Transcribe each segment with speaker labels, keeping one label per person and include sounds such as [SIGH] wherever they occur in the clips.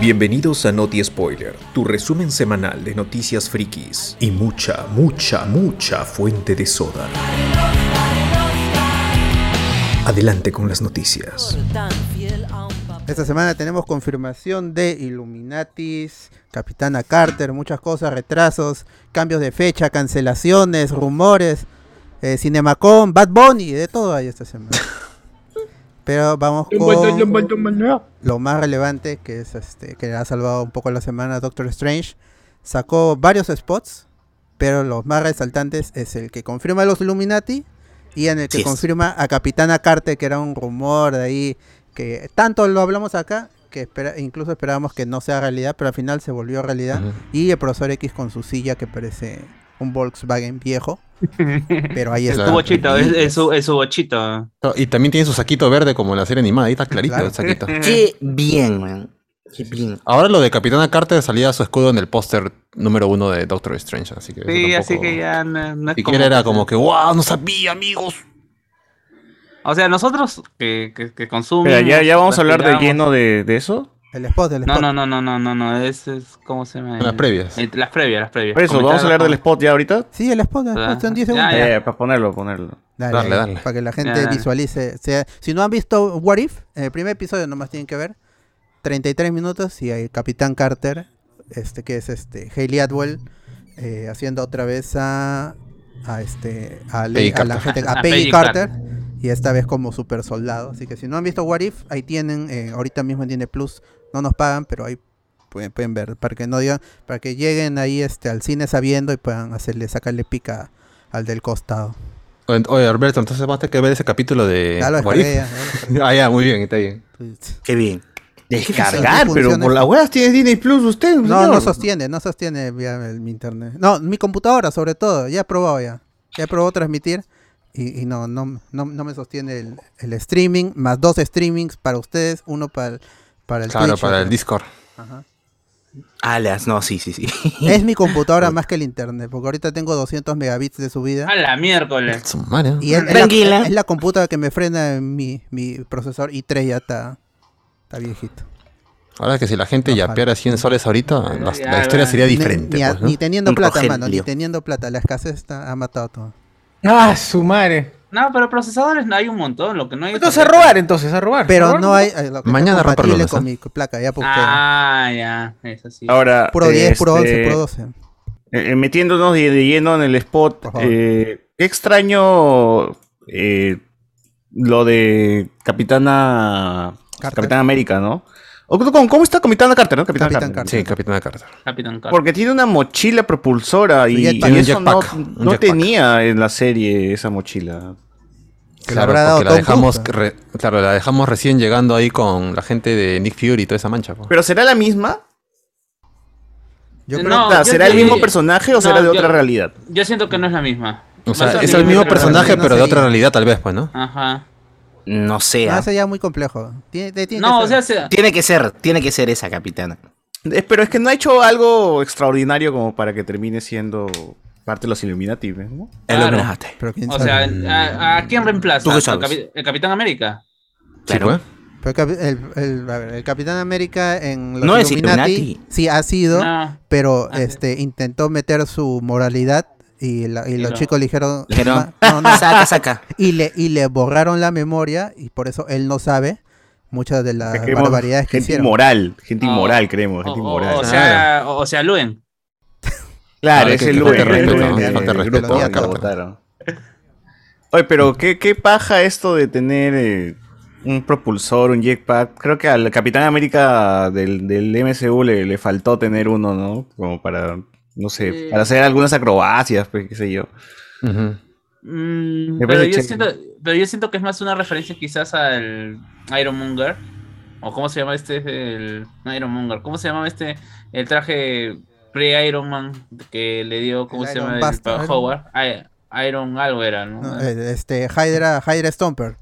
Speaker 1: Bienvenidos a Noti Spoiler, tu resumen semanal de noticias frikis y mucha, mucha, mucha fuente de soda. Adelante con las noticias.
Speaker 2: Esta semana tenemos confirmación de Illuminatis, Capitana Carter, muchas cosas, retrasos, cambios de fecha, cancelaciones, rumores, eh, Cinemacon, Bad Bunny, de todo hay esta semana. Pero vamos con lo más relevante que es este que ha salvado un poco la semana Doctor Strange. Sacó varios spots, pero los más resaltantes es el que confirma a los Illuminati y en el que
Speaker 1: Sí es.
Speaker 2: confirma a Capitana Carter, que era un rumor de ahí que tanto lo hablamos acá que espera- incluso esperábamos que no sea realidad, pero al final se volvió realidad. Y el profesor X con su silla que parece un Volkswagen
Speaker 3: [LAUGHS]
Speaker 2: viejo. Pero ahí está.
Speaker 3: Tu bochito, es, es su, es su bochito.
Speaker 4: No, Y también tiene su saquito verde como en la serie animada, ahí está clarito
Speaker 2: Ah, Claro.
Speaker 4: el
Speaker 5: [LAUGHS]
Speaker 4: saquito.
Speaker 6: Qué bien, man. Qué bien.
Speaker 4: Ahora lo de Capitana Carter salía su escudo en el póster número uno de Doctor Strange, así que. eso
Speaker 3: Sí,
Speaker 4: tampoco-
Speaker 3: así que ya no, no es
Speaker 4: Siquiera era como que, wow, no sabía, amigos.
Speaker 3: O sea, nosotros que, que, que consumimos.
Speaker 5: Espera, ya, ya vamos a hablar de
Speaker 3: respiramos.
Speaker 5: lleno de, de eso.
Speaker 2: El spot, el spot.
Speaker 3: No, no, no, no, no, no, no. Es, es ¿Cómo se llama?
Speaker 4: Las previas.
Speaker 3: Eh, Las previas, las previas.
Speaker 5: Por eso,
Speaker 3: Comentar-
Speaker 5: vamos a hablar del spot ya ahorita.
Speaker 2: Sí, el spot, el spot, son 10
Speaker 3: Ya,
Speaker 2: segundos.
Speaker 3: ya.
Speaker 5: Eh, para ponerlo, ponerlo.
Speaker 2: Dale,
Speaker 4: Dale,
Speaker 2: ahí,
Speaker 4: dale.
Speaker 2: Para que la gente
Speaker 3: Ya, dale.
Speaker 2: visualice. O sea, si no han visto What If, en el primer episodio nomás tienen que ver. 33 minutos y hay Capitán Carter, este que es este Hayley Atwell, eh, haciendo otra vez a, a este a,
Speaker 4: Peggy
Speaker 2: Le- a la
Speaker 4: Carter.
Speaker 2: gente, a
Speaker 3: A
Speaker 2: Peggy
Speaker 3: Peggy
Speaker 2: Carter, y esta vez como super soldado. Así que si no han visto What If, ahí tienen, eh, ahorita mismo tiene Plus, no nos pagan, pero ahí pueden, pueden ver, para que no digan, para que lleguen ahí este al cine sabiendo y puedan hacerle, sacarle pica al del costado.
Speaker 4: Oye, Oye, Alberto, entonces vas a tener que ver ese capítulo de.
Speaker 2: Ya lo
Speaker 4: What If.
Speaker 2: descargué, ya, ya lo
Speaker 4: [LAUGHS]
Speaker 6: [LAUGHS]
Speaker 4: ah, ya, muy bien, está bien.
Speaker 6: Qué bien.
Speaker 2: Cargar,
Speaker 6: Descargar.
Speaker 2: pero funciona por las
Speaker 5: weas tienes Disney Plus usted,
Speaker 2: No, no sostiene, no sostiene vía el- mi internet. No, mi computadora sobre todo, ya he probado ya. Ya he probado transmitir y, y no, no, no, no me sostiene el, el streaming, más dos streamings para ustedes, uno para el, para el
Speaker 4: Claro,
Speaker 2: Twitch,
Speaker 4: para
Speaker 2: otro-
Speaker 4: el Discord.
Speaker 2: Ajá.
Speaker 1: Ah,
Speaker 6: Alas, no, sí, sí, sí.
Speaker 2: Es mi computadora
Speaker 4: [LAUGHS]
Speaker 2: más que el internet, porque ahorita tengo 200 megabits de subida.
Speaker 3: A la miércoles.
Speaker 4: Su madre.
Speaker 2: Y es, es
Speaker 6: Ah, Tranquila.
Speaker 2: la, es la computadora que me frena mi, mi procesador i3 ya está, está viejito.
Speaker 4: Ahora que si la gente
Speaker 2: Ojalá.
Speaker 4: yapeara 100 soles ahorita, la,
Speaker 3: Ya,
Speaker 4: la historia
Speaker 3: ya.
Speaker 4: sería
Speaker 2: Ni-
Speaker 4: diferente.
Speaker 2: Ni, a-
Speaker 4: pues, ¿no?
Speaker 2: ni teniendo
Speaker 6: Un
Speaker 2: plata,
Speaker 6: Rogelio.
Speaker 2: mano, ni teniendo plata. La escasez está- ha matado todo.
Speaker 7: Ah, su madre.
Speaker 3: No, pero procesadores no hay un montón. Lo que no hay. es-
Speaker 7: Entonces a robar, entonces a robar.
Speaker 2: Pero
Speaker 7: robar,
Speaker 2: no hay. eh, lo que sea
Speaker 4: Mañana romper
Speaker 2: compatible
Speaker 4: lunes,
Speaker 2: con
Speaker 4: ¿eh?
Speaker 2: mi placa, ya porque.
Speaker 3: Ah, ya. Eso sí.
Speaker 5: Ahora.
Speaker 2: Pro 10, Pro 11,
Speaker 5: este,
Speaker 2: Pro 12.
Speaker 5: eh, eh, metiéndonos de, de lleno en el spot.
Speaker 2: Por favor.
Speaker 5: eh, qué extraño eh, lo de Capitana.
Speaker 2: Carter.
Speaker 5: Capitán América, ¿no? O ¿Cómo cómo está Capitana Carter, no? Capitán
Speaker 2: Capitán
Speaker 5: Carter.
Speaker 4: Sí, Capitana Carter.
Speaker 3: Capitán Carter.
Speaker 5: Porque tiene una mochila propulsora y,
Speaker 2: jetpack.
Speaker 5: y
Speaker 4: Un
Speaker 5: eso no,
Speaker 4: jetpack, un
Speaker 5: no
Speaker 4: jetpack.
Speaker 5: tenía en la serie esa mochila.
Speaker 2: Que le habrá dado
Speaker 4: porque la
Speaker 2: Tom
Speaker 4: dejamos,
Speaker 2: Cruise,
Speaker 4: re- claro, la dejamos recién llegando ahí con la gente de Nick Fury y toda esa mancha. pues.
Speaker 5: ¿Pero será la misma?
Speaker 2: Yo
Speaker 3: No,
Speaker 2: creo
Speaker 5: O sea, ah, ¿Será el
Speaker 3: sí-
Speaker 5: mismo personaje o
Speaker 3: no,
Speaker 5: será
Speaker 3: yo-
Speaker 5: de otra realidad?
Speaker 3: Yo siento que no es la misma.
Speaker 4: O
Speaker 3: Va a
Speaker 4: sea,
Speaker 3: ser
Speaker 4: es
Speaker 3: la
Speaker 4: el mismo
Speaker 3: misma otra
Speaker 4: personaje,
Speaker 3: realidad.
Speaker 2: no
Speaker 4: pero de
Speaker 2: sería.
Speaker 4: otra realidad tal vez, pues, ¿no?
Speaker 3: Ajá.
Speaker 6: No
Speaker 2: que
Speaker 6: sea.
Speaker 2: hace ya muy complejo. Tiene, te- tiene
Speaker 3: No,
Speaker 2: que
Speaker 3: o sea,
Speaker 2: ser.
Speaker 3: se-
Speaker 6: Tiene que ser, tiene que ser esa capitana.
Speaker 5: Eh, Pero es que no ha hecho algo extraordinario como para que termine siendo parte de los Illuminati, ¿ves, ¿no?
Speaker 6: El
Speaker 3: Claro.
Speaker 6: homenaje.
Speaker 2: Pero quién
Speaker 3: O
Speaker 2: sabe.
Speaker 3: sea, ¿a, a quién reemplaza?
Speaker 6: ¿Tú qué
Speaker 3: ¿Al
Speaker 6: sabes?
Speaker 3: capi- ¿El Capitán América?
Speaker 4: Sí,
Speaker 6: Claro.
Speaker 4: pues.
Speaker 2: Pero capi- el, el- a ver, el Capitán América en los
Speaker 6: No es
Speaker 2: Illuminati,
Speaker 6: Illuminati.
Speaker 2: sí ha sido,
Speaker 3: No.
Speaker 2: pero
Speaker 3: Ah, sí.
Speaker 2: este intentó meter su moralidad y, la- y
Speaker 3: Y
Speaker 2: los
Speaker 3: no.
Speaker 2: chicos le dijeron,
Speaker 6: Dijeron,
Speaker 2: "Ma- no,
Speaker 6: [LAUGHS]
Speaker 2: no,
Speaker 6: Saca, Ah, saca.
Speaker 2: y le y le borraron la memoria y por eso él no sabe muchas de
Speaker 4: Ah,
Speaker 2: las
Speaker 5: Creemos
Speaker 2: barbaridades que
Speaker 5: gente
Speaker 2: hicieron.
Speaker 5: inmoral, gente
Speaker 3: Oh.
Speaker 5: inmoral, creemos,
Speaker 3: O,
Speaker 5: gente
Speaker 3: o-
Speaker 5: inmoral.
Speaker 3: o sea, o, o sea, Luen.
Speaker 5: Claro,
Speaker 4: Ah,
Speaker 5: es
Speaker 4: que-
Speaker 5: el
Speaker 4: que
Speaker 5: lugar.
Speaker 4: falta respeto, ¿no?
Speaker 5: eh,
Speaker 4: Falta
Speaker 5: el
Speaker 4: respeto
Speaker 5: grupo
Speaker 2: a
Speaker 5: que
Speaker 4: Carter.
Speaker 5: votaron. Oye, pero ¿qué, qué paja esto de tener eh, un propulsor, un jetpack. Creo que al Capitán América del, del MCU le, le faltó tener uno, ¿no? Como para, no sé,
Speaker 3: Sí.
Speaker 5: para hacer algunas acrobacias, pues, qué sé yo.
Speaker 4: Ujú.
Speaker 3: Mm,
Speaker 5: Me
Speaker 3: pero,
Speaker 5: parece
Speaker 3: yo
Speaker 5: chévere.
Speaker 3: siento, pero yo siento que es más una referencia quizás al Iron Monger. ¿O cómo se llama este? El, no, Iron Monger. ¿Cómo se llama este? El traje pre-Iron Man que le dio, ¿cómo
Speaker 2: El
Speaker 3: se
Speaker 2: Iron
Speaker 3: llama? El,
Speaker 2: Buster,
Speaker 3: pa-
Speaker 2: Iron-
Speaker 3: Howard. Ai- Iron algo era, ¿no?
Speaker 2: No, eh, este Hydra, Hydra Stomper.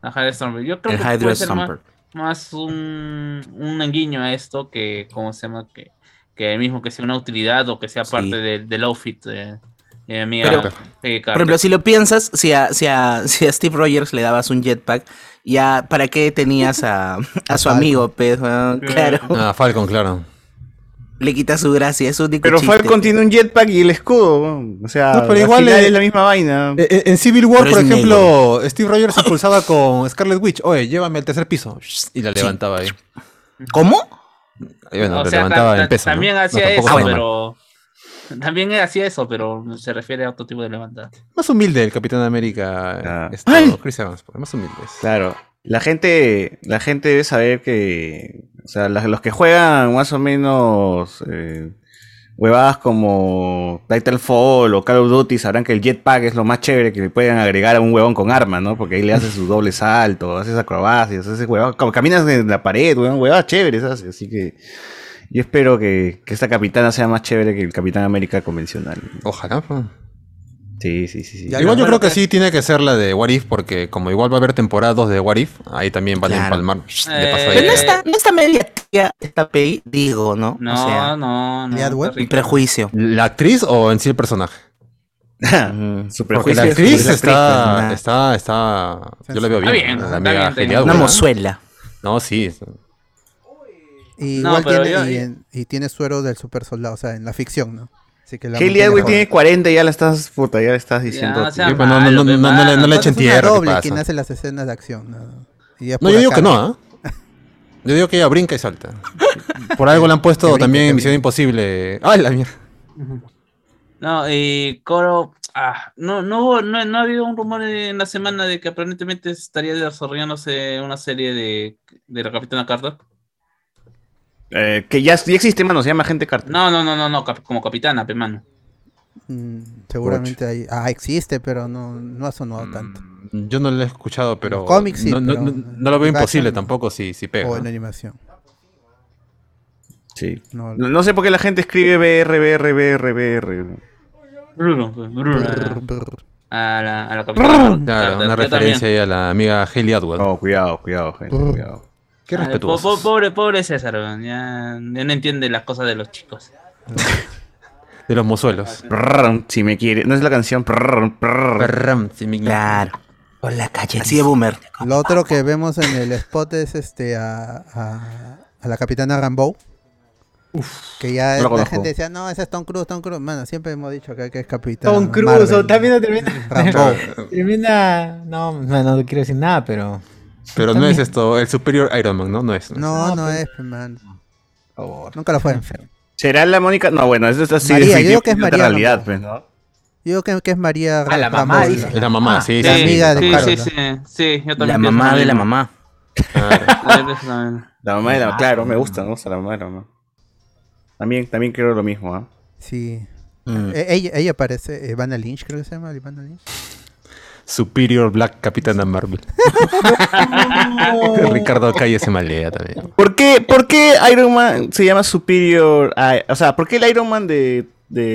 Speaker 3: Ajá, el Storm. Yo creo
Speaker 6: El
Speaker 3: que puede
Speaker 6: Hydra
Speaker 3: ser más,
Speaker 6: Stomper.
Speaker 3: más un, un enguiño a esto que, ¿cómo se llama? Que, que mismo que sea una utilidad o que sea
Speaker 6: Sí.
Speaker 3: parte del, del outfit de, Mi amiga,
Speaker 6: Pero-
Speaker 3: eh,
Speaker 6: Por
Speaker 3: Carter.
Speaker 6: ejemplo, si lo piensas, si a, si a- si a Steve Rogers le dabas un jetpack, ya ¿para qué tenías a, a su
Speaker 2: Falcon.
Speaker 6: amigo, pues? weón?
Speaker 3: Claro.
Speaker 6: Claro.
Speaker 4: Ah, Falcon, claro.
Speaker 6: Le quitas su gracia, es un único
Speaker 5: Pero
Speaker 6: chiste.
Speaker 5: Falcon tiene un jetpack y el escudo. weón. O sea,
Speaker 4: No, pero
Speaker 5: al
Speaker 4: igual
Speaker 5: final
Speaker 4: le-
Speaker 5: es la misma vaina.
Speaker 4: Eh, eh, En Civil War,
Speaker 6: Pero
Speaker 4: por
Speaker 6: es
Speaker 4: ejemplo, Steve Rogers impulsaba con Scarlet Witch. Oye, llévame al tercer piso. Y la levantaba ahí.
Speaker 6: ¿Cómo?
Speaker 4: Y bueno,
Speaker 3: O
Speaker 4: la
Speaker 3: sea,
Speaker 4: levantaba
Speaker 3: ta-
Speaker 4: en
Speaker 3: ta-
Speaker 4: peso. ¿no?
Speaker 3: También
Speaker 4: No,
Speaker 3: hacía
Speaker 4: tampoco
Speaker 3: eso,
Speaker 4: estaba mal.
Speaker 3: pero. También hacía eso, pero se refiere a otro tipo de levantada.
Speaker 4: Más humilde el Capitán América.
Speaker 5: Ah.
Speaker 4: esto,
Speaker 5: ¡Ay!
Speaker 4: Chris Evans, pues, más humilde.
Speaker 5: Claro. La gente, la gente debe saber que. O sea, las- los que juegan más o menos. eh, huevadas como Titanfall o Call of Duty sabrán que el jetpack es lo más chévere que le pueden agregar a un huevón con arma, ¿no? Porque ahí le haces su doble salto, haces acrobacias, haces huevadas. Como caminas en la pared, huevón, huevadas chéveres, haces. Así que. Yo espero que, que esta capitana sea más chévere que el Capitán América convencional.
Speaker 4: Ojalá. pues.
Speaker 5: Sí, sí, sí. sí.
Speaker 2: Ya
Speaker 4: Igual
Speaker 2: no.
Speaker 4: yo creo que sí tiene que ser la de What If, porque como igual va a haber temporadas de What If, ahí también van a
Speaker 6: Claro.
Speaker 4: empalmar. De paso ahí.
Speaker 6: Pero no está, no está media tía esta PI, digo, ¿no?
Speaker 3: No,
Speaker 6: o sea,
Speaker 3: no, no.
Speaker 2: Liad
Speaker 3: está
Speaker 2: Web.
Speaker 6: un
Speaker 3: rico.
Speaker 5: [LAUGHS]
Speaker 6: prejuicio.
Speaker 4: ¿La actriz o en sí el personaje?
Speaker 6: Mm.
Speaker 5: Su
Speaker 4: Porque la
Speaker 5: prejuicio es-
Speaker 4: actriz pues,
Speaker 6: la película,
Speaker 4: está,
Speaker 6: nada.
Speaker 4: está, está, yo la veo bien.
Speaker 3: Está bien,
Speaker 4: la
Speaker 3: está
Speaker 4: amiga
Speaker 3: bien, está
Speaker 4: Geliad,
Speaker 3: bien.
Speaker 6: Una
Speaker 4: ¿no?
Speaker 6: mozuela.
Speaker 4: No, sí.
Speaker 2: Y
Speaker 3: No,
Speaker 2: igual
Speaker 3: pero
Speaker 2: tiene,
Speaker 3: yo-
Speaker 2: y, en- y tiene suero del super soldado, o sea, en la ficción, ¿no? Así que la
Speaker 5: Hayley
Speaker 2: mantiene
Speaker 5: Atwood
Speaker 2: joven.
Speaker 5: tiene 40 y ya la estás, puta, ya la estás diciendo.
Speaker 3: o sea,
Speaker 5: tío.
Speaker 4: Sí, pero pues, no, no, no, no, no, le- no le
Speaker 2: Bueno,
Speaker 4: echen
Speaker 2: es una
Speaker 4: tierra. ¿qué
Speaker 2: doble
Speaker 4: pasa?
Speaker 2: quien hace las escenas de acción. ¿no? Y es
Speaker 4: No,
Speaker 2: por
Speaker 4: yo digo
Speaker 2: acá.
Speaker 4: que no, ¿ah? Yo digo que ella brinca y salta. [LAUGHS] Por algo la han puesto
Speaker 2: Que brinque,
Speaker 4: también
Speaker 2: que
Speaker 4: en Misión Imposible. ¡Ay, la mierda!
Speaker 3: No, y Coro. Ah, no, no, hubo- no, no ha habido un rumor en la semana de que aparentemente estaría desarrollándose una serie de, de la Capitana Carter.
Speaker 5: Eh, que ya, ya existe, mano, se llama Gente Carter.
Speaker 3: No, no, no, no, no, cap- como capitana, pe mano.
Speaker 2: Mm, seguramente ahí. Ah, existe, pero no, no ha
Speaker 4: Mm,
Speaker 2: sonado tanto.
Speaker 4: Yo no lo he escuchado, pero.
Speaker 2: Los cómics sí,
Speaker 4: no, no-
Speaker 2: pero-
Speaker 4: no- no lo veo
Speaker 2: live
Speaker 4: imposible
Speaker 2: action, no.
Speaker 4: tampoco si, si pega.
Speaker 2: O en
Speaker 4: ¿no?
Speaker 2: animación.
Speaker 5: Sí.
Speaker 2: No,
Speaker 5: No, no sé por qué la gente escribe BR, BR, BR, BR.
Speaker 3: Bruno, pe, Bruno,
Speaker 2: brr, brr.
Speaker 3: a, a la, a la capitana.
Speaker 4: Claro, una referencia ahí a la amiga Hayley Atwood.
Speaker 5: No, Oh, cuidado, cuidado, gente,
Speaker 2: Mm.
Speaker 5: cuidado.
Speaker 4: Qué respetuoso.
Speaker 3: pobre, pobre César, weón, ya, ya no entiende las cosas de los chicos.
Speaker 4: De los
Speaker 2: Ah,
Speaker 4: mozuelos.
Speaker 5: Prrrr, si me quiere. No es la canción. prrrr, prrrr.
Speaker 4: Perram, si me-
Speaker 6: Claro. Por la calle. Así de boomer.
Speaker 2: Lo otro que vemos en el spot es este a, a- a la capitana Rambo. que ya
Speaker 5: no la
Speaker 2: la
Speaker 5: conozco.
Speaker 2: gente decía, no, ese es Tom Cruise, Tom Cruise. Mano, siempre hemos dicho acá que es capitán.
Speaker 7: Tom Cruise,
Speaker 2: Marvel.
Speaker 7: o también no termina.
Speaker 2: [LAUGHS]
Speaker 4: [LAUGHS]
Speaker 2: Rambo.
Speaker 7: [LAUGHS] termina. No, no, no quiero decir nada, pero.
Speaker 4: Pero no es este. esto, el superior Iron Man, ¿no? No es. es.
Speaker 2: No, pues, no es, man. Nunca lo fue. Yo
Speaker 5: ¿Será la Mónica? No, bueno, eso es así.
Speaker 2: María, yo
Speaker 5: definitivamente
Speaker 2: digo que es
Speaker 5: otra
Speaker 2: María
Speaker 5: realidad,
Speaker 2: Rambo.
Speaker 5: pues, ¿no?
Speaker 2: digo que, que es María
Speaker 7: Ah, la
Speaker 2: Rambo.
Speaker 7: mamá, dice.
Speaker 4: Es la mamá,
Speaker 7: Ah,
Speaker 4: sí,
Speaker 2: la
Speaker 4: sí, sí.
Speaker 2: amiga de
Speaker 3: sí,
Speaker 2: Carlos.
Speaker 3: sí, sí, sí, yo también
Speaker 6: La
Speaker 3: pienso
Speaker 6: mamá
Speaker 3: lo
Speaker 6: de la
Speaker 3: mismo.
Speaker 6: mamá.
Speaker 4: Claro.
Speaker 3: Yo pienso lo mismo.
Speaker 5: La mamá de la. Claro, me gusta, me gusta la mamá de la mamá. También, también creo lo mismo, ¿ah?
Speaker 2: Sí.
Speaker 6: Mm.
Speaker 2: Eh, ella, ella aparece, Ivana Lynch, creo que se llama, Ivana Lynch.
Speaker 4: Superior Black Capitana Marvel. Ricardo Calle se malea también.
Speaker 5: ¿Por qué, por qué Iron Man se llama Superior a- O sea, ¿por qué el Iron Man de, de,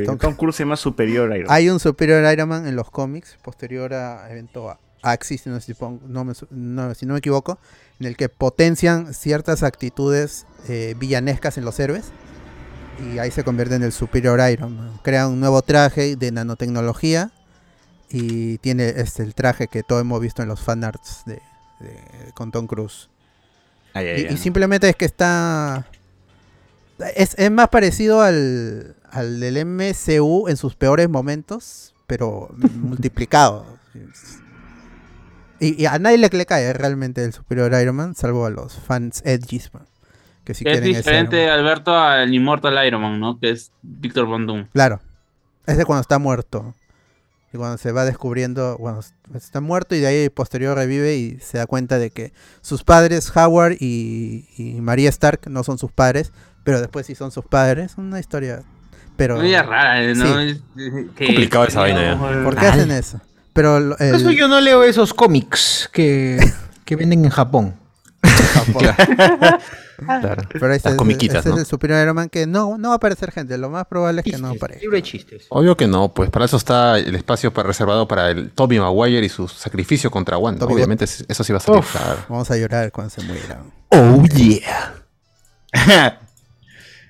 Speaker 2: De Tom
Speaker 5: Tom, Cruise se llama Superior Iron Man?
Speaker 2: Hay un Superior Iron Man en los cómics, posterior a evento A- Axis, si no, si pongo- no me, su- no- si no me equivoco, en el que potencian ciertas actitudes eh, villanescas en los héroes. Y ahí se convierte en el Superior Iron Man. Crea un nuevo traje de nanotecnología. Y tiene este, el traje que todos hemos visto en los fanarts de, de- con Tom Cruise.
Speaker 5: Ay, ay,
Speaker 2: Y,
Speaker 5: ay.
Speaker 2: y simplemente es que está. Es, es más parecido al, al del MCU en sus peores momentos, pero [LAUGHS] multiplicado. Y, y a nadie le, le cae realmente el superior Iron Man, salvo a los fans edgys, man, que si
Speaker 3: Que es
Speaker 2: quieren ese
Speaker 3: diferente,
Speaker 2: Iron Man.
Speaker 3: Alberto, al Immortal Iron Man, ¿no? Que es Víctor Bondum.
Speaker 2: Claro. Ese cuando está muerto. Y cuando se va descubriendo, bueno, s- está muerto y de ahí posterior revive y se da cuenta de que sus padres, Howard y, y María Stark, no son sus padres, pero después sí son sus padres. Una historia. Pero.
Speaker 3: Muy rara, ¿no?
Speaker 2: Sí.
Speaker 3: Es- que-
Speaker 4: Complicado esa vaina, ya.
Speaker 2: ¿Por qué hacen eso? Pero lo- el-
Speaker 7: Por eso
Speaker 2: [LAUGHS]
Speaker 7: yo no leo esos cómics que, que venden en Japón.
Speaker 4: Claro.
Speaker 2: pero ese,
Speaker 4: Las
Speaker 2: es-
Speaker 4: comiquitas,
Speaker 2: ese es
Speaker 4: ¿no?
Speaker 2: el superior Iron Man que no, no va a aparecer gente. Lo más probable es que no aparezca.
Speaker 7: Libre de chistes.
Speaker 4: Obvio que no, pues para eso está el espacio pa- reservado para el Toby Maguire y su sacrificio contra Wanda.
Speaker 2: Tobey
Speaker 4: Obviamente es- eso sí va a salir. claro.
Speaker 2: Vamos a llorar cuando se muera.
Speaker 6: Oh yeah.
Speaker 5: [LAUGHS]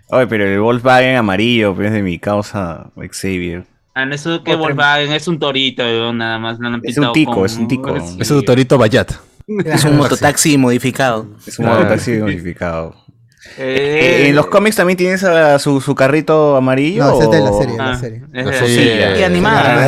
Speaker 5: Oye, pero el Volkswagen amarillo pues, es de mi causa Xavier.
Speaker 3: Ah, no, eso que Volkswagen es un torito, weón, nada más. No lo han
Speaker 5: Es
Speaker 3: pintado
Speaker 5: un tico,
Speaker 3: con-
Speaker 5: es un tico.
Speaker 3: Sí.
Speaker 4: Es un torito Bayat.
Speaker 5: [LAUGHS]
Speaker 6: Es un mototaxi modificado.
Speaker 5: Es un
Speaker 4: Claro.
Speaker 5: mototaxi
Speaker 4: [LAUGHS]
Speaker 5: modificado.
Speaker 3: Eh,
Speaker 5: ¿En los cómics también tienes a su, su carrito amarillo?
Speaker 2: No, ese es de la
Speaker 5: o-
Speaker 2: serie.
Speaker 3: ah,
Speaker 2: la serie.
Speaker 3: es
Speaker 4: La
Speaker 3: de-
Speaker 4: fusilla.
Speaker 6: Y animada.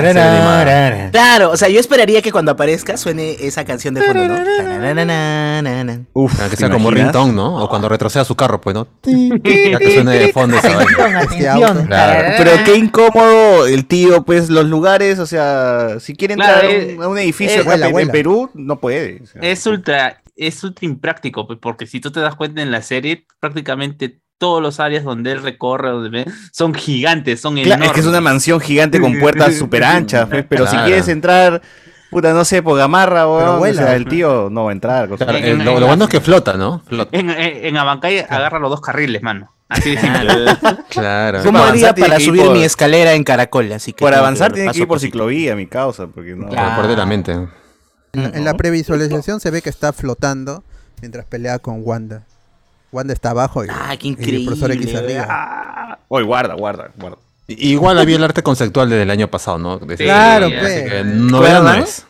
Speaker 6: Claro, o sea, yo esperaría que cuando aparezca suene esa canción de fondo, ¿no? Tanananana.
Speaker 5: Uf,
Speaker 4: Ah, que
Speaker 5: ¿te
Speaker 4: sea como
Speaker 5: imaginas?
Speaker 4: ringtone, ¿no? O cuando retroceda su carro, pues, ¿no? Ya que suene de fondo
Speaker 2: [LAUGHS]
Speaker 4: esa vaina.
Speaker 2: Este
Speaker 7: atención.
Speaker 4: Claro.
Speaker 5: Pero qué incómodo el tío, pues los lugares, o sea, si quiere entrar
Speaker 3: Claro,
Speaker 5: a,
Speaker 3: eh,
Speaker 5: un, a un edificio
Speaker 3: eh,
Speaker 5: acá
Speaker 2: vuela,
Speaker 5: en
Speaker 2: vuela.
Speaker 5: Perú, no puede. o sea.
Speaker 3: Es ultra, es ultra impráctico, pues, porque si tú te das cuenta en la serie, prácticamente todos los áreas donde él recorre, donde ve, son gigantes, son
Speaker 5: Claro,
Speaker 3: enormes.
Speaker 5: es que es una mansión
Speaker 4: [LAUGHS]
Speaker 5: gigante con puertas súper anchas, pues, pero si
Speaker 4: Claro.
Speaker 5: quieres entrar, puta, no sé, por gamarra, weón, o
Speaker 2: vuela.
Speaker 5: sea, el tío no va a entrar. cosa-
Speaker 4: Claro, eh, lo, lo bueno es que flota, ¿no? Flota.
Speaker 3: En, en, en Abancay agarra los dos carriles, mano. Así de simple.
Speaker 4: Claro.
Speaker 6: ¿Cómo
Speaker 5: Para
Speaker 6: haría
Speaker 5: avanzar tiene
Speaker 6: para
Speaker 5: que ir
Speaker 6: subir
Speaker 5: por-
Speaker 6: mi escalera en caracol? Así que
Speaker 5: Por
Speaker 6: tengo
Speaker 5: avanzar
Speaker 6: ver
Speaker 5: tiene que
Speaker 6: paso
Speaker 5: ir por
Speaker 6: pasito.
Speaker 5: ciclovía, mi causa, porque no.
Speaker 6: Claro.
Speaker 4: Por de la mente.
Speaker 2: En la previsualización se ve que está flotando mientras pelea con Wanda. Wanda está abajo y,
Speaker 6: Ah, qué
Speaker 2: y el profesor X
Speaker 6: increíble,
Speaker 2: arriba.
Speaker 5: Ah, Oye, guarda, guarda, guarda.
Speaker 4: I- Igual había el arte conceptual del año pasado, ¿no? De-
Speaker 3: Sí,
Speaker 2: Claro,
Speaker 3: ya
Speaker 2: pe.
Speaker 4: Eh, novedad no
Speaker 6: ¿Verdad?
Speaker 4: es.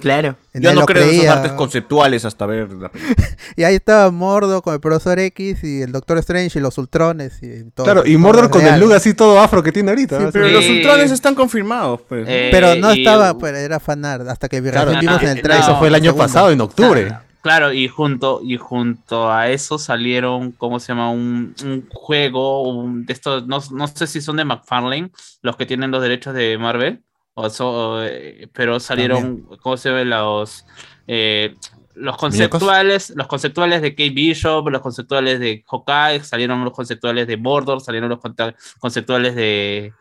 Speaker 6: Claro.
Speaker 2: Nadie lo creía.
Speaker 5: conceptuales hasta ver la película.
Speaker 2: Y ahí estaba Mordo con el profesor X y el Doctor Strange y los Ultrones y todo.
Speaker 4: Claro, y
Speaker 2: Todo
Speaker 4: Mordor
Speaker 2: es
Speaker 4: con el
Speaker 2: real.
Speaker 4: look así todo afro que tiene ahorita. ¿no?
Speaker 5: pero
Speaker 3: Sí.
Speaker 5: los ultrones están confirmados, pues.
Speaker 3: Eh,
Speaker 2: Pero no
Speaker 3: y-
Speaker 2: estaba, pues, era fanart, hasta que
Speaker 4: Claro,
Speaker 2: recién vimos
Speaker 3: ah,
Speaker 2: en el
Speaker 3: eh,
Speaker 2: trailer.
Speaker 4: Eso fue el año
Speaker 2: Segundo.
Speaker 4: pasado, en octubre.
Speaker 3: Claro, y junto, y junto a eso salieron, ¿cómo se llama? Un, un juego, un, de estos, no, no sé si son de McFarlane, los que tienen los derechos de Marvel, o so- o, eh, pero salieron, ¿cómo se llama? Los, eh, los conceptuales, los conceptuales de Kate Bishop, los conceptuales de Hawkeye, salieron los conceptuales de Mordor, salieron los conta- conceptuales de...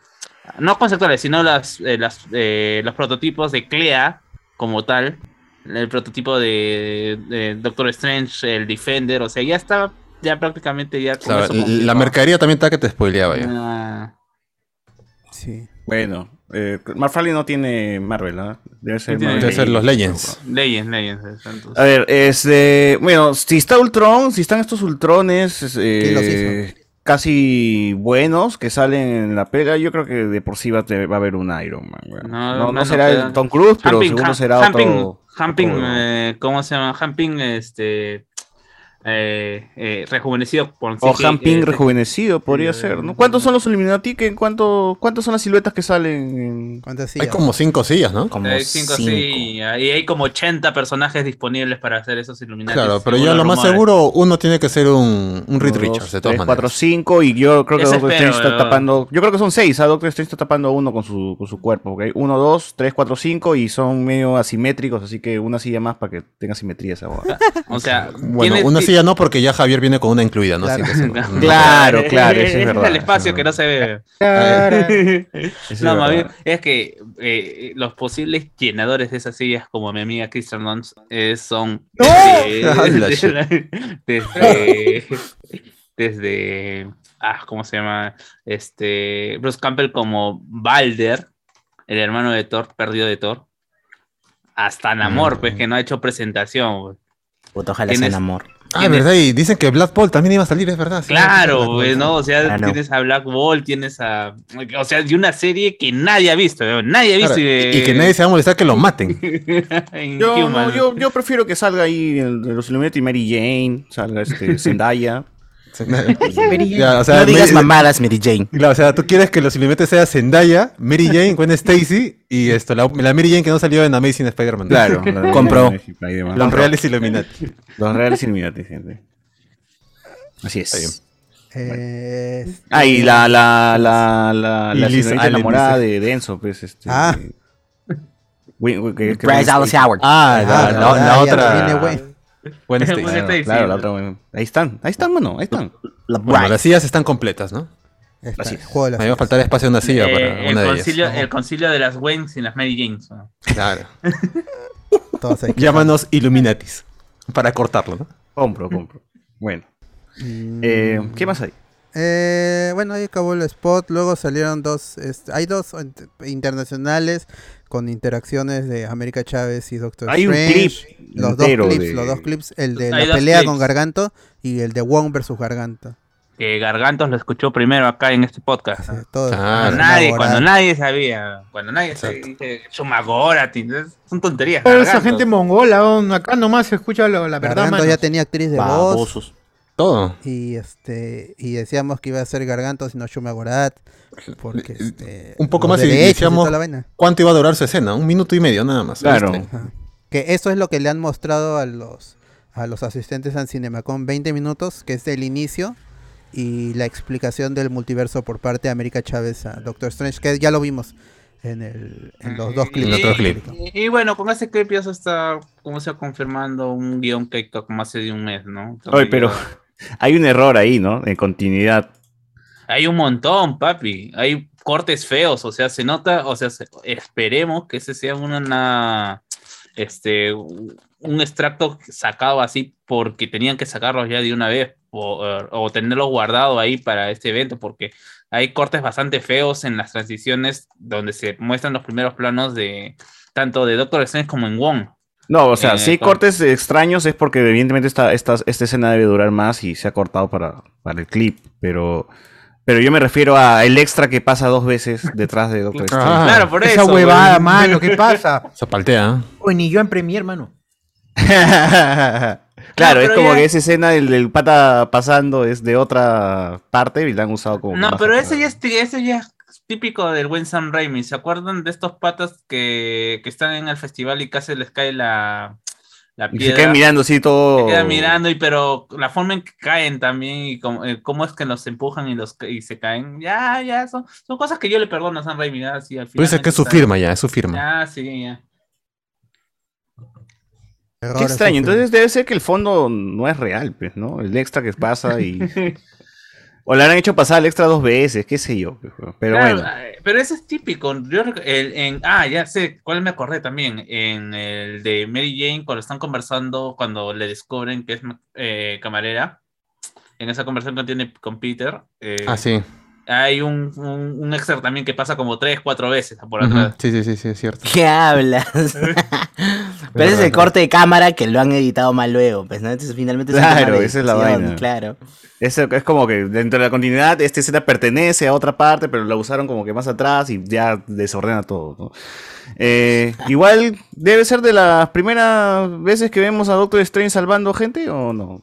Speaker 3: No conceptuales, sino las, eh, las, eh, los prototipos de Clea como tal el prototipo de, de Doctor Strange, el Defender, o sea, ya está, ya prácticamente ya con
Speaker 4: Claro,
Speaker 3: eso
Speaker 4: la
Speaker 3: confirmado.
Speaker 4: mercadería también está que te spoileaba ya.
Speaker 3: Ah,
Speaker 2: Sí.
Speaker 5: Bueno, eh, Marfali no tiene Marvel, ¿ah? Debe ser,
Speaker 3: No tiene
Speaker 5: Marvel.
Speaker 4: Debe ser los Legends.
Speaker 3: Legends, Legends. entonces.
Speaker 5: A ver, este, bueno, si está Ultron, si están estos Ultrones es,
Speaker 2: ¿Quién los
Speaker 5: eh, casi buenos que salen en la pega, yo creo que de por sí va, a te- va a haber un Iron Man. weón.
Speaker 3: No,
Speaker 5: No, no,
Speaker 3: hermano,
Speaker 5: será
Speaker 3: pero-
Speaker 5: el Tom Cruise, pero
Speaker 3: Hamping,
Speaker 5: seguro
Speaker 3: Ham-
Speaker 5: será
Speaker 3: Hamping,
Speaker 5: otro.
Speaker 3: Hamping,
Speaker 5: otro-
Speaker 3: eh, ¿cómo se llama? Hamping, este, eh, eh, rejuvenecido. por-
Speaker 5: o
Speaker 3: sí,
Speaker 5: Oh, Hamping
Speaker 3: eh,
Speaker 5: rejuvenecido podría
Speaker 3: eh,
Speaker 5: ser, ¿no? ¿Cuántos son los Illuminati? ¿Qué- cuánto, ¿Cuántas son las siluetas que salen? en-
Speaker 2: ¿Cuántas
Speaker 4: Hay
Speaker 2: sillas?
Speaker 4: como cinco sillas, ¿no?
Speaker 6: Como
Speaker 3: eh, cinco, sí, y hay como 80 personajes disponibles para hacer esos iluminados.
Speaker 4: Claro, pero ya lo más seguro, uno tiene que ser un, un Reed
Speaker 5: Uno, dos,
Speaker 4: Richards, de todas
Speaker 5: tres, cuatro,
Speaker 4: maneras.
Speaker 5: cinco, y yo creo que
Speaker 3: Ese
Speaker 5: Doctor
Speaker 3: espero,
Speaker 5: Strange está
Speaker 3: weón.
Speaker 5: tapando. Yo creo que son seis, ¿ah? Doctor Strange está tapando uno con su, con su cuerpo, ¿ok? Uno, dos, tres, cuatro, cinco, y son medio asimétricos, así que una silla más para que tenga simetría
Speaker 3: [LAUGHS]
Speaker 5: esa boda.
Speaker 3: O sea,
Speaker 4: Bueno,
Speaker 3: tiene-
Speaker 4: una silla no, porque ya Javier viene con una incluida, ¿no? Así
Speaker 2: Claro.
Speaker 4: que eso no- no.
Speaker 5: Claro,
Speaker 3: [LAUGHS] Eh,
Speaker 5: claro,
Speaker 3: eh,
Speaker 5: eso es
Speaker 3: ese
Speaker 5: verdad,
Speaker 3: el espacio
Speaker 5: eso
Speaker 3: que
Speaker 5: es
Speaker 3: no se ve.
Speaker 5: es
Speaker 3: no, más bien,
Speaker 5: verdad.
Speaker 3: es que eh, los posibles llenadores de esas sillas, como mi amiga Christian Dunst, eh, son [LAUGHS] desde,
Speaker 4: Hala,
Speaker 3: desde,
Speaker 4: shit.
Speaker 3: la- desde, desde- ah, ¿cómo se llama? Este Bruce Campbell como Balder, el hermano de Thor, perdido de Thor. Hasta Namor, pues que no ha hecho presentación. pues. güey.
Speaker 6: Puta, ojalá
Speaker 3: Tienes-
Speaker 6: sea en amor.
Speaker 4: Ah, verdad, y dicen que Black Bolt también iba a salir, es verdad. sí, Black
Speaker 3: Claro,
Speaker 4: Bolt.
Speaker 3: güey, ¿no? O sea,
Speaker 6: Ah, no.
Speaker 3: tienes a Black Ball, tienes a. O sea, de una serie que nadie ha visto, ¿no? nadie ha visto.
Speaker 4: Claro, y, y que nadie se va a molestar que lo maten. [LAUGHS]
Speaker 3: [LAUGHS] en
Speaker 5: Yo, no,
Speaker 3: Human.
Speaker 5: yo, yo prefiero que salga ahí el, de los Illuminati Mary Jane,
Speaker 4: [LAUGHS]
Speaker 5: salga este Zendaya.
Speaker 4: Ya, o sea,
Speaker 6: No
Speaker 4: Mary-
Speaker 6: digas mamadas, Mary Jane.
Speaker 4: claro, o sea, tú quieres que los Illuminati sea Zendaya,
Speaker 3: [LAUGHS]
Speaker 4: Mary Jane, Gwen Stacy y esto, la, la Mary Jane que no salió en Amazing Spider-Man. [LAUGHS]
Speaker 5: [LAUGHS] la-
Speaker 6: Compró.
Speaker 5: ahí demás.
Speaker 4: Los reales Illuminati.
Speaker 5: Los reales Illuminati, gente. Así
Speaker 4: Está bien.
Speaker 5: es.
Speaker 2: Eh, es-
Speaker 5: Ah, y la, la, la, la,
Speaker 4: Y
Speaker 5: la
Speaker 4: Liz
Speaker 5: señorita
Speaker 4: Allen,
Speaker 5: enamorada
Speaker 4: dice.
Speaker 5: de, de Enzo, pues, este...
Speaker 2: Ah.
Speaker 5: Wi- wi- que- que-
Speaker 6: Bryce
Speaker 5: que-
Speaker 6: Dallas Howard.
Speaker 4: Ah, la,
Speaker 2: ah,
Speaker 4: la-
Speaker 2: ah,
Speaker 4: la
Speaker 2: ya viene,
Speaker 4: otra.
Speaker 3: Ah,
Speaker 2: güey.
Speaker 4: Gwen
Speaker 3: Gwen
Speaker 4: Stacy.
Speaker 3: Stacy.
Speaker 5: Claro,
Speaker 3: Sí,
Speaker 5: claro, la
Speaker 3: sí.
Speaker 5: otra, bueno. Ahí están, ahí están, mano, ahí están.
Speaker 4: Bueno, las sillas están completas, ¿no?
Speaker 2: Está,
Speaker 5: Así es.
Speaker 2: juego de las
Speaker 4: Me iba a faltar espacio en una silla
Speaker 3: Eh,
Speaker 4: para
Speaker 3: el,
Speaker 4: una de
Speaker 3: concilio,
Speaker 4: ellas.
Speaker 3: el concilio de las Wayne sin las Mary Janes. ¿no?
Speaker 1: [LAUGHS]
Speaker 4: Claro.
Speaker 2: todas ahí.
Speaker 4: Llámanos Illuminatis. Para cortarlo, ¿no?
Speaker 5: Compro, compro. Bueno,
Speaker 2: Mm,
Speaker 5: eh, ¿qué más hay?
Speaker 2: eh, bueno, ahí acabó el spot. Luego salieron dos. este, hay dos int- internacionales con interacciones de América Chávez y Doctor
Speaker 5: Hay un
Speaker 2: Strange.
Speaker 5: clip
Speaker 2: los dos
Speaker 5: entero
Speaker 2: clips,
Speaker 5: de-
Speaker 2: los dos clips, el de
Speaker 3: Hay
Speaker 2: la
Speaker 3: dos
Speaker 2: pelea
Speaker 3: clips.
Speaker 2: con Garganto y el de Wong versus Garganto.
Speaker 3: que Gargantos lo escuchó primero acá en este podcast. ¿no?
Speaker 2: Todo
Speaker 4: Claro.
Speaker 3: Cuando nadie,
Speaker 2: elaborado.
Speaker 3: cuando nadie sabía, cuando nadie se dice Chumagorati, entonces, son tonterías.
Speaker 7: Pero esa
Speaker 3: Gargantos.
Speaker 7: gente mongola, weón, acá nomás se escucha lo- la verdad,
Speaker 2: Gargantos
Speaker 7: mano.
Speaker 2: ya tenía actriz de voz.
Speaker 6: Babosos.
Speaker 4: Todo.
Speaker 2: Y este y decíamos que iba a ser Gargantos y no Shuma Gorat. Porque este,
Speaker 4: Eh, Un poco
Speaker 2: los
Speaker 4: más y
Speaker 2: derechos
Speaker 4: decíamos-
Speaker 2: toda la vaina.
Speaker 4: ¿Cuánto iba a durar su escena? Un minuto y medio nada más.
Speaker 5: Claro.
Speaker 4: ¿viste?
Speaker 2: Ajá. Que eso es lo que le han mostrado a los a los asistentes al CinemaCon 20 minutos, que es el inicio y la explicación del multiverso por parte de América Chávez a Doctor Strange, que ya lo vimos en el en los dos
Speaker 3: Y-
Speaker 2: clips.
Speaker 4: En los dos clips.
Speaker 3: Y, y bueno, con ese clip ya se está, como se va confirmando, un guión que hizo como hace de un mes, ¿no? Entonces,
Speaker 5: Oye, pero hay un error ahí, ¿no? En continuidad.
Speaker 3: Hay un montón, papi. Hay cortes feos, o sea, se nota, o sea, se- esperemos que ese sea una, una- este, un extracto sacado así porque tenían que sacarlos ya de una vez o, eh, o tenerlos guardado ahí para este evento porque hay cortes bastante feos en las transiciones donde se muestran los primeros planos de tanto de Doctor Strange como en Wong.
Speaker 5: No, o sea,
Speaker 3: Eh,
Speaker 5: si hay
Speaker 3: con-
Speaker 5: cortes extraños es porque evidentemente esta, esta, esta escena debe durar más y se ha cortado para, para el clip, pero, pero yo me refiero a el extra que pasa dos veces detrás de Doctor Strange.
Speaker 4: Ah,
Speaker 3: claro, por
Speaker 7: Esa
Speaker 3: eso.
Speaker 7: huevada,
Speaker 3: weón.
Speaker 7: mano, ¿qué pasa?
Speaker 4: Se paltea.
Speaker 7: Oye, ni yo en Premiere, mano.
Speaker 5: [LAUGHS] claro, es
Speaker 3: pero
Speaker 5: como
Speaker 3: ya-
Speaker 5: que esa escena del, del pata pasando es de otra parte y la han usado como...
Speaker 3: No,
Speaker 5: baja
Speaker 3: pero
Speaker 5: para-
Speaker 3: ese ya, es, tí- ese ya es típico del buen Sam Raimi. ¿Se acuerdan de estos patas que, que están en el festival y casi les cae la, la
Speaker 5: Y se
Speaker 3: piedra?
Speaker 5: queda mirando así todo...
Speaker 3: Se quedan mirando, y pero la forma en que caen también y cómo, eh, cómo es que los empujan y, los, ca- y se caen. Ya, ya, son, son cosas que yo le perdono a Sam Raimi. ya, sí, al
Speaker 4: Pero
Speaker 3: final
Speaker 4: esa que es su
Speaker 3: está-
Speaker 4: firma ya, es su firma.
Speaker 3: Ya, sí, ya.
Speaker 2: Error,
Speaker 5: Qué extraño,
Speaker 2: eso sí.
Speaker 5: entonces debe ser que el fondo no es real, pues, ¿no? El extra que
Speaker 3: [LAUGHS]
Speaker 5: pasa y... o le han hecho pasar el extra dos veces, qué sé yo. pues, weón. Pero
Speaker 3: Claro,
Speaker 5: bueno.
Speaker 3: eh, pero ese es típico. Yo rec- el- en- ah, ya sé, cuál me acordé también. En el de Mary Jane, cuando están conversando, cuando le descubren que es ma- eh, camarera, en esa conversación que tiene con Peter, eh,
Speaker 4: Ah, sí.
Speaker 3: hay un, un, un extra también que pasa como tres, cuatro veces por
Speaker 4: Ujú.
Speaker 3: atrás.
Speaker 4: [LAUGHS] Sí, sí, sí, sí, es cierto.
Speaker 5: [LAUGHS]
Speaker 6: ¿Qué hablas? Pero ese es el corte de cámara que lo han editado mal luego, pues, ¿no? Entonces finalmente es un
Speaker 5: Claro,
Speaker 6: tema de
Speaker 5: esa es la
Speaker 6: edición,
Speaker 5: vaina.
Speaker 6: Claro.
Speaker 5: Es, es como que dentro de la continuidad, esta escena pertenece a otra parte, pero la usaron como que más atrás y ya desordena todo. ¿no? Eh, igual debe ser de las primeras veces que vemos a Doctor Strange salvando gente o no.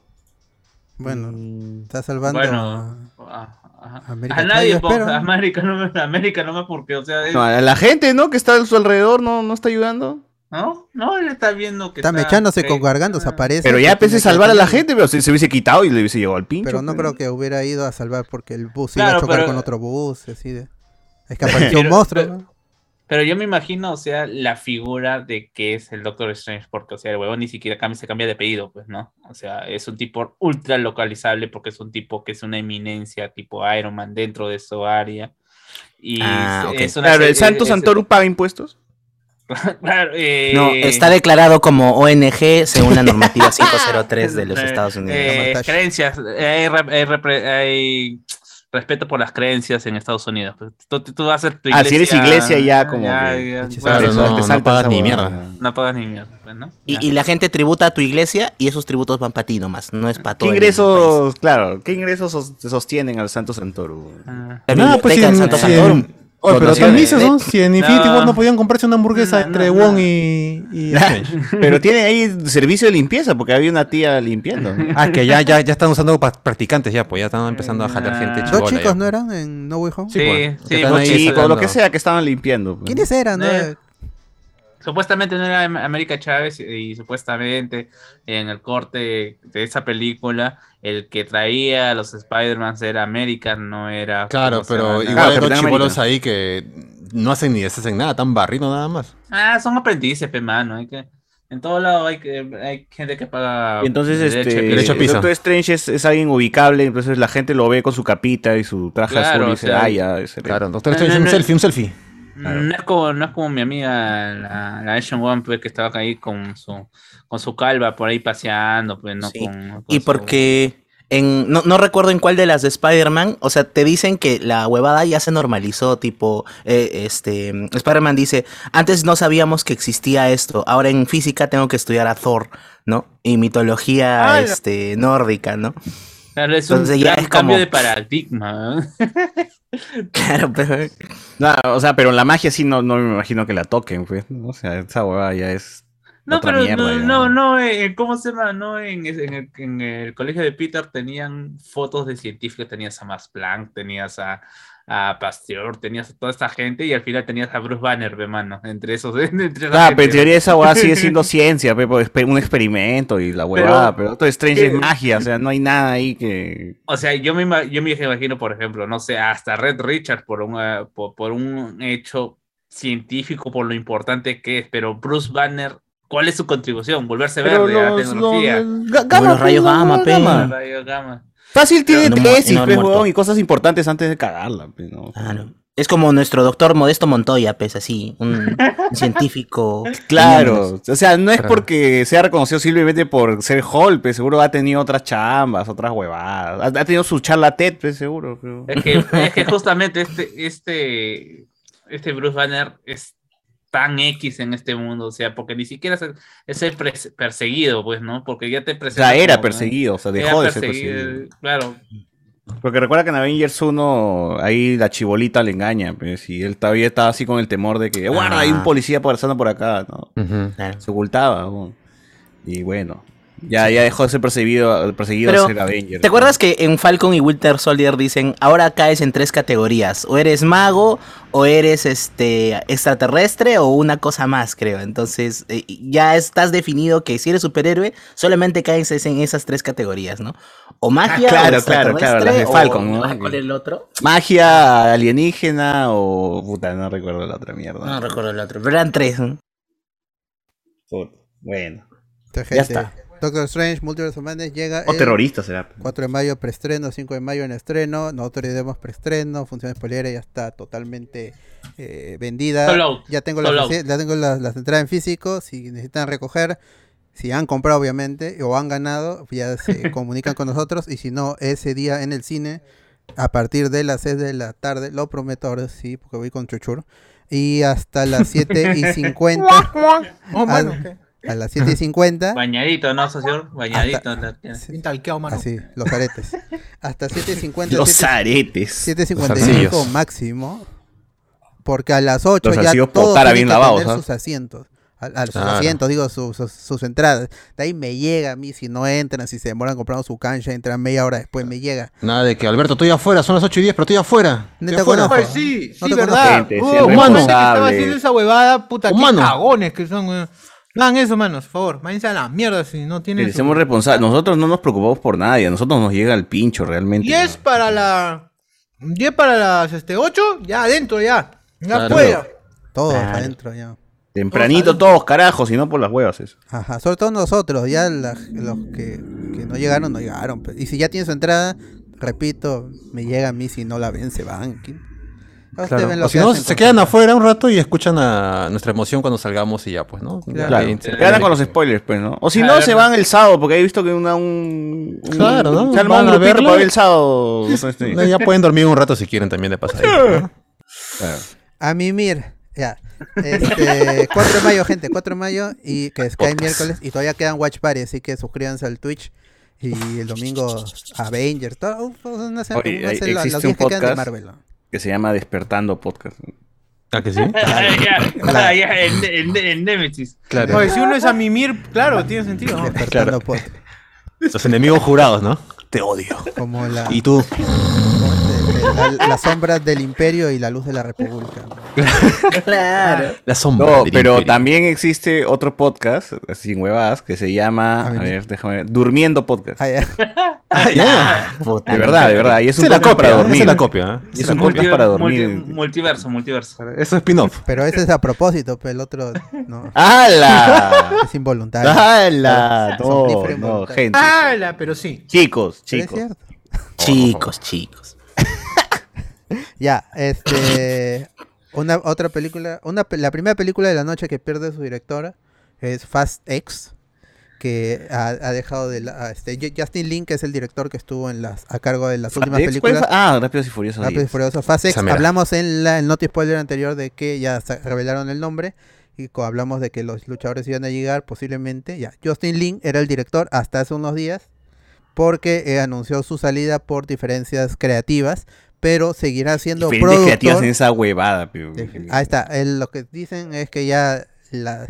Speaker 2: Bueno, está salvando.
Speaker 3: Bueno, ah, ah, a,
Speaker 2: América,
Speaker 3: nadie,
Speaker 2: yo
Speaker 3: po,
Speaker 2: espero.
Speaker 3: a América no me, a América no me porque, o sea, es-
Speaker 5: No, eh. a la gente, ¿no? Que está a su alrededor, ¿no? ¿No está ayudando?
Speaker 3: no, no, él está viendo que
Speaker 2: Está mechándose con
Speaker 3: eh,
Speaker 2: gargantos,
Speaker 3: ah.
Speaker 2: aparece.
Speaker 5: Pero
Speaker 2: que
Speaker 5: ya
Speaker 2: tiene
Speaker 5: pensé
Speaker 2: que
Speaker 5: salvar a la
Speaker 2: salir.
Speaker 5: gente, pero se, se hubiese quitado y le hubiese llevado al pincho.
Speaker 2: Pero no
Speaker 5: pues.
Speaker 2: creo que hubiera ido a salvar porque el bus iba a
Speaker 3: Claro,
Speaker 2: chocar
Speaker 3: pero-
Speaker 2: con otro bus. Así de... Es que apareció un
Speaker 3: Pero-
Speaker 2: monstruo.
Speaker 3: pero-
Speaker 2: ¿no?
Speaker 3: Pero yo me imagino, o sea, la figura de que es el Doctor Strange, porque, o sea, el huevón ni siquiera cambia, se cambia de apellido, pues, ¿no? O sea, es un tipo ultra localizable porque es un tipo que es una eminencia, tipo Iron Man dentro de su área. Y
Speaker 6: Ah,
Speaker 3: es-
Speaker 6: ok.
Speaker 3: es una
Speaker 5: Claro,
Speaker 3: serie-
Speaker 5: ¿el Santo
Speaker 3: es-
Speaker 5: Santorum paga impuestos?
Speaker 3: [LAUGHS] claro, eh,
Speaker 6: No, está [LAUGHS] declarado como ONG según la normativa 503 de los
Speaker 3: eh,
Speaker 6: Estados Unidos.
Speaker 3: eh,
Speaker 2: Martash.
Speaker 3: creencias, eh, hay, re- hay repre- hay respeto por las creencias en Estados Unidos. pues, Tú, tú vas a ser tu
Speaker 5: Ah, si eres iglesia ya como
Speaker 3: ya,
Speaker 5: que-
Speaker 3: ya,
Speaker 2: Pinches
Speaker 3: bueno,
Speaker 4: Claro, no, no
Speaker 5: saltas
Speaker 4: pagas
Speaker 5: esa
Speaker 4: ni
Speaker 5: huevada.
Speaker 4: mierda.
Speaker 3: no pagas ni mierda, pues, ¿no?
Speaker 6: y, y la gente tributa a tu iglesia y esos tributos van para ti nomás, no es para
Speaker 5: ¿Qué
Speaker 6: todo. el país.
Speaker 5: ingresos, claro, qué ingresos sos- sostienen al Santo Santorum?
Speaker 3: Ah.
Speaker 6: La
Speaker 4: No,
Speaker 6: biblioteca
Speaker 4: pues si
Speaker 6: del
Speaker 4: en-
Speaker 6: Santo
Speaker 4: si en-
Speaker 6: Santorum.
Speaker 4: Oye, pero
Speaker 6: Conocida
Speaker 4: también
Speaker 6: de-
Speaker 4: dices, ¿no? Si en Infinity
Speaker 3: No.
Speaker 4: War no Ah, podían comprarse una hamburguesa
Speaker 3: No, no,
Speaker 4: entre
Speaker 3: no.
Speaker 4: Wong y, [LAUGHS] y Strange.
Speaker 5: Pero tienen ahí servicio de limpieza, porque había una tía limpiando. ¿no?
Speaker 4: Ah, que ya, ya, ya están usando pa- practicantes ya, pues ya están empezando a jalar gente
Speaker 3: Dos
Speaker 4: chivola.
Speaker 2: Dos chicos
Speaker 4: ya.
Speaker 2: no eran en No Way Home.
Speaker 4: Sí,
Speaker 3: Sí,
Speaker 4: pues,
Speaker 3: sí,
Speaker 4: que están
Speaker 3: dos
Speaker 4: ahí
Speaker 3: chicos,
Speaker 5: Sí,
Speaker 4: sacando-
Speaker 5: con lo que sea que estaban limpiando. pues.
Speaker 2: ¿Quiénes eran? no?
Speaker 3: Eh. Supuestamente no era Am- América Chávez y, y supuestamente en el corte de esa película el que traía a los Spider-Man era América, no era...
Speaker 4: Claro,
Speaker 3: ¿cómo se
Speaker 4: pero
Speaker 3: llama?
Speaker 4: igual
Speaker 5: Claro,
Speaker 4: hay dos
Speaker 5: Capitán
Speaker 4: chivolos
Speaker 5: América.
Speaker 4: ahí que no hacen ni deshacen nada, tan barrido nada más.
Speaker 3: Ah, son aprendices, pe mano. Hay que, en todo lado hay, que, hay gente que paga...
Speaker 5: Y entonces, este,
Speaker 4: Derecho a piso.
Speaker 5: Doctor Strange es, es alguien ubicable, entonces la gente lo ve con su capita y su traje
Speaker 3: Claro,
Speaker 5: azul y
Speaker 3: o
Speaker 5: dice,
Speaker 3: sea,
Speaker 5: ah, ya, ese era".
Speaker 4: Claro, Doctor
Speaker 3: No,
Speaker 4: Strange,
Speaker 3: no,
Speaker 4: un
Speaker 3: no.
Speaker 4: selfie, un selfie.
Speaker 3: Mm, No es como, no es como mi amiga, la, la Asian One, pues, que estaba ahí con su, con su calva por ahí paseando, pues, no
Speaker 6: Sí.
Speaker 3: con, con
Speaker 6: Y
Speaker 3: su-
Speaker 6: porque en, no, no recuerdo en cuál de las de Spider-Man, o sea, te dicen que la huevada ya se normalizó, tipo, eh, este, mm, Spider-Man dice, antes no sabíamos que existía esto, ahora en física tengo que estudiar a Thor, ¿no? Y mitología,
Speaker 7: Ah, la-
Speaker 6: este, nórdica, ¿no? [LAUGHS]
Speaker 3: Claro, es un
Speaker 6: Entonces ya
Speaker 3: gran
Speaker 6: es como-
Speaker 3: cambio de paradigma.
Speaker 6: Claro, pero
Speaker 5: Nah, o sea, pero la magia sí no, no me imagino que la toquen, pues. O sea, esa huevada ya es.
Speaker 3: No,
Speaker 5: otra
Speaker 3: pero
Speaker 5: mierda,
Speaker 3: no,
Speaker 5: ya.
Speaker 3: no, no, eh, ¿cómo se llama? No, en, es- en el, en el colegio de Peter tenían fotos de científicos, tenías a Max Planck, tenías a, a Pasteur, tenías a toda esta gente y al final tenías a Bruce Banner, de mano, entre esos. [LAUGHS] Entre esa
Speaker 5: Ah,
Speaker 3: gente.
Speaker 5: pero en teoría esa huevada [LAUGHS] sigue siendo ciencia, pe, pues, pe, un experimento y la huevada, pero, todo Strange es
Speaker 3: ¿Qué?
Speaker 5: magia, o sea, no hay nada ahí que.
Speaker 3: O sea, yo me, ima- yo me imagino, por ejemplo, no sé, hasta Red Richard por un, eh, por, por un hecho científico, por lo importante que es, pero Bruce Banner, ¿cuál es su contribución? Volverse verde a la tecnología.
Speaker 6: como los rayos gamma, pe.
Speaker 3: Rayos gamma.
Speaker 5: Fácil tiene
Speaker 6: no mu-
Speaker 5: tesis,
Speaker 6: y no han
Speaker 5: pues,
Speaker 6: muerto.
Speaker 5: huevón, y cosas importantes antes de cagarla, pe, ¿no?
Speaker 6: Claro. Es como nuestro doctor Modesto Montoya, pues así,
Speaker 4: [LAUGHS]
Speaker 6: un, un científico.
Speaker 5: Claro, o sea, no es porque sea reconocido simplemente por ser Hulk, pe, seguro ha tenido otras chambas, otras huevadas. Ha, ha tenido su charla TED, pe, seguro. pero-
Speaker 3: Es que, es que justamente este, este, este Bruce Banner es tan X en este mundo, o sea, porque ni siquiera es el, es el pres- perseguido, pues, ¿no? Porque ya te
Speaker 5: O sea,
Speaker 3: presenta
Speaker 5: era
Speaker 3: como, ¿no?
Speaker 5: perseguido, o sea,
Speaker 3: Era
Speaker 5: dejó de ser
Speaker 3: perseguido,
Speaker 5: perseguido.
Speaker 3: Claro,
Speaker 5: Porque recuerda que en Avengers 1, ahí la chibolita le engaña, pues, y él todavía estaba así con el temor de que, guarda, hay un
Speaker 6: Ah.
Speaker 5: policía pasando por acá, ¿no?
Speaker 4: Ujú.
Speaker 6: Claro.
Speaker 5: Se ocultaba, ¿no? y bueno, ya, ya dejó de ser perseguido, perseguido
Speaker 6: Pero,
Speaker 5: de ser Avengers.
Speaker 6: ¿Te acuerdas que en Falcon y Winter Soldier dicen, ahora caes en tres categorías? O eres mago, o eres este extraterrestre, o una cosa más, creo. Entonces, eh, ya estás definido que si eres superhéroe, solamente caes es- en esas tres categorías, ¿no? O magia,
Speaker 5: Ah, claro,
Speaker 6: o
Speaker 5: claro,
Speaker 6: extraterrestre,
Speaker 5: claro, las de
Speaker 6: o-
Speaker 5: Falcon, ¿no?
Speaker 6: ah, ¿Cuál es el otro?
Speaker 5: ¿Magia alienígena o... puta, no recuerdo la otra mierda.
Speaker 6: No recuerdo el otro, pero eran tres. ¿no?
Speaker 5: Puta, Bueno.
Speaker 2: Esta
Speaker 5: Ya
Speaker 2: gente.
Speaker 5: está.
Speaker 2: Doctor Strange, Multiverse of Madness llega
Speaker 5: O
Speaker 2: el
Speaker 5: terrorista será. pe.
Speaker 2: 4 de mayo preestreno, 5 de mayo en estreno, no autorizemos preestreno, funciones spoiler ya está totalmente eh, vendida.
Speaker 3: Sold out.
Speaker 2: Ya tengo, las,
Speaker 3: Sold out.
Speaker 2: reci- ya tengo las, las entradas en físico, si necesitan recoger, si han comprado obviamente o han ganado, ya se comunican con nosotros y si no, ese día en el cine a partir de las 6 de la tarde, lo prometo ahora sí, porque voy con Chuchur, y hasta las 7 y 50.
Speaker 7: Oh, mano,
Speaker 2: Ah,
Speaker 7: qué
Speaker 2: A las 7 y 50
Speaker 3: bañadito, ¿no, socio? Bañadito. la-
Speaker 7: bien talqueado, mano.
Speaker 2: Así, los aretes.
Speaker 4: [LAUGHS]
Speaker 2: Hasta 7.50.
Speaker 5: Los
Speaker 2: 7,
Speaker 5: aretes.
Speaker 2: 7.55
Speaker 4: arcillos.
Speaker 2: máximo. Porque a las 8
Speaker 5: Los
Speaker 2: ya
Speaker 5: arcillos
Speaker 2: todos
Speaker 5: potara
Speaker 2: tienen
Speaker 5: bien
Speaker 2: que
Speaker 5: lavados,
Speaker 2: tener
Speaker 5: ¿ah?
Speaker 2: sus asientos. A, a sus
Speaker 4: Claro.
Speaker 2: asientos, digo, sus- sus- sus entradas. De ahí me llega a mí, si no entran, si se demoran comprando su cancha, entran media hora después, me llega.
Speaker 4: Nada de que Alberto, estoy afuera, son las 8 y 10, pero estoy afuera.
Speaker 2: No te
Speaker 4: Estoy afuera.
Speaker 2: conozco.
Speaker 7: Oye, sí,
Speaker 2: No
Speaker 7: sí,
Speaker 2: te
Speaker 7: verdad.
Speaker 5: conozco.
Speaker 7: Oh,
Speaker 5: Gente, siendo
Speaker 7: mano, gente que estaba
Speaker 5: responsable.
Speaker 7: haciendo esa huevada, puta, qué
Speaker 4: Humano.
Speaker 7: cagones que son, weón. No hagan eso, manos, por favor. Váyanse a la mierda si no tienen.
Speaker 5: Pero
Speaker 7: su-
Speaker 5: Somos responsables. Nosotros no nos preocupamos por nadie. A nosotros nos llega el pincho realmente.
Speaker 7: Y es para la. 10 para las este, 8, ya adentro, ya. Ya
Speaker 4: Claro.
Speaker 7: fuera.
Speaker 2: Todos
Speaker 6: Claro.
Speaker 2: adentro ya.
Speaker 5: Tempranito todos, carajos, y no por las huevas eso.
Speaker 2: Ajá, sobre todo nosotros, ya la- los que, que no llegaron, no llegaron. pues. Y si ya tiene su entrada, repito, me llega a mí, si no la ven, se van. ¿Qué? Ustedes
Speaker 4: Claro.
Speaker 2: ven lo
Speaker 4: O si
Speaker 2: que
Speaker 4: no,
Speaker 2: hacen
Speaker 4: se
Speaker 2: con-
Speaker 4: quedan afuera un rato y escuchan a nuestra emoción cuando salgamos y ya, pues, ¿no? Ya,
Speaker 5: Claro.
Speaker 4: y-
Speaker 5: Se quedan con los spoilers, pues, ¿no? O si no,
Speaker 3: Claro.
Speaker 5: se van el sábado, porque he visto que una un. un-
Speaker 4: Claro, ¿no?
Speaker 5: Se armó
Speaker 4: Van
Speaker 5: un
Speaker 4: a
Speaker 5: grupito
Speaker 4: verlo.
Speaker 5: para ver el sábado. Este,
Speaker 4: Ya pueden dormir un rato si quieren también de pasar.
Speaker 5: claro.
Speaker 2: A mimir. Ya.
Speaker 5: [LAUGHS]
Speaker 2: Este, 4 de mayo, gente, 4 de mayo y que es cae miércoles y todavía quedan watch party, así que suscríbanse al Twitch y el domingo Avengers, todo, uf, una se-
Speaker 5: Oye,
Speaker 2: una
Speaker 5: hay-
Speaker 2: se- la-
Speaker 5: existe
Speaker 2: los
Speaker 5: un
Speaker 2: días que quedan de
Speaker 5: podcast.
Speaker 2: Marvel. ¿no?
Speaker 5: Que se llama Despertando Podcast.
Speaker 4: [LAUGHS] ¿Ah, que sí? [LAUGHS]
Speaker 3: Ah, [LAUGHS] ya, ah, ya, en- en- en Nemesis.
Speaker 4: Claro.
Speaker 7: Oye, si uno es a mimir, claro, tiene sentido.
Speaker 5: Ah,
Speaker 7: ¿no?
Speaker 2: Despertando pues, pod,
Speaker 4: Los enemigos jurados, ¿no? Te odio.
Speaker 2: como la,
Speaker 4: Y tú.
Speaker 2: la, la sombra del imperio y la luz de la república. ¿no?
Speaker 6: Claro.
Speaker 4: La sombra.
Speaker 5: No,
Speaker 4: del
Speaker 5: pero
Speaker 4: imperio.
Speaker 5: también existe otro podcast, sin huevadas, que se llama. A ver, déjame ver. Durmiendo Podcast.
Speaker 2: Ah, ya.
Speaker 4: Ah, ya.
Speaker 5: De verdad, de verdad. Y es
Speaker 4: Esa
Speaker 5: un
Speaker 4: es la
Speaker 5: podcast
Speaker 4: copia,
Speaker 5: para
Speaker 4: ¿eh? Esa
Speaker 5: dormir.
Speaker 4: es la copia. ¿eh?
Speaker 5: Y es
Speaker 4: Esa
Speaker 5: un
Speaker 4: es la copia.
Speaker 5: podcast para dormir.
Speaker 3: multiverso, multiverso.
Speaker 4: Eso es spin-off.
Speaker 2: [LAUGHS] Pero ese es a propósito, pero el otro no,
Speaker 4: [LAUGHS]
Speaker 5: ¡Hala!
Speaker 2: es involuntario.
Speaker 5: Ah, ¡Hala! No,
Speaker 2: Somnífero
Speaker 5: no,
Speaker 2: involuntario.
Speaker 5: gente.
Speaker 4: Ah.
Speaker 7: ¡Hala! Pero sí.
Speaker 5: Chicos,
Speaker 2: Pero es
Speaker 5: chicos.
Speaker 2: cierto.
Speaker 6: Chicos, chicos.
Speaker 2: Ya, este. Una otra película. Una, pe- la primera película de la noche que pierde su directora es Fast X. Que ha, ha dejado de la. a este, Ju- Justin Lin, que es el director que estuvo en las, a cargo de las últimas
Speaker 5: ¿Ex? ¿Cuál
Speaker 2: películas.
Speaker 5: fue? Ah, Rápidos y Furiosos.
Speaker 2: Rápido y
Speaker 5: diez.
Speaker 2: Furioso. Fast X.
Speaker 4: Esa mera.
Speaker 2: Hablamos en la, el Noti Spoiler anterior de que ya sa- revelaron el nombre. Y co- hablamos de que los luchadores iban a llegar posiblemente. Ya, Justin Lin era el director hasta hace unos días. porque eh, anunció su salida por diferencias creativas, pero seguirá siendo
Speaker 5: Diferentes creativas
Speaker 2: productor.
Speaker 5: en esa huevada, pero-
Speaker 2: Defi- Ahí está. el- lo que dicen es que ya la,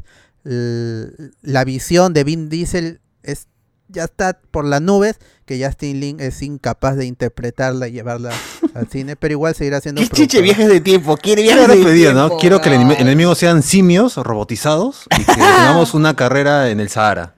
Speaker 2: l- la visión de Vin Diesel es, ya está por las nubes, que Justin Lin es incapaz de interpretarla y llevarla al cine, pero igual seguirá siendo
Speaker 6: ¿Qué chiche
Speaker 2: productor.
Speaker 6: viajes de tiempo? ¿Quiere
Speaker 4: Quiero
Speaker 6: viajes de
Speaker 4: despedida,
Speaker 6: tiempo?
Speaker 4: ¿no? Quiero que el enemi- enemigo sean simios robotizados y
Speaker 5: [LAUGHS]
Speaker 4: que tengamos una carrera en el Sahara.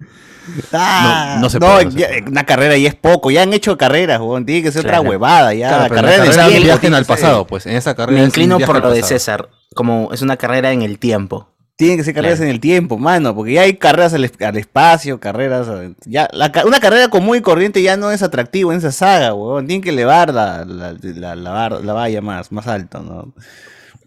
Speaker 5: Ah,
Speaker 4: No, no se
Speaker 5: no,
Speaker 4: puede, no se
Speaker 5: ya-
Speaker 4: puede.
Speaker 5: Eh, una carrera y es poco. Ya han hecho carreras, weón. Tiene que ser
Speaker 6: Claro.
Speaker 5: otra huevada. Ya,
Speaker 4: Claro,
Speaker 5: la
Speaker 4: pero en
Speaker 5: carrera,
Speaker 4: la
Speaker 5: del
Speaker 4: carrera
Speaker 5: tiempo
Speaker 4: viajen
Speaker 5: tiene
Speaker 4: al
Speaker 5: que ser-
Speaker 4: pasado, pues. En esa carrera
Speaker 6: Me
Speaker 4: es un
Speaker 6: inclino
Speaker 4: viaje
Speaker 6: por
Speaker 4: al
Speaker 6: lo de
Speaker 4: pasado.
Speaker 6: César, como es una carrera en el tiempo.
Speaker 5: Tienen que ser carreras
Speaker 6: Claro.
Speaker 5: en el tiempo, mano, porque ya hay carreras al, es- al espacio, carreras... a- ya la ca- Una carrera común y corriente ya no es atractivo en esa saga, weón. Tienen que elevar la, la, la, la bar- la valla más, más alto, ¿no?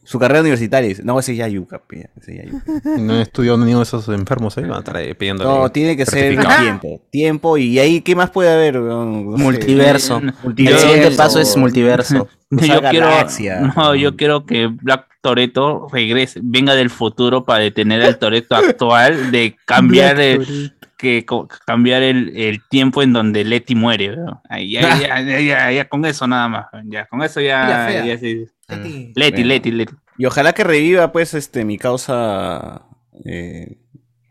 Speaker 5: Su carrera universitaria, dice, no, ese es Yayuca, pe, ese es Yayuca.
Speaker 4: No he estudiado ninguno de esos enfermos ahí, van a estar ahí pidiéndole
Speaker 5: No, tiene que ser
Speaker 4: certificado.
Speaker 5: tiempo, tiempo, y ahí, ¿qué más puede haber, weón? No sé,
Speaker 6: Multiverso.
Speaker 5: Multiverso.
Speaker 6: El siguiente paso es multiverso.
Speaker 3: Yo
Speaker 5: Saga
Speaker 3: quiero,
Speaker 5: Galaxia.
Speaker 3: no, yo quiero que Black Toreto regrese, venga del futuro para detener al Toreto actual de cambiar el, que co- cambiar el, el tiempo en donde Leti muere. ¿no? Ahí, ya, ya, ya, ya, ya, con eso nada más. Ya, con eso
Speaker 7: Ya
Speaker 3: ya.
Speaker 7: fea.
Speaker 3: ya sí.
Speaker 7: Leti.
Speaker 3: Leti,
Speaker 5: Bueno.
Speaker 3: Leti, Leti.
Speaker 5: Y ojalá que reviva, pues, este, mi causa... eh,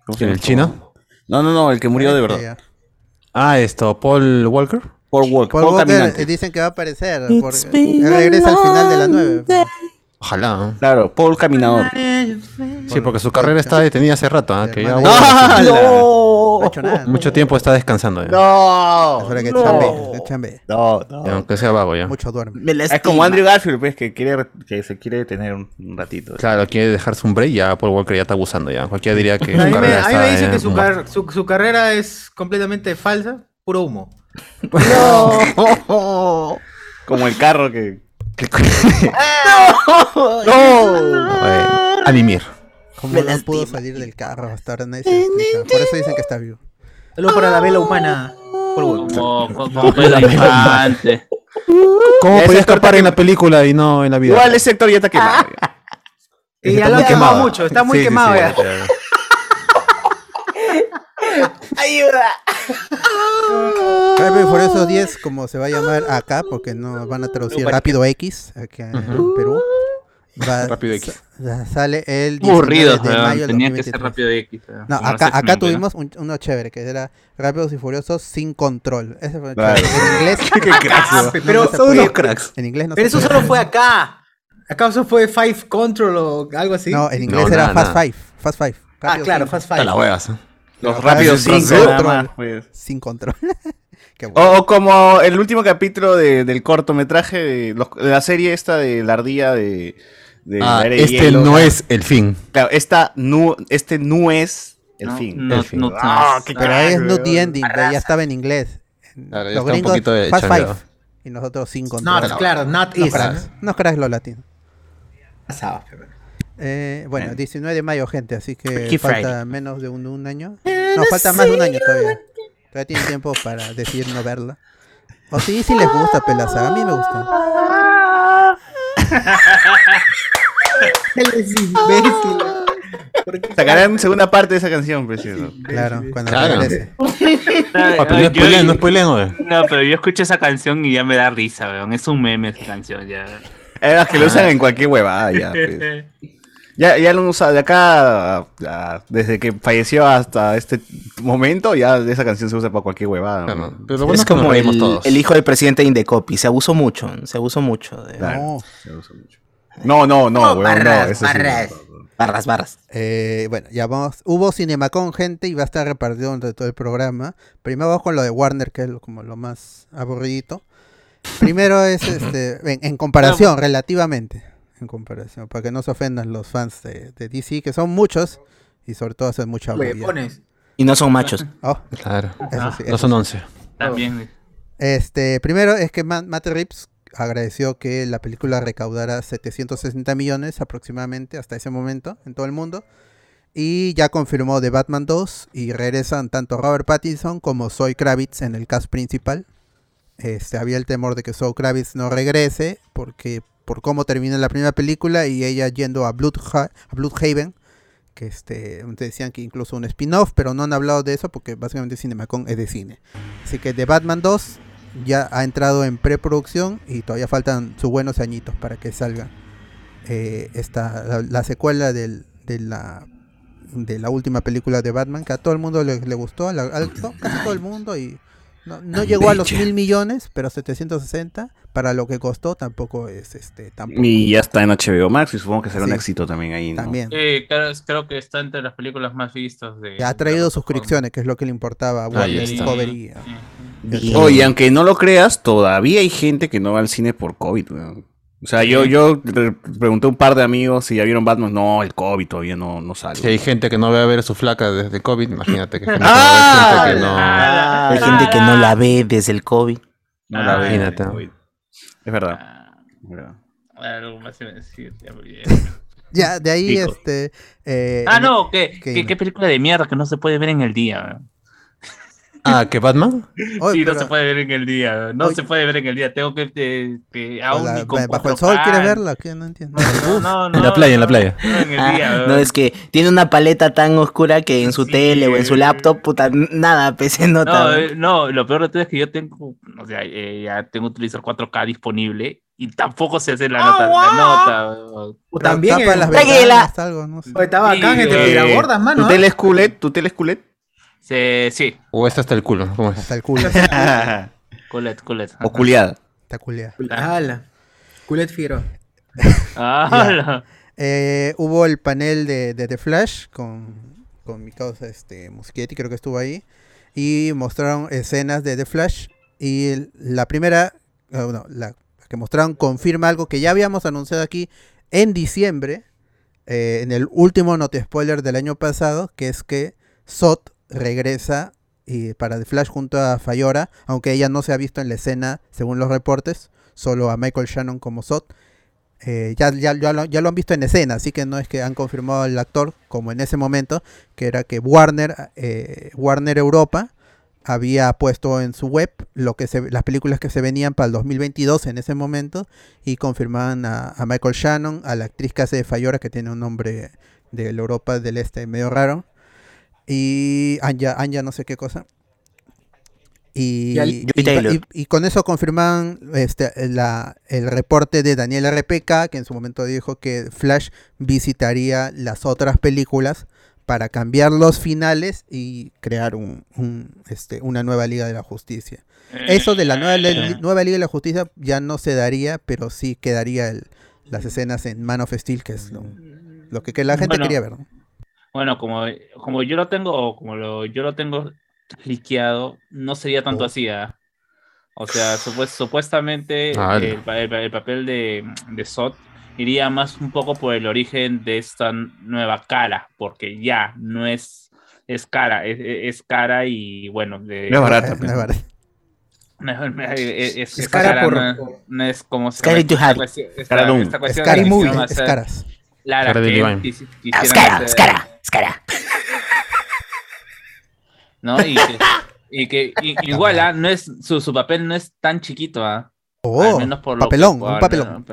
Speaker 5: ¿cómo se llama
Speaker 4: ¿El
Speaker 5: esto?
Speaker 4: chino?
Speaker 5: No, no, no, el que murió de verdad.
Speaker 2: Este, Ya.
Speaker 4: Ah, esto, Paul Walker.
Speaker 5: Por Walker.
Speaker 2: Paul
Speaker 5: Paul
Speaker 2: Walker,
Speaker 5: Caminante.
Speaker 2: eh, dicen que va a aparecer porque él regresa al final de la 9.
Speaker 4: Ojalá.
Speaker 2: eh.
Speaker 4: ¿no?
Speaker 5: Claro, Paul Caminador.
Speaker 4: Sí, porque su carrera está detenida hace rato, ¿ah? que ya
Speaker 2: Hermano.
Speaker 4: vuelve.
Speaker 5: ¡Ah,
Speaker 2: No ha hecho nada.
Speaker 4: mucho tiempo está descansando ya.
Speaker 5: ¡No!
Speaker 2: Es hora que
Speaker 5: ¡No!
Speaker 2: chambee, que chambee.
Speaker 5: No,
Speaker 4: Ya,
Speaker 5: no.
Speaker 4: Aunque sea vago ya.
Speaker 2: Mucho duerme.
Speaker 6: Me la
Speaker 5: Es como
Speaker 6: estima.
Speaker 5: Andrew Garfield, pues, que, quiere, que se quiere detener un, un ratito.
Speaker 4: Claro, quiere dejarse un break ya Paul Walker ya está abusando ya. Cualquiera diría
Speaker 2: [LAUGHS]
Speaker 4: que su
Speaker 7: A mí me,
Speaker 4: carrera
Speaker 7: a mí me
Speaker 4: está
Speaker 7: dicen
Speaker 4: en-
Speaker 7: que su, car- su- su carrera es completamente falsa, puro humo.
Speaker 5: Como el carro que...
Speaker 4: Oye, a mimir.
Speaker 2: Como
Speaker 6: Me
Speaker 2: no pudo
Speaker 6: lastima.
Speaker 2: salir del carro hasta ahora nadie se lo explica. Por eso dicen que está vivo.
Speaker 7: Saludos para la vela humana. Paul Walker.
Speaker 3: Como, como- como Pedro Infante.
Speaker 4: ¿Cómo
Speaker 5: Ese
Speaker 4: podía
Speaker 5: actor
Speaker 4: escapar
Speaker 5: que-
Speaker 4: en la película y no en la vida?
Speaker 5: Igual ese sector ya está quemado. ya.
Speaker 7: Y ya
Speaker 4: Está
Speaker 7: lo
Speaker 4: muy
Speaker 7: han quemado
Speaker 4: quemado.
Speaker 7: mucho, está muy
Speaker 4: Sí, sí,
Speaker 7: quemado
Speaker 4: sí,
Speaker 7: ya.
Speaker 4: ya.
Speaker 2: Rápido y Furioso 10, como se va a llamar acá, porque no van a traducir Rápido X, acá en Perú. Va-
Speaker 4: Rápido X.
Speaker 2: sa- Sale el 19
Speaker 3: Aburrido,
Speaker 2: de mayo del
Speaker 3: tenía que ser
Speaker 2: 2023.
Speaker 3: rápido de X. weón.
Speaker 2: No,
Speaker 3: Como los
Speaker 2: acá, acá
Speaker 3: X-Men, weón.
Speaker 2: tuvimos un- uno chévere, que era Rápidos y Furiosos sin control. Ese fue
Speaker 5: Claro.
Speaker 2: chévere. En
Speaker 4: [LAUGHS]
Speaker 2: inglés.
Speaker 7: Ah,
Speaker 2: no,
Speaker 7: pero,
Speaker 2: no se puede.
Speaker 4: cracks.
Speaker 2: En inglés no
Speaker 7: pero
Speaker 2: se
Speaker 7: eso
Speaker 2: puede.
Speaker 7: solo fue acá. ¿Acaso fue Five Control o algo así?
Speaker 2: No, en inglés
Speaker 4: No,
Speaker 2: era
Speaker 4: nada,
Speaker 2: Fast
Speaker 4: nada.
Speaker 2: Five. Fast Five.
Speaker 7: ah,
Speaker 2: Rápido
Speaker 7: claro,
Speaker 2: sin-
Speaker 7: Fast
Speaker 4: Está
Speaker 7: Five.
Speaker 4: la huevas. ¿eh?
Speaker 5: Los
Speaker 2: Pero
Speaker 5: rápidos
Speaker 2: Rápido
Speaker 5: 5,
Speaker 2: Cinco.
Speaker 5: nada más, pues.
Speaker 2: Sin control. [LAUGHS] Qué
Speaker 4: Oh,
Speaker 2: bueno.
Speaker 5: O, o como el último capítulo de- del cortometraje de, los- de la serie esta de la ardilla de... de
Speaker 4: Ah,
Speaker 5: la era de
Speaker 4: este
Speaker 5: hielo,
Speaker 4: no
Speaker 5: o sea,
Speaker 4: es el fin.
Speaker 5: Claro, esta nu- este no es el
Speaker 3: No,
Speaker 5: fin.
Speaker 3: no-
Speaker 4: el fin.
Speaker 3: no- no-
Speaker 5: Ah, qué
Speaker 2: Pero ahí es Not the
Speaker 5: weón.
Speaker 2: Ending, pero ya estaba en inglés.
Speaker 4: Claro, ya está un poquito de
Speaker 2: Fast Five.
Speaker 4: chambeado.
Speaker 2: Y nosotros sin control.
Speaker 7: Not, claro, not
Speaker 2: No
Speaker 7: is.
Speaker 2: cracks, no cracks los latinos.
Speaker 7: Pasaba, pero-
Speaker 2: Eh, bueno, 19 de mayo, gente, así que
Speaker 6: Freaky
Speaker 2: falta
Speaker 6: Friday.
Speaker 2: menos de un, un año. No, falta más de un año todavía. Todavía tienen tiempo para decidir no verla. O sí, sí les gusta, pelaza. A mí me gusta.
Speaker 7: Él es imbécil. ¿Por qué?
Speaker 5: Sacarán segunda parte de esa canción, precioso.
Speaker 2: Claro, cuando
Speaker 4: Claro.
Speaker 2: regrese.
Speaker 4: Ah, pero
Speaker 3: Ay,
Speaker 4: no
Speaker 3: yo-
Speaker 4: spoilean, no spoilean, oye.
Speaker 3: No, pero yo escucho esa canción y ya me da risa, weón. Es un meme esa canción, [LAUGHS] ya.
Speaker 5: Era que lo usan en cualquier huevada,
Speaker 3: [LAUGHS]
Speaker 5: ya. pues. Ya, ya lo han usado de acá, a- a- desde que falleció hasta este momento, ya esa canción se usa para cualquier huevada.
Speaker 4: Claro, [LAUGHS]
Speaker 5: ¿no?
Speaker 4: Pero bueno,
Speaker 6: es
Speaker 4: es que nos
Speaker 6: como
Speaker 4: reímos
Speaker 6: el,
Speaker 4: todos.
Speaker 6: el hijo del presidente de Indecopi. Se abusó mucho, se abusó mucho. de-
Speaker 5: Claro.
Speaker 2: No.
Speaker 5: Se usa mucho. No, no, no,
Speaker 7: No,
Speaker 5: huevón,
Speaker 7: barras,
Speaker 5: no, eso sí.
Speaker 7: barras.
Speaker 6: Barras, barras.
Speaker 2: Eh, bueno, ya vamos. Hubo Cinemacon, gente, y va a estar repartido durante todo el programa. Primero vamos con lo de Warner, que es lo- como lo más aburridito. Primero es, este, en, en comparación, relativamente. En comparación, para que no se ofendan los fans de, de DC, que son muchos, y sobre todo hacen mucha
Speaker 7: Le
Speaker 2: bulla.
Speaker 7: pones.
Speaker 6: Y no son machos.
Speaker 2: Oh,
Speaker 4: Claro.
Speaker 2: eso sí,
Speaker 4: No
Speaker 2: eso
Speaker 4: son 11.
Speaker 3: También.
Speaker 2: Este, primero es que Ma- Matt Reeves agradeció que la película recaudara 760 millones aproximadamente hasta ese momento en todo el mundo. Y ya confirmó The Batman 2 y regresan tanto Robert Pattinson como Zoe Kravitz en el cast principal. Este, había el temor de que Zoe Kravitz no regrese porque por cómo termina la primera película y ella yendo a, Bloodha- a Bloodhaven, que este, te decían que incluso un spin-off, pero no han hablado de eso porque básicamente CinemaCon es de cine. Así que The Batman 2 ya ha entrado en preproducción y todavía faltan sus buenos añitos para que salga eh, esta, la, la secuela del- de, la, de la última película de Batman, que a todo el mundo le, le gustó, a la- a to- casi todo el mundo, y no, no llegó a los
Speaker 5: Ambeche.
Speaker 2: mil millones, pero 760 para lo que costó tampoco es este tampoco
Speaker 5: Y ya está en HBO Max y supongo que será un
Speaker 2: Sí.
Speaker 5: éxito también ahí, ¿no?
Speaker 2: también.
Speaker 3: Eh, creo, creo que está entre las películas más vistas de.
Speaker 2: Ya ha traído suscripciones, que es lo que le importaba a
Speaker 4: Ahí
Speaker 2: Warner
Speaker 4: está.
Speaker 2: Discovery.
Speaker 3: Sí.
Speaker 6: Bien.
Speaker 5: Oye, aunque no lo creas, todavía hay gente que no va al cine por COVID, weón. O sea, yo, yo re- pregunté a un par de amigos si ya vieron Batman. No, el COVID todavía no, no sale.
Speaker 4: Si hay gente que no va a ver a su flaca desde COVID, imagínate que, gente que
Speaker 5: Ah,
Speaker 4: hay gente que no-
Speaker 3: Ah,
Speaker 6: Hay gente que no la ve desde el COVID.
Speaker 5: No la
Speaker 7: Ah,
Speaker 5: ve,
Speaker 4: Imagínate.
Speaker 5: el COVID. Es verdad.
Speaker 3: Ah, algo más iba a decir. ya me olvidé.
Speaker 2: [LAUGHS] Eh, Ya, de ahí
Speaker 5: Pico.
Speaker 2: este... eh,
Speaker 3: Ah,
Speaker 2: en-
Speaker 3: no, que,
Speaker 2: que
Speaker 3: que-
Speaker 2: no.
Speaker 3: qué película de mierda que no se puede ver en el día.
Speaker 4: Ah, ¿que Batman?
Speaker 2: Oye,
Speaker 3: sí, no
Speaker 2: pero-
Speaker 3: se puede ver en el día. No
Speaker 2: Oye.
Speaker 3: se puede ver en el día. Tengo que. eh, que
Speaker 2: o
Speaker 3: aún
Speaker 2: la-
Speaker 3: ni con
Speaker 2: bajo el
Speaker 3: 4K.
Speaker 2: sol, ¿quieres verla? ¿Qué? No entiendo.
Speaker 3: No, no, no, no,
Speaker 4: En la playa, en la
Speaker 3: no,
Speaker 4: playa.
Speaker 3: No, en el
Speaker 6: Ah,
Speaker 3: día.
Speaker 4: [LAUGHS]
Speaker 6: no, es que tiene una paleta tan oscura que en su
Speaker 3: Sí.
Speaker 6: tele o en su laptop, puta, n- nada, PC nota.
Speaker 3: No,
Speaker 6: ¿no?
Speaker 3: eh, no, lo peor de todo es que yo tengo, o sea, eh, ya tengo un televisor 4K disponible y tampoco se hace la
Speaker 2: Ah,
Speaker 3: nota. la nota.
Speaker 2: Pero
Speaker 7: También
Speaker 2: tapa
Speaker 7: eh,
Speaker 2: las
Speaker 6: Tranquila.
Speaker 2: ventanas, algo, no sé.
Speaker 7: oye, Está bacán,
Speaker 3: Sí,
Speaker 7: gente,
Speaker 3: eh,
Speaker 7: pero gordas,
Speaker 5: ¿Tu
Speaker 7: mano.
Speaker 5: tele es QLED? ¿Tu tele es QLED?
Speaker 3: Sí, sí,
Speaker 4: ¿O está hasta el culo? ¿Cómo es?
Speaker 2: Hasta el
Speaker 3: [LAUGHS]
Speaker 2: culo,
Speaker 7: Ah.
Speaker 3: culet, culet.
Speaker 5: o culiada.
Speaker 2: está culiada.
Speaker 7: Ala. Culet Figueroa.
Speaker 3: Ah, la-
Speaker 2: Eh, hubo el panel de, de The Flash con, con mi causa este, Muschietti, creo que estuvo ahí. Y mostraron escenas de The Flash. Y el- la primera, ah, bueno, la que mostraron confirma algo que ya habíamos anunciado aquí en diciembre, eh, en el último Not Spoiler del año pasado, que es que Sot regresa y para The Flash junto a Fayora, aunque ella no se ha visto en la escena, según los reportes, solo a Michael Shannon como Sot. Eh, ya, ya, ya lo, ya lo han visto en escena, así que no es que han confirmado al actor, como en ese momento, que era que Warner, eh, Warner Europa había puesto en su web lo que se, las películas que se venían para el 2022 en ese momento y confirmaban a, a Michael Shannon, a la actriz que hace de Fayora, que tiene un nombre de la Europa del Este medio raro, y Anja, Anja no sé qué cosa. Y,
Speaker 6: Y al-
Speaker 2: y-
Speaker 6: Joy Taylor.
Speaker 2: y- y con eso confirmaban este, la- el reporte de Daniel RPK, que en su momento dijo que Flash visitaría las otras películas para cambiar los finales y crear un, un, este, una nueva Liga de la Justicia. Eso de la nueva, le- nueva Liga de la Justicia ya no se daría, pero sí quedaría el- las escenas en Man of Steel, que es lo, lo que, que la gente
Speaker 3: Bueno.
Speaker 2: quería ver. ¿no?
Speaker 3: Bueno, como, como yo lo tengo, o como lo, yo lo tengo liqueado, no sería tanto así. ¿ah? O sea, supues- supuestamente
Speaker 4: Ah,
Speaker 3: el, pa- el pa- el papel de, de Sot iría más un poco por el origen de esta nueva cara, porque ya no es, es cara, es, e, es- es cara y bueno, de-
Speaker 5: No es barata.
Speaker 2: Eh,
Speaker 5: pues.
Speaker 2: la verdad.
Speaker 3: no, no, [LAUGHS] es, es-
Speaker 7: Es
Speaker 3: esta
Speaker 7: cara por-
Speaker 3: no, no es como se
Speaker 6: Scarlett
Speaker 3: llama, esta
Speaker 6: Johansson.
Speaker 3: cuestión- esta-
Speaker 5: Cara de un-
Speaker 3: esta
Speaker 2: Es
Speaker 3: cuestión de eh.
Speaker 2: cara,
Speaker 3: que
Speaker 2: es muy-
Speaker 3: quisieron
Speaker 2: es
Speaker 3: hacer-
Speaker 2: caras.
Speaker 3: Lara
Speaker 4: Cara de Divine.
Speaker 3: Kent, quisi-
Speaker 6: Ah,
Speaker 3: quisieron
Speaker 6: Es cara,
Speaker 3: hacer-
Speaker 6: es cara, es cara.
Speaker 3: ¿no? Y que, y que y- igual, ah, no es, su, su papel no es tan chiquito, ¿ah?
Speaker 2: Oh,
Speaker 3: Al menos por lo
Speaker 2: papelón,
Speaker 3: que-
Speaker 2: un
Speaker 3: por-
Speaker 2: papelón.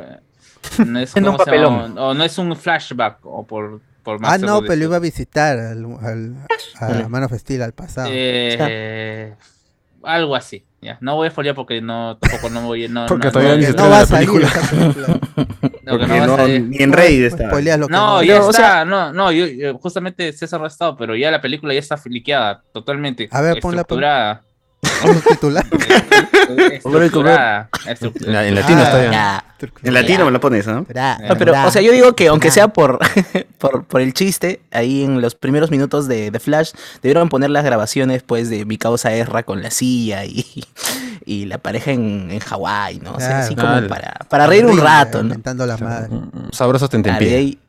Speaker 3: No es,
Speaker 8: En un
Speaker 3: ¿cómo se llama?
Speaker 8: papelón.
Speaker 3: O no es un flashback, o por, por más
Speaker 2: Ah,
Speaker 3: se
Speaker 2: no,
Speaker 3: puede
Speaker 2: pero lo iba a
Speaker 3: decir.
Speaker 2: visitar al, al- a Man of Steel, al pasado.
Speaker 3: Eh, algo así, ya. No voy a foliar porque no, tampoco no voy no,
Speaker 4: Porque
Speaker 3: no,
Speaker 4: todavía
Speaker 3: no,
Speaker 4: ni
Speaker 2: Porque
Speaker 4: se
Speaker 3: no,
Speaker 2: no va
Speaker 4: estrena la
Speaker 2: a salir
Speaker 4: película.
Speaker 2: esa película.
Speaker 3: no, que
Speaker 5: Porque
Speaker 3: no
Speaker 5: no,
Speaker 3: vas a-
Speaker 5: ni en Reddit está.
Speaker 2: Spoileas lo que
Speaker 3: No,
Speaker 2: no.
Speaker 3: ya
Speaker 8: o
Speaker 3: está,
Speaker 8: sea-
Speaker 3: no, no, yo, yo- justamente César ha estado, pero ya la película ya está filiqueada totalmente.
Speaker 2: A ver, ponla,
Speaker 3: estructurada. eh,
Speaker 2: Vamos a titular.
Speaker 3: Estructurada.
Speaker 4: En la-
Speaker 3: estructurada.
Speaker 4: en latino
Speaker 2: Ah,
Speaker 4: está ya.
Speaker 6: Ya.
Speaker 5: En latino me la pones, ¿no?
Speaker 2: Tra,
Speaker 6: No, pero,
Speaker 2: tra.
Speaker 6: o sea, yo digo que aunque
Speaker 2: Ah.
Speaker 6: sea por, [LAUGHS] por, por el chiste, ahí en los primeros minutos de, de Flash, debieron poner las grabaciones, pues, de mi causa Erra con la silla y, [LAUGHS] y la pareja en, en Hawái, ¿no? O sea,
Speaker 2: Claro.
Speaker 6: así como
Speaker 4: Claro.
Speaker 6: para, para reír un
Speaker 2: Horrible,
Speaker 6: rato, ¿no?
Speaker 2: Inventando la madre,
Speaker 4: Mm, Sabroso te
Speaker 6: Claro, y ahí-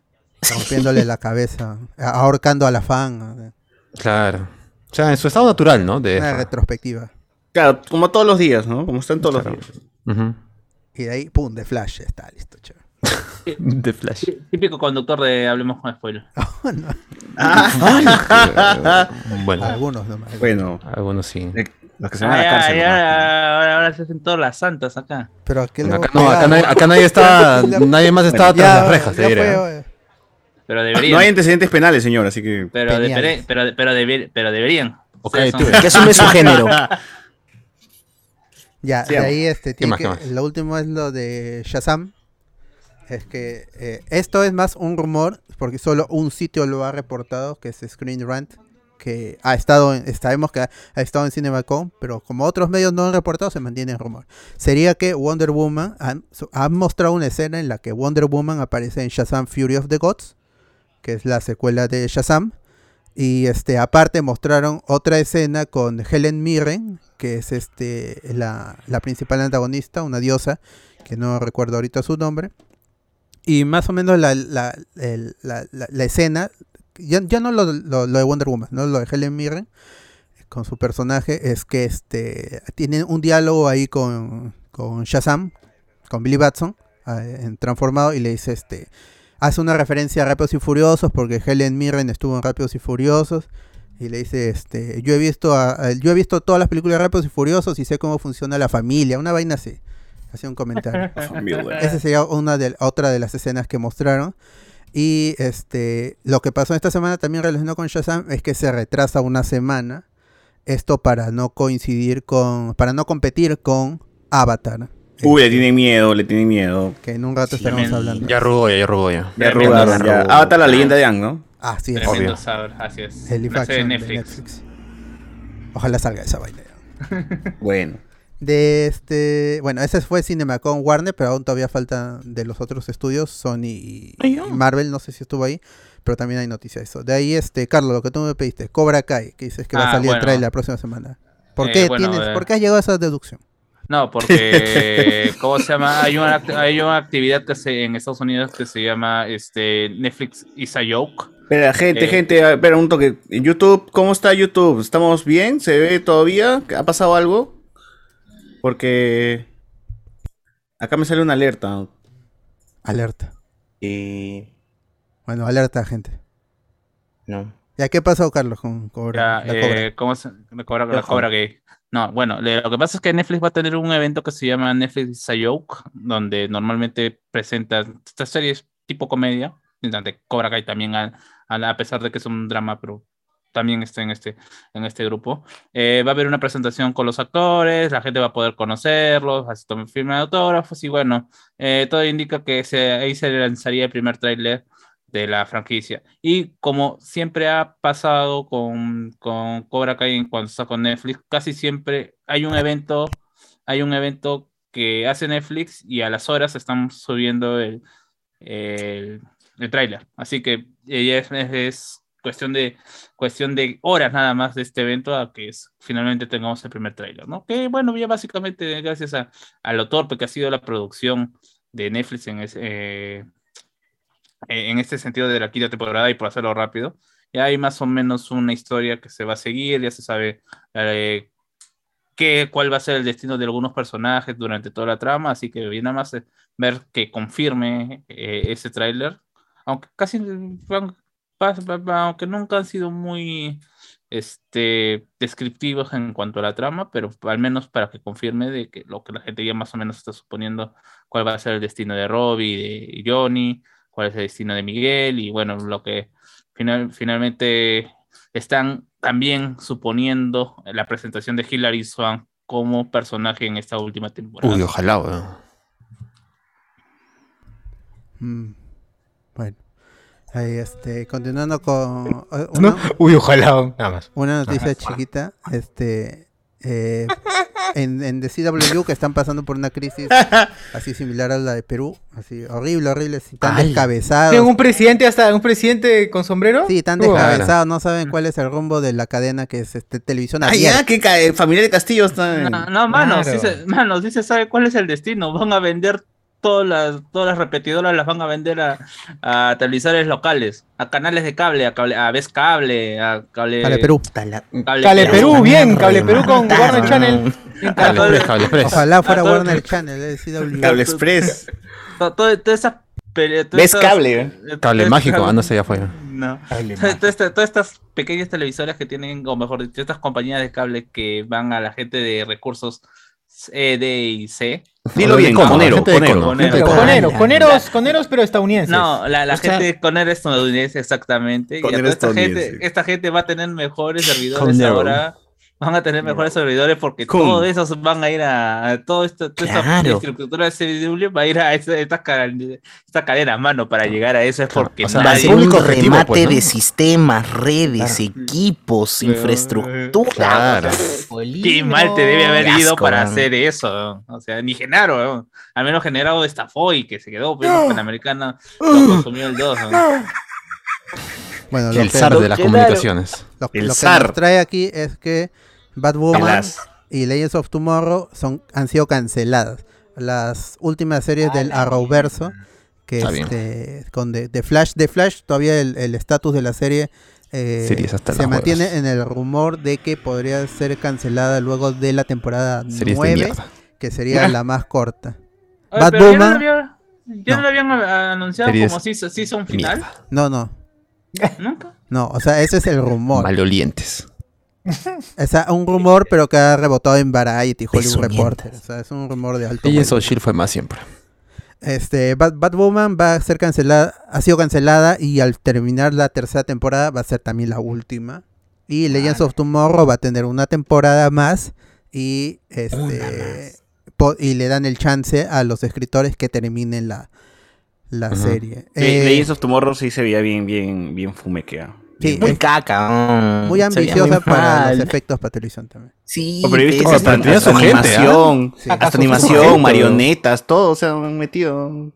Speaker 2: rompiéndole la cabeza, ahorcando a la fan.
Speaker 4: Claro. O sea, en su estado natural, ¿no? De
Speaker 2: Una retrospectiva.
Speaker 5: Claro, como todos los días, ¿no? Como están todos los días.
Speaker 4: Ujú.
Speaker 2: Y de ahí, pum, de flash, está listo, [LAUGHS] chévere.
Speaker 4: De Flash.
Speaker 3: Típico conductor de Hablemos con Spoiler.
Speaker 2: Oh,
Speaker 4: Ah. bueno,
Speaker 2: Algunos nomás.
Speaker 5: Bueno,
Speaker 4: algunos Ah, sí.
Speaker 5: eh, los que se van a
Speaker 3: Ay,
Speaker 5: la cárcel.
Speaker 3: ay, ay,
Speaker 5: nomás, ¿no?
Speaker 3: ahora, ahora se hacen todas las santas acá.
Speaker 2: Pero aquí
Speaker 4: Acá, no, acá, nadie, acá nadie está, nadie más está
Speaker 2: [LAUGHS] Ya,
Speaker 4: tras las rejas, te
Speaker 2: ya
Speaker 4: diré.
Speaker 2: fue,
Speaker 4: ¿eh?
Speaker 2: oye.
Speaker 3: Pero deberían.
Speaker 5: Ah, No hay antecedentes penales, señor, así que.
Speaker 3: pero, de-
Speaker 2: Penales.
Speaker 3: pero, pero, deber- pero deberían. O
Speaker 4: Ok,
Speaker 3: sea,
Speaker 4: tú
Speaker 3: son-
Speaker 4: ves.
Speaker 6: Que asume su género.
Speaker 2: Ya,
Speaker 4: Sí,
Speaker 2: de
Speaker 4: vamos.
Speaker 2: ahí este tiene
Speaker 4: más,
Speaker 2: que-
Speaker 4: qué más?
Speaker 2: lo último es lo de Shazam. Es que eh, esto es más un rumor, porque solo un sitio lo ha reportado, que es Screen Rant, que ha estado en, sabemos que ha, ha estado en CinemaCon, pero como otros medios no han reportado, se mantiene el rumor. Sería que Wonder Woman han, so- han mostrado una escena en la que Wonder Woman aparece en Shazam Fury of the Gods, que es la secuela de Shazam. Y este, aparte mostraron otra escena con Helen Mirren, que es este la, la principal antagonista, una diosa, que no recuerdo ahorita su nombre. Y más o menos la, la- el- la- la- la escena, ya, ya no lo, lo- lo de Wonder Woman, no lo de Helen Mirren con su personaje, es que este tienen un diálogo ahí con, con Shazam, con Billy Batson, eh, en transformado, y le dice este hace una referencia a Rápidos y Furiosos porque Helen Mirren estuvo en Rápidos y Furiosos y le dice este yo he visto a- a- yo he visto todas las películas de Rápidos y Furiosos y sé cómo funciona la familia una vaina así hacía un comentario
Speaker 5: [LAUGHS]
Speaker 2: esa sería una de, otra de las escenas que mostraron. Y este lo que pasó esta semana también relacionado con Shazam es que se retrasa una semana. Esto para no coincidir con. para no competir con Avatar. Este,
Speaker 5: Uy, le tiene miedo, le tiene miedo.
Speaker 2: Que en un rato estaremos
Speaker 3: Tremendo.
Speaker 2: hablando.
Speaker 4: Ya arrugó ya, ya arrugó ya.
Speaker 5: Ya
Speaker 3: Tremendo
Speaker 5: arrugaron, ya.
Speaker 4: arrugo.
Speaker 5: Avatar la leyenda de Ang, ¿no?
Speaker 2: Así es.
Speaker 3: Tremendo
Speaker 4: Obvio.
Speaker 3: sabor, así es.
Speaker 2: El live
Speaker 3: Una serie de
Speaker 2: action de
Speaker 3: Netflix.
Speaker 2: Netflix. Ojalá salga esa vaina.
Speaker 5: Bueno.
Speaker 2: De este. Bueno, ese fue CinemaCon Warner, pero aún todavía falta de los otros estudios, Sony y
Speaker 6: Ay, yo.
Speaker 2: y Marvel, no sé si estuvo ahí, pero también hay noticia de eso. De ahí, este, Carlos, lo que tú me pediste, Cobra Kai, que dices que va a
Speaker 3: Ah,
Speaker 2: salir el
Speaker 3: bueno.
Speaker 2: trailer la próxima semana. ¿Por
Speaker 3: Eh,
Speaker 2: qué
Speaker 3: bueno,
Speaker 2: tienes,
Speaker 3: eh.
Speaker 2: por qué has llegado a esa deducción?
Speaker 3: No,
Speaker 5: [LAUGHS]
Speaker 3: porque ¿cómo se llama? Hay una, act- hay una actividad que se, en Estados Unidos que se llama este Netflix is a joke.
Speaker 5: Espera, gente,
Speaker 3: Eh.
Speaker 5: gente, a- espera un toque. YouTube, ¿cómo está YouTube? ¿Estamos bien? ¿Se ve todavía? ¿Ha pasado algo? Porque. Acá me sale una alerta.
Speaker 2: Alerta.
Speaker 5: Y.
Speaker 2: Bueno, alerta, gente.
Speaker 5: No.
Speaker 2: ¿Ya qué pasó, Carlos, con Cobra?
Speaker 3: Ya,
Speaker 2: la Cobra?
Speaker 3: eh, ¿Cómo se la cobra, la cobra gay? No, bueno, le- lo que pasa es que Netflix va a tener un evento que se llama Netflix is a joke, donde normalmente presenta estas series tipo comedia, donde Cobra Kai también, a, a la- a pesar de que es un drama, pero también está en este, en este grupo. Eh, va a haber una presentación con los actores, la gente va a poder conocerlos, así tomen firma de autógrafos y bueno, eh, todo indica que se, ahí se lanzaría el primer tráiler de la franquicia. Y como siempre ha pasado con, con Cobra Kai en cuanto está con Netflix, casi siempre hay un evento, hay un evento que hace Netflix y a las horas estamos subiendo el, el, el tráiler. Así que eh, ya es, es- es cuestión de cuestión de horas nada más de este evento a que es- finalmente tengamos el primer tráiler, ¿no? Que bueno, ya básicamente gracias a, a lo torpe que ha sido la producción de Netflix en ese, eh, eh, en este sentido de la quinta temporada y por hacerlo rápido. Ya hay más o menos una historia que se va a seguir, ya se sabe eh, qué, cuál va a ser el destino de algunos personajes durante toda la trama, así que bien nada más eh, ver que confirme eh, ese tráiler, aunque casi, aunque aunque nunca han sido muy este, descriptivos en cuanto a la trama, pero al menos para que confirme de que lo que la gente ya más o menos está suponiendo cuál va a ser el destino de Robbie, de Johnny, cuál es el destino de Miguel y bueno, lo que final, finalmente están también suponiendo la presentación de Hilary Swan como personaje en esta última temporada.
Speaker 4: Uy, ojalá, weón.
Speaker 2: Mm, Bueno. Ahí, este, continuando con eh, una,
Speaker 4: ¿No? Uy, ojalá, weón. nada más.
Speaker 2: una noticia chiquita, este eh, en, en DCW que están pasando por una crisis así similar a la de Perú, así horrible, horrible, así, tan
Speaker 6: Ala.
Speaker 2: descabezados.
Speaker 7: ¿Tengo un presidente hasta un presidente con sombrero?
Speaker 2: Sí, tan
Speaker 7: Uy,
Speaker 4: descabezado.
Speaker 2: descabezados, no saben cuál es el rumbo de la cadena que es este, televisión
Speaker 5: Ay, ya,
Speaker 2: abierta.
Speaker 5: que ca- el familiar de Castillo está. en-
Speaker 3: No, no, mano,
Speaker 7: Claro.
Speaker 3: sí se, mano, sí se sabe cuál es el destino. Van a vender todas las, todas las repetidoras, las van a vender a, a televisores locales, a canales de cable, a cable, a Vez Cable, a cable,
Speaker 2: Vale, Perú.
Speaker 3: cable-
Speaker 7: Cable Perú, bien,
Speaker 6: Mierda,
Speaker 7: Cable Perú con
Speaker 6: hermano.
Speaker 7: Warner Channel.
Speaker 4: Cable Express, Cable Express.
Speaker 2: Ojalá fuera
Speaker 3: Ah, todo-
Speaker 2: Warner Channel, eh, DCW.
Speaker 5: Cable [LAUGHS] Express.
Speaker 3: To- todo- todas esas pele- todas
Speaker 5: Ves
Speaker 3: esas-
Speaker 5: cable.
Speaker 3: eh,
Speaker 4: Cable
Speaker 3: todas
Speaker 4: mágico,
Speaker 3: esas-
Speaker 4: ah, no sé, ya fue.
Speaker 3: No. Todas estas- todas estas pequeñas televisoras que tienen, o mejor dicho, estas compañías de cable que van a la gente de recursos E, D y C,
Speaker 5: Dilo bien,
Speaker 4: Cono,
Speaker 5: conero,
Speaker 4: gente de
Speaker 5: conero.
Speaker 4: Cono,
Speaker 3: Conero.
Speaker 4: gente de Cono.
Speaker 7: Coneros, coneros, coneros, pero estadounidenses.
Speaker 3: No, la, la
Speaker 4: O sea-
Speaker 3: gente con él estadounidense, exactamente. Y a
Speaker 5: Con él
Speaker 3: toda esta, gente,
Speaker 5: estadounidense.
Speaker 3: esta gente va a tener mejores servidores
Speaker 4: Con él.
Speaker 3: ahora. Van a tener mejores servidores porque
Speaker 5: Con.
Speaker 3: todos esos van a ir a. a todo esto, toda esta
Speaker 6: Claro.
Speaker 3: estructura de CW va a ir a esa- estas cal- esta cadena a mano para llegar a eso. Es porque
Speaker 4: o sea,
Speaker 6: Va a
Speaker 3: nadie-
Speaker 6: ser un
Speaker 4: público objetivo,
Speaker 6: remate
Speaker 4: pues, ¿no?
Speaker 6: de sistemas, redes, equipos,
Speaker 3: Claro.
Speaker 6: infraestructura.
Speaker 4: Claro.
Speaker 3: Qué mal te debe haber
Speaker 6: Qué
Speaker 3: ido
Speaker 6: asco,
Speaker 3: para
Speaker 6: mano.
Speaker 3: hacer eso. ¿no? O sea, ni Genaro, ¿no? al menos Generado estafó y que se quedó, pero Panamericana lo consumió el 2.
Speaker 2: Bueno, lo
Speaker 4: El
Speaker 2: que,
Speaker 4: zar
Speaker 2: lo-
Speaker 4: de las
Speaker 6: Claro.
Speaker 4: comunicaciones.
Speaker 2: lo-
Speaker 5: El
Speaker 2: lo que
Speaker 5: zar.
Speaker 2: nos trae aquí es que Batwoman
Speaker 5: Las-
Speaker 2: y Legends of Tomorrow son, han sido canceladas. Las últimas series del Arrowverso, que
Speaker 4: Está bien.
Speaker 2: este, con The, The Flash, The Flash todavía el el estatus de la serie eh,
Speaker 4: Series hasta
Speaker 2: se
Speaker 4: los
Speaker 2: mantiene
Speaker 4: juegos.
Speaker 2: en el rumor de que podría ser cancelada luego de la temporada
Speaker 4: Series de
Speaker 2: 9,
Speaker 4: mierda.
Speaker 2: que sería la más corta.
Speaker 3: Oye, pero ya no
Speaker 2: Batwoman.
Speaker 3: lo había- ya no
Speaker 2: No.
Speaker 3: lo habían a- anunciado
Speaker 4: Series
Speaker 3: como season, season final.
Speaker 4: Mierda.
Speaker 2: No, no,
Speaker 3: Nunca.
Speaker 2: no, o sea, ese es el rumor.
Speaker 4: Malolientes.
Speaker 2: O sea, un rumor, pero que ha rebotado en Variety, Hollywood
Speaker 6: Pezuñentas.
Speaker 2: Reporter. O sea, es un rumor de alto.
Speaker 4: Y
Speaker 2: vuelo.
Speaker 4: eso Shield fue más siempre.
Speaker 2: Este, Bat- Batwoman va a ser cancelada, ha sido cancelada y al terminar la tercera temporada va a ser también la última. Y Legends of Tomorrow va a tener una temporada más y este po- y le dan el chance a los escritores que terminen la, la
Speaker 4: Ujú.
Speaker 2: serie.
Speaker 5: Le-
Speaker 2: Eh,
Speaker 5: Legends of Tomorrow sí se veía bien, bien, bien fumequea.
Speaker 2: sí,
Speaker 6: Muy
Speaker 2: muy,
Speaker 6: caca. mm,
Speaker 2: muy
Speaker 6: se veía muy
Speaker 2: ambiciosa para
Speaker 6: mal.
Speaker 2: los efectos para televisión también.
Speaker 6: Sí,
Speaker 5: No, pero he visto
Speaker 6: que
Speaker 5: que
Speaker 6: esas-
Speaker 5: hasta,
Speaker 4: tenía
Speaker 5: hasta
Speaker 4: su gente, ¿ah?
Speaker 5: animación,
Speaker 2: Sí.
Speaker 5: hasta
Speaker 4: su gente,
Speaker 5: animación,
Speaker 4: ¿no?
Speaker 5: marionetas, todo se han metido.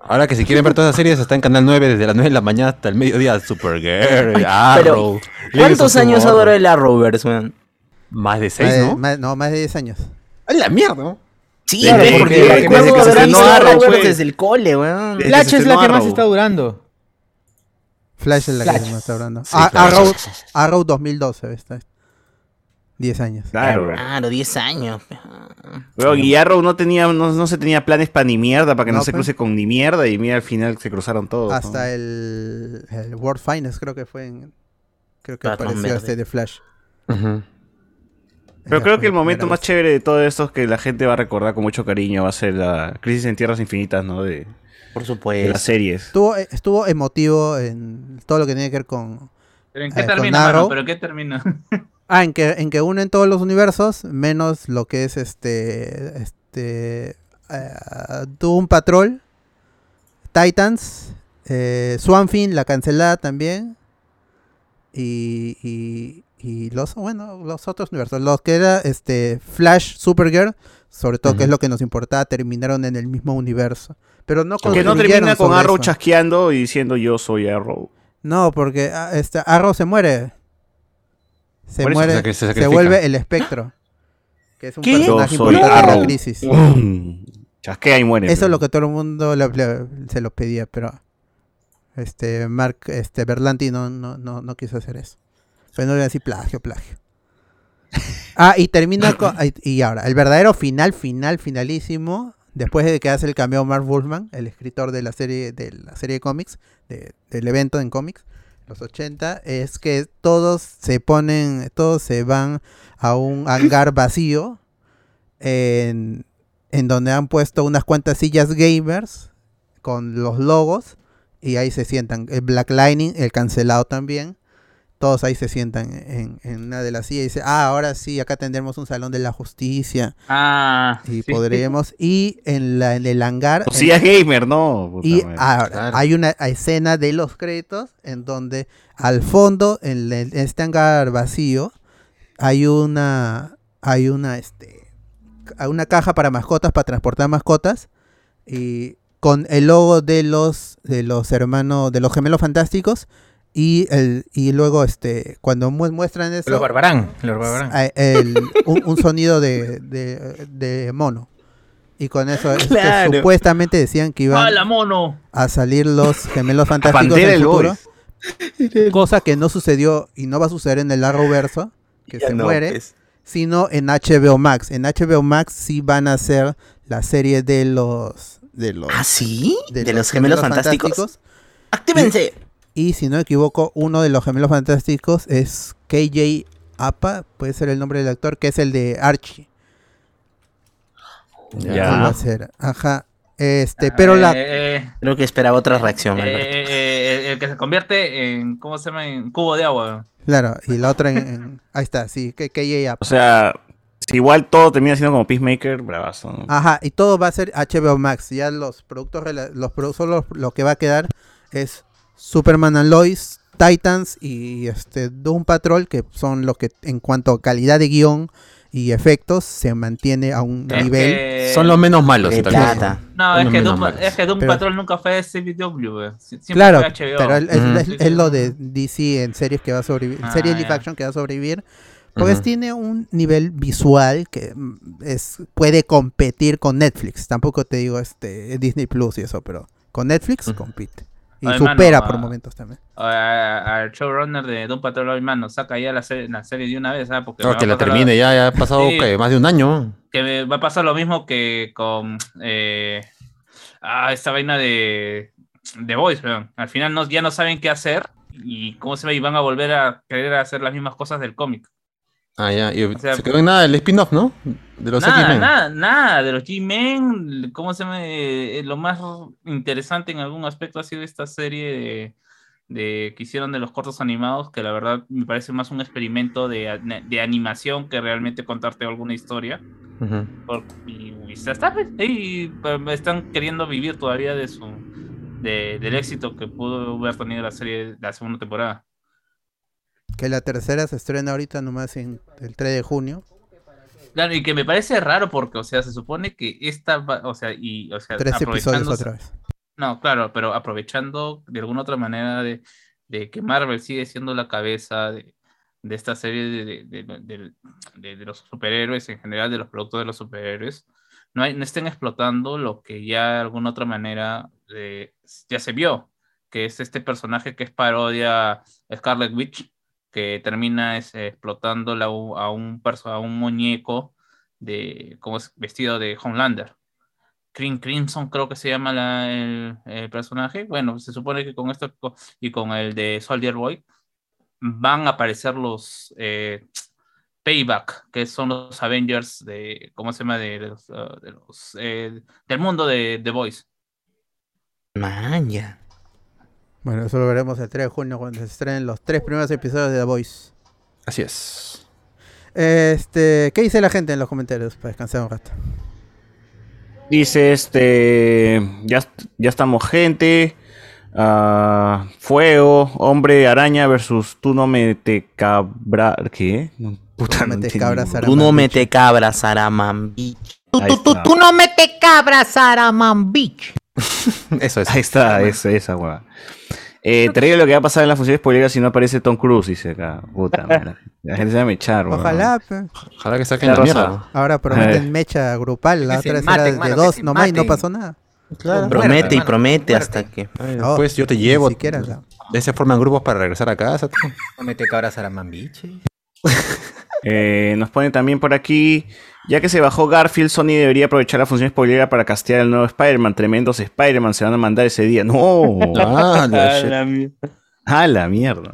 Speaker 4: Ahora que si quieren ver todas las series, está en Canal 9 desde las 9 de la mañana hasta el mediodía. Supergirl, Arrow.
Speaker 6: ¿Cuántos años ha
Speaker 4: ahora?
Speaker 6: durado el Arrowverse, man?
Speaker 4: Más de
Speaker 2: Más
Speaker 4: 6,
Speaker 2: de-
Speaker 4: ¿no?
Speaker 2: más- no, más de 10 años.
Speaker 4: ¡A Eh, la mierda! ¿no?
Speaker 6: Sí,
Speaker 5: Claro,
Speaker 6: güey,
Speaker 5: porque
Speaker 6: porque
Speaker 5: desde
Speaker 6: recuerdo
Speaker 5: que se
Speaker 6: haber
Speaker 5: estrenó
Speaker 6: visto
Speaker 5: Arrow,
Speaker 6: Arrowverse
Speaker 5: pues.
Speaker 6: desde el cole, weón.
Speaker 5: Desde
Speaker 7: Flash
Speaker 5: que
Speaker 7: es
Speaker 5: se
Speaker 7: la
Speaker 5: estrenó
Speaker 7: que más
Speaker 5: Arrow.
Speaker 7: está durando.
Speaker 2: Flash es la que
Speaker 7: Flash.
Speaker 2: más está hablando.
Speaker 4: Sí,
Speaker 2: Ah,
Speaker 4: claro.
Speaker 2: Arrow, Arrow 2012, está. 10 años.
Speaker 5: Claro.
Speaker 6: Claro, 10 años. pe.
Speaker 5: Weón, y Arrow no tenía, no, no se tenía planes para ni mierda, para que no,
Speaker 2: No,
Speaker 5: pues. se
Speaker 2: pe.
Speaker 5: cruce con ni mierda, y mira al final se cruzaron todos.
Speaker 2: Hasta
Speaker 5: ¿no?
Speaker 2: el, el World Finest creo que fue en... Creo que
Speaker 6: Batman
Speaker 2: apareció
Speaker 6: Verde.
Speaker 2: este de Flash.
Speaker 4: Ujú.
Speaker 5: Pero
Speaker 2: Ya
Speaker 5: creo
Speaker 2: fue
Speaker 5: que el
Speaker 2: la
Speaker 5: momento
Speaker 2: primera
Speaker 5: más
Speaker 2: vez.
Speaker 5: chévere de todo esto es que la gente va a recordar con mucho cariño, va a ser la crisis en tierras infinitas, ¿no? De, de
Speaker 6: Por
Speaker 5: las
Speaker 6: supuesto.
Speaker 5: series.
Speaker 2: Estuvo, eh, estuvo emotivo en todo lo que tiene que ver con...
Speaker 3: ¿Pero en qué
Speaker 2: Eh, con
Speaker 3: termina, mano?
Speaker 2: Arrow.
Speaker 3: ¿Pero en qué termina? [LAUGHS]
Speaker 2: Ah, en que, en que unen todos los universos, menos lo que es este... este eh, Doom Patrol, Titans, eh, Swanfin, la cancelada también. Y, y, y los, bueno, los otros universos. Los que era este, Flash, Supergirl, sobre todo que es
Speaker 4: Ujú.
Speaker 2: lo que nos importaba, terminaron en el mismo universo. Pero no
Speaker 5: Que no
Speaker 2: construyeron
Speaker 5: termina con
Speaker 2: sobre
Speaker 5: Arrow
Speaker 2: eso.
Speaker 5: chasqueando y diciendo yo soy Arrow.
Speaker 2: No, porque ah, este, Arrow se muere. Se
Speaker 5: Por eso,
Speaker 2: muere,
Speaker 4: o sea, que se
Speaker 2: se,
Speaker 4: sacrifica.
Speaker 2: vuelve el espectro. Que es un
Speaker 6: ¿Qué?
Speaker 2: personaje
Speaker 5: Yo soy
Speaker 2: importante de
Speaker 5: Arrow.
Speaker 2: la crisis.
Speaker 5: ¡Pum! Chasquea y muere.
Speaker 2: Eso
Speaker 5: pe.
Speaker 2: es lo que todo el mundo le- le- se lo pedía, pero este Mark, este Berlanti no, no, no, no quiso hacer eso. Pero no le iba a decir plagio, plagio. [LAUGHS] Ah, y termina con. ay, Y ahora, el verdadero final, final, finalísimo. Después de que hace el cameo Mark Wolfman, el escritor de la serie, de la serie de cómics, de- del evento en cómics, los 80, es que todos se ponen, todos se van a un hangar vacío en, en donde han puesto unas cuantas sillas gamers con los logos y ahí se sientan. El Black Lightning, el cancelado también. Todos ahí se sientan en, en una de las sillas y dice, ah, ahora sí, acá tendremos un salón de la justicia
Speaker 3: Ah,
Speaker 2: y
Speaker 3: sí.
Speaker 2: podremos. Y en, la, en el hangar...
Speaker 5: Pues
Speaker 2: en-
Speaker 5: sí, es gamer, ¿no? Puta
Speaker 2: y
Speaker 5: madre.
Speaker 2: ahora,
Speaker 4: claro.
Speaker 2: hay una escena de los créditos en donde al fondo, en, la- en este hangar vacío, hay una, hay una, este, ca- una caja para mascotas, para transportar mascotas, y con el logo de los, de los hermanos, de los gemelos fantásticos, y, el, y luego, este, cuando mu- muestran eso,
Speaker 8: Los barbarán. Los barbarán.
Speaker 2: eh, el- un, un sonido de, de- de mono. Y con eso este,
Speaker 6: Claro.
Speaker 2: supuestamente decían que iban
Speaker 3: ¡Hala, mono!
Speaker 2: a salir los
Speaker 6: [LAUGHS]
Speaker 2: gemelos fantásticos
Speaker 5: Pantera
Speaker 2: del
Speaker 5: del
Speaker 2: futuro.
Speaker 5: Boys.
Speaker 2: Cosa que no sucedió y no va a suceder en el Arrowverso, que se muere,
Speaker 6: pues.
Speaker 2: sino en HBO Max. En HBO Max sí van a hacer la serie de los de los
Speaker 6: ¿Ah, sí? ¿De, los gemelos, fantásticos? ¡Actívense!
Speaker 2: Y si no me equivoco, uno de los gemelos fantásticos es KJ Apa, puede ser el nombre del actor, que es el de Archie.
Speaker 5: Ya.
Speaker 2: ¿Cómo va a ser? Ajá. Este, pero la.
Speaker 3: Eh, eh,
Speaker 6: Creo que esperaba otra reacción.
Speaker 3: eh,
Speaker 6: Alberto.
Speaker 3: eh, el- el que se convierte en, ¿cómo se llama? En cubo de agua.
Speaker 2: Claro, y la otra en. en- ahí está, sí, que, que ella.
Speaker 5: O sea, si igual todo termina siendo como Peacemaker, bravazo. ¿no?
Speaker 2: Ajá, y todo va a ser HBO Max. Ya los productos, rela- los productos, solo lo que va a quedar es Superman and Lois, Titans y este Doom Patrol, que son los que en cuanto a calidad de guión y efectos se mantiene a un
Speaker 3: Es
Speaker 2: nivel.
Speaker 3: que-
Speaker 4: Son los menos malos.
Speaker 6: De
Speaker 4: tal vez.
Speaker 6: plata.
Speaker 3: No,
Speaker 4: Son
Speaker 3: es que,
Speaker 4: los menos
Speaker 3: Doom,
Speaker 4: malos.
Speaker 3: es que Doom
Speaker 2: Pero-
Speaker 3: Patrol nunca fue de CW, güey. Sie- siempre
Speaker 2: Claro,
Speaker 3: fue HBO.
Speaker 2: pero es, es-
Speaker 4: Ujú.
Speaker 2: es- es lo de DC en series que va a sobrevivir, en
Speaker 3: Ah,
Speaker 2: series live
Speaker 3: ya.
Speaker 2: action que va a sobrevivir, porque
Speaker 4: Ujú.
Speaker 2: tiene un nivel visual que mm, es puede competir con Netflix. Tampoco te digo este Disney Plus y eso, pero con Netflix
Speaker 4: Ujú.
Speaker 2: compite y
Speaker 3: Ay,
Speaker 2: supera
Speaker 3: mano,
Speaker 2: por
Speaker 3: ah.
Speaker 2: momentos también.
Speaker 3: A- Al showrunner de Doom Patrol, hoy, mano, saca ya la serie, la serie de una vez, ¿sabes? Porque me
Speaker 4: No,
Speaker 3: va
Speaker 4: que
Speaker 3: a
Speaker 4: la
Speaker 3: pasar-
Speaker 4: termine, ya, ya ha pasado
Speaker 3: Sí.
Speaker 4: ¿qué? más de un año.
Speaker 3: que me va a pasar lo mismo que con eh, ah, esta vaina de de Voice, weón. Al final no, ya no saben qué hacer y cómo se ve y van a volver a querer hacer las mismas cosas del cómic.
Speaker 4: Ah, ya. Y
Speaker 3: O sea,
Speaker 4: se quedó en nada el spin-off, ¿no? De los
Speaker 3: Nada,
Speaker 4: X-Men.
Speaker 3: nada, nada de los G-Men, cómo se llama, Eh, eh, lo más interesante en algún aspecto ha sido esta serie de, de que hicieron de los cortos animados, que la verdad me parece más un experimento de, de animación que realmente contarte alguna historia.
Speaker 4: Ujú.
Speaker 3: por- y, y ya está, pues, y, pero están queriendo vivir todavía de su de- del éxito que pudo haber tenido la serie la segunda temporada.
Speaker 2: Que la tercera se estrena ahorita nomás en el 3 de junio,
Speaker 3: Claro, y que me parece raro porque, o sea, se supone que esta, va- o sea, y, o sea,
Speaker 2: tres episodios
Speaker 3: aprovechándose-
Speaker 2: otra vez.
Speaker 3: No, claro, pero aprovechando de alguna otra manera de, de que Marvel sigue siendo la cabeza de, de esta serie de, de- de- de- de- de los superhéroes, en general de los productos de los superhéroes, no, hay, no estén explotando lo que ya de alguna otra manera eh, ya se vio, que es este personaje que es parodia a Scarlet Witch, que termina es, explotando a un, perso- a un muñeco de, como es, vestido de Homelander. Crim Crimson creo que se llama la- el, el personaje. Bueno, se supone que con esto co- y con el de Soldier Boy van a aparecer los eh, Payback, que son los Avengers de, ¿cómo se llama? De, de los, ah, de los, eh, del mundo de The Boys.
Speaker 6: Man, ya.
Speaker 2: Bueno, eso lo veremos el 3 de junio cuando se estrenen los tres primeros episodios de The Voice.
Speaker 4: Así es. [LAUGHS]
Speaker 2: Este, ¿qué dice la gente en los comentarios para descansar un rato?
Speaker 5: Dice este. Ya, est- ya estamos gente. ah, fuego, hombre araña versus tú no me te cabra. ¿Qué? No, Puta,
Speaker 2: Tú no me te cabras,
Speaker 5: entendí.
Speaker 2: araña.
Speaker 6: Tú no me te cabras, Saraman Beach.
Speaker 8: Tú,
Speaker 5: Ahí
Speaker 8: tú, tú,
Speaker 5: está.
Speaker 8: tú no me te cabras, Saraman Beach.
Speaker 4: Eso es.
Speaker 5: Ahí está, esa, esa hueva. Eh, terrible lo que va a pasar en las funciones spoileras si no aparece Tom Cruise, dice acá.
Speaker 3: [LAUGHS]
Speaker 5: Puta, madre. la gente se va a mechar, huevón.
Speaker 2: Ojalá, pe.
Speaker 4: Ojalá que saquen
Speaker 5: La
Speaker 4: la,
Speaker 5: rosa.
Speaker 4: mierda. ¿no?
Speaker 2: Ahora
Speaker 5: Eh.
Speaker 2: prometen mecha grupal, la
Speaker 8: Que se
Speaker 2: otra vez
Speaker 8: maten,
Speaker 2: era de
Speaker 8: mano, que
Speaker 2: dos
Speaker 8: se
Speaker 2: nomás y no
Speaker 8: maten.
Speaker 2: pasó nada.
Speaker 8: Claro.
Speaker 6: Promete y
Speaker 8: Muerte,
Speaker 6: promete
Speaker 8: mano,
Speaker 6: hasta
Speaker 8: muerte.
Speaker 6: que.
Speaker 4: Ay,
Speaker 2: No,
Speaker 4: Después Eh, pues, yo te
Speaker 2: ni
Speaker 4: llevo.
Speaker 2: siquiera
Speaker 4: [LAUGHS]
Speaker 2: la-
Speaker 4: Se forman grupos para regresar a casa.
Speaker 6: [LAUGHS]
Speaker 4: tío.
Speaker 8: No me te cabras, Saraman Beach.
Speaker 5: Eh, nos ponen también por aquí. Ya que se bajó Garfield, Sony debería aprovechar la función spoilera para castear el nuevo Spider-Man. Tremendos Spider-Man se van a mandar ese
Speaker 3: [LAUGHS]
Speaker 5: día. ¡No!
Speaker 4: Ah, la shit.
Speaker 5: ¡A la mierda!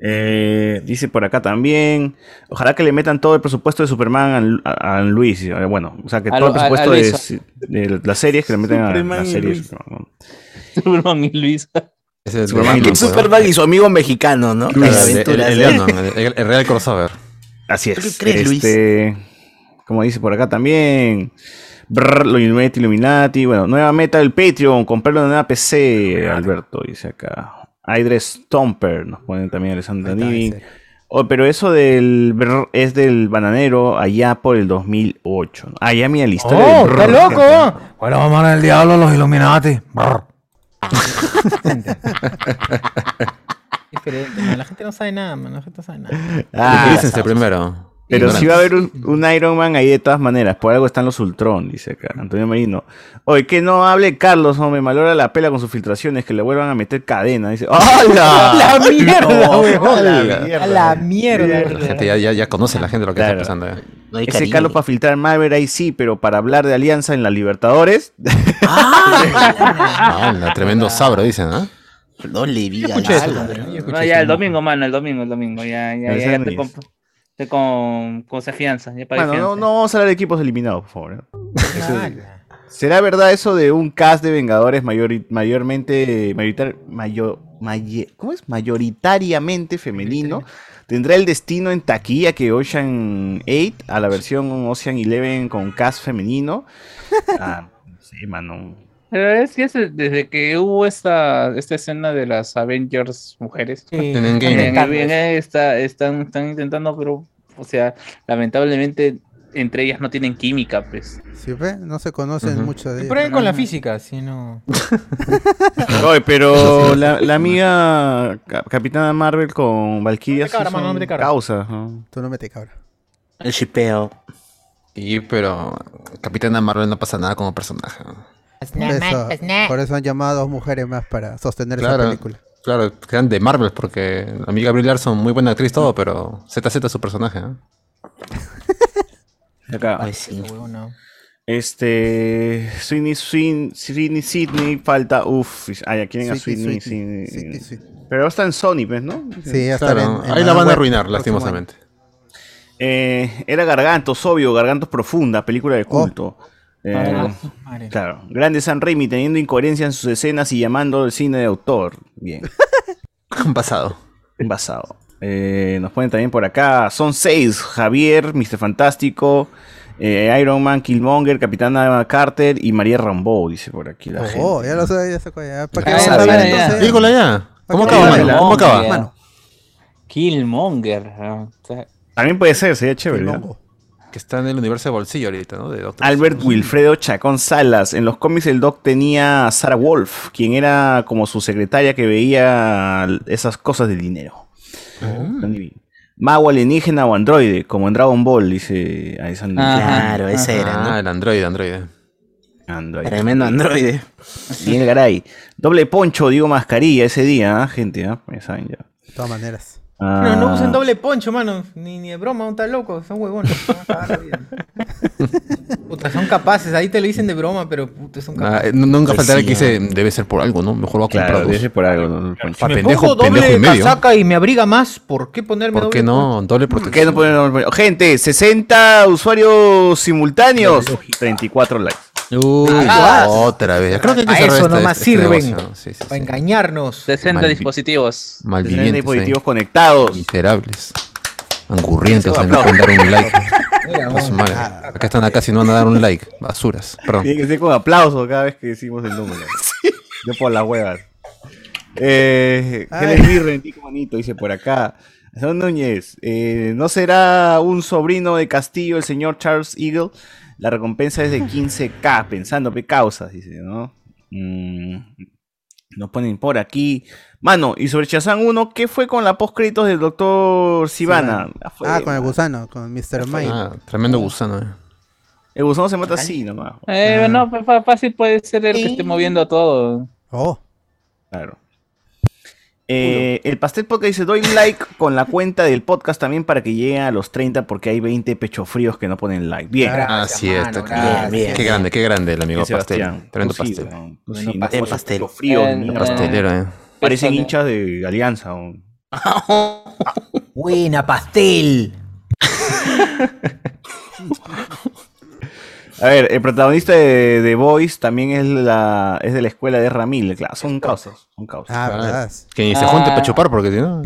Speaker 5: Eh, dice por acá también. Ojalá que le metan todo el presupuesto de Superman a, a- a Luis. Eh, Bueno, o sea, que
Speaker 3: A
Speaker 5: todo el
Speaker 3: lo- a-
Speaker 5: presupuesto
Speaker 3: a
Speaker 5: de,
Speaker 3: Luis.
Speaker 5: de las series que le metan a
Speaker 3: Superman
Speaker 5: las
Speaker 3: y
Speaker 5: series.
Speaker 3: Luis. Superman y Luis.
Speaker 4: Ese es
Speaker 5: Superman y
Speaker 4: Batman,
Speaker 5: Luis.
Speaker 4: pues, ¿no?
Speaker 6: Superman y su amigo mexicano, ¿no?
Speaker 4: Claro,
Speaker 6: Las
Speaker 4: el, el-
Speaker 6: aventuras. eh.
Speaker 4: el- el- no, el- el real crossover.
Speaker 5: Así
Speaker 6: ¿Tú qué
Speaker 5: es.
Speaker 6: crees, Luis?
Speaker 5: este, Como dice por acá también. Brr, lo Illuminati, Illuminati. Bueno, nueva meta del Patreon. Comprarlo en una nueva PC, Alberto, dice acá. Aydres Stomper, nos ponen también Alessandra
Speaker 2: Ahí está,
Speaker 5: Niving.
Speaker 2: en serio.
Speaker 5: Oh, pero eso del brr es del bananero allá por el 2008. ¿no? Ah, ya mira la historia.
Speaker 8: ¡Oh,
Speaker 5: del
Speaker 8: está
Speaker 5: brr.
Speaker 8: loco! Bueno, vamos al diablo los Illuminati. [LAUGHS] Diferente, man. la gente no sabe nada, man. la gente no sabe nada.
Speaker 5: Ah,
Speaker 4: Utilícense primero.
Speaker 5: Pero sí
Speaker 4: Ignorantes.
Speaker 5: va a haber un, un Iron Man ahí de todas maneras. Por algo están los Ultron, dice acá Antonio Marino. Oye, que no hable Carlos, no me malora la pela con sus filtraciones, que le vuelvan a meter cadena. Dice, ¡Hola!
Speaker 8: ¡La mierda,
Speaker 5: ¡A la
Speaker 8: weón!
Speaker 5: mierda!
Speaker 8: ¡A la mierda!
Speaker 4: La gente ya, ya, ya conoce la gente lo que
Speaker 5: Claro.
Speaker 4: está pasando. eh.
Speaker 6: No hay
Speaker 5: Ese
Speaker 6: cariño. [LAUGHS]
Speaker 5: Carlos para filtrar Marvel ahí sí, pero para hablar de alianza en la Libertadores.
Speaker 4: Ah, la tremendo sabro, dicen, ¿ah?
Speaker 6: No le digas.
Speaker 8: escuché eso,
Speaker 6: nada,
Speaker 8: weón.
Speaker 6: weón.
Speaker 3: No, ya el domingo, mano, el domingo, el domingo. Ya, ya,
Speaker 5: Ese
Speaker 3: ya, ya
Speaker 5: no
Speaker 3: te
Speaker 5: es.
Speaker 3: comp- te con, con se afianza, ya para
Speaker 5: Bueno, no,
Speaker 3: afianza.
Speaker 5: no vamos a hablar de equipos eliminados, por favor. ¿eh? Eso- ¿Será verdad eso de un cast de Vengadores mayor- mayormente, mayoritar- mayo- maye- ¿cómo es? mayoritariamente femenino? ¿Tendrá el destino en taquilla que Ocean 8 a la versión Ocean 11 con
Speaker 8: [LAUGHS]
Speaker 5: cast femenino? Ah, no sé, mano.
Speaker 3: Pero es que ese- desde que hubo esta, esta escena de las Avengers mujeres,
Speaker 4: En Endgame.
Speaker 3: en- en- eh, está- están, están intentando, pero, o sea, lamentablemente entre ellas no tienen química, pues.
Speaker 2: ¿Sí ve? No se conocen
Speaker 4: Ujú.
Speaker 2: mucho de
Speaker 8: Que
Speaker 2: ellos.
Speaker 8: prueben con la
Speaker 3: Ajá.
Speaker 8: física, si no.
Speaker 5: Oye, pero la, la amiga Ca- Capitana Marvel con Valkyria
Speaker 8: No te cabra,
Speaker 5: sí
Speaker 8: mano, no
Speaker 5: son
Speaker 8: te cabra.
Speaker 5: causa. ¿no?
Speaker 2: Tú no mete cabra.
Speaker 6: El shipeo.
Speaker 4: Sí, pero Capitana Marvel no pasa nada como personaje. ¿no?
Speaker 2: Por eso, por eso han llamado a dos mujeres más para sostener esa
Speaker 4: Claro.
Speaker 2: película.
Speaker 4: Claro, quedan de Marvel porque la amiga Brie Larson, muy buena actriz, todo, pero ZZ es su personaje. ¿no?
Speaker 5: Acá.
Speaker 6: Ay, pues sí.
Speaker 8: Huevona.
Speaker 5: Este. Sweeney, Swin- Sweeney, Sidney, falta. Uf, ay, ¿a quién a Sweeney?
Speaker 2: Sweetie,
Speaker 5: Sidney?
Speaker 2: sweetie, sweetie, sweetie.
Speaker 5: Pero está en Sony, ¿ves, no?
Speaker 2: Sí, ya
Speaker 4: Claro,
Speaker 2: estará en- en
Speaker 4: ahí la van a
Speaker 2: web
Speaker 4: arruinar,
Speaker 2: el próximo año.
Speaker 4: lastimosamente.
Speaker 5: Eh, era Gargantos, obvio, Gargantos Profunda, película
Speaker 2: Oh.
Speaker 5: de culto. Eh,
Speaker 8: Ah, madre.
Speaker 5: claro. Grande San Raimi teniendo incoherencia en sus escenas y llamando el cine de autor.
Speaker 2: [LAUGHS]
Speaker 5: Bien,
Speaker 4: Pasado.
Speaker 5: basado. Eh, nos ponen también por acá. Son seis: Javier, Mr. Fantástico, eh, Iron Man, Killmonger, Capitana Carter y María Rambo, dice por aquí la gente.
Speaker 2: Oh, ya lo sé, ya sé cuál. ya. ¿Para qué
Speaker 3: Ah,
Speaker 2: vamos
Speaker 3: ya,
Speaker 2: a ver
Speaker 3: ya, ya.
Speaker 2: entonces?
Speaker 4: Dígola ya. ¿Cómo
Speaker 2: ¿Para qué
Speaker 4: acaba,
Speaker 2: vamos a
Speaker 4: mano?
Speaker 2: ver?
Speaker 4: ¿Cómo acaba?
Speaker 3: Ya.
Speaker 2: Mano,
Speaker 3: Killmonger. ¿no? O sea,
Speaker 5: También puede ser, sería chévere. ¿no?
Speaker 2: Quilombo.
Speaker 4: Que está en el universo de bolsillo ahorita, ¿no? De Doctor
Speaker 5: Albert
Speaker 4: Who.
Speaker 5: Wilfredo Chacón Salas. En los cómics el Doc tenía a Sarah Wolf, quien era como su secretaria que veía esas cosas de dinero. Johnny B. Mago alienígena o androide, como en Dragon Ball, dice Alexander.
Speaker 6: Ah,
Speaker 3: Ajá.
Speaker 6: Claro, ese era, ¿no?
Speaker 4: Ah, el androide, androide.
Speaker 5: Androide.
Speaker 6: Tremendo androide.
Speaker 5: Miguel Garay. Doble poncho, digo mascarilla ese día, ¿ah, gente, ¿ah? Ya saben ya.
Speaker 2: De todas maneras.
Speaker 5: Ah,
Speaker 8: No, no usen doble poncho, mano. Ni, ni de broma, un tal loco. Son
Speaker 4: [LAUGHS]
Speaker 8: huevones. se van a cagar la vida. Puta, son capaces. Ahí te lo dicen de broma, pero puta, son
Speaker 4: Ah,
Speaker 8: capaces.
Speaker 4: eh, nunca
Speaker 6: Pues
Speaker 4: faltará
Speaker 6: sí,
Speaker 4: el que
Speaker 6: ah.
Speaker 4: dice, debe ser por algo, ¿no? Mejor va a comprar
Speaker 5: Ah, Claro,
Speaker 4: dos.
Speaker 5: debe ser por algo. ¿no?
Speaker 4: Pa'
Speaker 5: Poncho.
Speaker 8: Me
Speaker 4: pendejo,
Speaker 8: pongo doble
Speaker 4: pendejo y medio.
Speaker 8: casaca y me abriga más. ¿Por qué ponerme
Speaker 4: ¿Por
Speaker 8: doble
Speaker 4: qué no? Doble
Speaker 5: ¿Por qué
Speaker 4: protección.
Speaker 5: no ponen doble poncho? Gente, 60 usuarios simultáneos, 34 likes.
Speaker 4: Uy,
Speaker 8: Ah,
Speaker 4: otra vez. Creo que hay que
Speaker 8: Para
Speaker 4: cerrar
Speaker 8: eso
Speaker 4: este-
Speaker 8: nomás
Speaker 4: este
Speaker 8: sirven.
Speaker 4: negocio. Sí, sí,
Speaker 8: Para
Speaker 4: sí.
Speaker 8: engañarnos.
Speaker 3: 60
Speaker 4: Maldi-
Speaker 3: dispositivos.
Speaker 5: Tener
Speaker 4: Malvivientes. ahí.
Speaker 5: dispositivos conectados.
Speaker 4: Miserables. Angurrientes, o sea, no pueden dar un like. A su madre. Acá están acá si no van a dar un like. Basuras. Perdón.
Speaker 5: Tiene que ser con aplauso cada vez que decimos el número. Yo por las huevas. Eh,
Speaker 2: Ay.
Speaker 5: Helen Mirren, Tico Manito, dice por acá. Son Núñez, eh, ¿no será un sobrino de Castillo el señor Charles Eagle? La recompensa es de 15k, pensando qué causas, dice, ¿no? Mm, nos ponen por aquí. Mano, y sobre Chazán 1, ¿qué fue con la postcritos del doctor Sivana?
Speaker 2: Ah, con el gusano, con Mr. Mime.
Speaker 4: Ah, tremendo gusano. eh.
Speaker 5: El gusano se mata así nomás.
Speaker 3: Eh, no, fa- fa- fácil puede ser el que esté moviendo todo.
Speaker 2: Oh,
Speaker 5: Claro. Eh, el pastel podcast dice, doy like con la cuenta del podcast también para que llegue a los 30 porque hay 20 pechofríos que no ponen like. Bien.
Speaker 8: Claro. Gracias,
Speaker 4: Así es.
Speaker 8: mano,
Speaker 4: toca.
Speaker 8: gracias.
Speaker 4: Ah, Qué grande, qué grande el amigo
Speaker 5: Bien,
Speaker 4: pastel.
Speaker 5: Sebastián.
Speaker 4: Tremendo
Speaker 5: Tú pues sí,
Speaker 4: pastel.
Speaker 5: weón. Tú sí,
Speaker 8: Bueno,
Speaker 5: no
Speaker 6: pastel,
Speaker 5: pones
Speaker 6: pastel.
Speaker 5: pechofríos,
Speaker 3: Eh,
Speaker 5: mierda.
Speaker 4: Pastelero, eh.
Speaker 5: Parecen hinchas de Alianza. weón.
Speaker 8: Buena pastel.
Speaker 5: A ver, el protagonista de The Voice también es, la, es de la escuela de Ramil. Claro, son causas. Son
Speaker 4: pues,
Speaker 5: causas.
Speaker 2: ah, verdad.
Speaker 4: Que ni se junte
Speaker 3: Ah.
Speaker 4: para chupar porque si no.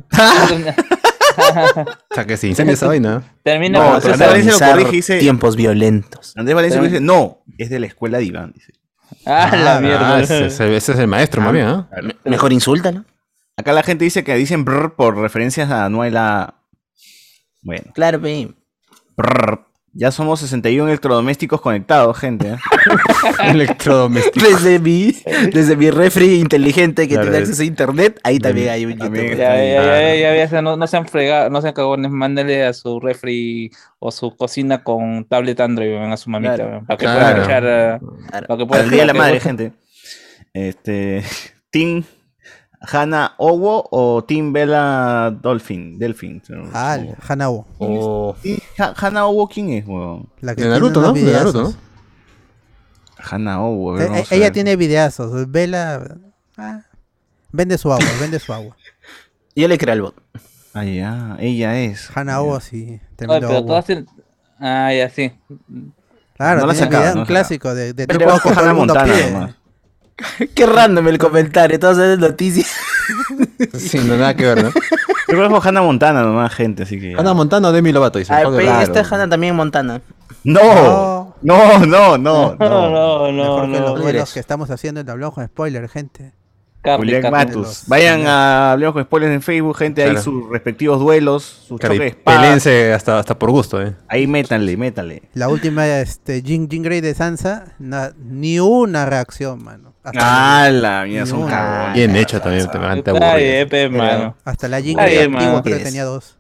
Speaker 4: O sea, que se incendia esa vaina.
Speaker 3: [LAUGHS] Termina
Speaker 5: No,
Speaker 3: con
Speaker 6: Para
Speaker 5: o sea,
Speaker 3: protagonista.
Speaker 5: Valencia lo
Speaker 6: protagonizar
Speaker 5: corrige y dice-
Speaker 6: tiempos violentos.
Speaker 5: Andrés Valencia
Speaker 3: Pero-
Speaker 5: dice, no, es de la escuela de Iván. Dice.
Speaker 3: Ah, la
Speaker 2: Ah,
Speaker 3: mierda.
Speaker 4: Ah, ese, ese- ese es el maestro, mami, ¿eh?
Speaker 6: Me- Mejor insúltalo.
Speaker 5: Acá la gente dice que dicen brr por referencias a Anuela. Bueno.
Speaker 6: Claro, pe.
Speaker 5: Prrr. Ya somos 61 electrodomésticos conectados, gente. ¿eh?
Speaker 4: Electrodoméstico.
Speaker 6: Desde mi, desde mi refri inteligente que
Speaker 4: Claro,
Speaker 6: tiene
Speaker 4: es-
Speaker 6: acceso a internet, ahí también hay un
Speaker 5: también
Speaker 6: YouTube.
Speaker 3: Ya, ya, ya, ya, ya, ya, no, no sean fregados, no sean cagones, pues, mándele a su refri o su cocina con tablet Android weón, a su mamita,
Speaker 5: Claro.
Speaker 3: weón, para que
Speaker 4: Claro.
Speaker 3: pueda echar
Speaker 6: Claro.
Speaker 3: para que pueda
Speaker 5: Para el día de la
Speaker 3: para que-
Speaker 5: madre, gente. [LAUGHS] Este. Team Hannah Owo o Team Bella Dolphin. Delphin.
Speaker 2: Ah,
Speaker 5: Owo.
Speaker 2: Hanao.
Speaker 4: O
Speaker 5: Team Ha- Hannah Owo, ¿quién es, huevón?
Speaker 2: La
Speaker 4: de
Speaker 2: tiene
Speaker 4: Naruto,
Speaker 2: los
Speaker 4: ¿no? De
Speaker 2: videazos.
Speaker 4: Naruto, ¿no?
Speaker 5: Hannah Owo. a ver,
Speaker 2: Eh,
Speaker 5: vamos a
Speaker 2: ella
Speaker 5: ver.
Speaker 2: tiene videazos. Vela. ah, vende su agua, vende su agua.
Speaker 6: Yo le creo al bot. [LAUGHS]
Speaker 5: Ah, ya, ella es.
Speaker 2: Hanao, sí.
Speaker 3: Oye,
Speaker 2: Tremendo
Speaker 3: pero
Speaker 2: agua.
Speaker 3: todas tienen- Ah, ya, sí.
Speaker 2: Claro,
Speaker 5: No la
Speaker 2: tiene
Speaker 5: sacaba,
Speaker 2: vida, un
Speaker 5: no la
Speaker 2: clásico de, de
Speaker 5: Pero
Speaker 2: trucos
Speaker 5: vas a
Speaker 2: que todo
Speaker 5: Hannah
Speaker 2: el mundo
Speaker 5: Montana
Speaker 2: pide.
Speaker 5: nomás.
Speaker 6: Qué random el comentario, todas esas noticias.
Speaker 4: Sí, no [LAUGHS] nada que ver, ¿no?
Speaker 5: Yo conozco Hannah Montana nomás, gente, así que. ya.
Speaker 4: Ana Montana o Demi Lovato dice.
Speaker 6: Ah,
Speaker 4: Joder,
Speaker 6: pero
Speaker 4: raro.
Speaker 6: esta es Hannah también Montana.
Speaker 5: No, no, no, no. no.
Speaker 3: No,
Speaker 2: Mejor
Speaker 3: no,
Speaker 2: que los
Speaker 3: no.
Speaker 2: duelos que estamos haciendo en Tablón con spoiler, gente.
Speaker 3: Capi,
Speaker 5: Julián
Speaker 3: capi.
Speaker 5: Matus. Vayan a Hablemos con Spoilers en Facebook, gente. Ahí
Speaker 4: Claro.
Speaker 5: sus respectivos duelos, sus
Speaker 4: Claro,
Speaker 5: choques
Speaker 4: y
Speaker 5: de espadas.
Speaker 4: pelense hasta, hasta por gusto, ¿eh?
Speaker 5: Ahí métanle, métanle.
Speaker 2: La última, este, Jean, Jean Grey de Sansa, na- ni una reacción, mano. Hasta,
Speaker 5: Ah, la mierda, son
Speaker 2: No,
Speaker 5: cagones.
Speaker 4: Bien hecho también, te van a
Speaker 3: Está bien, eh, pe, mano.
Speaker 2: hasta la Jean
Speaker 3: Está
Speaker 2: Grey
Speaker 3: bien,
Speaker 2: antigua
Speaker 3: mano.
Speaker 2: creo que
Speaker 6: Yes.
Speaker 2: tenía dos.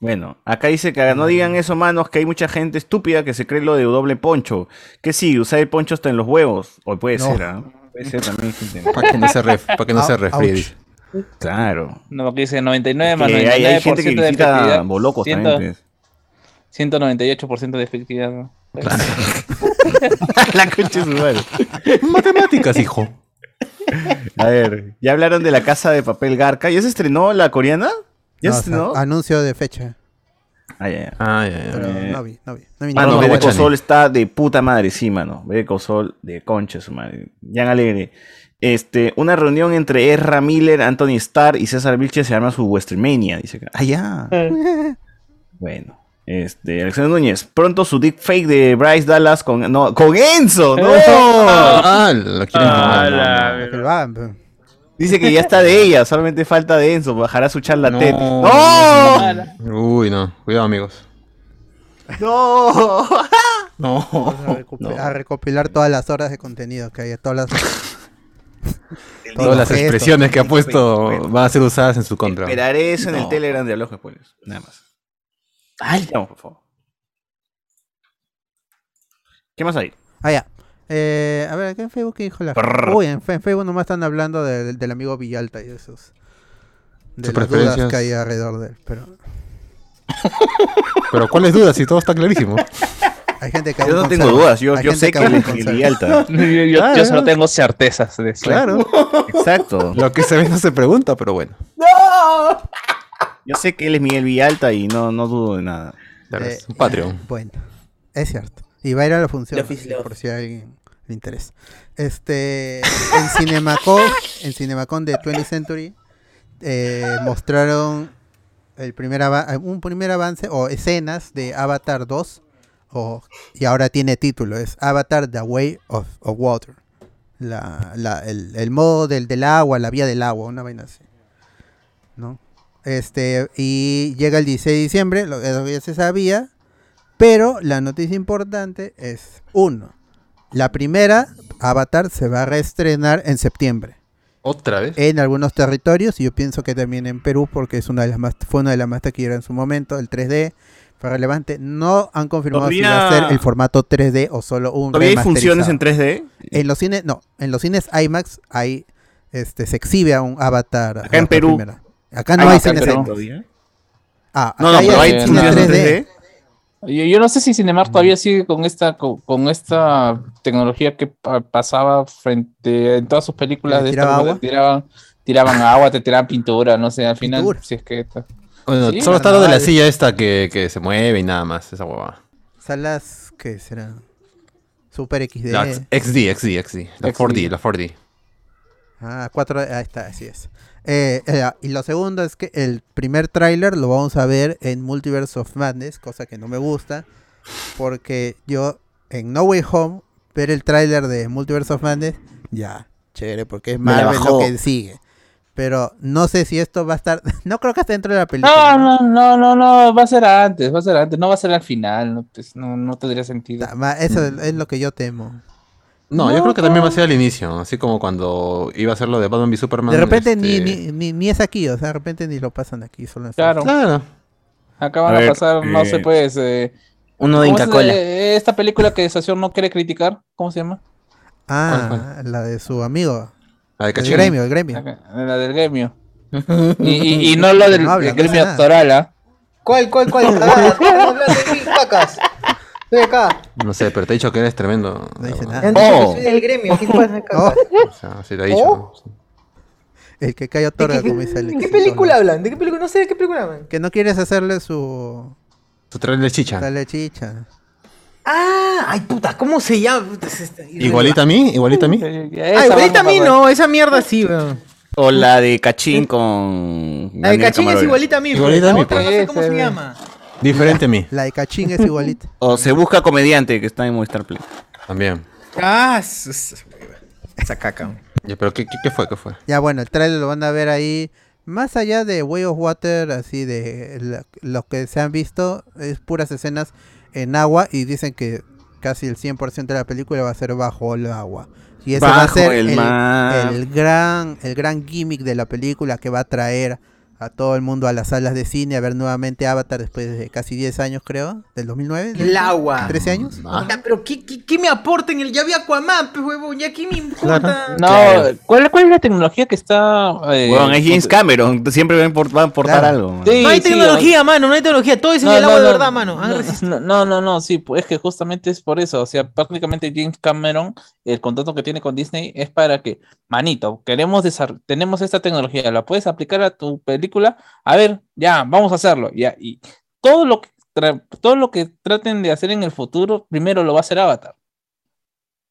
Speaker 5: Bueno, acá dice que no digan eso, manos, que hay mucha gente estúpida que se cree lo de doble poncho. Que sí, usar el poncho hasta en los huevos. O puede
Speaker 2: No.
Speaker 5: ser, ¿ah? Puede ser también, gente.
Speaker 4: Para que no se, ref, para que no se
Speaker 2: Au-
Speaker 4: resfríe.
Speaker 2: ouch.
Speaker 4: dice.
Speaker 5: Claro.
Speaker 3: No, porque dice 99 más
Speaker 5: Que
Speaker 3: 99%
Speaker 5: hay, hay gente que
Speaker 3: de
Speaker 5: visita
Speaker 3: efectividad.
Speaker 5: bolocos
Speaker 3: Ciento-
Speaker 5: también. pues.
Speaker 3: 198% de efectividad. ¿no?
Speaker 5: pues. [LAUGHS] la concha de su madre.
Speaker 4: Matemáticas, hijo.
Speaker 5: A ver, ya hablaron de la casa de papel Garca. ¿Ya se estrenó la coreana? ¿Ya
Speaker 2: No,
Speaker 5: se
Speaker 2: o sea,
Speaker 5: estrenó?
Speaker 2: anuncio de fecha.
Speaker 5: Ah, ya, ya.
Speaker 4: Ah,
Speaker 2: [LAUGHS]
Speaker 4: ya,
Speaker 2: Pero
Speaker 4: ya.
Speaker 5: Eh.
Speaker 2: no vi, no vi. No vi ninguno.
Speaker 5: Mano,
Speaker 4: Roma
Speaker 5: Better Call
Speaker 4: Guachani.
Speaker 5: Saul está de puta madre, sí, mano. Better Call Saul de concha, su madre. Jan Alegre. Este, una reunión entre Ezra Miller, Anthony Starr y César Vilche se llama su Westernmania. Dice acá. Ah, ya. [LAUGHS] bueno. Este, Alexander Núñez. Pronto su deep fake de Bryce Dallas con. No, con Enzo, no.
Speaker 4: Ah, lo quieren
Speaker 3: Ah,
Speaker 4: tomar.
Speaker 3: la
Speaker 2: Que
Speaker 3: verdad.
Speaker 2: lo hagan, pe.
Speaker 5: Dice que ya está de ella, solamente falta de Enzo. Bajará su charla TED.
Speaker 4: No.
Speaker 5: ¡No!
Speaker 3: Mala.
Speaker 4: Uy, no. Cuidado, amigos.
Speaker 5: ¡No!
Speaker 6: No.
Speaker 2: Vamos a, recupe- a recopilar todas las horas de contenido que hay,
Speaker 5: [LAUGHS]
Speaker 2: todas las...
Speaker 4: Todas las
Speaker 2: gestos.
Speaker 4: expresiones que ha
Speaker 5: Bueno.
Speaker 4: puesto van a ser usadas en su contra.
Speaker 5: Esperaré eso en el
Speaker 4: No.
Speaker 5: Telegram de los spoilers. Nada más.
Speaker 6: Ay,
Speaker 5: Vamos, por favor. ¿Qué más hay?
Speaker 2: Ah, ya. Eh, a ver, acá en Facebook, ¿qué dijo la gente? Uy, en, fe- en Facebook nomás están hablando del- del amigo Villalta y de esos... De las
Speaker 4: Sus
Speaker 2: dudas
Speaker 4: preferencias.
Speaker 2: que hay alrededor de él, pero...
Speaker 4: Pero ¿cuáles dudas? Si todo está clarísimo.
Speaker 2: Hay gente que
Speaker 5: Yo
Speaker 2: aún
Speaker 5: no tengo
Speaker 2: conserva.
Speaker 5: dudas, yo,
Speaker 2: Hay
Speaker 5: yo
Speaker 2: gente
Speaker 5: sé que
Speaker 2: aún
Speaker 5: él es
Speaker 2: conserva.
Speaker 5: Miguel alta.
Speaker 3: Yo, yo- yo
Speaker 5: Ah,
Speaker 3: solo tengo certezas de eso.
Speaker 4: Claro.
Speaker 2: [LAUGHS]
Speaker 5: Exacto.
Speaker 4: Lo que se ve no se pregunta, pero bueno.
Speaker 5: Yo sé que él es Miguel Villalta y no, no dudo de nada.
Speaker 4: Claro,
Speaker 2: Eh,
Speaker 4: es un Patreon.
Speaker 2: [LAUGHS] Bueno, es cierto. Y va a ir a la función,
Speaker 6: Lo oficio.
Speaker 2: así, por si a alguien le interesa. Este, en Cinemacon, en Cinemacon de 20th Century, eh, mostraron el primer ava- un primer avance o escenas de Avatar 2 o, y ahora tiene título, es Avatar The Way of, of Water. La, la- el, el modo del, del agua, la vía del agua, una vaina así. ¿No? Este, y llega el 16 de diciembre, lo, eso ya se sabía, pero la noticia importante es, uno, la primera, Avatar, se va a reestrenar en septiembre.
Speaker 4: ¿Otra vez?
Speaker 2: En algunos territorios, y yo pienso que también en Perú, porque es una de las más, fue una de las más taquilleras en su momento, el 3D fue relevante. No han confirmado si va a
Speaker 5: Todavía-
Speaker 2: ser el formato 3D o solo un
Speaker 5: ¿Todavía hay
Speaker 2: remasterizado.
Speaker 5: funciones en 3D?
Speaker 2: En los cines, no, en los cines IMAX hay, este, se exhibe a un Avatar.
Speaker 5: Acá en
Speaker 2: la
Speaker 5: Perú.
Speaker 2: primera. Acá no
Speaker 3: Ah,
Speaker 2: hay
Speaker 3: acá en
Speaker 2: cines
Speaker 3: Perú.
Speaker 2: IMAX.
Speaker 5: ¿Todavía?
Speaker 2: Ah,
Speaker 5: No,
Speaker 2: acá
Speaker 5: no,
Speaker 2: hay
Speaker 5: pero hay
Speaker 2: cines
Speaker 5: funciones en
Speaker 2: 3D.
Speaker 5: 3D.
Speaker 3: Yo, yo no sé si Cinemar
Speaker 2: Mm.
Speaker 3: todavía sigue con esta, con, con esta tecnología que pa- pasaba frente en todas sus películas
Speaker 2: ¿Que
Speaker 3: de
Speaker 2: tiraba
Speaker 3: estas,
Speaker 2: agua?
Speaker 3: donde tiraban, tiraban agua, te tiraban pintura, no sé, al final,
Speaker 2: Pintura.
Speaker 3: si es que esto-
Speaker 4: Bueno,
Speaker 3: Sí,
Speaker 4: solo está lo de la
Speaker 2: carnaval.
Speaker 4: silla esta que, que se mueve y nada más, esa huevada.
Speaker 2: Salas, ¿qué será? Super XD.
Speaker 4: La XD, XD, XD. La
Speaker 3: XD.
Speaker 4: 4D, la 4D.
Speaker 2: Ah, 4, ahí está, así es. Eh, eh, y lo segundo es que el primer tráiler lo vamos a ver en Multiverse of Madness, cosa que no me gusta, porque yo en No Way Home, ver el tráiler de Multiverse of Madness, ya, chévere, porque es
Speaker 6: Me la
Speaker 2: Marvel lo
Speaker 6: bajó.
Speaker 2: que sigue. Pero no sé si esto va a estar, [LAUGHS] no creo que esté dentro de la película.
Speaker 3: No, no, no, no, no, va a ser antes, va a ser antes, no va a ser al final, no, pues, no, no tendría sentido.
Speaker 2: Ta- ma- Eso es- es lo que yo temo.
Speaker 4: No,
Speaker 3: No,
Speaker 4: yo creo que también
Speaker 3: no.
Speaker 4: va a ser al inicio, así como cuando iba a ser lo de Batman v Superman.
Speaker 2: De repente
Speaker 4: este-
Speaker 2: ni, ni, ni, ni es aquí, o sea, de repente ni lo pasan aquí, solo en
Speaker 3: Claro.
Speaker 4: Claro.
Speaker 3: Acá van
Speaker 5: A
Speaker 3: a,
Speaker 5: ver,
Speaker 3: pasar, no sé,
Speaker 5: eh,
Speaker 3: pues, eh,
Speaker 6: Uno de
Speaker 3: ¿cómo se-
Speaker 6: Inca Cola.
Speaker 3: eh, esta película que Sación no quiere criticar, ¿cómo se llama?
Speaker 2: Ah, la de su amigo.
Speaker 4: La de
Speaker 2: El
Speaker 4: Cachín.
Speaker 2: gremio, el gremio.
Speaker 3: Acá, La
Speaker 2: [LAUGHS]
Speaker 3: del gremio. Y, y- y no lo del
Speaker 2: No habla, no
Speaker 3: del gremio
Speaker 2: hace nada.
Speaker 3: actoral, ¿ah?
Speaker 7: ¿Cuál, cuál,
Speaker 9: [LAUGHS]
Speaker 7: cuál? Ah, no hablan de mí, cacas. Estoy acá.
Speaker 4: No sé, pero te he dicho que eres tremendo.
Speaker 2: No dice
Speaker 4: Ah,
Speaker 2: nada.
Speaker 7: Me han dicho
Speaker 5: Oh.
Speaker 7: que soy del gremio. ¿Qué pasa,
Speaker 2: Oh,
Speaker 7: cacas?
Speaker 4: O sea, sí te he dicho.
Speaker 7: Oh.
Speaker 4: ¿no?
Speaker 2: el que cae otorga, como dice
Speaker 7: [LAUGHS]
Speaker 2: Alex.
Speaker 7: ¿De qué película hablan? ¿De qué película? No sé de qué película hablan.
Speaker 2: Que no quieres hacerle su
Speaker 4: Ah. Su trailer chicha.
Speaker 2: dale chicha.
Speaker 9: Ah, ay puta, ¿cómo se llama? Puta, es esta-
Speaker 4: ¿Igualita a mí? ¿Igualita a mí?
Speaker 9: Ah, igualita a mí no, esa mierda sí, weón.
Speaker 5: O la de Cachín con.
Speaker 9: La de
Speaker 5: Daniel
Speaker 9: Cachín es
Speaker 5: Camarola.
Speaker 9: igualita a mí, pero
Speaker 4: Igualita a
Speaker 9: la
Speaker 4: mí,
Speaker 9: otra
Speaker 4: pues.
Speaker 9: no sé cómo se llama.
Speaker 4: Diferente a mí.
Speaker 2: La de Cachín es igualita.
Speaker 5: O se busca comediante que está en Movistar Play.
Speaker 4: También.
Speaker 9: Ah, su- su- esa caca. weón.
Speaker 4: Ya, pero ¿qué, qué, qué fue? ¿Qué fue?
Speaker 2: Ya bueno, el trailer lo van a ver ahí. Más allá de Way of Water, así de la- lo que se han visto, es puras escenas en agua y dicen que casi el 100% de la película va a ser bajo el agua. Y ese va a
Speaker 5: Bajo
Speaker 2: ser
Speaker 5: el
Speaker 2: el,
Speaker 5: mar.
Speaker 2: el gran, el gran gimmick de la película que va a traer a todo el mundo a las salas de cine a ver nuevamente Avatar después de casi 10 años, creo, del 2009.
Speaker 9: El agua.
Speaker 2: 13 años.
Speaker 4: Ah.
Speaker 9: Ya, pero ¿qué, qué, qué me aporta en el ya vi Aquaman, pues, huevón? ¿Ya qué me importa?
Speaker 3: No, ¿cuál, ¿cuál es la tecnología que está...? eh,
Speaker 5: Huevón, es James
Speaker 3: con-
Speaker 5: Cameron. Siempre van a import- van a aportar
Speaker 2: Claro.
Speaker 5: algo. man.
Speaker 3: Sí,
Speaker 9: No hay
Speaker 3: sí,
Speaker 9: tecnología, mano, no hay tecnología. Todo es en el agua de verdad, mano. Han
Speaker 3: No,
Speaker 9: resistido.
Speaker 3: no, no, no, no, sí, pues es que justamente es por eso. O sea, prácticamente James Cameron, el contrato que tiene con Disney es para que, manito, queremos desar- tenemos esta tecnología, la puedes aplicar a tu película. A ver, ya, vamos a hacerlo. Ya, y todo lo que tra- todo lo que traten de hacer en el futuro, primero lo va a hacer Avatar.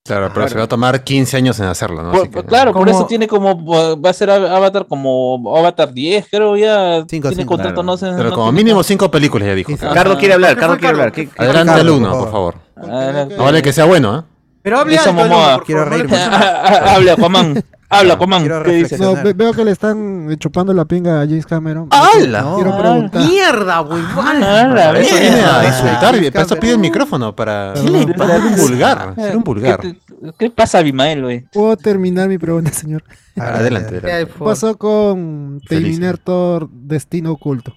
Speaker 4: Claro, pero se va a tomar 15 años en hacerlo, ¿no?
Speaker 3: Por-
Speaker 4: Así que-
Speaker 3: claro, por
Speaker 9: Como-
Speaker 3: eso tiene como va a ser Av- Avatar como Avatar 10, creo ya.
Speaker 2: Cinco,
Speaker 3: tiene
Speaker 2: cinco.
Speaker 3: contrato,
Speaker 5: Claro.
Speaker 3: no sé.
Speaker 4: Pero
Speaker 3: no
Speaker 4: como
Speaker 3: tiene-
Speaker 4: mínimo 5 películas ya dijo.
Speaker 2: Sí, sí.
Speaker 4: Claro.
Speaker 5: Carlos quiere hablar,
Speaker 9: ¿Qué fue,
Speaker 5: Carlos quiere
Speaker 9: Carlos?
Speaker 5: hablar. ¿Qué- qué-
Speaker 4: Adelante el
Speaker 2: Carlos,
Speaker 4: 1,
Speaker 2: por
Speaker 4: por favor.
Speaker 3: Adelante.
Speaker 2: Ahora
Speaker 3: [LAUGHS]
Speaker 4: Vale, que sea bueno, ¿eh?
Speaker 9: Pero hable
Speaker 3: Jason
Speaker 9: alto, el
Speaker 3: Momoa.
Speaker 9: uno, por
Speaker 2: Quiero
Speaker 9: favor, no le
Speaker 2: reírme.
Speaker 9: pongas-
Speaker 3: Habla, Aquaman. Habla, Aquaman.
Speaker 2: Quiero
Speaker 3: ¿Qué dices?
Speaker 2: reflexionar.
Speaker 6: No, ve- veo que le están eh, chupando la pinga a James Cameron.
Speaker 4: ¡Hala!
Speaker 6: Quiero
Speaker 3: No.
Speaker 6: preguntar.
Speaker 9: Mierda, huevón.
Speaker 3: Ah,
Speaker 4: Para eso
Speaker 3: mierda.
Speaker 4: viene a
Speaker 2: Ah,
Speaker 4: insultar,
Speaker 2: James
Speaker 4: para eso pide el
Speaker 2: Cameron.
Speaker 4: micrófono, para
Speaker 6: ¿Qué le
Speaker 4: para ser un
Speaker 3: pasa?
Speaker 4: vulgar, ser un vulgar.
Speaker 3: ¿Qué, te- qué pasa, Abimael, güey?
Speaker 6: Puedo terminar mi pregunta, señor.
Speaker 4: Adelante,
Speaker 9: Ya,
Speaker 4: adelante.
Speaker 6: ¿Qué
Speaker 9: por favor.
Speaker 6: pasó con
Speaker 4: Feliz.
Speaker 6: Terminator Destino Oculto?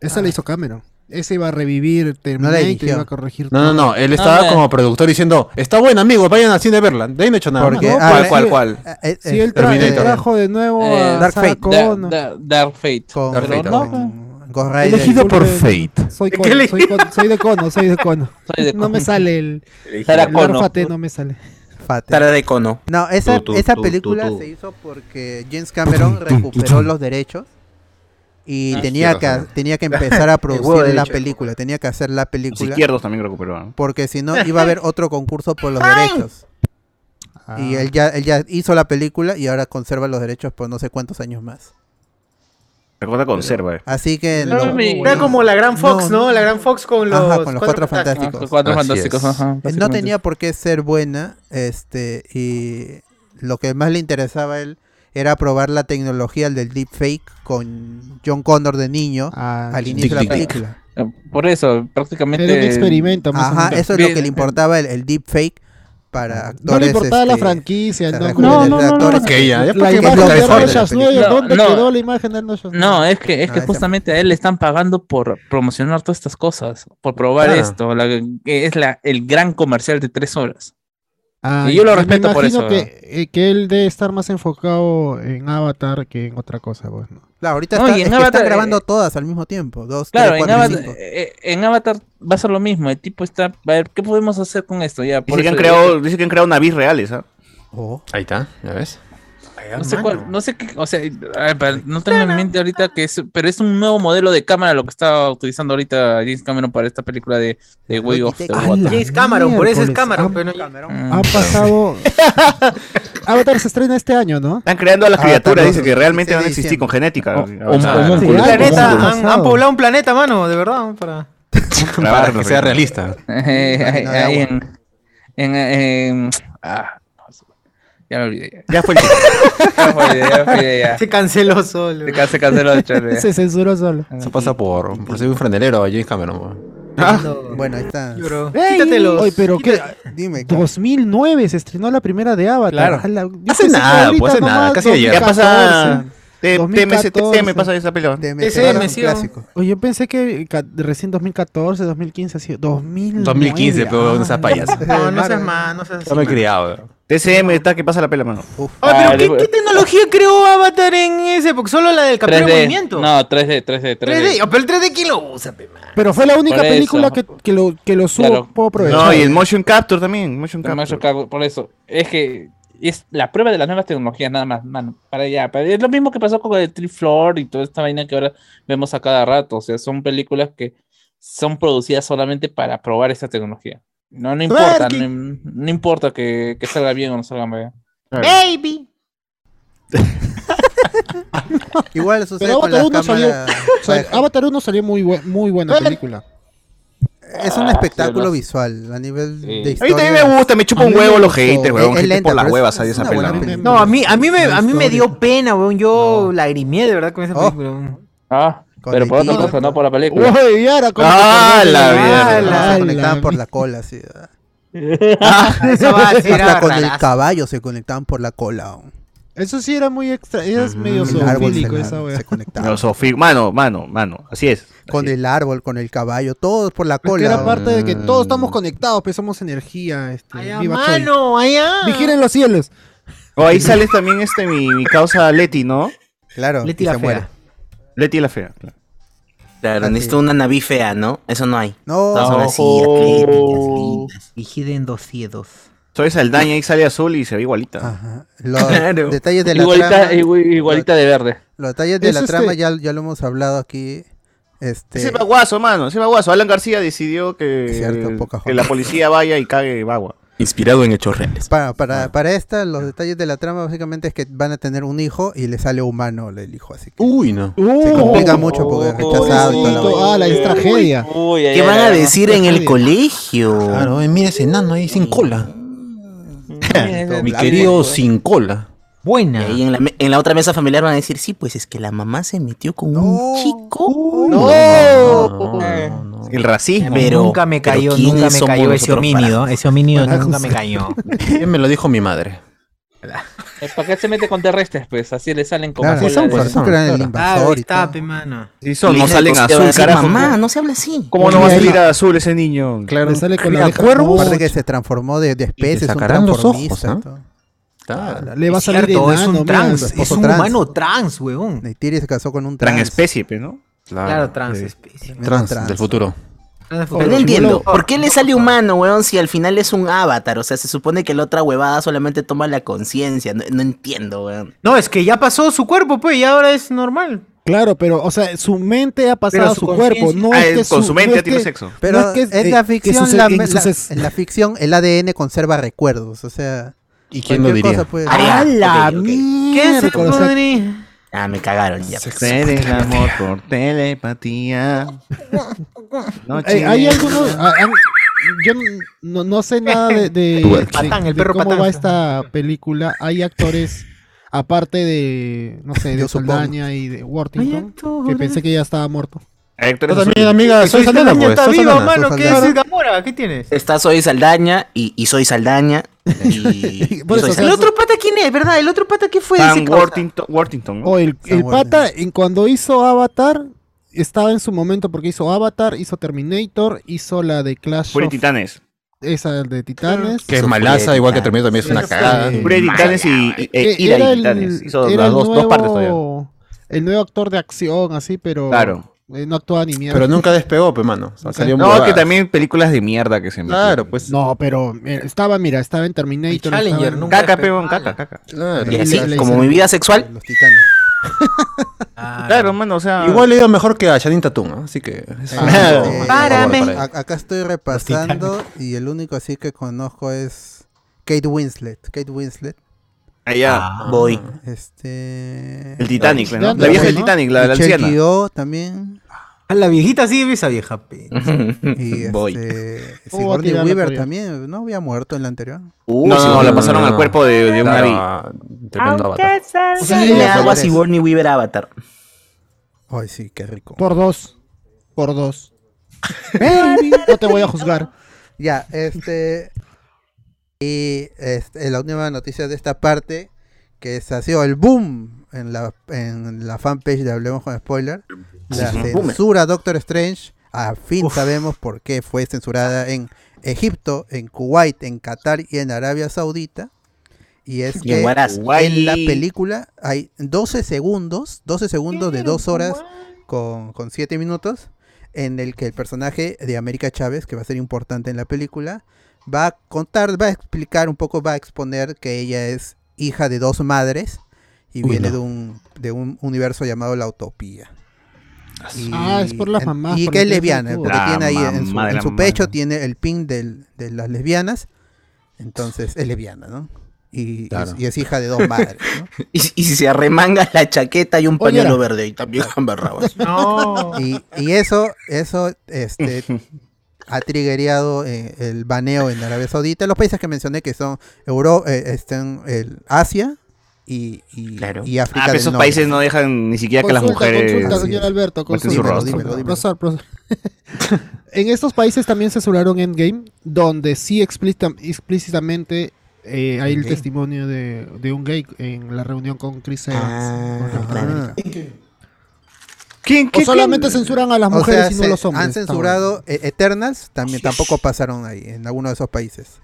Speaker 6: Esa la hizo Cameron. Ese iba a revivir Terminator,
Speaker 2: dirigió.
Speaker 6: iba a corregir
Speaker 4: No, no,
Speaker 6: todo.
Speaker 4: no, él estaba
Speaker 3: no.
Speaker 4: como productor diciendo, está buena, amigos, vayan al cine a verla. De ahí no he hecho nada
Speaker 2: Porque-
Speaker 4: más.
Speaker 2: ah,
Speaker 5: ¿Cuál,
Speaker 2: eh,
Speaker 5: cuál, cuál?
Speaker 2: eh, eh,
Speaker 6: Sí, él tra-
Speaker 4: Terminator.
Speaker 6: trajo de nuevo
Speaker 3: Eh,
Speaker 6: a
Speaker 2: Dark
Speaker 6: Sarah
Speaker 2: Fate.
Speaker 3: Da-
Speaker 6: Connor.
Speaker 3: da- Dark Fate.
Speaker 2: con,
Speaker 4: Dark Fate,
Speaker 2: con-
Speaker 3: ¿no?
Speaker 2: con Ghost Rider.
Speaker 6: Elegido por
Speaker 4: Fate.
Speaker 6: Soy,
Speaker 5: ¿Qué
Speaker 6: cono,
Speaker 5: le-
Speaker 6: soy, cono, soy de cono, soy de cono.
Speaker 3: Soy de
Speaker 6: No me
Speaker 3: Cono. [LAUGHS]
Speaker 6: sale el,
Speaker 3: Sarah
Speaker 6: el
Speaker 3: Connor.
Speaker 6: Arfate, este no me sale.
Speaker 2: Fate.
Speaker 10: Tara de cono.
Speaker 2: No, esa,
Speaker 5: Tú, tú,
Speaker 2: esa
Speaker 5: tú,
Speaker 2: película
Speaker 5: tú, tú.
Speaker 2: se hizo porque James Cameron recuperó los derechos y
Speaker 4: Ah,
Speaker 2: tenía, que,
Speaker 4: izquierdos,
Speaker 2: tenía
Speaker 5: [LAUGHS]
Speaker 2: que empezar a
Speaker 9: huevo
Speaker 2: producir
Speaker 9: de
Speaker 2: la
Speaker 9: derecho.
Speaker 2: película, tenía que hacer la
Speaker 5: Los
Speaker 2: película
Speaker 5: izquierdos también recuperó. ¿no?
Speaker 2: porque si no iba a haber otro concurso por los
Speaker 9: Ay.
Speaker 2: derechos. Y él ya, él ya hizo la película y ahora conserva los derechos por no sé cuántos años más.
Speaker 5: Recuerda conserva. eh.
Speaker 2: Así que...
Speaker 9: No,
Speaker 2: lo-
Speaker 9: mi- Era como la gran Fox,
Speaker 2: No,
Speaker 9: ¿no?
Speaker 2: no.
Speaker 9: La gran Fox con los,
Speaker 2: Ajá, con los cuatro
Speaker 3: Ah,
Speaker 2: fantásticos.
Speaker 3: cuatro
Speaker 4: Así
Speaker 3: fantásticos,
Speaker 4: es.
Speaker 3: ajá,
Speaker 2: Eh, no
Speaker 3: básicamente.
Speaker 2: tenía por qué ser buena, este, y lo que más le interesaba a él era probar la tecnología del deepfake con John Connor de niño
Speaker 6: Ah,
Speaker 2: al inicio de la
Speaker 4: tic, tic.
Speaker 2: película.
Speaker 3: Eh, Por eso, prácticamente.
Speaker 6: Era un experimento. Más o
Speaker 2: Ajá,
Speaker 6: menos.
Speaker 2: eso es lo que
Speaker 3: Bien.
Speaker 2: le importaba el, el deepfake para actores.
Speaker 6: No le importaba la
Speaker 2: este,
Speaker 6: franquicia, el
Speaker 2: para
Speaker 6: nombre
Speaker 3: no,
Speaker 6: del-
Speaker 3: no,
Speaker 2: de
Speaker 3: no,
Speaker 2: actores.
Speaker 3: no.
Speaker 4: Que ya, ya
Speaker 6: La
Speaker 4: porque va a
Speaker 6: imagen de
Speaker 2: los
Speaker 4: buscar
Speaker 2: errores
Speaker 4: eso.
Speaker 6: Arnold
Speaker 2: de la
Speaker 6: Schwarzenegger,
Speaker 3: película.
Speaker 6: ¿dónde
Speaker 3: No, no.
Speaker 6: quedó la imagen de Arnold Schwarzenegger?
Speaker 3: No, eh, es que, es
Speaker 2: Ah,
Speaker 3: que
Speaker 2: esa-
Speaker 3: justamente a él le están pagando por promocionar todas estas cosas, por probar
Speaker 4: Claro.
Speaker 3: esto, la- que es la, el gran comercial de tres horas.
Speaker 6: Ah,
Speaker 3: Y yo lo
Speaker 6: me
Speaker 3: respeto por
Speaker 6: imagino
Speaker 3: eso,
Speaker 6: Que, eh, que él debe estar más enfocado en Avatar que en otra cosa, pues, ¿no?
Speaker 2: Claro, ahorita
Speaker 3: No,
Speaker 2: está-
Speaker 3: y en
Speaker 2: es que
Speaker 3: Avatar,
Speaker 2: están
Speaker 3: eh,
Speaker 2: grabando todas al mismo tiempo. Dos,
Speaker 3: Claro,
Speaker 2: tres,
Speaker 3: en
Speaker 2: cuatro, y
Speaker 3: Avatar,
Speaker 2: cinco.
Speaker 3: eh, en Avatar va a ser lo mismo. El tipo está. A ver, ¿qué podemos hacer con esto? Ya, por
Speaker 5: Dice que, han
Speaker 3: eso-
Speaker 5: creado, dice que han creado navis reales. ¿ah?
Speaker 2: Oh,
Speaker 4: Ahí está, ¿ya ves?
Speaker 3: No sé cuál, no sé qué, o sea, a ver, para- no tengo en mente ahorita que es, pero es un nuevo modelo de cámara lo que está utilizando ahorita James Cameron para esta película de, de Way of the
Speaker 2: Ah,
Speaker 3: Water.
Speaker 6: la
Speaker 9: James Cameron, por eso es
Speaker 6: miércoles.
Speaker 9: Cameron,
Speaker 6: Ah,
Speaker 9: pero no-
Speaker 3: Mm.
Speaker 6: Ha pasado. Avatar se estrena este año, ¿no?
Speaker 5: Están creando a las
Speaker 2: Avatar
Speaker 5: criaturas,
Speaker 2: dos,
Speaker 5: dice que realmente
Speaker 2: sí,
Speaker 5: van a
Speaker 2: sí,
Speaker 5: existir
Speaker 2: diciembre.
Speaker 5: con genética.
Speaker 3: O- o-
Speaker 5: avanzada.
Speaker 3: o- o-
Speaker 5: Sí,
Speaker 9: Un
Speaker 6: algo
Speaker 9: planeta,
Speaker 6: pasado.
Speaker 9: han, han poblado un planeta, mano, de verdad. Para...
Speaker 4: Para que sea realista.
Speaker 5: [LAUGHS]
Speaker 3: Eh, ahí-
Speaker 2: no, de
Speaker 3: ahí
Speaker 2: agua.
Speaker 3: en, en, en- ah, no, ya me olvidé.
Speaker 5: Ya fue el chiste.
Speaker 3: [LAUGHS] Ya, ya me olvidé, ya me olvidé, ya.
Speaker 9: Se canceló solo.
Speaker 3: Se can- se canceló el [LAUGHS] chale, ya.
Speaker 6: Se censuró solo.
Speaker 4: Se pasa por, por ser un franelero a James Cameron. weón.
Speaker 3: ah.
Speaker 2: bueno, ahí está.
Speaker 9: Bro. Quítatelos.
Speaker 6: Oye, pero qué.
Speaker 2: Dime,
Speaker 6: 2009 se estrenó la primera de Avatar.
Speaker 4: Claro.
Speaker 6: A la- yo
Speaker 4: Hace
Speaker 6: pensé que
Speaker 4: nada,
Speaker 6: ahorita
Speaker 4: pues, hace
Speaker 6: nomás
Speaker 4: nada, casi ayer.
Speaker 5: Ya
Speaker 6: 2014.
Speaker 5: pasa. T-
Speaker 6: 2014.
Speaker 5: TMS, TM pasa esa pelota.
Speaker 2: te me
Speaker 9: Ese
Speaker 2: quedaron
Speaker 9: me
Speaker 2: un
Speaker 9: sigo.
Speaker 2: clásico.
Speaker 6: Oye, yo pensé que ca- recién 2014, 2015 ha sido 2009.
Speaker 4: 2015, pero
Speaker 6: ah.
Speaker 4: no seas payasa.
Speaker 9: No, no seas más, no seas así,
Speaker 4: Está mal
Speaker 9: mano.
Speaker 4: criado, weón.
Speaker 5: TCM está que pasa la pela, mano.
Speaker 2: Uf.
Speaker 9: Oye, pero
Speaker 3: Ah,
Speaker 9: ¿qué,
Speaker 3: de-
Speaker 9: qué tecnología creó Avatar en ese? Porque solo la del captura de
Speaker 3: 3D.
Speaker 9: movimiento.
Speaker 3: No, 3D, 3D,
Speaker 9: 3D.
Speaker 3: 3D.
Speaker 9: Ah, Pero el 3D, ¿quién lo usa, pe, man?
Speaker 6: Pero fue la única
Speaker 3: Por eso.
Speaker 6: película que, que lo, que lo supo
Speaker 3: Claro.
Speaker 2: Pues
Speaker 6: aprovechar.
Speaker 5: No, y el motion capture también. Motion
Speaker 3: Pero me ha
Speaker 5: capture.
Speaker 3: chocado Por eso, es que es la prueba de las nuevas tecnologías, nada más, mano. Para allá, para- es lo mismo que pasó con el Triflor y toda esta vaina que ahora vemos a cada rato. O sea, son películas que son producidas solamente para probar esta tecnología. No, no importa,
Speaker 2: Twerking.
Speaker 3: no, no importa que, que salga bien o no salga bien.
Speaker 2: Baby. Igual sucede
Speaker 6: Pero
Speaker 2: con
Speaker 6: Avatar
Speaker 2: las
Speaker 6: 1 salió,
Speaker 2: cámaras.
Speaker 6: o sea, Avatar 1 salió muy, bu- muy buena película.
Speaker 2: Es un
Speaker 6: Ah,
Speaker 2: espectáculo
Speaker 6: sí, lo-
Speaker 2: visual a nivel
Speaker 6: Sí.
Speaker 2: de
Speaker 5: A mí
Speaker 2: historia.
Speaker 5: también me gusta, me chupa un
Speaker 2: A mí
Speaker 5: huevo
Speaker 2: me
Speaker 5: los
Speaker 2: gustó.
Speaker 5: haters,
Speaker 2: Es-
Speaker 5: weón.
Speaker 2: es
Speaker 5: Que
Speaker 2: lenta,
Speaker 5: por las
Speaker 2: pero es-
Speaker 5: huevas ahí
Speaker 2: es
Speaker 5: esa
Speaker 2: una
Speaker 5: pelada.
Speaker 2: buena
Speaker 5: man.
Speaker 9: No, a mí, a mí me, a mí me dio pena, weón. Yo lagrimé de verdad con
Speaker 6: Oh.
Speaker 9: esa película.
Speaker 6: [LAUGHS]
Speaker 9: weón.
Speaker 3: Ah, pero por otra cosa, no por la película.
Speaker 6: Uy, y ahora como
Speaker 3: Ah,
Speaker 6: que-
Speaker 3: la mierda.
Speaker 6: Ah, la-
Speaker 2: Se conectaban
Speaker 6: la-
Speaker 2: por la cola, sí.
Speaker 6: esa va a ser
Speaker 2: Hasta con el
Speaker 6: rarazo.
Speaker 2: caballo se conectaban por la cola. aún.
Speaker 6: Eso sí era muy extra, era medio
Speaker 2: El árbol
Speaker 6: zoofílico
Speaker 2: se
Speaker 6: esa
Speaker 2: la-
Speaker 6: wea.
Speaker 5: No, Sofi- Mano, mano, mano. Así es.
Speaker 2: [LAUGHS] Con el árbol, con el caballo, todos por la
Speaker 6: Que
Speaker 2: cola.
Speaker 6: era
Speaker 2: aún.
Speaker 6: parte de que todos estamos conectados, pues somos energía. Este, viva Choi.
Speaker 9: allá.
Speaker 6: Vigilen los cielos.
Speaker 5: Oh, ahí sale también este mi, mi causa Leti, ¿no?
Speaker 2: Claro,
Speaker 5: Leti la fea. Leti la fea. claro.
Speaker 11: Claro,
Speaker 5: Ah,
Speaker 11: necesito una naví fea, ¿no? Eso no hay.
Speaker 2: No.
Speaker 11: Todas son así, atléticas,
Speaker 6: Oh.
Speaker 11: lindas.
Speaker 9: Vigila en dos ciedos.
Speaker 5: Soy Saldaña, ahí sale azul y se ve igualita.
Speaker 2: Ah, Los
Speaker 5: Claro.
Speaker 2: detalles de la
Speaker 3: Igualita,
Speaker 2: trama.
Speaker 3: igu- igualita de verde.
Speaker 2: Los detalles de
Speaker 5: Es
Speaker 2: la
Speaker 5: este-
Speaker 2: trama ya, ya lo hemos hablado aquí. Este,
Speaker 5: Ese baguazo, mano, ese baguazo. Alan García decidió que, que la policía vaya y cague bagua.
Speaker 4: Inspirado en hechos reales.
Speaker 2: Para,
Speaker 5: Ah.
Speaker 2: para, para esta, los detalles de la trama básicamente es que van a tener un hijo y le sale humano el hijo, así que
Speaker 4: Uy, no.
Speaker 2: se complica mucho porque es
Speaker 3: oh,
Speaker 2: rechazado y toda la vaina.
Speaker 6: Ah, la es tragedia.
Speaker 11: ¿Qué van a decir en el colegio?
Speaker 4: Claro, eh, mira ese nano ahí sin cola. Mi
Speaker 11: blanco,
Speaker 4: querido
Speaker 11: weón.
Speaker 4: sin cola.
Speaker 11: Buena. Y ahí en la, me- en la otra mesa familiar van a decir, sí, pues es que la mamá se metió con un chico.
Speaker 5: El racismo.
Speaker 11: Pero-
Speaker 9: nunca me
Speaker 11: pero
Speaker 9: cayó,
Speaker 11: ¿quiénes
Speaker 9: nunca me
Speaker 11: somos
Speaker 9: cayó ese
Speaker 11: nosotros
Speaker 9: homínido.
Speaker 11: para-
Speaker 9: Ese homínido
Speaker 11: para-
Speaker 9: nunca me
Speaker 6: [LAUGHS]
Speaker 9: cayó.
Speaker 4: Bien me lo dijo mi madre.
Speaker 3: Eh, ¿Para qué se mete con terrestres? Pues así le salen como.
Speaker 4: Claro,
Speaker 3: cola
Speaker 4: sí son,
Speaker 3: de-
Speaker 4: pues, son,
Speaker 2: el invasor y
Speaker 9: está, pe, mano.
Speaker 5: Sí,
Speaker 11: Y
Speaker 5: son, no
Speaker 11: dije,
Speaker 5: salen
Speaker 11: pues, te van a
Speaker 5: azul,
Speaker 11: decir,
Speaker 5: carajo.
Speaker 11: Mamá, no se habla así.
Speaker 5: ¿Cómo no va a
Speaker 6: Mira,
Speaker 5: salir a azul ese niño?
Speaker 6: Claro, le sale con la
Speaker 2: Mira,
Speaker 6: oreja. No,
Speaker 2: Parece que se transformó de, de especies, un
Speaker 4: sacarán los
Speaker 2: transformista.
Speaker 4: ojos,
Speaker 2: y todo.
Speaker 6: Le va a
Speaker 9: Es
Speaker 6: salir
Speaker 9: cierto,
Speaker 6: enano,
Speaker 9: es un
Speaker 6: mira,
Speaker 9: trans,
Speaker 6: el
Speaker 9: es
Speaker 6: esposo
Speaker 9: un
Speaker 6: trans.
Speaker 9: humano trans, weón.
Speaker 2: Neytiri se casó con un trans.
Speaker 5: Tran especie, pe, ¿no?
Speaker 9: Claro, trans, especie.
Speaker 2: Era
Speaker 4: Trans,
Speaker 2: trans.
Speaker 4: del futuro.
Speaker 11: Pero Pues, no entiendo, ¿por qué le sale humano, weón, si al final es un avatar? O sea, se supone que la otra huevada solamente toma la conciencia. No, no entiendo, weón.
Speaker 9: No, es que ya pasó su cuerpo, pues, y ahora es normal.
Speaker 6: Claro, pero, o sea, su mente ha pasado a
Speaker 9: Pero
Speaker 6: su,
Speaker 9: su
Speaker 6: cuerpo.
Speaker 9: conciencia-
Speaker 6: No
Speaker 5: Ah,
Speaker 6: es que
Speaker 5: él con su mente
Speaker 6: no
Speaker 5: ya
Speaker 6: es
Speaker 5: tiene
Speaker 6: que-
Speaker 5: sexo.
Speaker 2: Pero
Speaker 6: no
Speaker 2: es,
Speaker 6: que, eh,
Speaker 2: la
Speaker 6: que
Speaker 2: ficción,
Speaker 6: sus-
Speaker 2: la,
Speaker 6: en
Speaker 2: la-
Speaker 6: sus es-
Speaker 2: en la ficción el ADN conserva recuerdos, o sea...
Speaker 4: ¿Y quién lo
Speaker 2: cualquier
Speaker 4: diría?
Speaker 2: cosa pues, puede-
Speaker 11: Ah,
Speaker 6: ¡A la
Speaker 11: ok, ok.
Speaker 9: ¿Qué se
Speaker 6: miércoles! O sea,
Speaker 9: podría?
Speaker 11: Ah, me cagaron ya. pues.
Speaker 5: Eres amor por telepatía. No,
Speaker 6: Hay, hay algunos. ah, han- yo no, no sé nada de, [LAUGHS] de-
Speaker 4: Twerk.
Speaker 6: de-
Speaker 9: Patán, el
Speaker 6: de
Speaker 9: perro
Speaker 6: cómo
Speaker 9: patán.
Speaker 6: va esta película. Hay actores, aparte de, no sé, de
Speaker 2: Yo supongo.
Speaker 6: Saldaña y de Worthington, que
Speaker 9: actores.
Speaker 6: pensé que ya estaba muerto.
Speaker 4: Yo
Speaker 6: Pues,
Speaker 4: también, amiga, soy
Speaker 9: Cristian
Speaker 4: Salena,
Speaker 9: Aña
Speaker 4: pues.
Speaker 9: está
Speaker 4: Soy
Speaker 9: vivo,
Speaker 4: Salena.
Speaker 9: mano.
Speaker 2: Soy
Speaker 9: ¿Qué
Speaker 2: Salena.
Speaker 9: es Gamora? ¿Qué tienes?
Speaker 6: Eh,
Speaker 11: Está Soy Saldaña y, y Soy Saldaña.
Speaker 6: [LAUGHS]
Speaker 11: Y,
Speaker 6: Por
Speaker 11: y soy
Speaker 6: eso,
Speaker 9: ¿El
Speaker 6: Eso-
Speaker 9: otro pata quién es, verdad? ¿El otro pata qué fue de ese
Speaker 5: Tan
Speaker 9: causa?
Speaker 5: Worthington, Worthington, ¿no?
Speaker 6: O el,
Speaker 2: Sam
Speaker 6: el
Speaker 2: Worthington.
Speaker 6: pata, en cuando hizo Avatar, estaba en su momento porque hizo Avatar, hizo Terminator, hizo la de Clash.
Speaker 5: Furia de
Speaker 6: of-
Speaker 5: Titanes.
Speaker 6: esa de Titanes.
Speaker 4: Que es
Speaker 11: Eso fue
Speaker 4: malaza, igual que
Speaker 11: editado.
Speaker 4: Terminator también es una
Speaker 6: Sí.
Speaker 4: cagada.
Speaker 6: Sí.
Speaker 5: Furia de Titanes y, y,
Speaker 6: Que
Speaker 5: e Ira
Speaker 6: Eh, era
Speaker 5: de
Speaker 6: el-
Speaker 5: Titanes. Hizo
Speaker 6: era
Speaker 5: las
Speaker 6: el
Speaker 5: dos, dos partes todavía.
Speaker 6: nuevo- El nuevo actor de acción, así, pero.
Speaker 5: Claro.
Speaker 6: eh, no actúa ni mierda.
Speaker 4: Pero nunca despegó, pe, mano. O sea,
Speaker 6: Ok.
Speaker 4: salió
Speaker 5: No,
Speaker 4: huevadas.
Speaker 5: que también películas de mierda que se meten.
Speaker 4: Claro, pues.
Speaker 6: No, pero eh, estaba, mira, estaba en Terminator.
Speaker 9: El Challenger,
Speaker 6: estaba en-
Speaker 9: nunca-
Speaker 5: Caca, peón, caca, caca.
Speaker 4: Claro.
Speaker 11: Y
Speaker 6: Le- le
Speaker 11: así, como
Speaker 6: hicieron-
Speaker 11: mi vida sexual.
Speaker 2: Los titanes.
Speaker 5: Claro, mano, o sea.
Speaker 4: Igual le iba mejor que a Janine Tatum, ¿eh? así que. eso
Speaker 2: Ah,
Speaker 4: es
Speaker 2: eh,
Speaker 4: un favor
Speaker 9: Párame.
Speaker 4: para ella.
Speaker 2: A- acá estoy repasando y el único así que conozco es Kate Winslet. Kate Winslet.
Speaker 5: Allá.
Speaker 11: Voy.
Speaker 2: Este.
Speaker 5: El Titanic,
Speaker 6: Ah,
Speaker 5: ¿no?
Speaker 6: ya,
Speaker 5: La vieja del
Speaker 6: ¿no?
Speaker 5: Titanic, la, la
Speaker 2: Michelle
Speaker 5: anciana.
Speaker 2: Yeoh
Speaker 5: [LAUGHS]
Speaker 2: también.
Speaker 9: A la viejita sí, esa vieja.
Speaker 12: [LAUGHS]
Speaker 9: pe.
Speaker 2: Y
Speaker 5: Voy.
Speaker 2: este.
Speaker 6: [LAUGHS] Oh, va a
Speaker 2: Sigourney
Speaker 6: tirar la
Speaker 2: Weaver
Speaker 6: corea.
Speaker 2: también. No había muerto en la anterior.
Speaker 11: Uy,
Speaker 5: No, no, no,
Speaker 4: Uh, sí,
Speaker 5: la
Speaker 4: no,
Speaker 5: pasaron
Speaker 4: no,
Speaker 5: al
Speaker 4: no.
Speaker 5: cuerpo de, de un naví.
Speaker 4: Ah, Tremendo avatar.
Speaker 11: Sí,
Speaker 6: Sí,
Speaker 11: le hago a
Speaker 2: Dolores.
Speaker 11: Sigourney Weaver Avatar.
Speaker 2: Ay, sí, qué rico.
Speaker 6: Por dos. Por dos.
Speaker 2: [LAUGHS]
Speaker 6: Baby, no te voy a juzgar.
Speaker 2: Ya, este. Y este, la última noticia de esta parte, que se ha sido el boom en la, en la fanpage de Hablemos con Spoiler. La censura a Doctor Strange. Al fin sabemos por qué fue censurada en Egipto, en Kuwait, en Qatar y en Arabia Saudita. Y es
Speaker 11: Y en
Speaker 2: que
Speaker 11: Huaraz.
Speaker 2: en la
Speaker 5: Kuwait.
Speaker 2: película hay 12 segundos, 12 segundos de 2 horas con, con 7 minutos, en el que el personaje de América Chávez, que va a ser importante en la película, va a contar, va a explicar un poco, va a exponer que ella es hija de dos madres y
Speaker 4: Uy,
Speaker 2: viene
Speaker 4: no.
Speaker 2: de, un, de un universo llamado la Utopía.
Speaker 12: Ah, es por las
Speaker 2: en-
Speaker 12: mamás,
Speaker 2: Y
Speaker 12: por
Speaker 2: que
Speaker 12: la
Speaker 2: es
Speaker 12: tía
Speaker 2: lesbiana,
Speaker 12: Chuchu.
Speaker 2: porque
Speaker 12: La
Speaker 2: tiene ahí en su,
Speaker 12: mamá de
Speaker 2: en
Speaker 12: la
Speaker 2: su
Speaker 12: mamá.
Speaker 2: pecho tiene el pin del- de las lesbianas. Entonces es lesbiana, ¿no? Y, y-
Speaker 6: Claro.
Speaker 2: y es hija de dos madres.
Speaker 6: Y, si- y si se arremanga la chaqueta y un
Speaker 2: Oye,
Speaker 6: pañuelo
Speaker 2: la-
Speaker 6: verde y también
Speaker 12: [LAUGHS]
Speaker 6: jambarrabas.
Speaker 2: No. Y, y eso, eso este, ha triggereado eh, el baneo en Arabia Saudita. Los países que mencioné que son Euro, eh, están el Asia y, y, y
Speaker 5: Ah,
Speaker 2: África.
Speaker 5: pero
Speaker 2: del
Speaker 5: esos
Speaker 2: Norte.
Speaker 5: países no dejan ni siquiera que las
Speaker 12: Consulta,
Speaker 5: mujeres.
Speaker 12: consulta, señor Alberto, consulta.
Speaker 5: muestren su rostro.
Speaker 2: dímelo, dímelo.
Speaker 12: Profesor, profesor. [LAUGHS] en estos países también se censuraron Endgame, donde sí explícita- explícitamente eh, hay el
Speaker 2: Endgame.
Speaker 12: testimonio de, de un gay en la reunión con Chris Evans.
Speaker 6: Ah.
Speaker 12: con Capitán
Speaker 2: Ah.
Speaker 12: América.
Speaker 5: ¿Quién,
Speaker 12: o solamente censuran a las
Speaker 2: O
Speaker 12: mujeres
Speaker 2: sea,
Speaker 12: y no
Speaker 2: se-
Speaker 12: a los hombres.
Speaker 2: Han
Speaker 12: Está
Speaker 2: censurado eh, Eternals, también tampoco pasaron ahí, en alguno de esos países.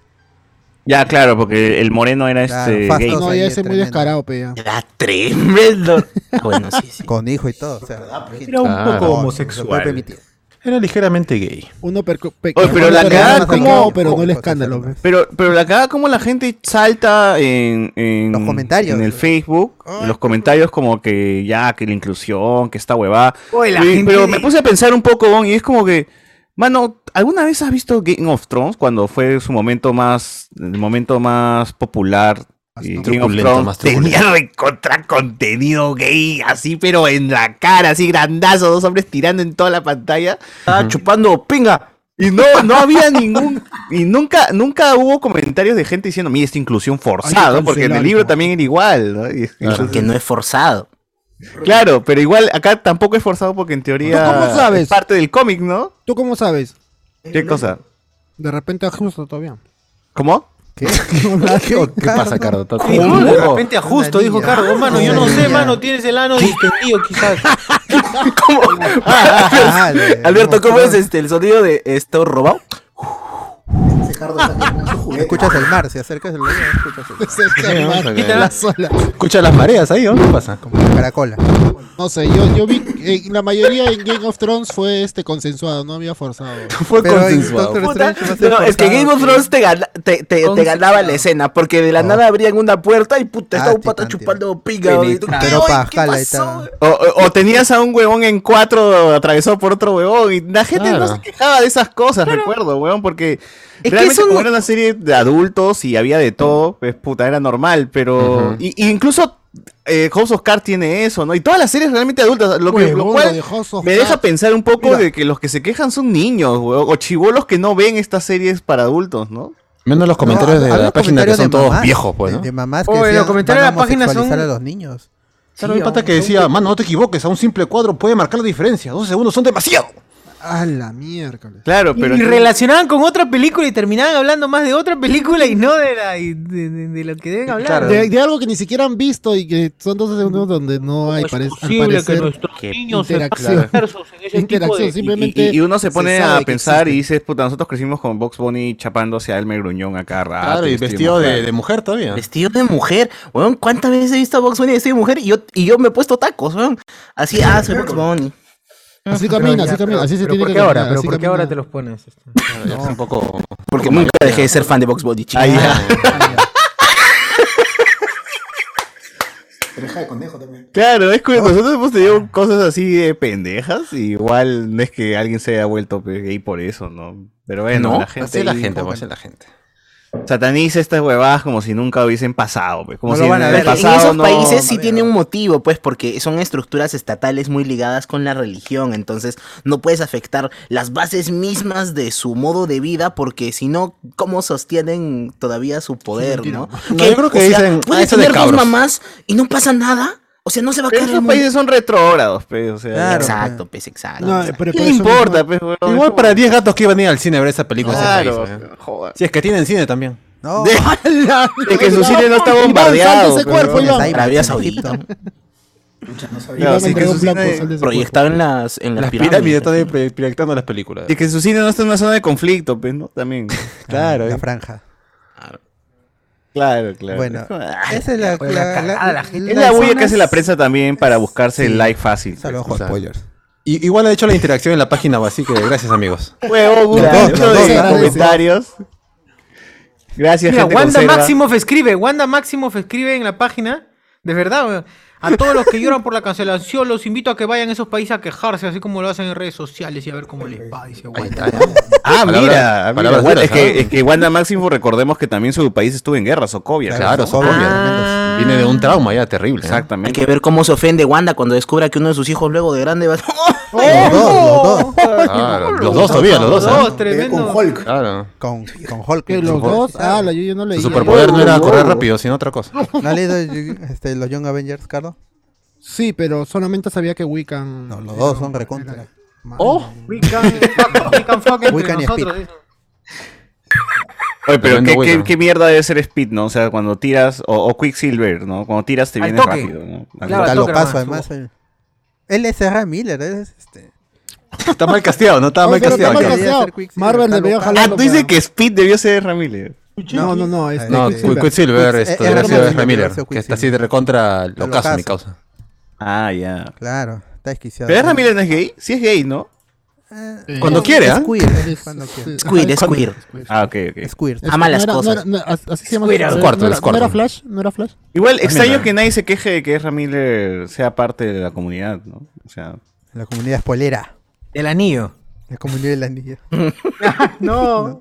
Speaker 5: Ya, claro, porque el moreno era
Speaker 2: Claro,
Speaker 5: este.
Speaker 2: Fast
Speaker 5: gay.
Speaker 12: bueno. No, ya ese es muy descarado, pe, ya.
Speaker 6: Tremendo. Bueno, sí, sí.
Speaker 2: Con hijo y todo. O sea,
Speaker 9: Era un
Speaker 6: Claro.
Speaker 9: poco
Speaker 2: se puede
Speaker 9: homosexual.
Speaker 2: permitir.
Speaker 9: Era ligeramente gay.
Speaker 12: Uno per, pe-
Speaker 5: Oye, pero la
Speaker 12: per- per-
Speaker 5: cagada, ¿cómo?
Speaker 12: pero no el escándalo.
Speaker 4: pues.
Speaker 12: pe.
Speaker 5: Pero, pero la cagada, como la gente salta en, en-
Speaker 2: Los comentarios.
Speaker 5: en el Facebook, en los comentarios como que ya, que la inclusión, que esta huevada.
Speaker 6: Oye, la
Speaker 5: Y-
Speaker 6: gente
Speaker 5: pero
Speaker 6: de-
Speaker 5: me puse a pensar un poco, Gon, y es como que, mano, ¿alguna vez has visto Game of Thrones cuando fue su momento más, el momento más popular? Y Game of
Speaker 4: Truculento,
Speaker 5: Thrones
Speaker 4: más truculento.
Speaker 5: tenía de contra contenido gay, así pero en la cara, así grandazo, dos hombres tirando en toda la pantalla.
Speaker 6: Estaba chupando pinga.
Speaker 5: Y no,
Speaker 12: [LAUGHS]
Speaker 5: no había ningún. Y nunca, nunca hubo comentarios de gente diciendo, mira, esta inclusión
Speaker 6: Hay
Speaker 5: forzada,
Speaker 6: que
Speaker 5: porque en el
Speaker 6: cancelar,
Speaker 5: libro también era igual, ¿no? Y-
Speaker 6: Que no es forzado.
Speaker 5: Claro, pero igual acá tampoco es forzado porque en teoría
Speaker 12: ¿Tú cómo sabes?
Speaker 5: es parte del cómic, ¿no?
Speaker 12: ¿Tú cómo sabes? Eh,
Speaker 5: ¿Qué cosa?
Speaker 12: De repente a justo todavía.
Speaker 5: ¿Cómo?
Speaker 2: [LAUGHS]
Speaker 4: ¿Qué pasa, Cardo? ¿Todo-
Speaker 9: Dijo,
Speaker 4: ¿Cómo?
Speaker 9: de repente a justo, dijo Cargo, mano, yo no sé, mano, tienes el ano distendido quizás.
Speaker 6: Alberto, ¿cómo es este el sonido de esto robado?
Speaker 2: Escuchas el mar, si acercas el mar, escuchas el mar.
Speaker 4: [LAUGHS]
Speaker 12: Las olas.
Speaker 4: Escucha las mareas ahí, ¿o ¿qué pasa?
Speaker 2: Caracola.
Speaker 12: No sé, yo, yo vi eh, la mayoría en Game of Thrones fue este consensuado, no había forzado.
Speaker 4: Fue
Speaker 2: Pero en
Speaker 4: consensuado.
Speaker 2: Doctor
Speaker 6: Puta,
Speaker 2: Strange va a ser
Speaker 6: No, es que
Speaker 2: forzado,
Speaker 6: Game of
Speaker 2: sí.
Speaker 6: Thrones te, gana- te, te- te ganaba la escena, porque de la nada abrían una puerta y puta, estaba un pata chupando pinga. y tú, ¿qué,
Speaker 2: Pero
Speaker 6: oye,
Speaker 2: para
Speaker 6: qué
Speaker 2: Jala ahí
Speaker 6: pasó?
Speaker 2: está.
Speaker 5: O, o- o tenías a un huevón en cuatro atravesado por otro huevón y la gente
Speaker 4: Claro.
Speaker 5: no se quejaba de esas cosas, recuerdo, huevón, porque
Speaker 6: que
Speaker 5: realmente
Speaker 6: eso
Speaker 5: como
Speaker 6: no-
Speaker 5: era una serie de adultos y había de todo, pues puta, era normal, pero...
Speaker 4: Ujú.
Speaker 5: y, y incluso eh, House of Cards tiene eso, ¿no? Y todas las series realmente adultas, lo, que- lo
Speaker 12: Huevón,
Speaker 5: cual
Speaker 12: lo de House of
Speaker 5: me deja
Speaker 12: Cards.
Speaker 5: pensar un poco
Speaker 12: Mira.
Speaker 5: de que los que se quejan son niños, huevón, o chivolos que no ven estas series para adultos, ¿no?
Speaker 4: Menos los comentarios
Speaker 2: No,
Speaker 4: de
Speaker 2: había
Speaker 4: la página que
Speaker 2: comentarios
Speaker 4: son
Speaker 2: de
Speaker 4: todos
Speaker 2: mamás,
Speaker 4: viejos, pues,
Speaker 2: de-
Speaker 4: ¿no?
Speaker 2: De mamás que
Speaker 9: Oye, los
Speaker 2: decían,
Speaker 9: comentarios de
Speaker 2: van a
Speaker 9: la página son-
Speaker 2: homosexualizar a los niños.
Speaker 4: Claro, el pata que decía, mano, no te equivoques, a un simple cuadro puede marcar la diferencia. 12 segundos son demasiado.
Speaker 12: A la miércoles.
Speaker 5: Claro, [LAUGHS] pero...
Speaker 9: Y relacionaban con otra película y terminaban hablando más de otra película y no de, la, y de, de- de lo que deben hablar.
Speaker 6: Claro.
Speaker 12: De, de algo que ni siquiera han visto y que son 12 segundos donde no hay pare- al parecer
Speaker 6: Qué
Speaker 12: interacción. interacción,
Speaker 5: Y,
Speaker 12: simplemente
Speaker 5: y uno se pone
Speaker 12: sabe
Speaker 5: a
Speaker 12: que
Speaker 5: pensar y
Speaker 12: existe.
Speaker 5: dices, puta, nosotros crecimos con Box Bunny chapando hacia Elmer Gruñón acá rato.
Speaker 4: Claro, y
Speaker 5: vestimos,
Speaker 4: vestido
Speaker 5: claro.
Speaker 4: de, de mujer todavía.
Speaker 6: Vestido de mujer, weón, ¿cuántas veces he visto a Box Bunny vestido de mujer? Y yo, y yo me he puesto tacos, weón. Así, ah, soy Box Bunny.
Speaker 12: Así camina, así camina, así se tiene que
Speaker 9: ¿Por qué ahora?
Speaker 12: caminar,
Speaker 9: ¿Pero
Speaker 12: así
Speaker 9: por qué
Speaker 12: camina.
Speaker 9: ahora te los pones?
Speaker 4: Claro, ya está un poco.
Speaker 6: Porque nunca dejé de ser fan de Box Bunny, chicos.
Speaker 5: Claro, es curioso. Nosotros hemos tenido cosas así de pendejas. Y igual no es que alguien se haya vuelto pues, gay por eso, ¿no? Pero bueno,
Speaker 4: No,
Speaker 5: la
Speaker 4: así
Speaker 5: gente.
Speaker 4: es la
Speaker 5: ahí
Speaker 4: gente,
Speaker 5: como
Speaker 4: pues, así es la gente.
Speaker 5: que Sataniza estas huevadas como si nunca hubiesen pasado, pues. Como
Speaker 2: No
Speaker 5: si
Speaker 2: lo van a
Speaker 5: en
Speaker 2: ver.
Speaker 5: el
Speaker 6: Pero
Speaker 5: pasado
Speaker 6: en esos
Speaker 5: no-
Speaker 6: países sí tiene un motivo, pues, porque son estructuras estatales muy ligadas con la religión, entonces no puedes afectar las bases mismas de su modo de vida, porque si no, ¿cómo sostienen todavía su poder, no?
Speaker 4: No, yo creo que
Speaker 6: o sea,
Speaker 4: dicen, "Ah,
Speaker 6: pueden
Speaker 4: eso de
Speaker 6: tener dos
Speaker 4: cabros".
Speaker 6: mamás y no pasa nada, o sea, no se va a
Speaker 5: Pero
Speaker 6: caer el
Speaker 5: esos
Speaker 6: mundo.
Speaker 5: países son retrógrados, pues. O sea,
Speaker 2: Claro.
Speaker 6: Exacto, pues, exacto.
Speaker 12: No,
Speaker 6: exacto.
Speaker 12: pero
Speaker 5: ¿Qué
Speaker 12: por
Speaker 5: le
Speaker 12: eso mismo-
Speaker 5: importa, pues, huevón? Es
Speaker 4: Igual
Speaker 5: como-
Speaker 4: para 10 gatos que iban a ir al cine a ver esa película. en ese [LAUGHS]
Speaker 5: Claro,
Speaker 4: país, ¿eh?
Speaker 5: pues, joder.
Speaker 4: Si es que tienen cine también.
Speaker 2: No, [LAUGHS]
Speaker 5: Es que su cine no está
Speaker 12: Iván,
Speaker 5: bombardeado.
Speaker 12: salte ese
Speaker 5: pues,
Speaker 12: cuerpo,
Speaker 5: huevón.
Speaker 12: Iván.
Speaker 2: Ahí va,
Speaker 6: Arabia
Speaker 2: en
Speaker 6: Saudita.
Speaker 2: Egipto.
Speaker 5: Claro, sí, que
Speaker 12: entregó
Speaker 5: su
Speaker 12: un blanco,
Speaker 5: cine-
Speaker 12: sal de ese
Speaker 6: Proyectado en las, en las,
Speaker 4: Las pirámides
Speaker 6: pirámides.
Speaker 4: están ahí pre- proyectando las películas.
Speaker 5: Y que su cine no está en una zona de conflicto, pues, ¿no? También. Claro,
Speaker 2: La
Speaker 5: eh.
Speaker 2: franja.
Speaker 5: claro,
Speaker 9: [LAUGHS]
Speaker 5: claro.
Speaker 2: Bueno,
Speaker 5: Ah,
Speaker 2: esa es la, la,
Speaker 9: cagada, la gente.
Speaker 5: Es la bulla que
Speaker 2: zonas-
Speaker 5: hace la prensa también para buscarse el like fácil. pues,
Speaker 2: Salud, ojo,
Speaker 4: O sea,
Speaker 2: spoilers.
Speaker 4: Y- igual ha hecho la interacción en la página, pues, así que gracias, amigos.
Speaker 5: Huevo, un
Speaker 2: Los dos,
Speaker 5: bicho
Speaker 2: los dos,
Speaker 5: de
Speaker 2: gracias.
Speaker 5: comentarios. Gracias,
Speaker 9: Mira,
Speaker 5: gente
Speaker 9: Wanda
Speaker 5: conserva.
Speaker 9: Maximoff escribe, Wanda Maximoff escribe en la página
Speaker 7: De verdad, weón. A todos los que lloran por la cancelación, los invito a que vayan a esos países a quejarse, así como lo hacen en redes sociales y a ver cómo les va. dice, weón.
Speaker 5: Ah,
Speaker 7: Palabras-
Speaker 5: mira, mira,
Speaker 7: palabras
Speaker 5: Wanda-
Speaker 7: duras,
Speaker 5: es, que,
Speaker 7: ¿no?
Speaker 5: es que Wanda Máximo, recordemos que también su país estuvo en guerra, Socovia.
Speaker 4: Claro, Socovia. Ah.
Speaker 5: Viene de un
Speaker 4: trauma ya terrible. ¿eh?
Speaker 5: Exactamente.
Speaker 6: Hay que ver cómo se ofende Wanda cuando descubra que uno de sus hijos luego de grande va
Speaker 9: ¡Oh!
Speaker 4: Claro, los dos todavía, los dos. ¿eh?
Speaker 12: tremendo.
Speaker 4: Claro.
Speaker 2: Con, con Hulk.
Speaker 12: Que los dos, ah, la- yo, yo no leí.
Speaker 4: Su superpoder no era correr rápido, sino otra cosa.
Speaker 2: ¿No has leído este, los Young Avengers, Carlos?
Speaker 12: Sí, pero solamente sabía que Wiccan. No,
Speaker 2: Los dos son recontra.
Speaker 12: Oh,
Speaker 7: Wiccan, Wiccan fuck entre
Speaker 2: Wiccan y
Speaker 7: nosotros, dice.
Speaker 5: Oye, pero
Speaker 4: Tremendo
Speaker 5: ¿qué, qué,
Speaker 4: bueno.
Speaker 5: qué mierda debe ser Speed, ¿no? O sea, cuando tiras, o, o Quicksilver, ¿no? Cuando tiras te
Speaker 2: Al
Speaker 5: vienes
Speaker 2: toque.
Speaker 5: rápido, ¿no? Al
Speaker 2: Claro,
Speaker 5: toque.
Speaker 2: lo paso, además. el- Él es R. Miller, es este.
Speaker 4: Está mal casteado, ¿no? Estaba mal
Speaker 2: Pero
Speaker 4: casteado.
Speaker 2: está mal
Speaker 4: claro.
Speaker 2: casteado.
Speaker 12: Marvel le veo
Speaker 5: Ah,
Speaker 12: jalando.
Speaker 5: tú dices que Speed debió ser Ramírez.
Speaker 12: No, no, no. Es
Speaker 4: No,
Speaker 12: Quicksilver.
Speaker 4: Quicksilver,
Speaker 12: Quicks-
Speaker 4: esto,
Speaker 12: eh,
Speaker 4: debería
Speaker 12: era
Speaker 4: ser
Speaker 12: Ramírez.
Speaker 4: Ramírez,
Speaker 12: Debería ser
Speaker 4: que está así de recontra lo caso, mi causa.
Speaker 5: Ah, ya.
Speaker 2: Claro, está exquisito.
Speaker 5: Pero Ramírez no es gay, sí es gay, ¿no?
Speaker 4: Cuando quiere,
Speaker 2: Eh, Es
Speaker 4: ¿ah?
Speaker 2: queer, es cuando quiere.
Speaker 6: Es queer, es
Speaker 2: Cuando-
Speaker 6: queer.
Speaker 5: Ah, ok, ok.
Speaker 2: Es queer.
Speaker 12: Este, no era- no era- no, as- así se llama.
Speaker 4: Squirtle.
Speaker 12: su-
Speaker 4: Squirtle,
Speaker 12: ¿no era-
Speaker 4: Squirtle.
Speaker 12: ¿No era Flash? ¿No era Flash?
Speaker 5: Igual,
Speaker 4: También,
Speaker 5: extraño
Speaker 4: ¿verdad?
Speaker 5: que nadie se queje de que Ramírez sea parte de la comunidad, ¿no? O sea,
Speaker 2: La comunidad espolera.
Speaker 7: El anillo.
Speaker 2: La comunidad del anillo.
Speaker 7: no.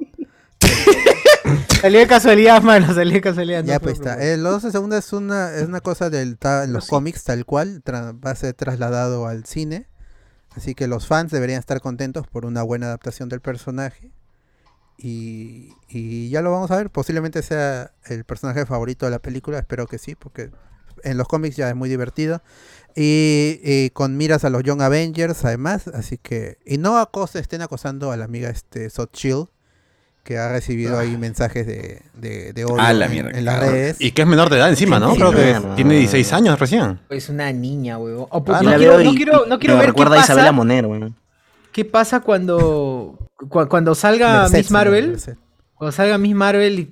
Speaker 7: [LAUGHS] Salió de casualidad, mano, salió de casualidad.
Speaker 2: Ya, pues está. Eh, los 12 segundos es una, es una cosa del ta- en los cómics tal cual. tra- va a ser trasladado al cine. Así que los fans deberían estar contentos por una buena adaptación del personaje. Y, y ya lo vamos a ver. Posiblemente sea el personaje favorito de la película. Espero que sí, porque en los cómics ya es muy divertido. Y, y con miras a los Young Avengers, además. Así que. Y no acose, estén acosando a la amiga este, Sot Chill. Que ha recibido ahí mensajes de, de, de odio
Speaker 4: Ah, la
Speaker 2: en-
Speaker 4: mierda,
Speaker 2: en las
Speaker 4: claro.
Speaker 2: redes.
Speaker 4: Ah. Y que es menor de edad encima, ¿no?
Speaker 2: Sí,
Speaker 4: Creo que
Speaker 6: no.
Speaker 4: tiene 16 años recién.
Speaker 7: Es una niña, weón. O
Speaker 6: Ah,
Speaker 7: porque
Speaker 6: la
Speaker 7: no, quiero,
Speaker 6: veo
Speaker 7: no
Speaker 6: y-
Speaker 7: quiero, no
Speaker 6: y-
Speaker 7: quiero
Speaker 6: me
Speaker 7: ver
Speaker 6: recuerda
Speaker 7: qué
Speaker 6: a
Speaker 7: pasa,
Speaker 6: Isabela Moner, weón.
Speaker 7: qué pasa cuando, cu- cuando salga
Speaker 6: Merced,
Speaker 7: Miss
Speaker 6: señor,
Speaker 7: Marvel.
Speaker 6: Merced.
Speaker 7: Cuando salga Miss Marvel y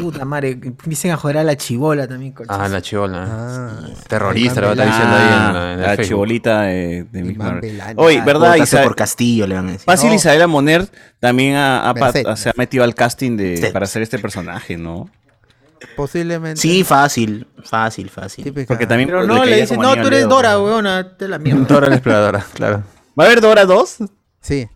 Speaker 7: puta madre, que empiecen a joder a la chibola también, coche.
Speaker 4: Ah, la chivola. Terrorista, lo que está diciendo ahí en la,
Speaker 5: Ah,
Speaker 4: en el
Speaker 5: la
Speaker 4: Facebook.
Speaker 5: chibolita de, de mi
Speaker 4: Iván
Speaker 5: madre.
Speaker 4: Belán.
Speaker 5: Oye,
Speaker 4: Ah,
Speaker 5: ¿verdad?
Speaker 4: vótase
Speaker 5: Isa-
Speaker 4: por Castillo, le van a decir.
Speaker 5: Fácil
Speaker 4: No.
Speaker 5: Isabela Moner también ha- ha pa-
Speaker 4: Merced.
Speaker 5: se ha metido al casting de, para hacer este personaje, ¿no?
Speaker 2: Posiblemente.
Speaker 6: Sí, fácil, fácil, fácil.
Speaker 2: pues.
Speaker 5: Porque también
Speaker 7: Pero no, le dicen, no, tú eres Dora, weón, te la mierda.
Speaker 4: Dora la exploradora, claro.
Speaker 5: ¿Va a haber Dora 2?
Speaker 2: Sí.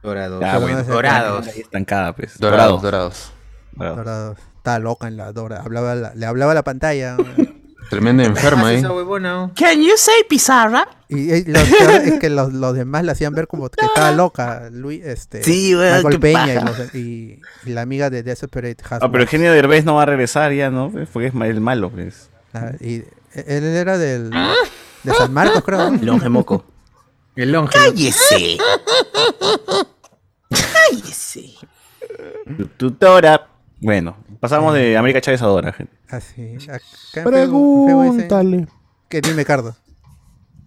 Speaker 6: Dora 2.
Speaker 5: Ah, bueno.
Speaker 2: Dorados.
Speaker 5: Ahí Estancada, pues.
Speaker 4: Dorados,
Speaker 5: dorados. Dorados.
Speaker 2: Dorado. Estaba loca en la Dora. Hablaba la- le hablaba a la
Speaker 4: [LAUGHS]
Speaker 2: pantalla.
Speaker 4: Tremenda enferma ¿eh? ahí.
Speaker 6: Can you say Pizarra?
Speaker 2: y y lo peor es que los, los demás la hacían ver como que estaba loca. Luis, este,
Speaker 6: Sí, weón,
Speaker 2: Michael
Speaker 6: qué
Speaker 2: Peña y,
Speaker 6: paja.
Speaker 2: los- y- y la amiga de Desperate Housewives.
Speaker 5: Ah, pero Eugenio Derbez no va a regresar ya, ¿no? Pues, Porque es ma- el malo, pues.
Speaker 2: Ah, y él era del de San Marcos, creo. ¿no?
Speaker 6: Longe Moco.
Speaker 7: El longe.
Speaker 6: ¡Cállese! ¡Cállese!
Speaker 5: Tutora. Bueno, pasamos de América Chávez a Dora, gente.
Speaker 2: Así. Acá en Facebook- en Facebook dice-
Speaker 12: Pregúntale.
Speaker 2: ¿Qué dime, Cardo?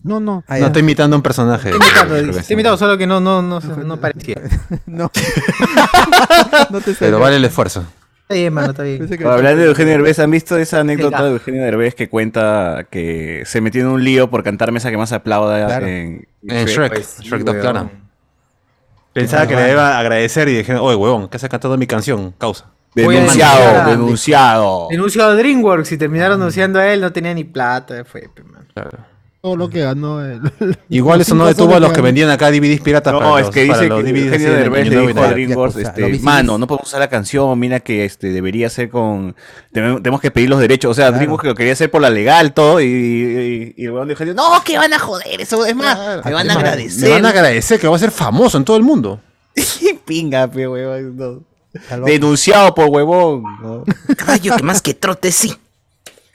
Speaker 12: No, no.
Speaker 2: Ah,
Speaker 4: no,
Speaker 2: ya.
Speaker 4: está imitando a un personaje.
Speaker 2: Está imitando,
Speaker 4: Creo que
Speaker 7: Te he invitado, solo que no, no, no, no parecía.
Speaker 2: [LAUGHS] no.
Speaker 4: [LAUGHS]
Speaker 2: no te
Speaker 4: sí. Pero vale el esfuerzo.
Speaker 7: Está bien, mano, está bien.
Speaker 5: Hablando de Eugenio Derbez, ¿han visto esa anécdota
Speaker 7: Venga.
Speaker 5: de Eugenio Derbez que cuenta que se metió en un lío por cantar mesa que más aplauda
Speaker 4: Claro.
Speaker 5: en,
Speaker 4: En Shrek, Shrek Dog Clara. Pensaba
Speaker 5: Bueno,
Speaker 4: que le
Speaker 5: bueno.
Speaker 4: iba a agradecer y dije, oye, huevón, que has cantado mi canción, causa.
Speaker 7: Voy a
Speaker 5: Denunciado,
Speaker 7: denunciar a-
Speaker 5: denunciado.
Speaker 7: Denunció a DreamWorks y terminaron denunciando a él, no tenía ni plata, fue, pe, mano.
Speaker 12: Todo lo que ganó. el-
Speaker 4: Igual eso no
Speaker 12: Cinco
Speaker 4: detuvo a
Speaker 12: soles
Speaker 4: los que
Speaker 12: ganó.
Speaker 4: vendían acá DVDs piratas para
Speaker 5: No,
Speaker 4: los,
Speaker 5: es que
Speaker 4: para
Speaker 5: dice que
Speaker 4: los DVDs así
Speaker 5: Eugenio
Speaker 4: de
Speaker 5: Derbez
Speaker 4: año
Speaker 5: le dijo a
Speaker 4: 90.
Speaker 5: DreamWorks,
Speaker 4: Yakuza,
Speaker 5: este,
Speaker 4: los VCDs.
Speaker 5: mano, no podemos usar la canción, mira que este debería ser con, teme- tenemos que pedir los derechos, o sea, DreamWorks lo quería hacer por la legal, todo, y, y, y el huevón de Eugenio, no, [LAUGHS] que van a joder, eso es más, me van a agradecer.
Speaker 4: Me van a agradecer que voy a ser famoso en todo el mundo.
Speaker 5: Qué pinga, pe, huevón, no. Denunciado por huevón. ¿no?
Speaker 6: Caballo que más que trote, sí.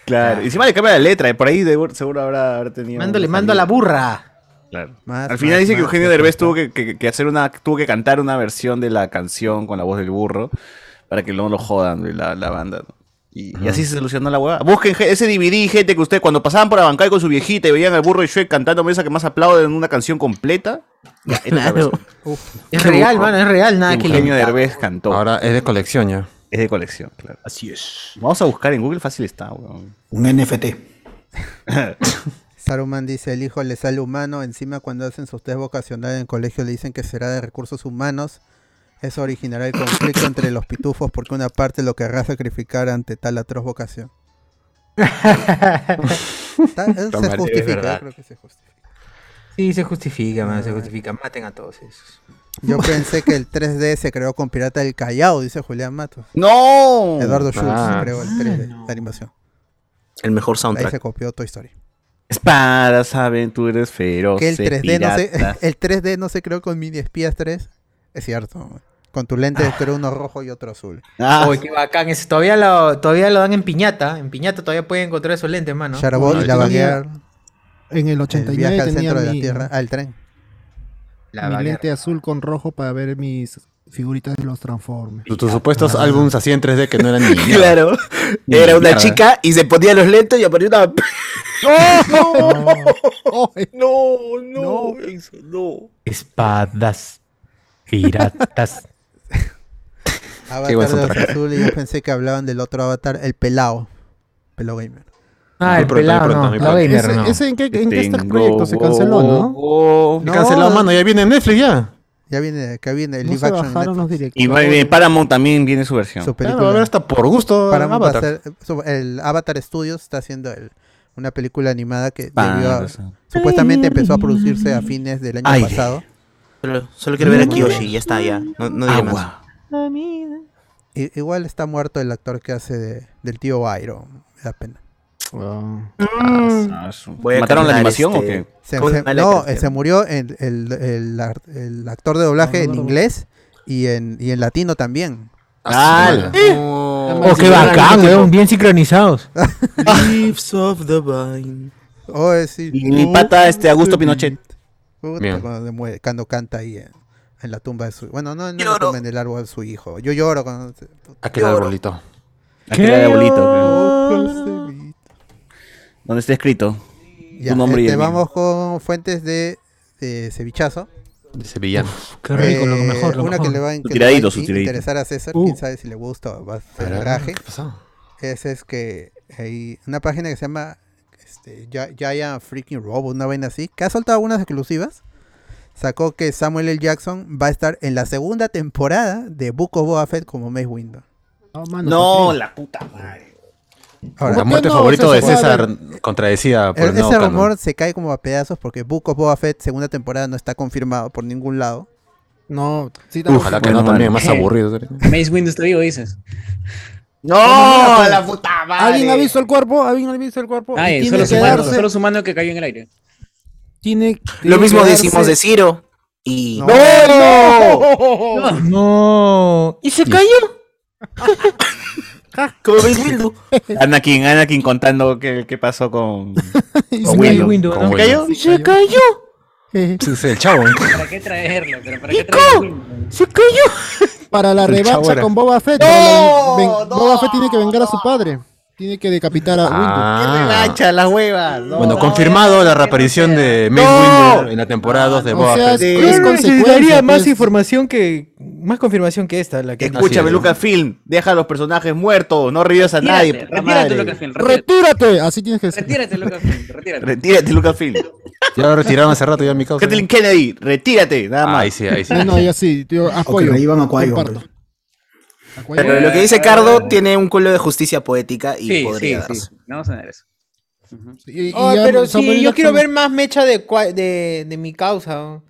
Speaker 5: Claro, encima le cambia la letra, eh, por ahí de- seguro habrá, habrá tenido...
Speaker 7: Mándole,
Speaker 5: una
Speaker 7: mando a la
Speaker 5: salida.
Speaker 7: burra.
Speaker 5: Claro.
Speaker 2: Más,
Speaker 5: Al final
Speaker 2: más,
Speaker 5: dice que
Speaker 2: más,
Speaker 5: Eugenio
Speaker 2: más,
Speaker 5: Derbez tuvo que, que- que hacer una, tuvo que cantar una versión de la canción con la voz del burro para que no lo jodan güey, la, la banda. ¿no? Y, y así se solucionó la hueá. Busquen ge- ese DVD, gente, que ustedes cuando pasaban por Abancay con su viejita y veían al burro y Shrek cantando esa que más aplauden una canción completa. ya, esta es la
Speaker 6: Claro.
Speaker 5: versión.
Speaker 7: Es real, mano, es real,
Speaker 9: Ah,
Speaker 7: nada que
Speaker 5: Eugenio
Speaker 7: le.
Speaker 5: Derbez cantó.
Speaker 4: Ahora es de colección ya.
Speaker 5: Es de colección, claro. Así es. Vamos a buscar en Google, fácil está, weón.
Speaker 13: Un NFT.
Speaker 2: Saruman dice, el hijo le sale humano, encima cuando hacen sus test vocacionales en el colegio le dicen que será de recursos humanos. Eso originará
Speaker 8: [LAUGHS]
Speaker 2: el conflicto entre los pitufos porque una parte lo querrá sacrificar ante tal atroz vocación. Está- se
Speaker 8: Tamarindo,
Speaker 2: justifica,
Speaker 8: es verdad.
Speaker 2: yo creo que se justifica. Ah.
Speaker 8: Sí, se justifica, man, se justifica. Maten a todos esos.
Speaker 2: Yo pensé que el 3D se creó con Pirata del Callao, dice Julián Matos.
Speaker 8: Oh,
Speaker 5: ¡No!
Speaker 2: Eduardo Schultz
Speaker 6: Ah.
Speaker 2: creó el 3D, la animación.
Speaker 6: El mejor
Speaker 2: Ahí se
Speaker 6: soundtrack.
Speaker 2: copió Toy Story.
Speaker 5: Espadas, aventuras feroces.
Speaker 2: que el 3D no se, [LAUGHS]
Speaker 5: piratas.
Speaker 2: el 3D no se creó con mini espías 3. Es cierto. Con tu
Speaker 12: Ah.
Speaker 2: lente creó uno rojo y otro azul.
Speaker 5: Ah.
Speaker 8: Uy, qué bacán. ese. Todavía, lo, todavía lo dan en piñata. En piñata todavía pueden encontrar esos lentes, mano.
Speaker 2: Charbot y la baguear,
Speaker 12: En el
Speaker 2: el
Speaker 12: 89
Speaker 2: viaje al
Speaker 12: tenía
Speaker 2: centro de la
Speaker 12: mi-
Speaker 2: Tierra, al tren.
Speaker 8: La
Speaker 12: mi
Speaker 8: baguera.
Speaker 12: lente azul con rojo para ver mis figuritas de los Transformers.
Speaker 4: Tus supuestos álbums así en 3D que no eran ni.
Speaker 6: Claro.
Speaker 4: Ni
Speaker 6: Era una
Speaker 4: mierda.
Speaker 6: chica y se ponía los lentes y apareció una.
Speaker 5: No, no, eso, no.
Speaker 9: Espadas. Piratas.
Speaker 2: Avatar de
Speaker 4: Qué buen
Speaker 2: los
Speaker 4: soundtrack.
Speaker 2: azules, yo pensé que hablaban del otro avatar, el pelao. Pelao gamer.
Speaker 8: Ah,
Speaker 4: Muy
Speaker 8: el
Speaker 4: pronto, muy
Speaker 8: pelado,
Speaker 4: pronto,
Speaker 8: no.
Speaker 4: muy
Speaker 8: La
Speaker 4: pronto.
Speaker 8: gamer,
Speaker 12: ¿Ese,
Speaker 8: no.
Speaker 12: ese en qué, en qué está el
Speaker 5: Tengo
Speaker 12: proyecto? Se canceló, ¿no?
Speaker 5: go-
Speaker 4: No. Cancelado, mano, ya viene en Netflix ya.
Speaker 2: Ya viene, acá viene el
Speaker 12: No
Speaker 2: live
Speaker 12: se
Speaker 2: action. en
Speaker 12: bajaron los
Speaker 2: Netflix.
Speaker 5: Y
Speaker 12: directores.
Speaker 5: va- eh, Paramount también viene su versión.
Speaker 2: Su
Speaker 4: Claro, va a
Speaker 2: película.
Speaker 4: ver hasta por gusto
Speaker 2: Paramount va a
Speaker 4: Avatar.
Speaker 2: hacer- su- el Avatar Studios está haciendo el- una película animada que debió a-
Speaker 5: Ah, eso.
Speaker 2: supuestamente empezó a producirse a fines del año
Speaker 6: Aire.
Speaker 2: pasado.
Speaker 6: Solo, solo quiero ver
Speaker 2: Mm.
Speaker 6: a Kiyoshi, ya está, ya. No, no diga más.
Speaker 5: Agua.
Speaker 2: I- igual está muerto el actor que hace de- del tío Byron. Me da pena.
Speaker 5: Ah, su-
Speaker 6: Voy a
Speaker 5: ¿Mataron la
Speaker 6: cambiar,
Speaker 5: animación o
Speaker 6: este,
Speaker 5: qué?
Speaker 2: Se-
Speaker 6: ¿Cómo
Speaker 2: se-
Speaker 6: se llama la
Speaker 2: no,
Speaker 6: canción?
Speaker 2: eh, se murió el, el- el ar- el actor de doblaje en inglés y en, y en latino también.
Speaker 5: Ah, la-
Speaker 4: ¿Eh?
Speaker 8: No.
Speaker 7: Oh, qué bacán, weón. Bien sincronizados.
Speaker 6: [LAUGHS] Leaves of the vine.
Speaker 2: Oh, eh, sí. Uh,
Speaker 5: Y mi pata, este, Augusto Pinochet.
Speaker 2: Puta,
Speaker 4: Bien.
Speaker 2: cuando, se muere- cuando canta ahí en, en la tumba de su Bueno, no, no en la
Speaker 6: Lloro.
Speaker 2: tumba, en el árbol de su hijo. Yo lloro cuando... se-
Speaker 4: Aquel Ah, arbolito.
Speaker 5: Aquel de abuelito. que- Donde está escrito.
Speaker 2: Ya,
Speaker 5: Tu nombre y
Speaker 2: este,
Speaker 5: el mío.
Speaker 2: vamos con fuentes de, de cevichazo. Eh,
Speaker 4: De sevillano.
Speaker 7: Qué rico, lo mejor, lo
Speaker 2: una
Speaker 7: mejor.
Speaker 2: que le va, a- que le va a
Speaker 5: tiradito, su
Speaker 2: in-
Speaker 5: tiradito.
Speaker 2: interesar a César,
Speaker 7: Uh.
Speaker 2: quién sabe si le gusta o va a hacer
Speaker 4: ¿Qué
Speaker 2: raje.
Speaker 4: pasó?
Speaker 2: Ese es que hay una página que se llama este, Gi- Giant Freaking Robot, una vaina así, que ha soltado algunas exclusivas. Sacó que Samuel L. Jackson va a estar en la segunda temporada de Book of Boba Fett como Mace Window.
Speaker 12: No, mano,
Speaker 5: No, la puta madre.
Speaker 2: Ahora,
Speaker 12: ¿por
Speaker 4: la
Speaker 12: qué
Speaker 4: muerte
Speaker 12: no?
Speaker 4: favorito
Speaker 12: O sea,
Speaker 4: de
Speaker 12: se puede
Speaker 4: César contradecida por
Speaker 2: e-
Speaker 4: el nuevo
Speaker 2: ese
Speaker 4: canon.
Speaker 2: rumor se cae como a pedazos porque Book of Boba Fett segunda temporada no está confirmado por ningún lado.
Speaker 12: No, sí, tampoco.
Speaker 4: Ojalá que
Speaker 5: Bueno,
Speaker 4: no también,
Speaker 5: vale.
Speaker 4: más aburrido. sería.
Speaker 9: Maze Windows te digo, dices.
Speaker 5: No, la puta
Speaker 2: Ah,
Speaker 12: ¿Alguien ha visto el cuerpo? ¿Alguien ha visto el cuerpo?
Speaker 11: Ah,
Speaker 12: Y
Speaker 9: Ay,
Speaker 12: tiene
Speaker 9: solo
Speaker 12: que
Speaker 9: su, mano,
Speaker 12: darse-
Speaker 9: solo su mano que cayó en el aire.
Speaker 12: tiene- tiene
Speaker 6: Lo mismo
Speaker 12: que
Speaker 6: decimos
Speaker 12: darse-
Speaker 6: de Ciro. Y.
Speaker 2: No.
Speaker 7: No.
Speaker 8: ¿Y se
Speaker 5: [LAUGHS]
Speaker 8: cayó?
Speaker 6: Como Mace Windu.
Speaker 5: Anakin, Anakin contando qué, qué pasó con.
Speaker 12: y
Speaker 5: con
Speaker 7: Windows.
Speaker 12: se
Speaker 5: Willow.
Speaker 7: Windows,
Speaker 5: ¿Con
Speaker 4: ¿no?
Speaker 5: Willow.
Speaker 8: ¿Y se cayó?
Speaker 12: cayó.
Speaker 4: Sí, sí, el chavo. ¿eh?
Speaker 9: ¿Para qué traerlo? ¿Pero para qué traerlo?
Speaker 8: ¿Se cayó?
Speaker 12: Para la
Speaker 4: El chavo
Speaker 12: revancha
Speaker 4: era.
Speaker 12: con Boba Fett. pero la- ven- Boba Fett tiene que vengar a su padre. Tiene que decapitar a Windows.
Speaker 4: Ah.
Speaker 8: Relacha las huevas. No,
Speaker 4: Bueno,
Speaker 8: no,
Speaker 4: confirmado la reaparición de Mace Windu en la temporada 2 de
Speaker 12: O
Speaker 4: Boba
Speaker 12: sea, es
Speaker 4: Fett.
Speaker 8: Creo que
Speaker 12: consecuencia,
Speaker 8: necesitaría más
Speaker 12: pues.
Speaker 8: información que. Más confirmación que esta. La que
Speaker 4: Así
Speaker 5: Escúchame,
Speaker 4: es.
Speaker 5: Lucasfilm, deja a los personajes muertos, no rías a nadie.
Speaker 9: Retírate,
Speaker 5: puta
Speaker 9: retírate,
Speaker 5: madre.
Speaker 9: Lucasfilm, retírate.
Speaker 12: ¡Retírate! Así tienes que decir.
Speaker 9: Retírate, Lucasfilm, retírate.
Speaker 5: Retírate, Lucasfilm. [LAUGHS]
Speaker 4: Ya lo retiraron hace rato ya mi causa.
Speaker 5: Kathleen Kennedy, retírate, nada
Speaker 4: Ah,
Speaker 5: más.
Speaker 4: ahí sí, ahí sí.
Speaker 12: No, no, yo sí, yo apoyo.
Speaker 13: le iban a Qui-Gon,
Speaker 12: comparto. A Qui-Gon.
Speaker 6: Pero lo que dice Cardo tiene un culo de justicia poética y podría darse.
Speaker 9: Vamos a ver eso.
Speaker 12: Y- y
Speaker 8: Ah,
Speaker 12: ya
Speaker 8: pero sí,
Speaker 12: Samuel
Speaker 8: yo
Speaker 12: Jackson-
Speaker 8: quiero ver más mecha de, cua- de, de mi causa. oh.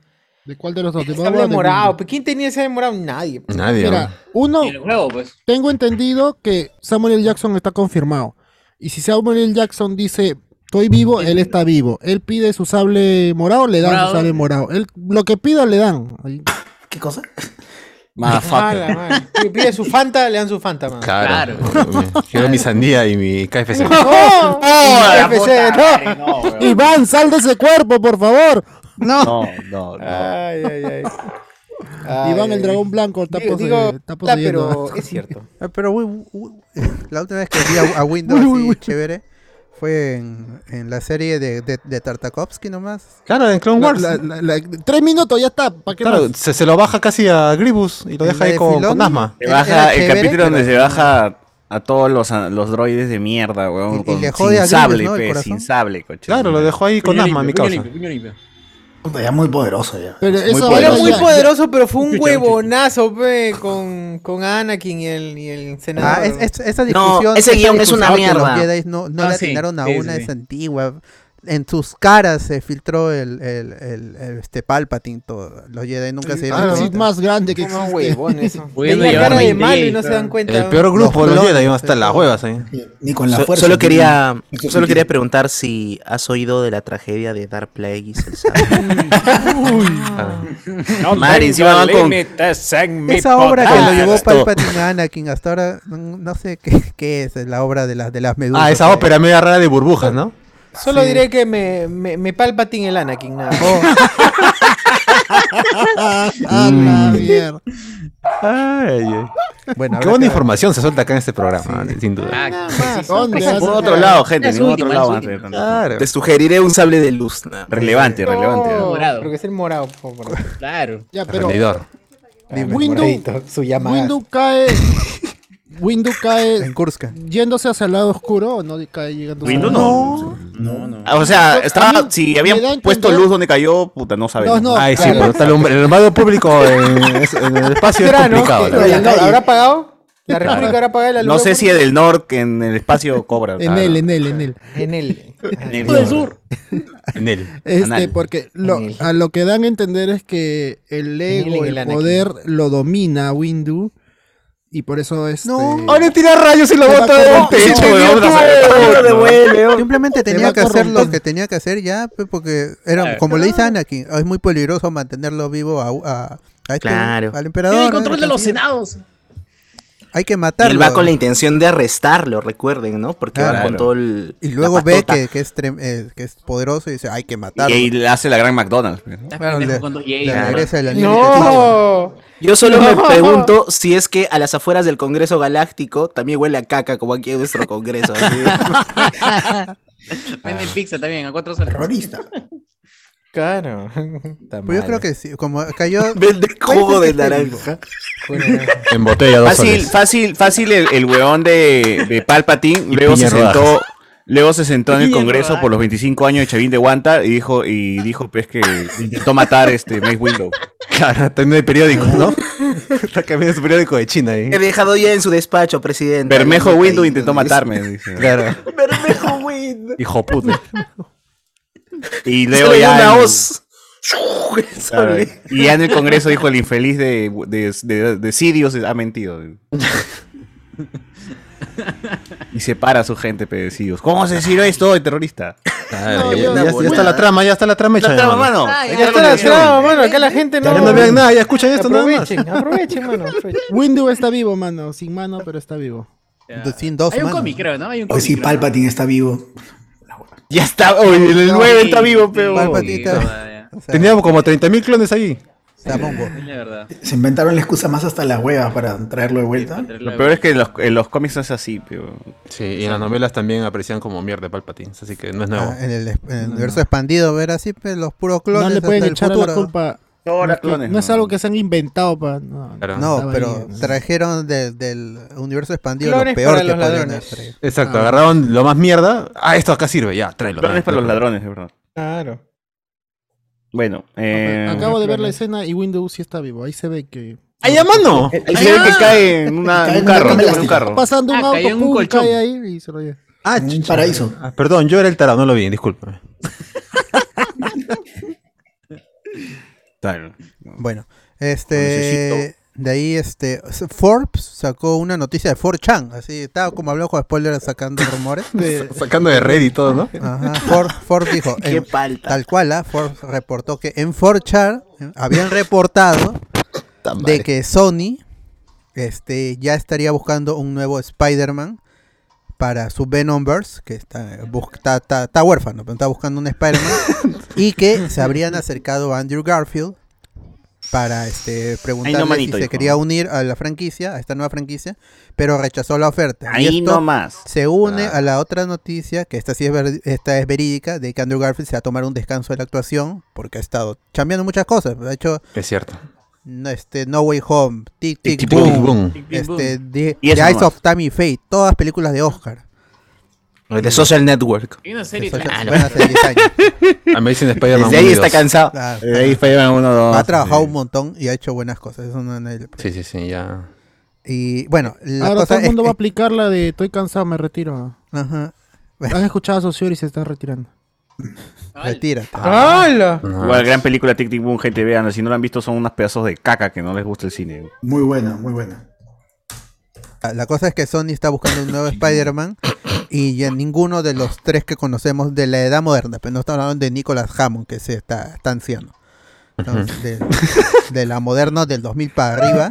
Speaker 12: ¿De cuál de los dos? ¿De
Speaker 8: Está
Speaker 12: Boba o de
Speaker 8: demorado.
Speaker 12: Windu?
Speaker 8: ¿Pero ¿Quién tenía ese demorado? Nadie. pues.
Speaker 4: Nadie.
Speaker 12: Mira, uno,
Speaker 9: Y el juego, pues.
Speaker 12: tengo entendido que Samuel L. Jackson está confirmado. Y si Samuel L. Jackson dice, estoy vivo, él está vivo. Él pide su sable morado, le dan
Speaker 9: Morado.
Speaker 12: su sable morado. Él, lo que pida, le dan. Ahí-
Speaker 6: ¿Qué cosa?
Speaker 8: Ah, la madre. Si Pide su Fanta, le dan su Fanta, man.
Speaker 4: Claro. Quiero mi sandía y mi KFC. [LAUGHS]
Speaker 8: ¡Oh!
Speaker 5: la
Speaker 8: KFC,
Speaker 5: puta
Speaker 8: no.
Speaker 5: madre, no, weón.
Speaker 12: Iván, sal de ese cuerpo, por favor.
Speaker 5: No, no, no.
Speaker 8: Ay, ay, ay. Ay,
Speaker 12: Iván, el
Speaker 8: ay.
Speaker 12: dragón blanco, está,
Speaker 8: Digo,
Speaker 12: pose-
Speaker 8: digo,
Speaker 12: está
Speaker 8: la,
Speaker 12: poseyendo.
Speaker 8: pero
Speaker 12: [LAUGHS]
Speaker 8: es cierto.
Speaker 2: Ah, Pero uy, uy, [LAUGHS] la última vez que vi a, a Windows así chévere fue en, en la serie de, de, de Tartakovsky nomás.
Speaker 4: Claro, en Clone
Speaker 12: La-
Speaker 4: Wars.
Speaker 12: la- la- la- tres minutos, ya está. ¿Para qué
Speaker 4: Claro,
Speaker 12: más?
Speaker 4: se, se lo baja casi a Gribus y lo
Speaker 2: ¿En
Speaker 4: deja
Speaker 2: la
Speaker 4: ahí
Speaker 2: de
Speaker 4: con,
Speaker 2: Filoni?
Speaker 4: con asma.
Speaker 5: Se
Speaker 2: Era-
Speaker 5: baja
Speaker 2: era
Speaker 5: el
Speaker 2: chévere,
Speaker 5: capítulo donde
Speaker 2: pero-
Speaker 5: se baja a todos los, a los droides de mierda, weón.
Speaker 2: Y- y
Speaker 5: con-
Speaker 2: le jode a
Speaker 5: sin
Speaker 2: Grievous,
Speaker 5: sable,
Speaker 2: ¿no? El
Speaker 5: pe,
Speaker 2: corazón.
Speaker 5: sin sable, coche.
Speaker 4: Claro, lo dejó ahí con
Speaker 9: Puño
Speaker 4: asma, mi
Speaker 9: limpio, puño
Speaker 4: causa.
Speaker 9: limpio, puño limpio.
Speaker 13: Puta, ya muy poderoso ya.
Speaker 12: Pero
Speaker 13: Muy
Speaker 12: eso
Speaker 13: poderoso.
Speaker 12: ahora
Speaker 13: Era
Speaker 8: Muy
Speaker 12: ya-
Speaker 8: poderoso, pero fue un
Speaker 12: Chucha,
Speaker 8: huevonazo, pe, con, con Anakin y el, y el senador.
Speaker 2: Ah, es- es- esa discusión, esa discusión que los Jedi no, no
Speaker 8: Ah,
Speaker 2: le
Speaker 8: sí,
Speaker 2: atinaron a
Speaker 8: sí,
Speaker 2: una,
Speaker 8: sí,
Speaker 2: es
Speaker 8: sí.
Speaker 2: antigua. En sus caras se filtró el, el, el- el- este Palpatine todo. Los Jedi nunca se dieron
Speaker 12: Ah, el Sith
Speaker 2: cuenta.
Speaker 12: más grande que existe. [LAUGHS]
Speaker 2: Bueno, Tenía cara
Speaker 8: de malo y no se dan cuenta.
Speaker 4: El peor grupo de los
Speaker 6: clones,
Speaker 4: Jedi, hasta
Speaker 6: sí.
Speaker 4: las huevas ahí.
Speaker 13: Ni con la
Speaker 6: So-
Speaker 13: fuerza,
Speaker 6: solo
Speaker 13: ni-
Speaker 6: quería,
Speaker 13: ni con-
Speaker 6: solo quería preguntar si has oído de la tragedia de Dark Plague el sábado.
Speaker 11: No
Speaker 6: Madre, encima
Speaker 11: tengo
Speaker 6: van con-
Speaker 11: límites en mi
Speaker 2: Esa obra que lo
Speaker 11: poder. Ah,
Speaker 2: llevó Palpatine a Anakin hasta ahora, no, no sé qué, qué es la obra de las, de las medusas.
Speaker 4: Ah, esa
Speaker 2: Eh,
Speaker 4: ópera media rara de burbujas, ¿no?
Speaker 8: Solo
Speaker 2: Sí.
Speaker 8: diré que me, me, me Palpatine el Anakin, nada.
Speaker 12: Oh, Ah,
Speaker 2: Mm.
Speaker 12: la mierda.
Speaker 4: Ay, ay.
Speaker 2: Bueno,
Speaker 4: Qué
Speaker 2: habrá que
Speaker 4: buena
Speaker 2: ver.
Speaker 4: información se suelta acá en este programa, sin
Speaker 9: Ah,
Speaker 4: duda.
Speaker 11: Ah,
Speaker 12: ¿Dónde?
Speaker 5: Ningún otro lado, gente, ningún otro lado. van a tener tanto.
Speaker 4: Claro.
Speaker 6: Te sugeriré un sable de luz. nada más.
Speaker 5: Relevante, relevante.
Speaker 8: No,
Speaker 11: Morado.
Speaker 8: Porque es el morado, por favor.
Speaker 11: Claro.
Speaker 12: Ya, pero
Speaker 8: Windows-
Speaker 12: Windows,
Speaker 8: su llamada.
Speaker 12: Windows cae. Windows cae
Speaker 2: En Kurska.
Speaker 12: yéndose hacia el lado oscuro o no cae llegando
Speaker 5: Windu
Speaker 12: hacia-
Speaker 5: no.
Speaker 13: No, no.
Speaker 5: Ah, O sea,
Speaker 12: A
Speaker 5: estaba,
Speaker 12: mí
Speaker 5: si
Speaker 12: me da a
Speaker 5: habían
Speaker 12: entender-
Speaker 5: puesto luz donde cayó, puta, no sabemos.
Speaker 12: No, no.
Speaker 4: Ay, sí,
Speaker 12: claro.
Speaker 4: pero está el hombre- el armado público en, en el espacio es
Speaker 8: Será, ¿no?
Speaker 4: complicado. la
Speaker 8: Pero
Speaker 4: verdad.
Speaker 8: la- ¿Habrá pagado? ¿La República habrá pagado la luz?
Speaker 5: No sé si el del norte en el espacio cobra.
Speaker 12: En
Speaker 2: Ah,
Speaker 5: claro.
Speaker 12: él, en él, en él.
Speaker 8: En él.
Speaker 5: En
Speaker 12: Del
Speaker 5: el norte.
Speaker 12: sur.
Speaker 4: En él.
Speaker 12: Este,
Speaker 5: Anal.
Speaker 12: porque lo- a lo que dan a entender es que el
Speaker 8: Miren
Speaker 12: ego,
Speaker 8: el
Speaker 12: el
Speaker 8: Anakin.
Speaker 12: poder lo domina Windu y por eso este, es.
Speaker 2: No.
Speaker 4: Ahora tira rayos y lo bota del techo, weón.
Speaker 2: Simplemente
Speaker 12: Te
Speaker 2: tenía
Speaker 12: va
Speaker 2: que hacer lo
Speaker 12: corrompiendo.
Speaker 2: que tenía que hacer ya, pe, porque era,
Speaker 11: Claro.
Speaker 2: como le dice Anakin, es muy peligroso mantenerlo vivo a, a- a este-
Speaker 6: Claro.
Speaker 2: al
Speaker 11: Tiene
Speaker 2: emperador.
Speaker 11: el control
Speaker 2: ¿no?
Speaker 11: de los senados.
Speaker 2: Hay que
Speaker 6: Y
Speaker 2: matarlo.
Speaker 6: él va con la intención de arrestarlo, recuerden, ¿no? Porque va
Speaker 2: Claro.
Speaker 6: con todo el.
Speaker 2: Y
Speaker 6: la
Speaker 2: luego ve
Speaker 6: patota.
Speaker 2: que, que es trem- eh, que es poderoso y dice, hay que matarlo.
Speaker 5: Y ahí hace la gran McDonald's. ¿no?
Speaker 2: Claro, le,
Speaker 11: con dos
Speaker 2: le
Speaker 11: Jays.
Speaker 2: regresa el anillo.
Speaker 8: ¡No!
Speaker 6: Yo solo
Speaker 8: No.
Speaker 6: me pregunto si es que a las afueras del Congreso Galáctico también huele a caca, como aquí en nuestro Congreso. [LAUGHS] así.
Speaker 11: Vende pizza también, a cuatro soles.
Speaker 13: Terrorista.
Speaker 8: Claro.
Speaker 2: Pues yo creo que sí, como
Speaker 6: [LAUGHS]
Speaker 2: cayó...
Speaker 6: Vende jugo de naranja.
Speaker 4: En botella, dos
Speaker 5: Fácil,
Speaker 4: soles.
Speaker 5: fácil, fácil el, el weón de, de Palpatine. Luego
Speaker 4: piña
Speaker 5: se
Speaker 4: en rodajas.
Speaker 5: sentó. Luego se sentó en el
Speaker 11: Piña en
Speaker 5: Congreso
Speaker 11: rodajas.
Speaker 5: por los 25 años de Chavín de Guanta y dijo, y dijo pues que intentó matar este Mace Window.
Speaker 4: Claro, también el periódico, [LAUGHS] ¿no? Está cambiando su periódico de China ahí.
Speaker 6: He dejado ya en su despacho, presidente.
Speaker 5: Bermejo
Speaker 6: Ahí,
Speaker 5: Window
Speaker 6: ahí,
Speaker 5: intentó
Speaker 6: donde
Speaker 4: [LAUGHS]
Speaker 5: matarme. dice.
Speaker 4: Claro.
Speaker 6: está. [LAUGHS] Bermejo Window.
Speaker 4: Hijo puta.
Speaker 5: Y
Speaker 6: Se
Speaker 5: luego
Speaker 6: le dio
Speaker 5: ya.
Speaker 6: una
Speaker 5: en-
Speaker 6: hoz.
Speaker 5: claro,
Speaker 6: Sale.
Speaker 5: y ya en el Congreso dijo el infeliz de, de, de- de Sidious ha
Speaker 4: [LAUGHS]
Speaker 5: mentido. Y separa a su gente, pe, de Sidious. ¿Cómo vas a decir esto de terrorista?
Speaker 4: Claro,
Speaker 12: No,
Speaker 4: ya,
Speaker 12: yo-
Speaker 4: ya- ya está la trama, ya está la trama hecha.
Speaker 5: La trama,
Speaker 4: hermano.
Speaker 5: mano.
Speaker 11: Ah,
Speaker 8: Ya está la trama, mano. Acá la gente no.
Speaker 4: Ya no vean nada, ya escuchan esto nada más.
Speaker 8: Aprovechen, aprovechen, mano. aprovechen.
Speaker 12: Windu está vivo, mano. Sin mano, pero está vivo.
Speaker 2: Sin dos
Speaker 11: Hay un
Speaker 2: manos.
Speaker 11: cómic, creo, ¿no? Hay un
Speaker 13: Hoy
Speaker 11: cómic.
Speaker 13: sí,
Speaker 11: creo.
Speaker 13: Palpatine está vivo.
Speaker 5: Ya está, oye, el 9 está vivo, pero.
Speaker 2: Palpatine está- o sea,
Speaker 4: Teníamos como 30.000 clones ahí.
Speaker 2: está mongo.
Speaker 11: Sí, la verdad.
Speaker 13: Se inventaron la excusa más hasta las huevas para traerlo de vuelta.
Speaker 5: Lo peor es que en los, en los cómics no es así, pero.
Speaker 4: Sí, y en las novelas también aparecían como mierda de Palpatine, así que no es nuevo.
Speaker 2: Ah, en el, en el universo expandido, ver así, pe, los puros clones
Speaker 12: No le
Speaker 2: hasta
Speaker 12: pueden
Speaker 2: el
Speaker 12: echar
Speaker 2: futuro.
Speaker 12: la culpa.
Speaker 5: Todos los
Speaker 12: No,
Speaker 5: clones,
Speaker 12: no es
Speaker 5: no.
Speaker 12: algo que se han inventado para. No,
Speaker 4: Claro.
Speaker 2: No,
Speaker 12: estaba
Speaker 2: pero
Speaker 12: ahí,
Speaker 2: trajeron de- del universo expandido lo
Speaker 8: Clones
Speaker 2: peor
Speaker 8: para
Speaker 2: que
Speaker 8: los
Speaker 2: podían
Speaker 8: ladrones.
Speaker 2: haber traído.
Speaker 4: Exacto, agarraron lo más mierda. Ah, esto acá sirve, ya, tráelo.
Speaker 5: Clones
Speaker 4: ¿no?
Speaker 5: para los ladrones, de verdad.
Speaker 8: Claro.
Speaker 5: Bueno, eh.
Speaker 12: Acabo de ver la
Speaker 8: claro.
Speaker 12: escena y Windu sí está vivo. Ahí se ve que.
Speaker 4: ¡Ay, a mano!
Speaker 5: Ahí se ve que cae en, una-
Speaker 13: Cae en
Speaker 5: en un
Speaker 13: una
Speaker 5: carro.
Speaker 13: cama
Speaker 5: en un
Speaker 13: elástica.
Speaker 5: carro.
Speaker 12: Está pasando
Speaker 11: Ah,
Speaker 12: un auto,
Speaker 11: cayó en un
Speaker 12: pum,
Speaker 11: colchón.
Speaker 12: cae ahí y se lo lleva.
Speaker 4: Ah,
Speaker 13: En un
Speaker 4: chucha.
Speaker 13: paraíso.
Speaker 4: Ah, perdón, yo era el tarado, no lo vi, disculpa.
Speaker 5: Claro.
Speaker 2: Bueno, este. De ahí, este. Forbes sacó una noticia de 4chan. Así, estaba como hablando con spoilers sacando
Speaker 12: [LAUGHS]
Speaker 2: rumores.
Speaker 4: Sacando de red y todo, ¿no?
Speaker 2: Ajá, Ford, Ford dijo,
Speaker 6: Qué
Speaker 2: en-
Speaker 6: palta.
Speaker 2: tal cual, ah, Ford reportó que en 4chan habían reportado de que Sony este, ya estaría buscando un nuevo Spider-Man para su Venomverse, que está, bus- está, está- está huérfano, pero está buscando un
Speaker 5: [LAUGHS]
Speaker 2: Spider-Man, y que se habrían acercado a Andrew Garfield para este, preguntarle si
Speaker 5: manito,
Speaker 2: se
Speaker 5: hijo.
Speaker 2: quería unir a la franquicia, a esta nueva franquicia, pero rechazó la oferta. Y
Speaker 5: Ahí
Speaker 2: esto
Speaker 5: nomás.
Speaker 2: se une a la otra noticia, que esta sí es, ver- esta es verídica, de que Andrew Garfield se va a tomar un descanso de la actuación, porque ha estado cambiando muchas cosas. Ha hecho
Speaker 4: Es cierto.
Speaker 2: no, este, No Way Home, Tic Tic,
Speaker 4: Tic, tic,
Speaker 2: [LAUGHS] Boom,
Speaker 4: boom.
Speaker 2: Este, The,
Speaker 5: Y eso
Speaker 2: The Eyes
Speaker 5: nomás.
Speaker 2: of Tammy Faye, todas películas de Oscar.
Speaker 6: De Social Network.
Speaker 11: Hay una serie.
Speaker 2: Eso ya-
Speaker 11: claro.
Speaker 2: van a ser 10 años.
Speaker 4: Amazing Spider-Man
Speaker 6: Desde ahí
Speaker 4: 1 y
Speaker 6: está
Speaker 4: 2.
Speaker 6: cansado.
Speaker 2: Claro.
Speaker 4: Desde ahí Spider-Man 1, 2.
Speaker 2: Ha trabajado un montón y ha hecho buenas cosas. Eso no, nadie le-
Speaker 4: Sí, sí, sí, ya.
Speaker 2: Y bueno, la
Speaker 12: Ahora todo
Speaker 2: cosa
Speaker 12: el
Speaker 2: es
Speaker 12: mundo
Speaker 2: que-
Speaker 12: va a aplicar la de estoy cansado, me retiro.
Speaker 2: Ajá.
Speaker 12: Han escuchado a Socior y se están retirando.
Speaker 2: Retírate.
Speaker 12: Ah, ¡Hala!
Speaker 5: Igual, gran película Tic Tic Boom, gente, vean. Si no la han visto, son unos pedazos de caca que no les gusta el cine.
Speaker 13: Muy buena, muy buena.
Speaker 2: Ah, La cosa es que Sony está buscando un nuevo Spider-Man y ya ninguno de los tres que conocemos de la edad moderna, pero no estamos hablando de Nicolas Hammond, que se está, está anciano. Entonces, de, de la moderna del 2000 para arriba,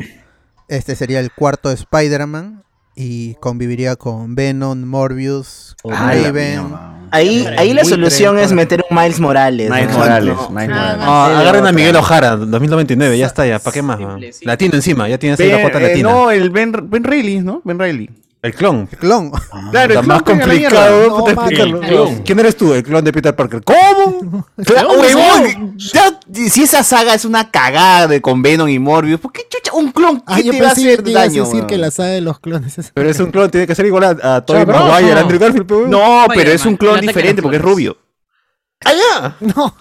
Speaker 2: este sería el cuarto Spider-Man y conviviría con Venom, Morbius,
Speaker 5: Oh, Ah,
Speaker 6: Ay, la
Speaker 2: Raven.
Speaker 6: Ahí, ahí la
Speaker 2: Buitre,
Speaker 6: solución es
Speaker 2: todas-
Speaker 6: meter un Miles Morales.
Speaker 2: Miles
Speaker 6: ¿no?
Speaker 2: Morales,
Speaker 6: No.
Speaker 2: Miles
Speaker 4: Ah,
Speaker 2: Morales.
Speaker 4: agarren a Miguel Ojara, 2099, ya está, ya, ¿para qué más? man? Latino encima, ya tienes ahí la
Speaker 5: Ben-
Speaker 4: cuota
Speaker 5: eh,
Speaker 4: latina.
Speaker 5: no, el Ben, ben Reilly, ¿no? Ben Reilly.
Speaker 4: El clon.
Speaker 2: El clon.
Speaker 5: Claro, el
Speaker 4: Puta, Ah, más
Speaker 5: clon, venga, la
Speaker 4: complicado,
Speaker 5: mierda.
Speaker 4: puta,
Speaker 5: No,
Speaker 4: explicarlo.
Speaker 5: mata, el clon.
Speaker 4: ¿Quién eres tú, el clon de Peter Parker? ¿Cómo?
Speaker 5: Claro,
Speaker 4: huevón.
Speaker 5: Ya, si esa saga es una cagada de con Venom y Morbius, ¿por qué chucha un clon?
Speaker 12: Ah,
Speaker 5: ¿Qué
Speaker 12: yo
Speaker 5: te va a
Speaker 12: pensé que
Speaker 5: hacer
Speaker 12: te ibas a
Speaker 5: daño?
Speaker 12: decir
Speaker 5: weón?
Speaker 12: que la saga de los clones es...
Speaker 4: Pero es un clon, tiene que ser igual a, a Tobey
Speaker 12: Chabrón.
Speaker 4: Maguire, Andrew Garfield. pe, weón.
Speaker 5: No, pero es un clon diferente porque es rubio.
Speaker 4: ¡Allá!
Speaker 12: No.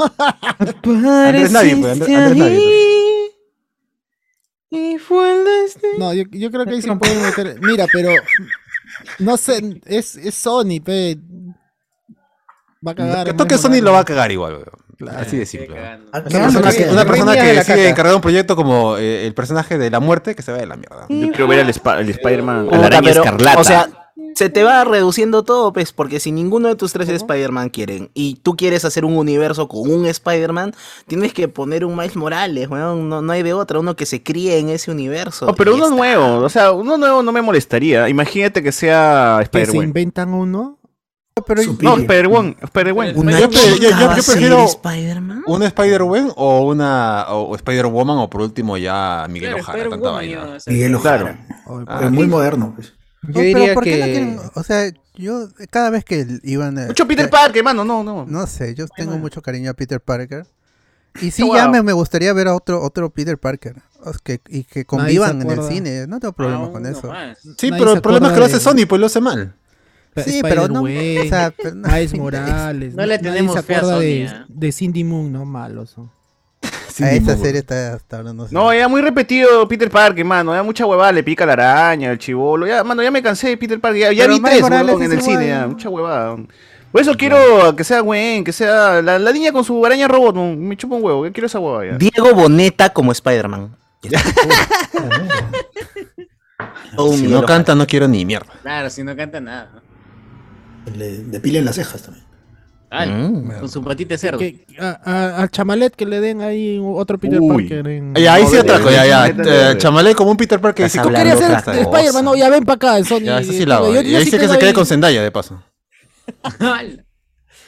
Speaker 4: Andrés Nadie, pues, Andrés- Andrés Nadie,
Speaker 12: Y fue el No, yo, yo creo que ahí se pueden meter. Mira, pero. No sé, es, es Sony, pe. Va a cagar.
Speaker 4: Que toque Sony lo va a cagar igual, weón. Así de simple. weón.
Speaker 12: Ah,
Speaker 4: Una persona
Speaker 12: sí,
Speaker 4: que, una
Speaker 12: sí,
Speaker 4: persona
Speaker 12: sí,
Speaker 4: que
Speaker 12: de la
Speaker 4: sigue
Speaker 12: caca.
Speaker 4: encargado de un proyecto como eh, el personaje de la muerte que se va de la mierda.
Speaker 5: Yo quiero ver al, Spa- al Spider-Man, a
Speaker 4: Mm. Puta,
Speaker 5: la araña
Speaker 4: pero,
Speaker 5: escarlata.
Speaker 6: O sea, se te va reduciendo todo, pues, porque si ninguno de tus tres Spider-Man quieren y tú quieres hacer un universo con un Spider-Man, tienes que poner un Miles Morales, weón. No, no hay de otra, uno que se críe en ese universo.
Speaker 5: No, Oh, pero
Speaker 6: Y
Speaker 5: uno
Speaker 6: está.
Speaker 5: nuevo, o sea, uno nuevo no me molestaría. Imagínate que sea
Speaker 12: Que se
Speaker 5: Spider-Man.
Speaker 12: inventan uno.
Speaker 5: No, Spider-Man, Spider-Man.
Speaker 4: Una yo, pre- yo- yo- yo prefiero un Spider-Man o una o, o Spider-Woman o por último ya Miguel Ojara, tanta vaina.
Speaker 13: Miguel Ojara.
Speaker 2: Ah,
Speaker 13: Pero muy moderno, pues.
Speaker 2: No, pero ¿por qué no quieren- O sea, yo cada vez que iban a...
Speaker 5: Mucho Peter Parker, mano, no, no.
Speaker 2: No sé, yo tengo mucho cariño a Peter Parker. Y sí,
Speaker 5: Wow.
Speaker 2: ya me, me gustaría ver a otro, otro Peter Parker. os- Que, y que convivan en el
Speaker 12: acuerda.
Speaker 2: cine. No tengo
Speaker 12: Ah,
Speaker 11: Ah,
Speaker 2: problema con eso.
Speaker 4: Sí, pero el problema es que lo hace Sony, pues lo hace mal.
Speaker 2: Sí, pero no- o sea, pero [LAUGHS] no-
Speaker 12: Miles Morales.
Speaker 2: No le
Speaker 12: nadie
Speaker 2: tenemos
Speaker 12: se
Speaker 2: fe a
Speaker 12: acuerda
Speaker 2: Sony,
Speaker 12: de,
Speaker 2: ¿eh?
Speaker 12: de Cindy Moon, no malos son.
Speaker 2: a
Speaker 12: ni modo.
Speaker 2: esta Ah, serie está, está hablando.
Speaker 5: No, era muy repetido Peter Parker, mano. Ya mucha huevada, le pica la araña, el chivolo. Ya, mano, ya me cansé de Peter Parker. Ya, ya
Speaker 2: Pero
Speaker 5: vi
Speaker 2: Miles
Speaker 5: tres
Speaker 2: Morales
Speaker 5: huevón, en
Speaker 2: es
Speaker 5: el
Speaker 2: igual.
Speaker 5: cine, ya, mucha huevada. Por eso quiero que sea Gwen, que sea la, la niña con su araña robot. no, Me chupa un huevo, yo quiero esa huevada ya.
Speaker 6: Diego Boneta como Spider-Man. Oh,
Speaker 4: si
Speaker 6: Miguel
Speaker 4: no
Speaker 6: Ojara.
Speaker 4: canta, no quiero ni mierda.
Speaker 11: Claro, si no canta nada.
Speaker 13: [LAUGHS] Le depilen las cejas también.
Speaker 11: Ay,
Speaker 4: Mm.
Speaker 11: con su patita de cerdo.
Speaker 12: Que- eh, a- a- al chamalet que le den ahí otro Peter
Speaker 4: Uy.
Speaker 12: Parker. En...
Speaker 4: Ya, ahí sí atraco, ya, ya.
Speaker 12: Neta,
Speaker 4: Eh,
Speaker 12: neta.
Speaker 4: chamalé como un Peter Parker.
Speaker 12: Si
Speaker 4: Dice,
Speaker 12: tú
Speaker 4: ¿cómo
Speaker 12: querías
Speaker 4: querías
Speaker 12: ser
Speaker 4: ser
Speaker 12: Spider-Man, no, ya ven para acá, Sony.
Speaker 4: Ya, eso sí la hago.
Speaker 12: Yo- yo
Speaker 4: Y ahí
Speaker 12: sí
Speaker 4: sí que se
Speaker 12: tengo
Speaker 4: quede
Speaker 12: ahí-
Speaker 4: con Zendaya, de paso.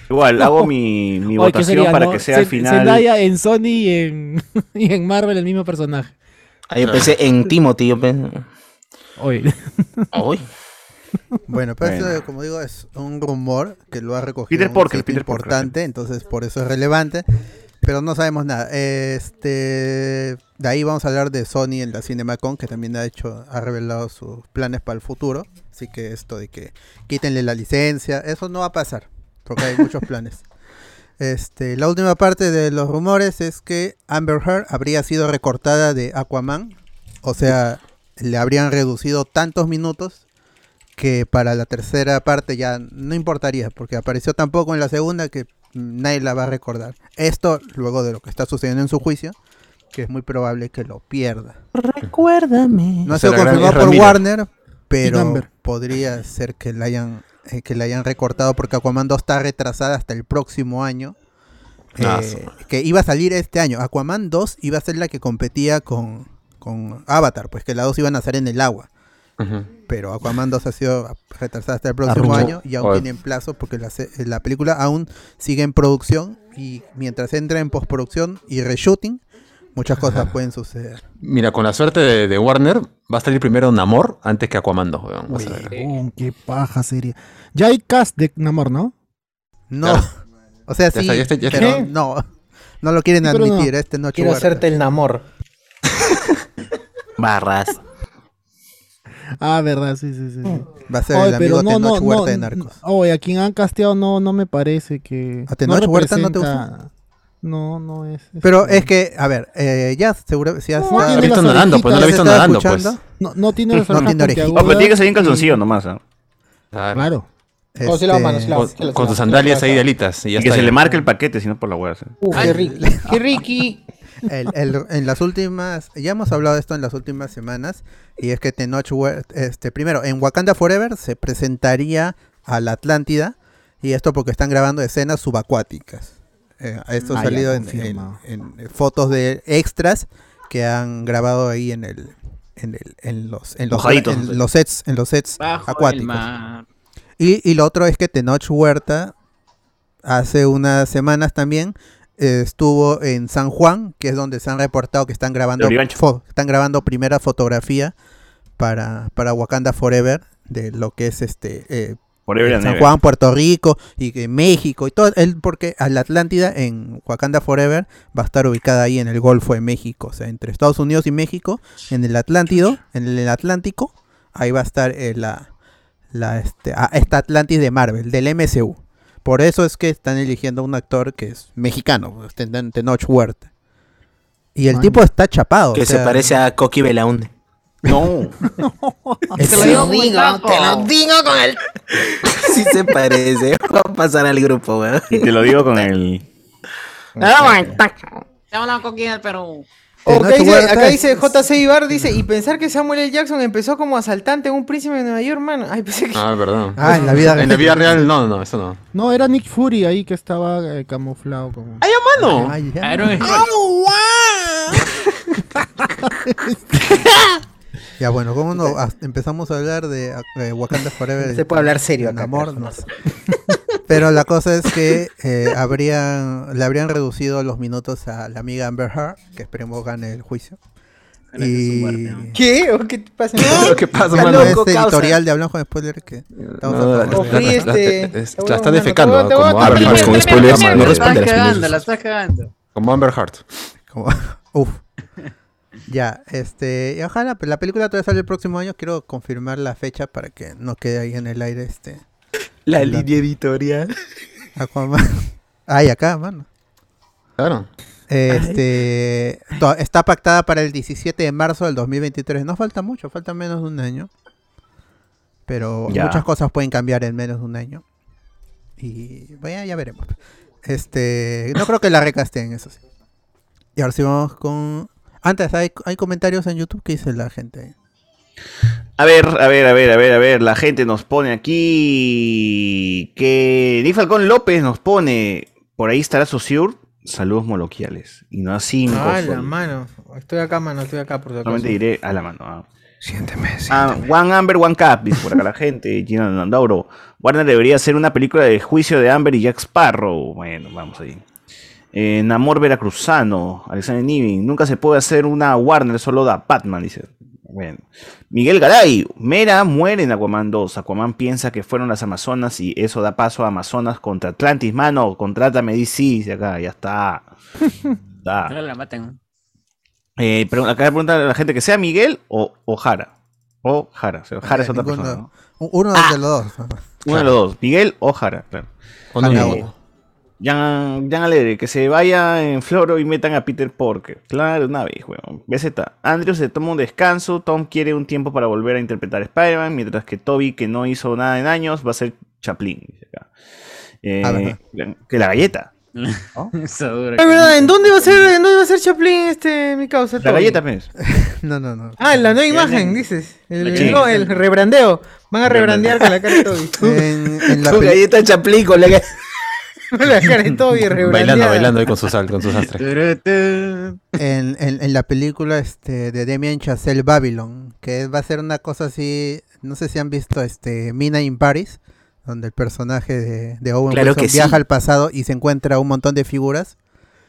Speaker 5: Igual, hago mi, mi
Speaker 12: Oye, ¿qué
Speaker 5: votación
Speaker 12: sería,
Speaker 5: para
Speaker 12: no?
Speaker 5: que sea
Speaker 12: Ze-
Speaker 5: al final.
Speaker 12: Zendaya en Sony y en, [LAUGHS] y en Marvel el mismo personaje.
Speaker 6: Ahí yo pensé en Timothy, yo pensé.
Speaker 12: Hoy.
Speaker 6: Hoy.
Speaker 2: Bueno, pero
Speaker 6: Bueno.
Speaker 2: esto, como digo, es un rumor que lo ha recogido
Speaker 5: Peter
Speaker 2: un
Speaker 5: Parker,
Speaker 2: sitio
Speaker 5: Peter Parker.
Speaker 2: importante, entonces por eso es relevante. Pero no sabemos nada. Este, de ahí vamos a hablar de Sony en la CinemaCon, que también ha hecho, ha revelado sus planes para el futuro. Así que esto de que quítenle la licencia, eso no va a pasar, porque hay
Speaker 5: [LAUGHS]
Speaker 2: muchos planes. Este, la última parte de los rumores es que Amber Heard habría sido recortada de Aquaman, o sea, le habrían reducido tantos minutos que para la tercera parte ya no importaría, porque apareció tan poco en la segunda que nadie la va a recordar. Esto luego de lo que está sucediendo en su juicio, que es muy probable que lo pierda.
Speaker 6: Recuérdame.
Speaker 2: No
Speaker 6: O
Speaker 2: ha
Speaker 6: sea,
Speaker 2: sido
Speaker 6: la gran
Speaker 2: confirmado
Speaker 6: Ezra
Speaker 2: por
Speaker 6: Miller.
Speaker 2: Warner, pero
Speaker 6: Sin Amber.
Speaker 2: podría ser que la hayan eh, que la hayan recortado porque Aquaman 2 está retrasada hasta el próximo año.
Speaker 4: Ah,
Speaker 2: Eh,
Speaker 4: su
Speaker 2: que iba a salir este año. Aquaman 2 iba a ser la que competía con, con Avatar, pues que las dos iban a salir en el agua. Pero Aquaman 2 ha sido retrasada hasta el próximo
Speaker 6: Arruinó.
Speaker 2: año y aún
Speaker 6: Joder.
Speaker 2: tienen plazo porque la, se- la película aún sigue en producción y mientras entra en postproducción y reshooting, muchas
Speaker 12: Ah.
Speaker 2: cosas pueden suceder.
Speaker 4: Mira, con la suerte de, de Warner, va a salir primero Namor antes que Aquaman 2, weón. Vas a ver.
Speaker 12: Boom, qué paja sería. Ya hay cast de Namor, ¿no?
Speaker 2: No. O sea,
Speaker 12: Ya
Speaker 2: sí,
Speaker 12: está, ya está, ya está.
Speaker 2: pero
Speaker 12: ¿Qué?
Speaker 2: no. No lo quieren
Speaker 12: Sí, pero no.
Speaker 2: admitir, este no
Speaker 12: Quiero
Speaker 2: Chubarta.
Speaker 8: hacerte el namor.
Speaker 6: Barras.
Speaker 12: Ah, verdad, sí, sí, sí. sí.
Speaker 13: Mm.
Speaker 2: Va a ser
Speaker 12: Oye,
Speaker 2: el amigo
Speaker 12: pero
Speaker 2: Tenoch Huerta de Narcos.
Speaker 12: Oye, a quien han casteado no, no me parece que.
Speaker 2: ¿A Tenoch Huerta no te
Speaker 12: representa-
Speaker 2: gusta?
Speaker 12: No, no es.
Speaker 2: Pero es que, a ver, eh, ya seguro. Si has
Speaker 12: No tiene las
Speaker 4: pues,
Speaker 12: orejitas.
Speaker 5: ¿Está escuchando?
Speaker 12: No, no tiene las
Speaker 2: [LAUGHS] No
Speaker 12: orejas
Speaker 2: tiene orejitas.
Speaker 12: puntiagudas.
Speaker 5: Oh, pero tiene que salir en calzoncillo nomás. ¿ah?
Speaker 12: Claro.
Speaker 2: este,
Speaker 8: O si la mano, si la-
Speaker 5: Con-
Speaker 8: si la- si
Speaker 5: con
Speaker 8: la-
Speaker 5: tus sandalias
Speaker 8: si la-
Speaker 5: ahí de alitas. Y,
Speaker 8: ya
Speaker 5: que
Speaker 8: está
Speaker 5: se
Speaker 8: ahí.
Speaker 5: le marque el paquete, si no por la hueá.
Speaker 8: Uf, qué rico.
Speaker 2: [LAUGHS]
Speaker 8: Qué Ricky.
Speaker 2: El- el- en las últimas, ya hemos hablado de esto en las últimas semanas, y es que Tenoch Huerta, este, primero, en Wakanda Forever se presentaría a la Atlántida, y esto porque están grabando escenas subacuáticas. Eh, esto ha
Speaker 12: Ah, ya,
Speaker 2: salido en,
Speaker 12: confirmado.
Speaker 2: en- en fotos de extras que han grabado ahí en el en, el- en los en los,
Speaker 5: Mojadito.
Speaker 2: en los sets en los sets
Speaker 11: Bajo el
Speaker 2: acuáticos
Speaker 11: mar.
Speaker 2: y, y lo otro es que Tenoch Huerta hace unas semanas también eh, estuvo en San Juan, que es donde se han reportado que están grabando,
Speaker 5: De Olivancho.
Speaker 2: fo- están grabando primera fotografía para, para Wakanda Forever, de lo que es este eh,
Speaker 5: Forever
Speaker 2: San
Speaker 5: and ever.
Speaker 2: Juan, Puerto Rico y que México y todo, él porque a la Atlántida en Wakanda Forever va a estar ubicada ahí en el Golfo de México, o sea, entre Estados Unidos y México, en el Atlántido, en el Atlántico, ahí va a estar eh, la, la este, a- esta Atlantis de Marvel, del MCU. Por eso es que están eligiendo un actor que es mexicano, pues, Ten- Ten- Tenoch Huerta. Y el
Speaker 6: Ay,
Speaker 2: tipo está chapado.
Speaker 6: Que
Speaker 2: o
Speaker 6: se
Speaker 2: sea,
Speaker 6: parece a Coqui Belaunde.
Speaker 5: No.
Speaker 2: es-
Speaker 6: Te lo digo, te lo digo con el. [LAUGHS] sí se [LAUGHS] parece. Va a pasar al grupo, weón.
Speaker 5: y te lo digo con el.
Speaker 11: Te hablan con quién del Perú.
Speaker 8: O acá, dice,
Speaker 2: Huerta
Speaker 8: acá
Speaker 2: es-
Speaker 8: dice JC Ibar, dice, y pensar que Samuel L. Jackson empezó como asaltante en un príncipe de Nueva York, mano. Ay, pensé que...
Speaker 4: Ah, perdón.
Speaker 2: Ah, en la vida real.
Speaker 4: En la vida real, no, no, eso no.
Speaker 12: No, era Nick Fury ahí que estaba eh, camuflado como.
Speaker 8: ¡Ay, mano!
Speaker 2: Ay, ya. Ya bueno, ¿cómo no? Ah, empezamos a hablar de eh, Wakanda Forever?
Speaker 8: Se puede hablar serio acá,
Speaker 2: Namor,
Speaker 8: Carlos,
Speaker 2: no sé. Pero la cosa es que eh, habrían, le habrían reducido los minutos a la amiga Amber Heard, que esperemos gane el juicio. Y...
Speaker 8: ¿Qué? ¿O qué te pasa?
Speaker 4: ¿Qué pasa,
Speaker 2: Está
Speaker 4: mano?
Speaker 2: loco, este
Speaker 4: causa.
Speaker 2: editorial de Hablamos con Spoiler que estamos
Speaker 4: No,
Speaker 2: a
Speaker 4: la-
Speaker 2: favor.
Speaker 4: la- la- la- es- la está defecando,
Speaker 8: te voy a- te
Speaker 4: como
Speaker 8: voy a-
Speaker 4: Amber Heard.
Speaker 8: Hablamos con
Speaker 11: spoilers,
Speaker 4: No
Speaker 11: la estás
Speaker 4: responde a los
Speaker 11: cagando,
Speaker 4: spoilers.
Speaker 11: la estás cagando.
Speaker 4: Como Amber Heart.
Speaker 2: Como- [LAUGHS] Uf. Ya, este, y ojalá, pues, la película todavía sale el próximo año, quiero confirmar la fecha para que no quede ahí en el aire este.
Speaker 6: La línea editorial.
Speaker 2: Aquaman. [LAUGHS] Ay, acá, mano.
Speaker 4: Claro.
Speaker 2: Este, to- está pactada para el 17 de marzo del 2023. No falta mucho, falta menos de un año. Pero
Speaker 5: Ya.
Speaker 2: muchas cosas pueden cambiar en menos de un año. Y bueno, ya veremos. Este, no creo que la recasten, eso sí. Y ahora sí vamos con... Antes, hay, hay comentarios en YouTube que dice la gente.
Speaker 5: A ver, a ver, a ver, a ver, a ver. La gente nos pone aquí. Que. Di Falcón López nos pone. Por ahí estará Sosur. Saludos moloquiales. Y no a cinco.
Speaker 8: Ah, la
Speaker 5: sol.
Speaker 8: mano. Estoy acá, mano. Estoy acá por si acaso.
Speaker 5: Solamente diré a la mano. ah. Ah, one Amber, One Cup, dice por acá la gente. Gina Landauro. Warner debería hacer una película de juicio de Amber y Jack Sparrow. Bueno, vamos ahí. Eh, Namor Veracruzano, Alexander Niven. Nunca se puede hacer una Warner, solo da Batman, dice. Bueno. Miguel Garay. Mera muere en Aquaman 2. Aquaman piensa que fueron las Amazonas y eso da paso a Amazonas contra Atlantis. Mano, contrátame DC, dice acá. Ya está. Ya.
Speaker 11: Ahora la maten.
Speaker 5: Eh, pregun- acá pregunta a la gente que sea Miguel o, o Jara. O Jara. o sea, Jara es otra
Speaker 2: Ninguno-
Speaker 5: persona. ¿no?
Speaker 2: u- Uno de los dos. [LAUGHS]
Speaker 5: Uno de los dos. Miguel o Jara, claro.
Speaker 2: no,
Speaker 5: Eh,
Speaker 2: ninguno.
Speaker 5: Jan, Jan Alegre, que se vaya en Floro y metan a Peter Porker. Claro, una vez, weón. BZ. Andrew se toma un descanso. Tom quiere un tiempo para volver a interpretar a Spider-Man. Mientras que Toby, que no hizo nada en años, va a ser Chaplin. dice acá. Eh,
Speaker 2: Ah, verdad.
Speaker 5: que la galleta.
Speaker 11: Eso dura.
Speaker 8: Es verdad, ¿en dónde va a ser, en dónde va a ser Chaplin este, mi causa?
Speaker 5: La
Speaker 8: Toby?
Speaker 5: galleta, pues.
Speaker 2: No, no, no.
Speaker 8: Ah, en la nueva
Speaker 11: Sí,
Speaker 8: imagen,
Speaker 11: en-
Speaker 8: dices. El,
Speaker 11: Sí.
Speaker 8: no, el rebrandeo. Van a rebrandear con la cara de Toby.
Speaker 2: En, en la
Speaker 6: Con
Speaker 2: peli-
Speaker 6: galleta Chaplin, con la
Speaker 8: Con la cara de Toby rebrandeada.
Speaker 4: Bailando, bailando ahí con sus, al- con sus astres.
Speaker 11: Turutú.
Speaker 2: en, en- en la película este, de Damien Chazelle Babylon, que va a ser una cosa así, no sé si han visto este Mina in Paris, donde el personaje de, de Owen
Speaker 6: Claro
Speaker 2: Wilson
Speaker 6: que sí.
Speaker 2: viaja al pasado y se encuentra un montón de figuras.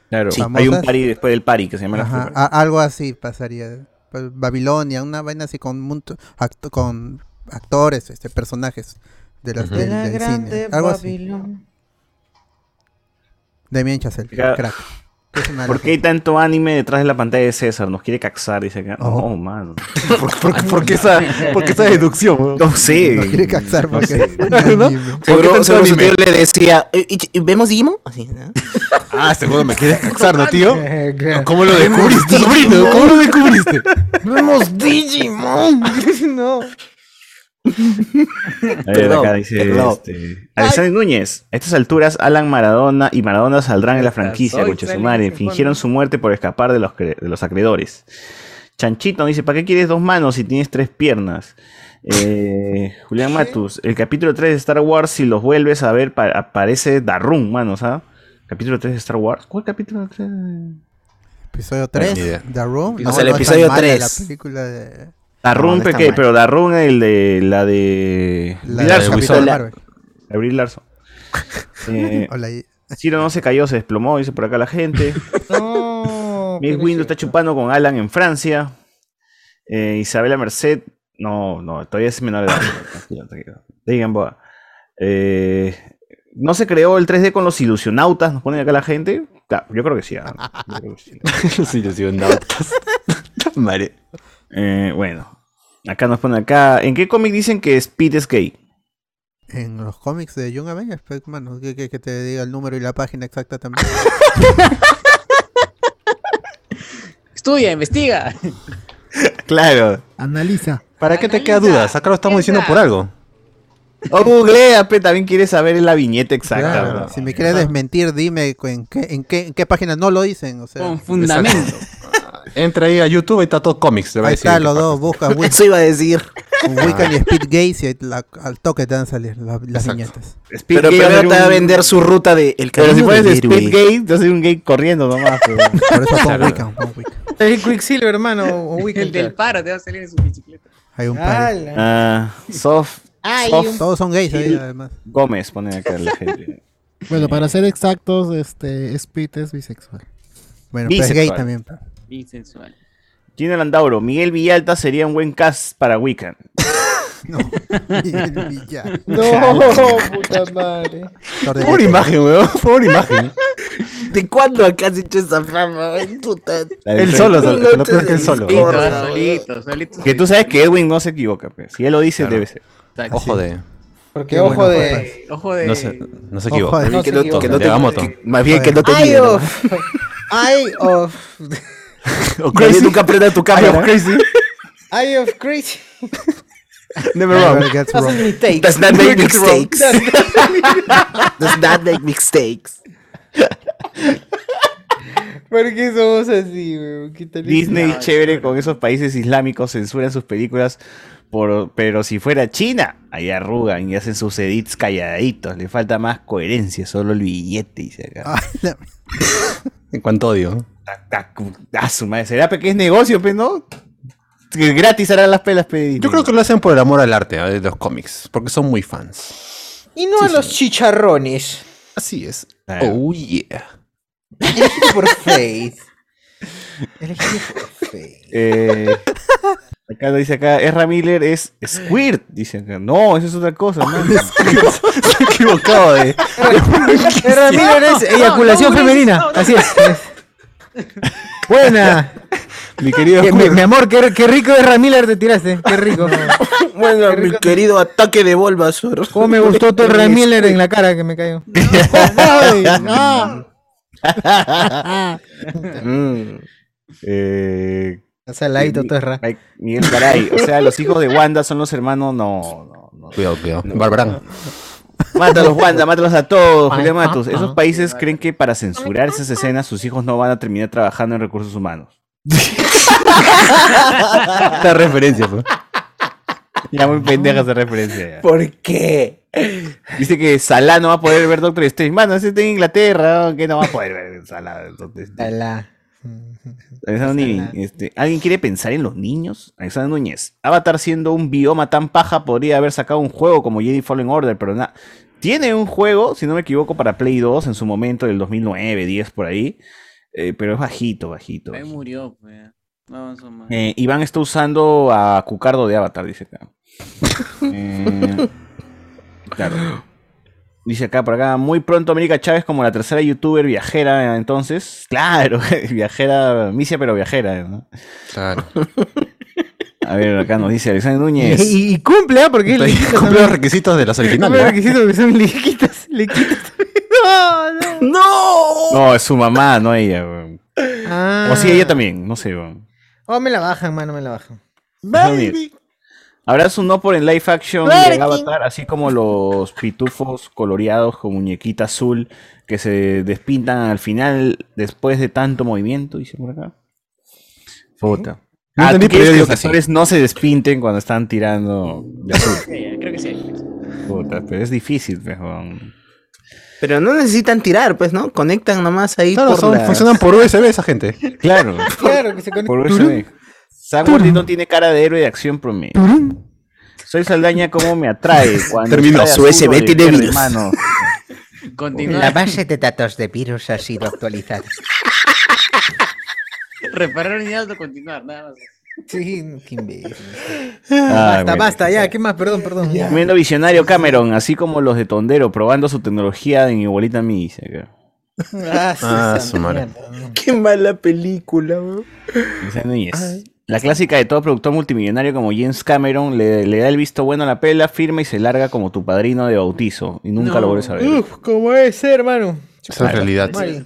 Speaker 5: Claro.
Speaker 2: Sí.
Speaker 5: Hay un
Speaker 2: Famosas.
Speaker 5: pari después del pari que se llama la
Speaker 2: Ajá,
Speaker 5: flor.
Speaker 2: a- algo así pasaría. Pues, Babilonia, una vaina así con, munto- acto- con actores, este, personajes de las
Speaker 4: Ujú.
Speaker 8: De
Speaker 2: del-
Speaker 8: la
Speaker 2: del cine.
Speaker 8: grande
Speaker 2: Algo así.
Speaker 8: Babilón.
Speaker 2: Damien Chazelle,
Speaker 5: Claro.
Speaker 2: crack. Es una
Speaker 5: ¿Por qué hay tanto anime detrás de la pantalla de César? Nos quiere caxar, dice acá. No, oh, man. [LAUGHS] ¿Por, por- por qué esa, por qué esa deducción? weón? No sé.
Speaker 2: Nos quiere caxar porque- [LAUGHS]
Speaker 5: ¿No? ¿Por qué
Speaker 6: Seguro,
Speaker 5: tanto
Speaker 6: seguro su
Speaker 5: anime?
Speaker 6: tío le decía, "Eh, "¿Y- y- y ¿vemos Digimon? Así, [LAUGHS] ¿no?
Speaker 14: Ah, seguro me quieres caxar, ¿no, tío?
Speaker 6: Claro.
Speaker 14: ¿Cómo lo descubriste, sobrino? ¿Cómo lo descubriste?
Speaker 9: ¡Vemos Digimon! no.
Speaker 5: A ver,
Speaker 9: Perdón,
Speaker 5: acá dice
Speaker 9: perdón.
Speaker 5: este, Alexander Núñez. A estas alturas, Alan Maradona y Maradona saldrán en la franquicia,
Speaker 9: soy
Speaker 5: Cochesumare.
Speaker 9: feliz,
Speaker 5: Fingieron su muerte por escapar de los, cre- de los acreedores. Chanchito dice: ¿Para qué quieres dos manos si tienes tres piernas? Eh, Julián Matus, el capítulo 3 de Star Wars, si los vuelves a ver, pa- aparece Darun, manos, ¿ah? Capítulo 3 de Star Wars. ¿Cuál capítulo 3?
Speaker 2: Episodio
Speaker 5: Ni idea.
Speaker 2: 3, The Room.
Speaker 5: O sea, el
Speaker 2: es tan
Speaker 5: episodio
Speaker 2: mala La
Speaker 5: 3.
Speaker 2: película de...
Speaker 5: Darun,
Speaker 2: No, no está
Speaker 5: ¿qué?
Speaker 2: mal.
Speaker 5: pero Darun, el de. La de.
Speaker 2: La de Capitán Marvel.
Speaker 5: La Brie Larson. Eh,
Speaker 2: Hola, y-
Speaker 5: Ciro no se cayó, se desplomó, dice por acá
Speaker 14: [LAUGHS]
Speaker 5: la gente.
Speaker 9: No.
Speaker 5: [LAUGHS] Miss Windows está chupando con Alan en Francia. Eh, Isabela Merced. No, no, todavía es menor de
Speaker 14: [LAUGHS]
Speaker 5: edad. Tranquilo, tranquilo. Digan, boa. Eh, no se creó el 3D con los ilusionautas, nos ponen acá la gente. Claro, yo creo que sí. ah, yo creo que sí.
Speaker 14: [LAUGHS] Los ilusionautas. [LAUGHS] Madre.
Speaker 5: Eh, bueno, acá nos ponen acá. ¿En qué cómic dicen que Speed es gay?
Speaker 2: En los cómics de Young Avengers, pues, mano, que, que- que te diga el número y la página exacta también.
Speaker 11: Estudia, investiga.
Speaker 5: Claro.
Speaker 12: Analiza.
Speaker 14: ¿Para qué te queda dudas? Acá lo estamos diciendo por algo.
Speaker 5: O Oh, googlea, pe, también quiere saber la viñeta exacta.
Speaker 2: Claro,
Speaker 5: bro.
Speaker 2: si me quieres desmentir, dime cu- en qué, en qué, en qué página no lo dicen. O sea,
Speaker 11: Con
Speaker 14: Entra ahí a YouTube y está todo cómics. te va a
Speaker 2: Ahí
Speaker 14: decir
Speaker 2: está,
Speaker 14: qué
Speaker 2: los
Speaker 14: pasa.
Speaker 5: [LAUGHS]
Speaker 2: dos, busca
Speaker 6: Ah, Eso iba a decir.
Speaker 2: Wiccan y Speed Gaze y ahí la- al toque te van a salir la- las viñetas.
Speaker 5: Speed
Speaker 6: Pero
Speaker 5: Gay va a ser
Speaker 6: primero te va a
Speaker 5: un-
Speaker 6: vender su ruta de el
Speaker 5: Pero si
Speaker 6: camino
Speaker 5: pones
Speaker 6: del
Speaker 5: Speed
Speaker 6: héroe.
Speaker 5: Gay, te hace un gay corriendo nomás. Pero...
Speaker 2: Por eso pon
Speaker 5: Claro.
Speaker 2: Wiccan, pon Wiccan.
Speaker 8: El Quicksilver, hermano.
Speaker 5: [LAUGHS]
Speaker 8: O Weekend.
Speaker 11: El del paro te va a salir en su bicicleta.
Speaker 2: Hay un par.
Speaker 8: Ala.
Speaker 5: Ah, soft.
Speaker 11: Ay,
Speaker 5: Soft
Speaker 11: un-
Speaker 2: Todos son gays ahí,
Speaker 5: Gil
Speaker 2: además.
Speaker 5: Gómez, ponen acá la gente.
Speaker 12: Bueno, para ser exactos, este, Speed es bisexual.
Speaker 2: Bueno,
Speaker 5: pero es gay Bisexual.
Speaker 2: también.
Speaker 11: Bisensual.
Speaker 5: Gino Landauro, Miguel Villalta sería un buen cast para Weekend.
Speaker 9: No, puta madre.
Speaker 14: Pobre imagen, weón. Pobre imagen.
Speaker 6: ¿De cuándo acá has hecho esa fama? Ay, puta.
Speaker 14: Él solo, solo, lo peor es que él solo.
Speaker 6: Porra,
Speaker 11: Ah, Solito, solito.
Speaker 5: Que tú sabes que Edwin no se equivoca. pe. Si él lo dice, debe ser.
Speaker 14: Ojo de.
Speaker 8: Porque ojo de.
Speaker 11: Ojo de.
Speaker 14: No se, no se
Speaker 5: Ojo
Speaker 14: equivoca.
Speaker 5: de- No
Speaker 6: Que no-
Speaker 5: se
Speaker 6: que no
Speaker 14: Le
Speaker 6: te-
Speaker 14: hagamos todo.
Speaker 6: que- Más bien que no te
Speaker 8: Ay,
Speaker 6: mire, ¿no?
Speaker 8: of. Ay,
Speaker 6: [LAUGHS]
Speaker 8: of.
Speaker 14: O
Speaker 6: Más bien nunca prenda tu cámara.
Speaker 8: Ay, of crazy.
Speaker 5: [LAUGHS] Never
Speaker 2: wrong.
Speaker 8: Haces mistakes.
Speaker 6: Does not make
Speaker 8: Gets wrong.
Speaker 6: mistakes. Does not make mistakes.
Speaker 8: ¿Por qué somos así, weón? ¿Qué tal?
Speaker 5: Disney
Speaker 8: No,
Speaker 5: chévere con esos países islámicos censuran sus películas, por, pero si fuera China, ahí arrugan y hacen sus edits calladitos. Le falta más coherencia, solo el billete, dice acá.
Speaker 14: Ah.
Speaker 5: [LAUGHS]
Speaker 14: En cuanto odio.
Speaker 5: Ta- ta- cu- Ah, su madre, será pe, que es negocio, pe, ¿no? Que gratis harán las pelas, pe.
Speaker 14: Yo creo que lo hacen por el amor al arte, ¿eh? de los cómics, porque son muy fans.
Speaker 8: Y no a los chicharrones.
Speaker 14: Así es.
Speaker 5: Claro.
Speaker 14: Oh yeah.
Speaker 8: Elegido por Faith. Elegido por Faith.
Speaker 14: [LAUGHS]
Speaker 5: Eh, acá dice acá, Ezra Miller es Squirt, dice acá. No, eso es otra
Speaker 14: [LAUGHS]
Speaker 5: cosa, man.
Speaker 14: [LAUGHS] Se eh. ha equivocado de.
Speaker 8: Pero Miller es eyaculación femenina. Así es. Buena.
Speaker 14: Mi querido.
Speaker 8: Eh, mi,
Speaker 14: Squirt.
Speaker 8: mi amor, qué, qué rico es Ramiller te tiraste. Qué rico.
Speaker 6: [LAUGHS] Bueno, mi querido ataque de Bulbasaur.
Speaker 8: Cómo me gustó tu Ramiller en la cara que me cayó.
Speaker 12: ¡Ay, no!
Speaker 5: Mm. Eh,
Speaker 8: saladito,
Speaker 5: Mi-
Speaker 8: Terra.
Speaker 5: Ay, Miguel Caray, o sea, los hijos de Wanda son los hermanos, no, no, no.
Speaker 14: Cuidado, cuidado. Barbarán.
Speaker 5: Mátalos, Wanda, mátalos a todos,
Speaker 8: Ay,
Speaker 5: Julián Matos.
Speaker 8: papá.
Speaker 5: Esos países creen que para censurar esas escenas sus hijos no van a terminar trabajando en recursos humanos.
Speaker 14: Esta referencia, pues.
Speaker 5: Ya muy pendeja esa referencia. ya.
Speaker 6: ¿Por qué?
Speaker 5: Dice que Salah no va a poder ver Doctor Strange. Mano, ese está en Inglaterra, ¿no? que no va a poder ver Salah. Doctor Strange.
Speaker 8: Ala.
Speaker 5: Alexander Niven, este, ¿Alguien quiere pensar en los niños? Alexander Núñez. Avatar siendo un bioma tan paja podría haber sacado un juego como Jedi Fallen Order, pero nada. Tiene un juego, si no me equivoco, para Play 2 en su momento del 2009, 10 por ahí. eh, pero es bajito, bajito.
Speaker 11: Ahí murió, pues. No avanzó más.
Speaker 5: Eh, Iván está usando a Cucardo de Avatar, dice acá. Eh, claro. Dice acá por acá, muy pronto América Chávez como la tercera youtuber viajera, eh, entonces. Claro, [LAUGHS] viajera, misia pero viajera, ¿no? Claro. A ver, acá nos dice Alexander Núñez.
Speaker 9: [LAUGHS] Y, y cumple, ¿ah? Porque él le
Speaker 4: [LAUGHS]
Speaker 9: quita
Speaker 4: Cumple los
Speaker 9: también.
Speaker 4: requisitos de las
Speaker 9: Cumple
Speaker 4: originales.
Speaker 9: los
Speaker 4: ¿no?
Speaker 9: requisitos que son le [LAUGHS] quitas, le quitas. No, no.
Speaker 5: No, es su mamá, no ella. weón.
Speaker 9: Ah.
Speaker 5: O sí, ella también, no sé. weón.
Speaker 9: Oh, me la bajan, mano, me la bajan.
Speaker 5: Baby. Habrá su no por el live action
Speaker 9: Barking.
Speaker 5: de Avatar, así como los pitufos coloreados con muñequita azul que se despintan al final después de tanto movimiento, dice por acá. Puta.
Speaker 4: No
Speaker 5: Ah,
Speaker 4: entendí,
Speaker 5: ¿tú
Speaker 4: pero yo
Speaker 5: quieres que
Speaker 4: digo
Speaker 5: los
Speaker 4: que sí.
Speaker 5: actores no se despinten cuando están tirando
Speaker 11: [LAUGHS]
Speaker 5: de azul?
Speaker 11: Creo que sí.
Speaker 5: Puta, pero es difícil, mejor.
Speaker 6: Pero no necesitan tirar, pues, ¿no? Conectan nomás ahí
Speaker 4: Claro,
Speaker 6: por
Speaker 4: son-
Speaker 6: la-
Speaker 4: funcionan por USB esa gente.
Speaker 5: [LAUGHS]
Speaker 4: [LAUGHS]
Speaker 5: Claro.
Speaker 9: Claro, que se conecta.
Speaker 5: Por USB. Sam Gordon tiene cara de héroe de acción promedio. Soy Saldaña, ¿cómo me
Speaker 4: [LAUGHS]
Speaker 5: atrae? Cuando
Speaker 6: Termino,
Speaker 5: trae
Speaker 6: su
Speaker 5: azul
Speaker 6: USB
Speaker 5: o de
Speaker 6: tiene
Speaker 5: verde,
Speaker 6: virus.
Speaker 5: mano.
Speaker 11: Continúa.
Speaker 15: La base de datos de virus ha sido actualizada.
Speaker 11: Reparar ni alto, continuar, nada más.
Speaker 9: Sí, qué imbécil.
Speaker 5: Ah,
Speaker 9: basta,
Speaker 5: bueno.
Speaker 9: basta, ya, ¿qué más? Perdón, perdón. ya.
Speaker 5: Tremendo visionario Cameron, así como los de Tondero, probando su tecnología en igualita a mí. dice acá.
Speaker 9: Ah, sí,
Speaker 5: Ah,
Speaker 9: esa
Speaker 5: su madre.
Speaker 9: mierda.
Speaker 6: Qué mala película, weón.
Speaker 5: Dice Núñez. La clásica de todo productor multimillonario como James Cameron le, le da el visto bueno a la pela, firma y se larga como tu padrino de bautizo. Y nunca lo vuelves a ver.
Speaker 9: Uf, ¿cómo debe ser, hermano?
Speaker 5: Esa es realidad.
Speaker 9: Mario.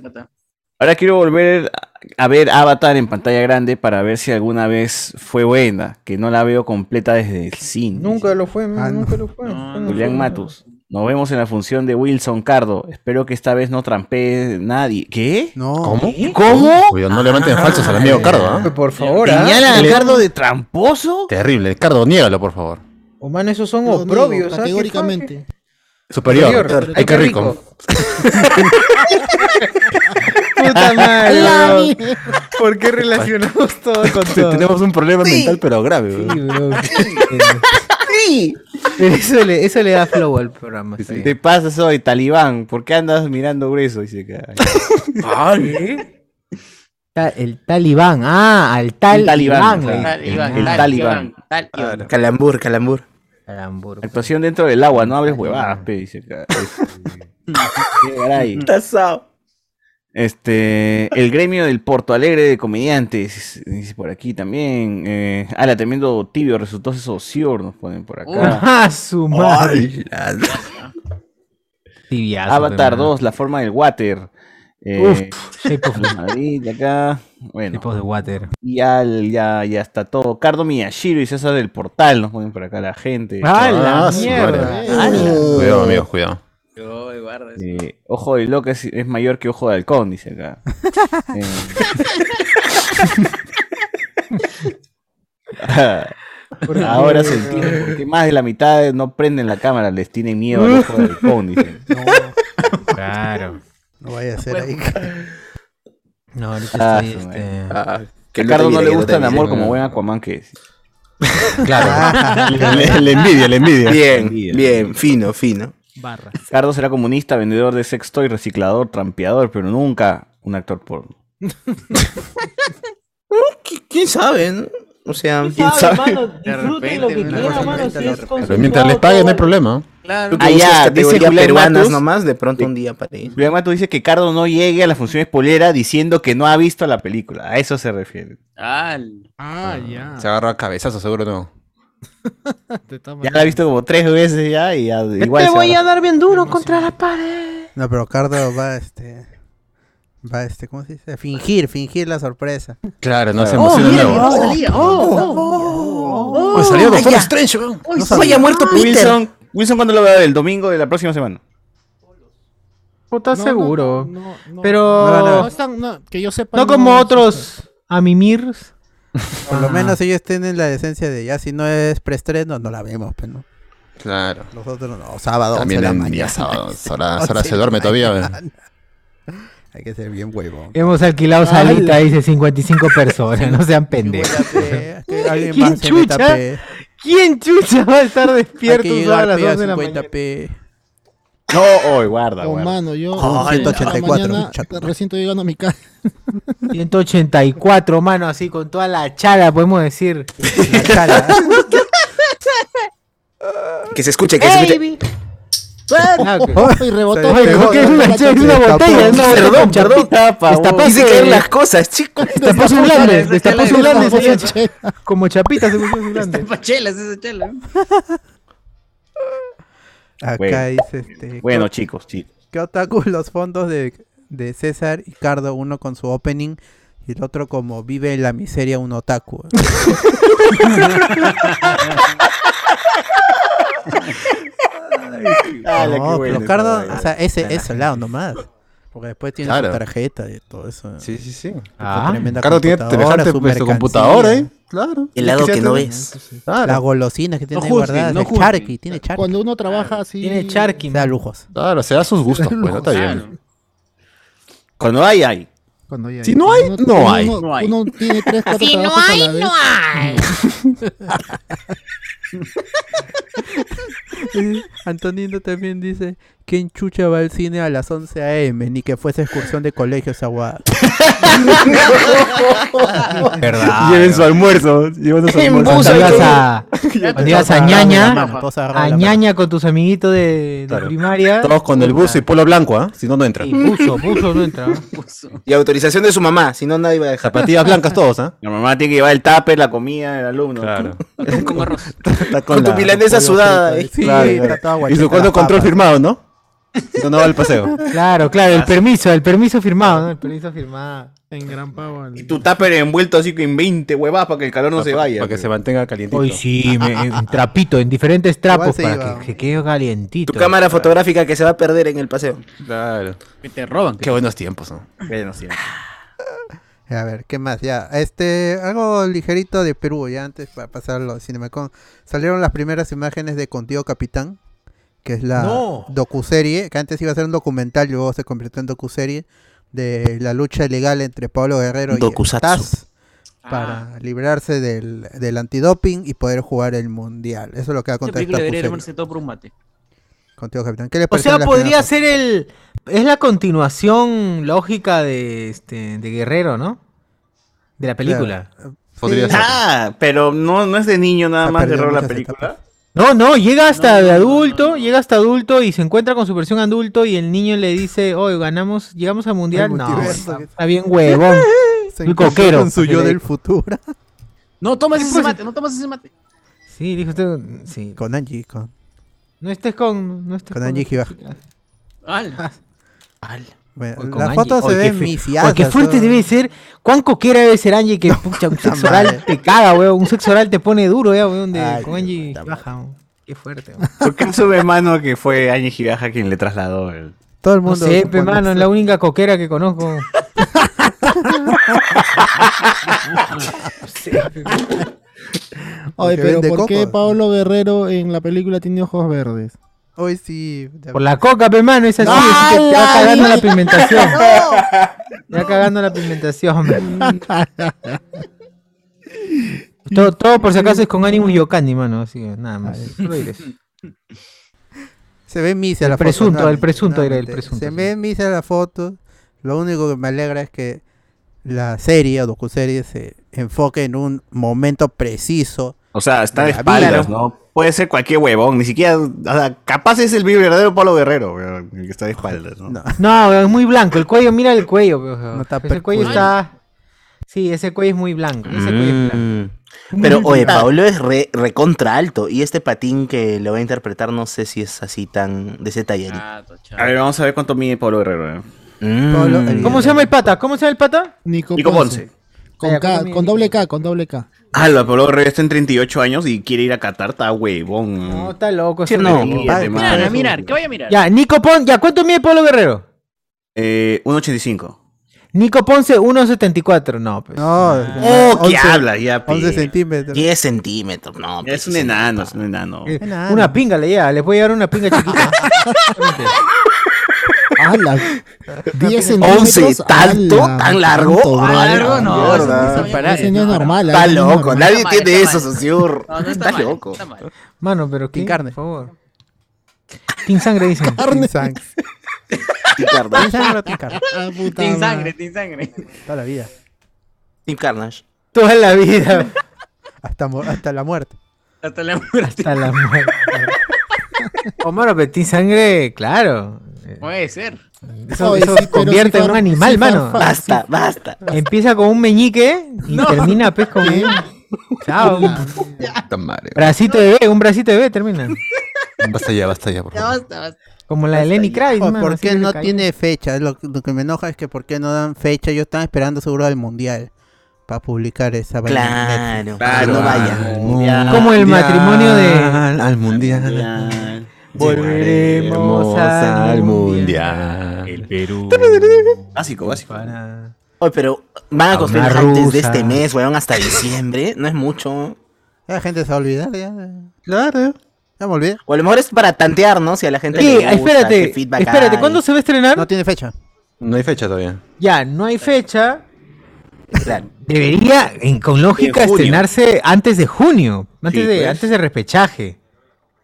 Speaker 5: Ahora quiero volver a ver Avatar en pantalla grande para ver si alguna vez fue buena, que no la veo completa desde el cine.
Speaker 9: Nunca lo fue, man, nunca lo fue.
Speaker 5: Julián Matus. Nos vemos en la función de Wilson Cardo. Espero que esta vez no trampee nadie. ¿Qué?
Speaker 2: No.
Speaker 4: ¿Cómo?
Speaker 5: ¿Cómo?
Speaker 4: Cuidado, no levanten falsos al amigo Cardo, ¿ah?
Speaker 9: Por favor, ¿ah?
Speaker 4: Señala a Cardo
Speaker 6: eh,
Speaker 9: de tramposo?
Speaker 4: Terrible. Cardo, niégalo, por favor.
Speaker 9: O man, ¿ah? esos son
Speaker 12: Lo niego
Speaker 9: oprobios, ¿ah?
Speaker 12: categóricamente.
Speaker 4: Superior.
Speaker 9: Superior.
Speaker 4: Ay, qué rico.
Speaker 9: [LAUGHS]
Speaker 4: [LAUGHS]
Speaker 9: Puta madre.
Speaker 12: La
Speaker 9: weón. ¿Por qué relacionamos todo con todo?
Speaker 4: Tenemos un problema mental, pero grave.
Speaker 9: Sí,
Speaker 4: weón.
Speaker 9: bro. Sí. [LAUGHS] Eso le, eso le da flow al programa. está bien.
Speaker 5: Te pasas hoy, talibán. ¿Por qué andas mirando grueso? Dice que...
Speaker 9: Ta- El talibán. Ah, al
Speaker 5: El
Speaker 9: talibán.
Speaker 5: talibán,
Speaker 9: le-
Speaker 5: claro. El talibán. Claro.
Speaker 6: Calambur, calambur.
Speaker 5: Actuación dentro del agua, no hables huevadas, pe, dice [LAUGHS] acá. Este, Garay. Este, el gremio del Porto Alegre de comediantes, dice por aquí también. Eh, ala, tremendo tibio, resultó ese socior, nos ponen por acá.
Speaker 9: Ah, su madre. Tibiazo,
Speaker 5: Avatar
Speaker 9: hermano.
Speaker 5: 2, la forma del water.
Speaker 9: Uf,
Speaker 5: Eh,
Speaker 9: shape of
Speaker 5: Madrid, de acá. Bueno.
Speaker 9: Tipos de water.
Speaker 5: Ya, ya, ya está todo. Cardo Miyashiro y César del Portal nos ponen por acá la gente.
Speaker 9: ¡Ah, la mierda!
Speaker 4: Cuidado, amigos, cuidado.
Speaker 5: Eh, ojo de loca es, es mayor que ojo de halcón, dice acá. Eh. Eh, Ahora se entiende por qué más de la mitad no prenden la cámara, les tiene miedo al ojo de halcón, dice.
Speaker 9: Claro.
Speaker 2: No vaya a ser ahí.
Speaker 9: No, ahorita
Speaker 5: Ah,
Speaker 9: estoy,
Speaker 5: su
Speaker 9: este-
Speaker 5: madre.
Speaker 9: que
Speaker 5: a
Speaker 9: no
Speaker 5: Cardo
Speaker 9: te
Speaker 5: no
Speaker 9: mire,
Speaker 5: le
Speaker 9: que no
Speaker 5: gusta
Speaker 9: te
Speaker 5: el
Speaker 9: mire.
Speaker 5: amor como buen Aquaman que es.
Speaker 9: [LAUGHS]
Speaker 6: Claro.
Speaker 4: Le- le envidia, le envidia.
Speaker 6: Bien,
Speaker 5: Envidia.
Speaker 6: bien, fino, fino.
Speaker 9: Barra.
Speaker 5: Cardo será comunista, vendedor de sexto y reciclador, trampeador, pero nunca un actor porno.
Speaker 6: ¿Quién sabe? no? O sea,
Speaker 9: ¿Quién sabe, mano? Disfruten lo que quieran, mano. Si es
Speaker 4: Pero mientras les paguen, no hay problema.
Speaker 6: Claro.
Speaker 5: Ah, ya, dice
Speaker 6: dice
Speaker 5: Julián
Speaker 6: peruanas
Speaker 5: Matus.
Speaker 6: nomás, de pronto un día para ir.
Speaker 5: Julián Mato dice que Cardo no llegue a la función espolera diciendo que no ha visto la película. A eso se refiere.
Speaker 9: Ah, ya.
Speaker 4: Se agarra a cabezazo, seguro no.
Speaker 5: Ya la he visto como tres veces ya y ya igual.
Speaker 9: Te
Speaker 5: se
Speaker 9: voy
Speaker 5: agarra.
Speaker 9: a dar bien duro contra la pared.
Speaker 2: No, pero Cardo va este. Va este, ¿cómo se dice? Fingir, fingir la sorpresa.
Speaker 4: Claro, oh, no se
Speaker 2: Claro. Oh,
Speaker 4: emociona de
Speaker 2: mira,
Speaker 4: nuevo.
Speaker 2: no
Speaker 6: salía.
Speaker 2: Oh,
Speaker 4: Pues salió Doctor
Speaker 6: Vaya.
Speaker 4: Strange, weón.
Speaker 6: No sabía. Vaya, muerto Peter.
Speaker 5: Ah, Wilson, Wilson ¿cuándo lo va a ver? El domingo de la próxima semana.
Speaker 9: Puta seguro. Pero.
Speaker 12: No,
Speaker 9: No,
Speaker 12: no están- no, que yo sepa.
Speaker 9: como
Speaker 12: no-
Speaker 9: otros amimirs.
Speaker 2: Por lo
Speaker 9: Ah.
Speaker 2: menos ellos tienen la decencia de ya, si no es preestreno, no la vemos, pero no.
Speaker 4: Claro.
Speaker 2: Nosotros no, sábado.
Speaker 4: También
Speaker 2: once de la
Speaker 4: en día
Speaker 2: mañana. [LAUGHS] Oh,
Speaker 4: sábado. Ahora,
Speaker 2: Once
Speaker 4: Ah, ahora
Speaker 2: de
Speaker 4: se
Speaker 2: la
Speaker 4: duerme todavía. ¿eh?
Speaker 2: mañana.
Speaker 4: weón.
Speaker 2: [LAUGHS] Hay que ser bien huevón.
Speaker 9: Hemos alquilado
Speaker 2: Ala.
Speaker 9: salita, dice 55 personas. [LAUGHS] No sean pendejos. [LAUGHS]
Speaker 2: Que alguien
Speaker 9: ¿Quién
Speaker 2: más se meta,
Speaker 9: chucha?
Speaker 2: pe.
Speaker 9: ¿Quién chucha va a estar
Speaker 2: Hay
Speaker 9: despierto
Speaker 2: que
Speaker 9: a
Speaker 2: llegar
Speaker 9: las
Speaker 2: pe, a
Speaker 9: 2 de la
Speaker 2: 50
Speaker 9: mañana?
Speaker 2: p.
Speaker 5: No, hoy, guarda,
Speaker 12: Oh,
Speaker 5: guarda.
Speaker 12: mano, yo
Speaker 2: Oh,
Speaker 12: a las
Speaker 2: 184,
Speaker 12: mañana
Speaker 2: chato.
Speaker 12: recién estoy llegando a mi casa.
Speaker 9: 184, mano, así con toda la chala, podemos decir.
Speaker 2: La chala. [LAUGHS]
Speaker 6: Que se escuche, que se escuche.
Speaker 9: Baby.
Speaker 12: Y rebotó.
Speaker 9: Oye, como que es una, es una botella, es una botella.
Speaker 6: Chardón,
Speaker 9: chardón. Destapó
Speaker 6: Dice
Speaker 9: su-
Speaker 6: caer
Speaker 9: [LAUGHS]
Speaker 6: las cosas, chicos.
Speaker 9: Destapó su blande, destapó su blande,
Speaker 6: Destapó
Speaker 9: señor.
Speaker 6: su-
Speaker 9: Como chapita se puso su blande.
Speaker 11: Pachelas esa chela.
Speaker 2: Acá
Speaker 5: Bueno.
Speaker 2: dice este.
Speaker 5: Bueno,
Speaker 2: ¿cu-
Speaker 5: chicos, chicos.
Speaker 2: ¿Qué otaku los fondos de, de César y Cardo? Uno con su opening y el otro como vive en la miseria
Speaker 14: [LAUGHS]
Speaker 2: un otaku.
Speaker 9: Ala, qué
Speaker 2: no,
Speaker 9: bueno
Speaker 2: pero Cardo,
Speaker 9: está,
Speaker 2: o sea,
Speaker 9: ya.
Speaker 2: ese es lado nomás. Porque después tiene
Speaker 9: Claro.
Speaker 2: su tarjeta y todo eso.
Speaker 14: Sí, sí, sí.
Speaker 9: Ah,
Speaker 14: Cardo tiene semejante, pues, su computadora, ¿eh? Claro.
Speaker 2: El lado que no ves.
Speaker 14: Claro.
Speaker 2: La golosina que tiene ahí
Speaker 14: juzguen,
Speaker 2: guardada.
Speaker 14: no
Speaker 2: el
Speaker 14: juzguen.
Speaker 2: charqui, tiene charqui.
Speaker 12: Cuando uno trabaja así.
Speaker 2: Tiene charqui. Da lujos.
Speaker 14: Claro, se da sus gustos, pues, no está bien.
Speaker 5: Cuando hay, hay.
Speaker 12: Cuando ya-
Speaker 14: Si no hay,
Speaker 12: uno-
Speaker 14: no hay.
Speaker 12: Uno,
Speaker 4: [LAUGHS]
Speaker 14: No hay.
Speaker 12: uno tiene tres, cuatro
Speaker 9: Si no
Speaker 12: trabajos a la
Speaker 9: hay,
Speaker 12: vez.
Speaker 9: no hay.
Speaker 2: Antonino también dice: ¿Quién chucha va al cine a las 11 a.m.? Ni que fuese excursión de colegio esa guada.
Speaker 9: Verdad.
Speaker 5: Lleven su almuerzo. Lleven su almuerzo.
Speaker 9: Cuando ibas a, cuando ibas a ñaña,
Speaker 2: Todos
Speaker 9: a ñaña con tus amiguitos de, de primaria.
Speaker 4: Todos con el buzo y polo blanco, ¿ah? Si no, no entran.
Speaker 9: Buzo, buzo no [LAUGHS] entra.
Speaker 6: Y autorización de su mamá, si no nadie va a dejar.
Speaker 4: Zapatillas blancas todos, ¿ah?
Speaker 5: La mamá tiene que llevar el tupper, la comida del
Speaker 4: [LAUGHS]
Speaker 5: alumno. Claro.
Speaker 6: con arroz.
Speaker 4: Con tu
Speaker 6: milanesa sudada, eh.
Speaker 2: Sí, está toda
Speaker 4: Y
Speaker 2: guacheta
Speaker 4: su cuarto
Speaker 2: la
Speaker 4: control
Speaker 2: papa.
Speaker 4: firmado, ¿no? Si no, no va al paseo.
Speaker 9: Claro, claro, el permiso, el permiso firmado, ¿no? El permiso
Speaker 8: firmada en Gran Pavo.
Speaker 5: Tu tupper envuelto así con 20 huevas para que el calor no se vaya.
Speaker 4: Para que se mantenga calientito.
Speaker 9: Hoy sí, me- en trapito, en diferentes trapos
Speaker 6: se
Speaker 9: para
Speaker 6: iba.
Speaker 9: que, que quede calientito.
Speaker 6: Tu cámara fotográfica que se va a perder en el paseo.
Speaker 4: Claro.
Speaker 6: Que te roban.
Speaker 4: Qué buenos tiempos, ¿no?
Speaker 5: Bueno, sí.
Speaker 2: A ver, ¿qué más? Ya, este, algo ligerito de Perú, ya antes para pasarlo al Cinemacon. Salieron las primeras imágenes de Contigo Capitán, que es la
Speaker 9: No.
Speaker 2: docuserie, que antes iba a ser un documental, luego se convirtió en docuserie, de la lucha legal entre Pablo Guerrero
Speaker 6: Dokusatsu.
Speaker 2: y Taz para librarse del, del antidoping y poder jugar el mundial. Eso es lo que va a
Speaker 11: Esta
Speaker 2: contar
Speaker 11: película
Speaker 2: esta
Speaker 11: debería
Speaker 2: docuserie.
Speaker 11: llamarse todo por un mate.
Speaker 2: Contigo Capitán. ¿Qué les
Speaker 9: O
Speaker 2: parecieron
Speaker 9: sea,
Speaker 2: las
Speaker 9: podría
Speaker 2: primeras
Speaker 9: ser el. Es la continuación lógica de, este, de Guerrero, ¿no? De la película.
Speaker 5: Podría ser. Ah, pero no, no es de niño nada más de la película.
Speaker 9: No, no, llega hasta de adulto, llega hasta adulto y se encuentra con su versión adulto y el niño le dice, oye, ganamos, llegamos al mundial.
Speaker 2: Al
Speaker 9: No,
Speaker 2: multiverso.
Speaker 9: está, está bien huevón.
Speaker 2: Se
Speaker 9: Muy
Speaker 2: encontró
Speaker 9: coquero.
Speaker 2: con su yo
Speaker 9: Le-
Speaker 2: del futuro.
Speaker 11: No tomas ese mate, no tomas ese mate.
Speaker 9: Sí, dijo usted, sí.
Speaker 2: Con Angie, con,
Speaker 9: No estés con... No estés
Speaker 2: con Angie Gibaja.
Speaker 11: Ala.
Speaker 2: Bueno,
Speaker 9: Oye, con
Speaker 2: la
Speaker 9: Angie.
Speaker 2: foto se
Speaker 9: Oye,
Speaker 2: ve
Speaker 9: qué fe-
Speaker 2: misiada.
Speaker 9: oye, qué fuerte debe ser. Cuán coquera debe ser Angie que pucha, un sexo
Speaker 2: madre.
Speaker 9: oral te caga, weón. Un sexo oral te pone duro, ya, weón. de- con Angie baja, weón. Qué fuerte, weón.
Speaker 5: ¿Por qué sube mano que fue Añe Giraja quien le trasladó el.
Speaker 2: Todo el [LAUGHS]
Speaker 9: No
Speaker 2: mundo.
Speaker 9: sé, pe,
Speaker 2: supone
Speaker 9: mano, es
Speaker 2: eso.
Speaker 9: la única coquera que
Speaker 2: [LAUGHS]
Speaker 9: conozco. [LAUGHS] No sé, pe.
Speaker 12: Oye,
Speaker 2: Que
Speaker 12: pero
Speaker 2: vende
Speaker 12: ¿por qué
Speaker 2: cocos.
Speaker 12: Pablo Guerrero en la película tiene ojos verdes?
Speaker 2: Hoy sí. de-
Speaker 9: Por la coca, pe, mano, es así. es que te va cagando la pigmentación.
Speaker 2: [LAUGHS]
Speaker 9: Te va cagando la pigmentación, pe. Todo, todo, por si acaso es con Animus Yokani, mano, así que nada más. Solo diré eso.
Speaker 2: Se ve misia
Speaker 9: El
Speaker 2: la
Speaker 9: presunto,
Speaker 2: foto.
Speaker 9: el presunto era el
Speaker 2: nuevamente.
Speaker 9: presunto,
Speaker 2: Se ve misia la foto. Lo único que me alegra es que la serie o docuserie se enfoque en un momento preciso.
Speaker 5: O sea, está de
Speaker 2: La
Speaker 5: espaldas,
Speaker 2: vida,
Speaker 5: ¿no? Puede ser cualquier huevón, ni siquiera. O sea, capaz es el verdadero Pablo Guerrero, weón, el que está de espaldas, ¿no?
Speaker 9: No, weón, es muy blanco. El cuello, mira el cuello. weón.
Speaker 2: No está
Speaker 9: ese cuello
Speaker 2: percudido.
Speaker 9: está. Sí, ese cuello es muy blanco. Ese cuello es blanco.
Speaker 6: Mm. Pero, oye, Pablo es re, recontra alto. Y este patín que lo va a interpretar, no sé si es así tan de ese taller.
Speaker 5: A ver, vamos a ver cuánto mide Pablo Guerrero. ¿eh?
Speaker 6: Mm.
Speaker 2: Pablo- el-
Speaker 9: ¿Cómo se llama el pata? ¿Cómo se llama el pata?
Speaker 12: Nico,
Speaker 5: Nico
Speaker 12: Ponce.
Speaker 5: Ponce.
Speaker 12: Con,
Speaker 9: Ay,
Speaker 12: K,
Speaker 9: acá
Speaker 12: con doble K, con doble K.
Speaker 5: Ah, la Pablo Guerrero está en 38 años y quiere ir a Qatar, está huevón.
Speaker 9: No, está loco.
Speaker 6: Mm. Sí,
Speaker 9: ese
Speaker 6: no,
Speaker 9: huevón.
Speaker 5: Mírate,
Speaker 11: Mirar,
Speaker 5: mano.
Speaker 11: a mirar, que vaya a mirar.
Speaker 9: Ya, Nico Ponce. Ya, ¿cuánto mide Pablo Guerrero?
Speaker 5: Eh, 1.85.
Speaker 9: Nico Ponce, 1.74. No, pues.
Speaker 2: No,
Speaker 5: Oh, ¿qué
Speaker 2: 11
Speaker 5: habla? Ya, pe.
Speaker 2: 11 centímetros.
Speaker 6: 10 centímetros, no. pues
Speaker 5: Es un enano, es un enano.
Speaker 9: Eh,
Speaker 2: nada.
Speaker 9: Una pinga le llega. Le puede llevar una pinga chiquita.
Speaker 2: [LAUGHS]
Speaker 12: ¡Hala! 10 centímetros.
Speaker 6: 11, tanto,
Speaker 12: ¡Hala!
Speaker 6: tan largo.
Speaker 12: Tanto,
Speaker 6: Ah,
Speaker 12: brother.
Speaker 6: largo no,
Speaker 12: Ah,
Speaker 6: eso no
Speaker 12: mierda.
Speaker 6: está mal,
Speaker 12: Ese no es
Speaker 6: no,
Speaker 12: normal.
Speaker 6: Está
Speaker 12: ese no es
Speaker 6: loco,
Speaker 12: normal.
Speaker 6: nadie
Speaker 11: mal,
Speaker 6: tiene
Speaker 11: está
Speaker 6: eso,
Speaker 11: mal.
Speaker 6: socio.
Speaker 11: No, no está
Speaker 6: Está
Speaker 11: mal,
Speaker 6: loco.
Speaker 11: está mal.
Speaker 9: Mano, pero ¿qué?
Speaker 2: Sin carne.
Speaker 9: Por favor. Tin sangre dicen.
Speaker 12: Carne.
Speaker 2: Sin sang-
Speaker 6: Team Carnage.
Speaker 2: sin sangre o sin carne.
Speaker 12: [LAUGHS] Ah, puta madre.
Speaker 11: Sin sangre, sin sangre.
Speaker 2: Toda la vida.
Speaker 6: Team Carnage.
Speaker 9: Toda la vida.
Speaker 2: Hasta, mo- hasta la muerte.
Speaker 11: Hasta la muerte.
Speaker 9: Hasta la muerte. Homero Petit Sangre, claro.
Speaker 11: Puede ser.
Speaker 9: Eso, eso convierte en un animal, mano.
Speaker 6: Basta, basta.
Speaker 9: Empieza con un meñique y
Speaker 6: No.
Speaker 9: termina pues con un. Chao. un
Speaker 4: Puta madre.
Speaker 9: bracito de bebé, un bracito de bebé termina.
Speaker 4: Basta ya, basta ya, por favor.
Speaker 9: Como la de Lenny Kravitz,
Speaker 2: Oh,
Speaker 9: mano,
Speaker 2: ¿Por
Speaker 9: así
Speaker 2: qué
Speaker 9: que le
Speaker 2: no
Speaker 9: cayó.
Speaker 2: tiene fecha? Lo, lo que me enoja es que ¿por qué no dan fecha? Yo estaba esperando seguro al mundial para publicar esa vaina en
Speaker 6: Claro,
Speaker 2: Netflix.
Speaker 4: Ah,
Speaker 6: claro, no vaya.
Speaker 2: Mundial.
Speaker 9: Como el matrimonio de-
Speaker 4: Al al mundial. Volveremos al mundial. El Perú.
Speaker 6: Básico, básico. Oye, pero van a
Speaker 4: A
Speaker 6: construir
Speaker 4: una
Speaker 6: antes
Speaker 4: rusa.
Speaker 6: de este mes, weón, hasta diciembre. No es mucho.
Speaker 2: La gente se va a olvidar ya. Claro. Ya me olvidé.
Speaker 6: O a lo mejor es para tantear, ¿no? Si a la gente
Speaker 9: Sí,
Speaker 6: le gusta,
Speaker 9: espérate,
Speaker 6: qué feedback
Speaker 9: espérate,
Speaker 6: hay.
Speaker 9: ¿cuándo se va a estrenar?
Speaker 2: No tiene fecha.
Speaker 4: No hay fecha todavía.
Speaker 9: Ya, no hay fecha. Debería, en- con lógica,
Speaker 4: En junio.
Speaker 9: estrenarse antes de junio, antes,
Speaker 4: Sí,
Speaker 9: de,
Speaker 4: pues.
Speaker 9: antes del repechaje.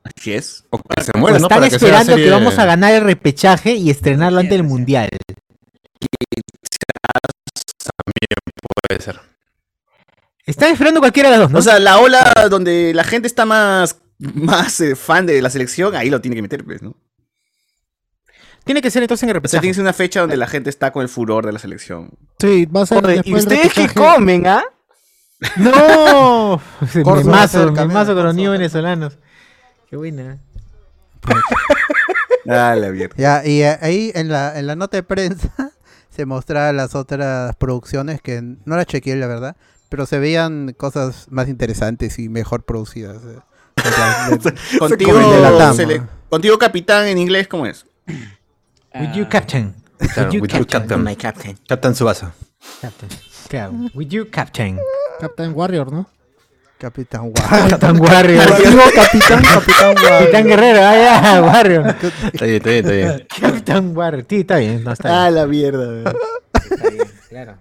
Speaker 4: Así es. O que se muera,
Speaker 9: O
Speaker 4: ¿no?
Speaker 9: están
Speaker 4: Para Pues que sea la
Speaker 9: esperando que,
Speaker 4: serie-
Speaker 9: vamos a ganar el repechaje y estrenarlo antes del mundial.
Speaker 4: También puede ser.
Speaker 9: Están esperando cualquiera de las dos, ¿no?
Speaker 5: O sea, la ola donde la gente está más, más eh, fan de la selección, ahí lo tiene que meter, pues, ¿no?
Speaker 9: Tiene que ser entonces en
Speaker 5: O sea, tiene que ser una fecha donde la gente está con el furor de la selección.
Speaker 12: Sí, va a ser.
Speaker 5: Oye, ¿y
Speaker 12: después del
Speaker 5: ustedes qué
Speaker 12: repechaje.
Speaker 6: comen, ah?
Speaker 9: [LAUGHS]
Speaker 4: [LAUGHS]
Speaker 9: ¡No!
Speaker 12: Córdoba
Speaker 9: memazo,
Speaker 12: cerca,
Speaker 9: memazo con los niños venezolanos. Qué buena.
Speaker 5: Ah, la mierda.
Speaker 2: Ya, y eh, ahí en la, en la nota de prensa [LAUGHS] se mostraban las otras producciones que no las chequeé, la verdad, pero se veían cosas más interesantes y mejor producidas. eh. O sea,
Speaker 12: [LAUGHS]
Speaker 2: de-
Speaker 5: [LAUGHS] Contigo,
Speaker 2: de la TAM,
Speaker 5: sele-
Speaker 2: ¿no?
Speaker 5: contigo capitán en inglés, ¿cómo es? Ah.
Speaker 9: With you, Captain.
Speaker 4: Claro, with you, Captain.
Speaker 6: My Captain.
Speaker 4: Captain Subasa.
Speaker 9: Captain.
Speaker 4: [LAUGHS]
Speaker 9: Claro, with you, Captain.
Speaker 12: Captain Warrior, ¿no?
Speaker 2: Capitán
Speaker 12: Warrior.
Speaker 9: Capitán Warrior.
Speaker 12: Capitán, Capitán
Speaker 2: [LAUGHS]
Speaker 12: Warrior.
Speaker 9: Capitán Guerrero, ah, ya, Warrior.
Speaker 4: [LAUGHS] Está bien, está bien, está bien.
Speaker 9: Capitán Warrior. Sí, está bien, no está bien.
Speaker 12: Ah, la mierda.
Speaker 9: Claro.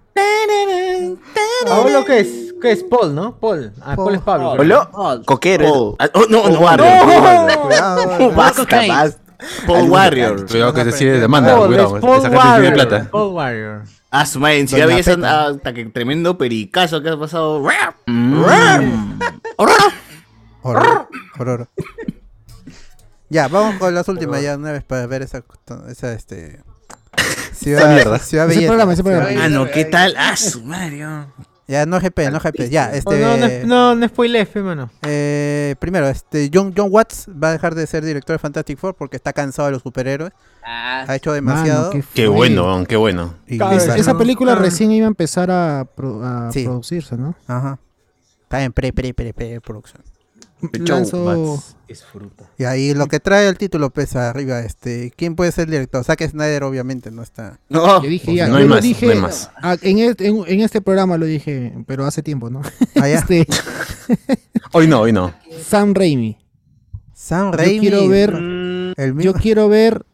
Speaker 9: Paolo, ¿qué es? ¿Qué es Paul, no? Paul. Ah, Paul, es Pablo.
Speaker 6: ¿Polo? Coquero. Ah, oh, no, no, Warrior.
Speaker 9: ¡No!
Speaker 6: Basta,
Speaker 9: Cocaine.
Speaker 6: basta.
Speaker 5: Paul
Speaker 6: Alguna-
Speaker 5: Warrior.
Speaker 4: Cuidado que se de demanda,
Speaker 5: Paul,
Speaker 4: cuidado.
Speaker 5: es
Speaker 4: Esa
Speaker 5: Paul
Speaker 4: gente tiene
Speaker 5: Warrior.
Speaker 4: plata.
Speaker 9: Paul Warrior.
Speaker 5: Ah, su madre, en Ciudad
Speaker 4: Doña
Speaker 5: Belleza,
Speaker 4: Peta.
Speaker 5: ah, hasta que tremendo pericazo que ha pasado.
Speaker 6: Mm.
Speaker 2: Horror. horror. Ya, vamos con las últimas ya una vez para ver esa, esa este
Speaker 4: Esa mierda.
Speaker 2: Ciudad
Speaker 4: Ese
Speaker 2: Belleza.
Speaker 4: programa, ese
Speaker 2: Ciudad
Speaker 4: programa.
Speaker 2: Belleza.
Speaker 4: Ah, no, ¿qué
Speaker 6: tal? Ah, su madre.
Speaker 2: Ya, no GP, no GP. Ya,
Speaker 9: Oh,
Speaker 2: este.
Speaker 9: no, no, no, no spoilees, pe, mano.
Speaker 2: Eh, primero, este John, John Watts va a dejar de ser director de Fantastic Four porque está cansado de los superhéroes.
Speaker 11: Ah,
Speaker 2: ha hecho demasiado.
Speaker 12: qué
Speaker 4: Qué bueno, weón, qué bueno.
Speaker 2: Y
Speaker 12: Es-
Speaker 2: listo,
Speaker 12: esa
Speaker 2: ¿no?
Speaker 12: película recién iba a empezar a, pro- a
Speaker 2: Ah, Sí.
Speaker 12: producirse, ¿no?
Speaker 2: Ajá. Está en pre, pre, pre, pre producción.
Speaker 12: Lanzo-
Speaker 2: Y ahí lo que trae el título pesa arriba, este, ¿quién puede ser el director? Zack Snyder obviamente no
Speaker 12: [LAUGHS]
Speaker 2: está.
Speaker 5: No,
Speaker 12: Yo dije, ya,
Speaker 4: No hay
Speaker 12: yo lo
Speaker 4: más,
Speaker 12: dije,
Speaker 4: no hay más.
Speaker 12: ah, en, este, en- en este programa lo dije, pero hace tiempo, ¿no? Este,
Speaker 4: Hoy no, hoy no.
Speaker 12: Sam Raimi.
Speaker 2: Sam
Speaker 12: Yo
Speaker 2: Raimi.
Speaker 12: quiero ver,
Speaker 2: El
Speaker 12: yo quiero ver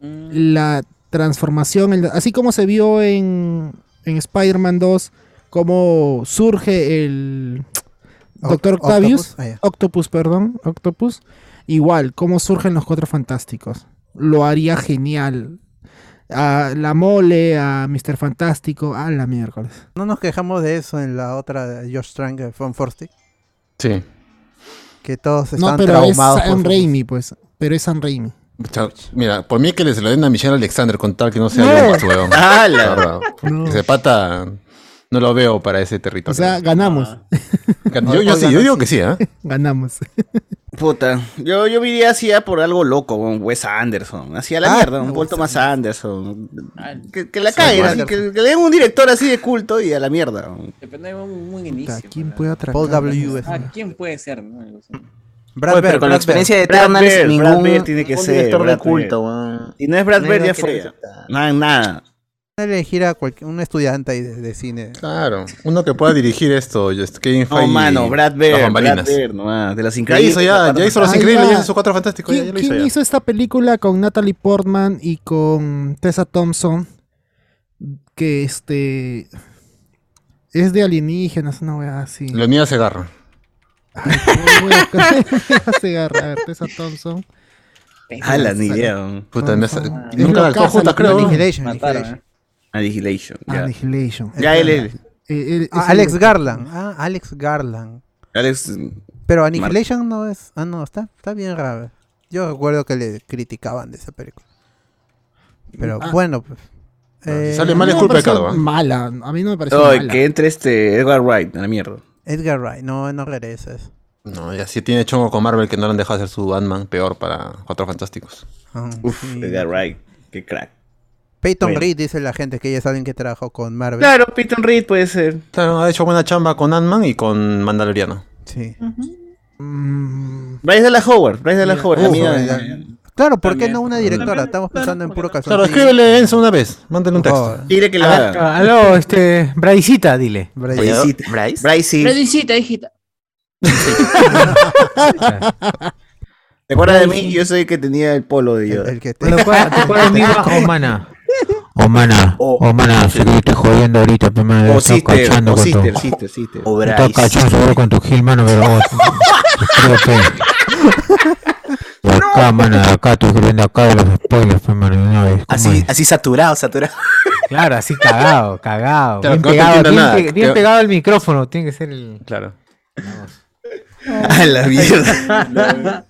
Speaker 12: la transformación, el- así como se vio en, en Spider-Man 2, cómo surge el Doctor
Speaker 2: Octopus,
Speaker 12: Octavius,
Speaker 2: ah, ya.
Speaker 12: Octopus, perdón, Octopus, igual, cómo surgen los Cuatro Fantásticos. Lo haría genial. A la mole, a Mr. Fantástico, a la miércoles.
Speaker 2: No nos quejamos de eso en la otra de Josh Strang, Fun Forty,
Speaker 4: Sí.
Speaker 2: que todos
Speaker 12: No,
Speaker 2: están
Speaker 12: pero es
Speaker 2: traumados.
Speaker 12: Sam
Speaker 2: por-
Speaker 12: Raimi, pues. Pero es Sam Raimi.
Speaker 4: Pucha, Mira, por mí que les lo den a Michelle Alexander con tal que no sea
Speaker 12: No. Ah,
Speaker 4: John Watts,
Speaker 12: [LAUGHS]
Speaker 4: weón.
Speaker 5: ¡Hala!
Speaker 4: La verdad. Ese pata no lo veo para ese territorio.
Speaker 12: O sea, ganamos.
Speaker 4: yo, yo sí, yo digo que sí, ¿ah?
Speaker 12: Ganamos.
Speaker 5: Puta, yo, yo diría así ya por algo loco, un Wes Anderson, así a la
Speaker 12: Ah,
Speaker 5: mierda, un
Speaker 12: no,
Speaker 5: Paul Thomas Anderson. Que, que la
Speaker 2: Sí,
Speaker 5: caigan,
Speaker 2: Wes
Speaker 5: así, que,
Speaker 2: Anderson.
Speaker 5: que le den un director así de culto y a la mierda. Pues,
Speaker 11: Depende de un buen inicio. pues,
Speaker 12: ¿Quién puede atracar?
Speaker 2: Paul W.
Speaker 11: ¿A quién puede ser? no? Algo así.
Speaker 2: Brad
Speaker 6: Oye, pero
Speaker 2: Bird,
Speaker 6: con
Speaker 2: Brad
Speaker 6: la experiencia de
Speaker 2: Bird.
Speaker 6: Eternals,
Speaker 5: Brad Bird,
Speaker 6: ningún,
Speaker 5: Brad Bird tiene que
Speaker 6: ningún
Speaker 5: ser,
Speaker 6: director de
Speaker 5: Brad
Speaker 6: culto,
Speaker 5: Bird.
Speaker 6: weón.
Speaker 5: Si no es Brad
Speaker 6: Nadie
Speaker 5: Bird,
Speaker 6: lo
Speaker 5: ya
Speaker 6: quiere
Speaker 5: fue.
Speaker 6: aceptar.
Speaker 5: Nada, nada.
Speaker 2: elegir a cualquier- un estudiante ahí de, de cine.
Speaker 4: Claro. Uno que pueda dirigir esto, just Kevin
Speaker 5: No,
Speaker 4: Feige y
Speaker 5: mano, Brad
Speaker 4: las
Speaker 5: Bird, Brad
Speaker 4: bambalinas.
Speaker 5: Bird, nomás, de las
Speaker 4: Ya
Speaker 5: increíbles.
Speaker 4: hizo, ya, ya hizo los
Speaker 12: Ahí
Speaker 4: increíbles,
Speaker 12: va.
Speaker 4: ya hizo sus cuatro fantásticos. Ya, ya
Speaker 12: ¿Quién,
Speaker 4: lo hizo,
Speaker 12: quién
Speaker 4: ya.
Speaker 12: hizo esta película con Natalie Portman y con Tessa Thompson? Que este. Es de alienígenas, una wea así.
Speaker 4: Leonidas Segarra.
Speaker 12: Voy a [LAUGHS] buscar- voy a cegar, a ver, Tessa Thompson.
Speaker 5: Ala, ni idea. weón.
Speaker 4: Puta, me sa-
Speaker 12: Ah,
Speaker 4: nunca
Speaker 12: lo
Speaker 4: la actuó
Speaker 12: casan,
Speaker 4: juntas, creo.
Speaker 2: Annihilation, Annihilation.
Speaker 5: Annihilation.
Speaker 9: Ah,
Speaker 5: ya.
Speaker 12: Annihilation.
Speaker 5: Ya él, él.
Speaker 12: Eh, él-
Speaker 2: Ah,
Speaker 12: es el-
Speaker 2: Alex Garland. Ah, Alex Garland.
Speaker 5: Alex.
Speaker 2: Pero Annihilation no es. Ah, no, está, está bien raro. Yo recuerdo que le criticaban de esa película. Pero
Speaker 3: Ah.
Speaker 2: bueno, pues. eh,
Speaker 3: A mí no me pareció Mala, a mí no me pareció
Speaker 5: Ay,
Speaker 3: mala.
Speaker 5: que entre este Edgar Wright, a la mierda.
Speaker 2: Edgar Wright, no, no regresas.
Speaker 4: No, y así tiene chongo con Marvel que no le han dejado hacer su Batman peor para Cuatro Fantásticos.
Speaker 2: Ah,
Speaker 5: Uf, Edgar Wright, qué crack.
Speaker 2: Peyton
Speaker 4: Bueno.
Speaker 2: Reed dice la gente que ella es alguien que trabajó con Marvel.
Speaker 5: Claro, Peyton Reed puede ser.
Speaker 4: Claro, ha hecho buena chamba con Ant-Man y con Mandaloriano.
Speaker 2: Sí.
Speaker 5: Bryce de la Howard, Bryce de la
Speaker 2: Mira,
Speaker 5: Howard.
Speaker 2: uh,
Speaker 5: amiga.
Speaker 2: Bryce Claro, ¿por qué no una directora? Estamos pensando en puro Oh, calzón.
Speaker 4: Claro, escríbele Enzo una vez, mándale un texto.
Speaker 5: Dile que lo
Speaker 9: Ah,
Speaker 5: haga.
Speaker 9: Aló, este, Braicita, dile.
Speaker 4: Braicita.
Speaker 6: Bryce.
Speaker 5: Bryce.
Speaker 16: Redicita, hijita.
Speaker 5: ¿Te acuerdas de mí? Yo soy el que tenía el polo de yo. El,
Speaker 2: que
Speaker 9: ¿Te
Speaker 2: [LAUGHS]
Speaker 9: acuerdas te acuerdas de [LAUGHS] mí? Oh, mana. Oh, mana. Oh, mana, sí, te estoy jodiendo ahorita, pero, mano,
Speaker 6: Oh,
Speaker 5: O
Speaker 9: yo estoy
Speaker 5: sister,
Speaker 9: cachando
Speaker 5: o
Speaker 9: con tu- [LAUGHS]
Speaker 5: sister, sister, sister. O
Speaker 9: Yo
Speaker 5: Bryce.
Speaker 9: estoy cachando seguro con tu Gil, mano, pero [LAUGHS] vos, creo que... [LAUGHS] De acá, mano, de acá, estoy creyendo acá de los spoilers, pues, mano, de una vez. ¿cómo
Speaker 6: Así, así saturado,
Speaker 5: [LAUGHS]
Speaker 6: saturado.
Speaker 9: Claro, así cagado, cagado.
Speaker 6: Claro,
Speaker 9: bien
Speaker 6: que no te
Speaker 9: pegado,
Speaker 6: entienda
Speaker 9: bien,
Speaker 6: nada,
Speaker 9: pe- bien
Speaker 6: que-
Speaker 9: pegado al micrófono, tiene que ser el.
Speaker 4: Claro.
Speaker 5: A la mierda.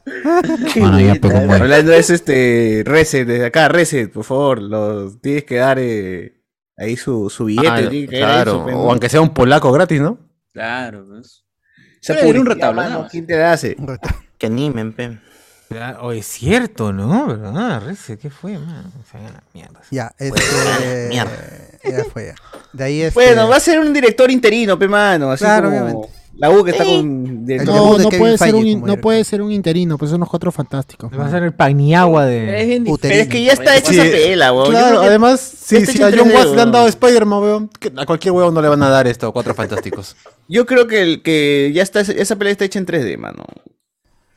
Speaker 5: Hablando de eso, este, reset, desde acá, reset, por favor, los tienes que dar eh, ahí su, su billete.
Speaker 4: Ah,
Speaker 5: tiene que dar ahí
Speaker 4: claro,
Speaker 5: su pe-
Speaker 4: o aunque sea un polaco gratis, ¿no?
Speaker 11: Claro, pues. Pero
Speaker 5: Esa
Speaker 11: era un
Speaker 5: publicidad,
Speaker 11: retablo,
Speaker 5: mano,
Speaker 11: nada más.
Speaker 5: ¿Quién te la hace?
Speaker 6: Que animen, pe.
Speaker 9: O es cierto, ¿no? ¿Verdad? Rece, ¿qué fue, man? Se hagan la mierda.
Speaker 2: Ya, este. Ya fue. ya. De ahí este, es.
Speaker 5: Bueno, va a ser un director interino, pe mano, así
Speaker 2: Claro,
Speaker 5: como
Speaker 2: obviamente.
Speaker 5: la U que está con... de-
Speaker 3: No, no puede, ser un, no puede ser un interino, pues son los cuatro fantásticos.
Speaker 9: Va a ser el Paniagua de.
Speaker 5: Pero es que ya está hecho
Speaker 4: Sí.
Speaker 5: esa pela, weón.
Speaker 4: Claro, además,
Speaker 5: si
Speaker 4: si, si a John Watts le han dado Spider-Man, weón, que a cualquier weón no le van a dar esto, Cuatro Fantásticos.
Speaker 5: Yo creo que, el, que ya está, esa pelea está hecha en 3D, mano.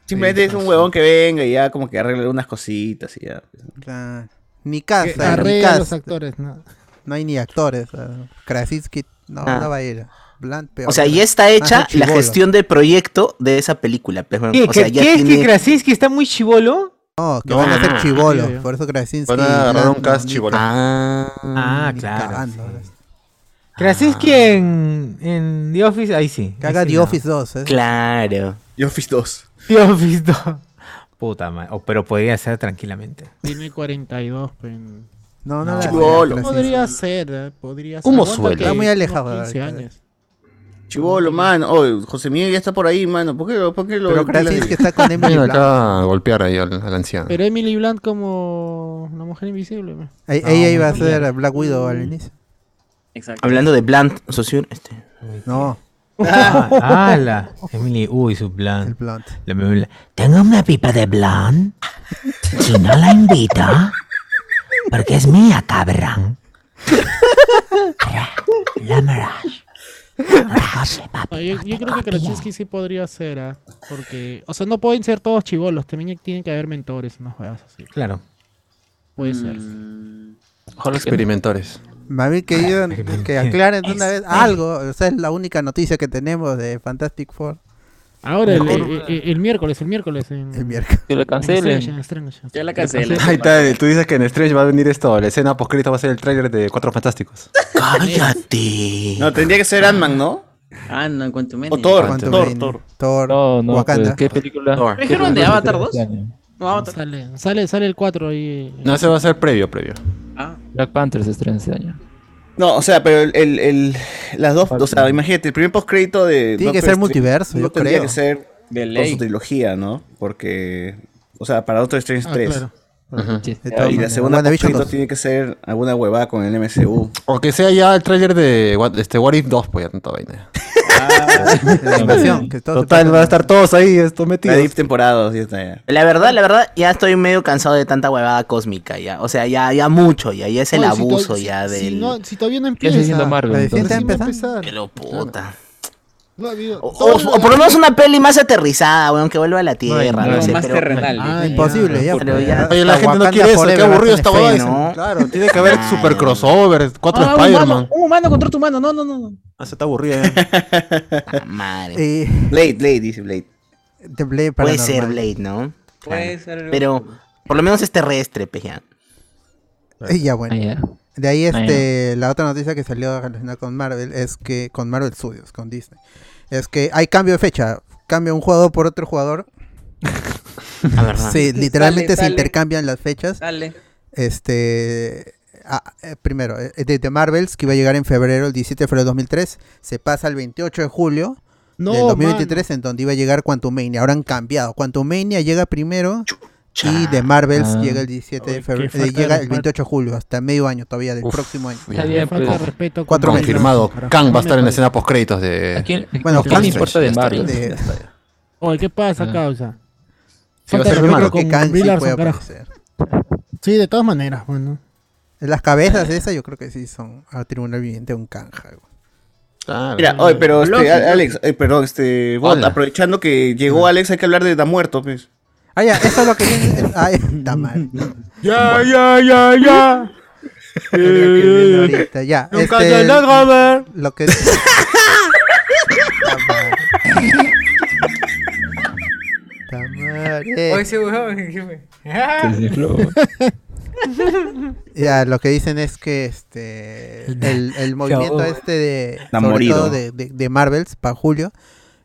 Speaker 5: Simplemente es un huevón que venga y ya como que arregle unas cositas y ya.
Speaker 2: Claro. Ni casa, ni
Speaker 3: Arregla a los
Speaker 2: casa.
Speaker 3: actores, no.
Speaker 2: No hay ni actores. ah. Krasinski, no,
Speaker 6: Ah.
Speaker 2: no va a ir. Blunt, peor.
Speaker 6: O sea, ya
Speaker 2: Ah,
Speaker 6: está hecha
Speaker 2: ese
Speaker 6: la
Speaker 2: chibolo.
Speaker 6: gestión del proyecto de esa película. pe, bueno,
Speaker 9: ¿Qué?
Speaker 6: o sea,
Speaker 9: ¿Qué-
Speaker 6: ya
Speaker 9: qué es que
Speaker 6: tiene-
Speaker 9: Krasinski está muy chivolo?
Speaker 2: No, que van a ser
Speaker 6: Ah,
Speaker 2: chibolos.
Speaker 9: yo, yo.
Speaker 2: Por eso Krasinski.
Speaker 4: Van a agarrar
Speaker 2: Blunt,
Speaker 4: un cast
Speaker 2: ni-
Speaker 4: chibolo.
Speaker 6: Ah,
Speaker 9: Ah,
Speaker 2: ni
Speaker 9: claro.
Speaker 2: cagando.
Speaker 9: Krasinski
Speaker 6: Ah.
Speaker 9: en, en The Office, ahí sí.
Speaker 2: Que haga
Speaker 9: Ahí sí
Speaker 2: The
Speaker 9: no.
Speaker 2: Office 2. ¿eh?
Speaker 6: Claro.
Speaker 5: The Office 2.
Speaker 9: The Office 2. Puta madre. O- pero podría ser
Speaker 6: [LAUGHS]
Speaker 9: tranquilamente.
Speaker 3: Tiene 42, pues.
Speaker 2: No,
Speaker 9: no,
Speaker 5: Chibolo.
Speaker 3: Podría ser, eh, podría ser.
Speaker 5: ¿Cómo
Speaker 3: Aguanta
Speaker 5: suele?
Speaker 3: que
Speaker 5: Está muy
Speaker 3: unos
Speaker 5: alejado,
Speaker 2: eh,
Speaker 3: 15
Speaker 5: ahorita.
Speaker 3: años.
Speaker 5: Chibolo, mano. Oh, José Miguel ya está por ahí, mano. ¿Por qué, lo- por qué lo.?
Speaker 2: Pero Krasinski está [LAUGHS] con Emily
Speaker 4: Viene
Speaker 2: Blunt.
Speaker 4: acá a golpear ahí al, al anciano.
Speaker 3: Pero Emily Blunt como la mujer invisible. man.
Speaker 2: E- Ella iba a ser Black Widow al inicio.
Speaker 11: Exacto.
Speaker 6: Hablando de Blunt, socio,
Speaker 3: Eh,
Speaker 6: este,
Speaker 2: No.
Speaker 9: Ah, ala. Emily, uy, su plan. El
Speaker 2: plan.
Speaker 9: Tengo una pipa de plan. Si no la invito, porque es mía, cabrón.
Speaker 3: Ah, yo, yo creo que Krasinski sí podría ser, ah, porque, o sea, no pueden ser todos chivolos, también tienen que haber mentores, unas juegas así.
Speaker 9: [LAUGHS] Claro.
Speaker 3: Puede ser.
Speaker 4: Experimentores.
Speaker 2: Mami, que, digan- [LAUGHS] que aclaren de una vez
Speaker 3: Este.
Speaker 2: algo. O sea, es la única noticia que tenemos de Fantastic Four.
Speaker 3: Ahora, el,
Speaker 2: Mejor-
Speaker 3: el- eh, el- el miércoles, el miércoles. En,
Speaker 2: El miércoles.
Speaker 3: Que
Speaker 11: lo cancelen.
Speaker 3: Que
Speaker 11: la cancelen.
Speaker 4: Ahí está, tú dices que en Strange va a venir esto, la escena postcrita va a ser el tráiler de Cuatro Fantásticos.
Speaker 6: ¡Cállate!
Speaker 5: No, tendría que ser Ant-Man, ¿no?
Speaker 11: Ah, no, en cuanto menos.
Speaker 5: O Thor,
Speaker 11: Cuanto
Speaker 5: Thor,
Speaker 11: menos.
Speaker 5: Thor.
Speaker 2: Thor,
Speaker 17: No, no,
Speaker 2: Wakanda.
Speaker 17: pues, ¿qué película?
Speaker 11: ¿Me dijeron de Avatar 2? No, Avatar.
Speaker 3: Sale, sale, sale el 4 ahí.
Speaker 4: No, ese va a ser previo, previo.
Speaker 17: Black Panther se estrena este año.
Speaker 5: No, o sea, pero el, el- el- las dos. O sea, imagínate, el primer postcrédito de.
Speaker 2: Tiene que
Speaker 5: Doctor
Speaker 2: ser
Speaker 5: Strange
Speaker 2: multiverso,
Speaker 5: no
Speaker 2: yo
Speaker 5: tendría
Speaker 2: creo.
Speaker 5: que ser
Speaker 2: De
Speaker 5: de
Speaker 2: ley.
Speaker 5: su trilogía, ¿no? Porque. O sea, para Doctor Strange
Speaker 2: Ah,
Speaker 5: 3.
Speaker 2: claro.
Speaker 11: Ah.
Speaker 4: Ujú.
Speaker 2: Sí. De todas
Speaker 5: Y la
Speaker 2: maneras.
Speaker 5: segunda
Speaker 2: WandaVision
Speaker 5: postcrédito
Speaker 2: 2.
Speaker 5: tiene que ser alguna huevada con el MCU.
Speaker 4: O que sea ya el tráiler de What, este, What If 2, pues ya tanta vaina.
Speaker 2: La invasión, que todo se
Speaker 4: Total, van a estar todos ahí, estos
Speaker 5: La
Speaker 4: metidos.
Speaker 5: div temporada, sí está ya.
Speaker 6: La verdad, la verdad, ya estoy medio cansado de tanta huevada cósmica, ya. O sea, ya, ya mucho, ya, ya es el
Speaker 3: Oye, si
Speaker 6: abuso
Speaker 3: to- si-
Speaker 6: ya
Speaker 3: si
Speaker 6: del.
Speaker 3: no- si todavía no
Speaker 6: ¿Qué está
Speaker 3: empieza.
Speaker 6: diciendo Marvel,
Speaker 3: Recién
Speaker 6: entonces?
Speaker 3: va a empezar.
Speaker 6: Pero puta.
Speaker 3: No, amigo,
Speaker 6: O,
Speaker 3: todo-
Speaker 6: o por lo menos una peli más aterrizada, weón, que vuelva a la
Speaker 3: No,
Speaker 6: tierra.
Speaker 3: no,
Speaker 6: sé,
Speaker 3: más
Speaker 6: pero-
Speaker 3: terrenal.
Speaker 11: eh.
Speaker 3: Ah, ya.
Speaker 2: Imposible, ya,
Speaker 6: Pero
Speaker 2: pues,
Speaker 6: ya-
Speaker 2: ya. Oye, la Hasta gente no Wakanda quiere eso, qué Forever aburrido va a tener esta fe, huevada, ¿no? dicen.
Speaker 4: Claro, tiene que haber super crossovers, cuatro
Speaker 11: Ah, un, humano,
Speaker 4: Spider-Man.
Speaker 11: un humano contra otro humano. No, no, no. no.
Speaker 4: Ah, se está aburrido ya.
Speaker 2: Eh,
Speaker 6: Madre.
Speaker 5: Blade, Blade, dice Blade.
Speaker 2: [LAUGHS] De Blade
Speaker 6: Puede
Speaker 2: Paranormal.
Speaker 6: ser Blade, ¿no?
Speaker 11: Puede
Speaker 6: Claro.
Speaker 11: ser algo.
Speaker 6: Pero por lo menos es terrestre, pe, ya.
Speaker 2: Y Eh, ya
Speaker 3: Ah,
Speaker 2: bueno. De ahí
Speaker 6: Ah,
Speaker 2: este la otra noticia que salió relacionada con Marvel es que con Marvel Studios, con Disney, es que hay cambio de fecha, cambia un jugador por otro jugador. La
Speaker 6: Ah.
Speaker 2: verdad. Sí, literalmente
Speaker 11: Dale,
Speaker 2: se
Speaker 11: dale.
Speaker 2: intercambian las fechas.
Speaker 12: Ah.
Speaker 11: Dale.
Speaker 2: Este. ah, eh, primero, eh, de, de Marvels, que iba a llegar en febrero, el 17 de febrero de 2003, se pasa al 28 de julio
Speaker 12: No,
Speaker 2: del 2023, en donde iba a llegar Quantum Mania. Ahora han cambiado. Quantum Mania llega primero y de Marvels
Speaker 12: Ah.
Speaker 2: llega el 17
Speaker 12: Uy,
Speaker 2: de
Speaker 12: qué
Speaker 2: febrero,
Speaker 12: falta de
Speaker 2: llega el
Speaker 12: respeto.
Speaker 2: 28 de julio, hasta medio año todavía del próximo año.
Speaker 4: Está bien, Falta pues. de
Speaker 12: respeto
Speaker 2: Cuatro meses.
Speaker 4: Confirmado. Kang va a estar en la escena post-créditos de.
Speaker 2: ¿A quién-
Speaker 4: bueno,
Speaker 2: a quién le importa de
Speaker 4: Marvel?
Speaker 2: Marvel? De-
Speaker 12: Oye, ¿qué pasa,
Speaker 4: Ah.
Speaker 12: causa?
Speaker 4: Sí, va a
Speaker 12: Falta
Speaker 4: ser
Speaker 12: de
Speaker 4: hermano.
Speaker 12: respeto
Speaker 4: Que
Speaker 12: con
Speaker 4: Kang sí
Speaker 12: Brie Larson,
Speaker 2: puede
Speaker 12: carajo. Sí, de todas maneras, bueno.
Speaker 2: Las cabezas esas yo creo que sí son a tribunal viviente un canja. güey.
Speaker 5: Mira,
Speaker 11: Ah,
Speaker 5: oye, pero este,
Speaker 2: Lógico.
Speaker 5: a- Alex, eh, perdón, este, Bot,
Speaker 2: Hola.
Speaker 5: aprovechando que llegó Alex, hay que hablar de Da Muerto, pues.
Speaker 2: Ah, ya, eso es lo que viene. Ah, está mal.
Speaker 5: Ya, ya, ya,
Speaker 2: [LAUGHS]
Speaker 5: ya.
Speaker 2: Ahorita, ya.
Speaker 5: Nunca
Speaker 2: este,
Speaker 5: te lo comer.
Speaker 2: Lo que. [LAUGHS] Tamare.
Speaker 8: Oye, ese huevón, [LAUGHS] ¿qué fue?
Speaker 2: Ya, lo que dicen es que este el, el movimiento
Speaker 12: Chao.
Speaker 2: este de,
Speaker 12: Está
Speaker 2: sobre
Speaker 12: morido.
Speaker 2: todo de, de- de Marvels para julio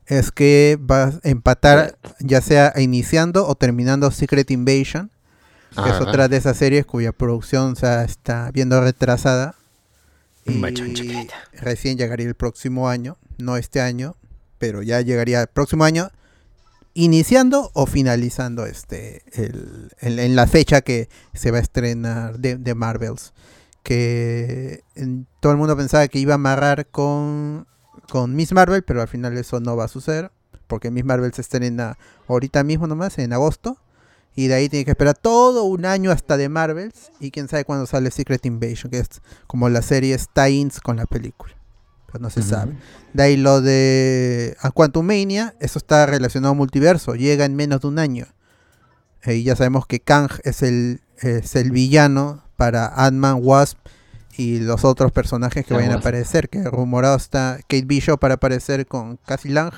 Speaker 2: es que va a empatar ya sea iniciando o terminando Secret Invasion, que
Speaker 4: Ah.
Speaker 2: es otra de esas series cuya producción o sea, está viendo retrasada. Y recién llegaría el próximo año, no este año, pero ya llegaría el próximo año iniciando o finalizando este el, el- en la fecha que se va a estrenar de, de Marvels que en- todo el mundo pensaba que iba a amarrar con con Miss Marvel pero al final eso no va a suceder porque Miss Marvel se estrena ahorita mismo nomás en agosto y de ahí tiene que esperar todo un año hasta de Marvels y quién sabe cuándo sale Secret Invasion que es como las series tie-ins con la película pues no se
Speaker 12: Ujú.
Speaker 2: sabe de ahí lo de a Quantumania, eso está relacionado a multiverso, llega en menos de un año. Eh, y ya sabemos que Kang es el, es el villano para Ant-Man, Wasp y los otros personajes que
Speaker 12: La
Speaker 2: vayan a
Speaker 12: Wasp.
Speaker 2: aparecer, que rumorado está Kate Bishop para aparecer con Cassie Lang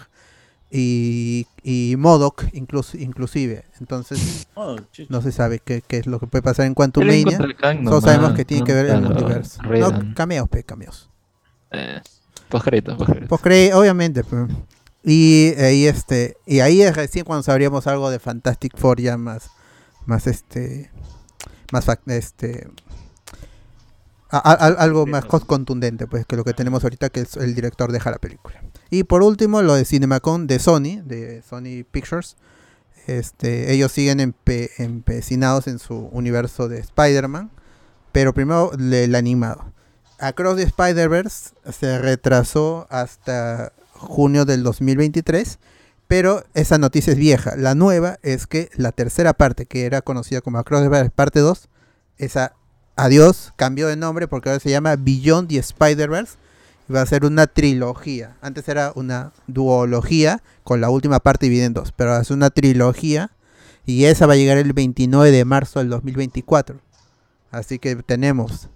Speaker 2: y, y MODOK incluso, inclusive. Entonces
Speaker 11: Oh, chucha.
Speaker 2: no se sabe qué, qué es lo que puede pasar en Quantumania.
Speaker 18: contra el Kang
Speaker 2: Solo
Speaker 18: nomás,
Speaker 2: sabemos que tiene que ver el
Speaker 18: nunca lo
Speaker 2: multiverso. No,
Speaker 18: redan.
Speaker 2: cameos, pe, cameos.
Speaker 18: Poscrédito, poscrédito.
Speaker 2: Pues creí, obviamente. pues. Y ahí este, y ahí es recién cuando sabríamos algo de Fantastic Four ya más, más este, más fac- este, a- a- algo más cos- contundente, pues, que lo que tenemos ahorita que es el director deja la película. Y por último, lo de CinemaCon de Sony, de Sony Pictures. Este, ellos siguen empe- empecinados en su universo de Spider-Man, pero primero le- el animado. Across the Spider-Verse se retrasó hasta junio del 2023, pero esa noticia es vieja. La nueva es que la tercera parte, que era conocida como Across the Spider-Verse parte 2, esa adiós, cambió de nombre porque ahora se llama Beyond the Spider-Verse y va a ser una trilogía. Antes era una duología con la última parte dividida en dos, pero ahora es una trilogía y esa va a llegar el 29 de marzo del 2024. Así que tenemos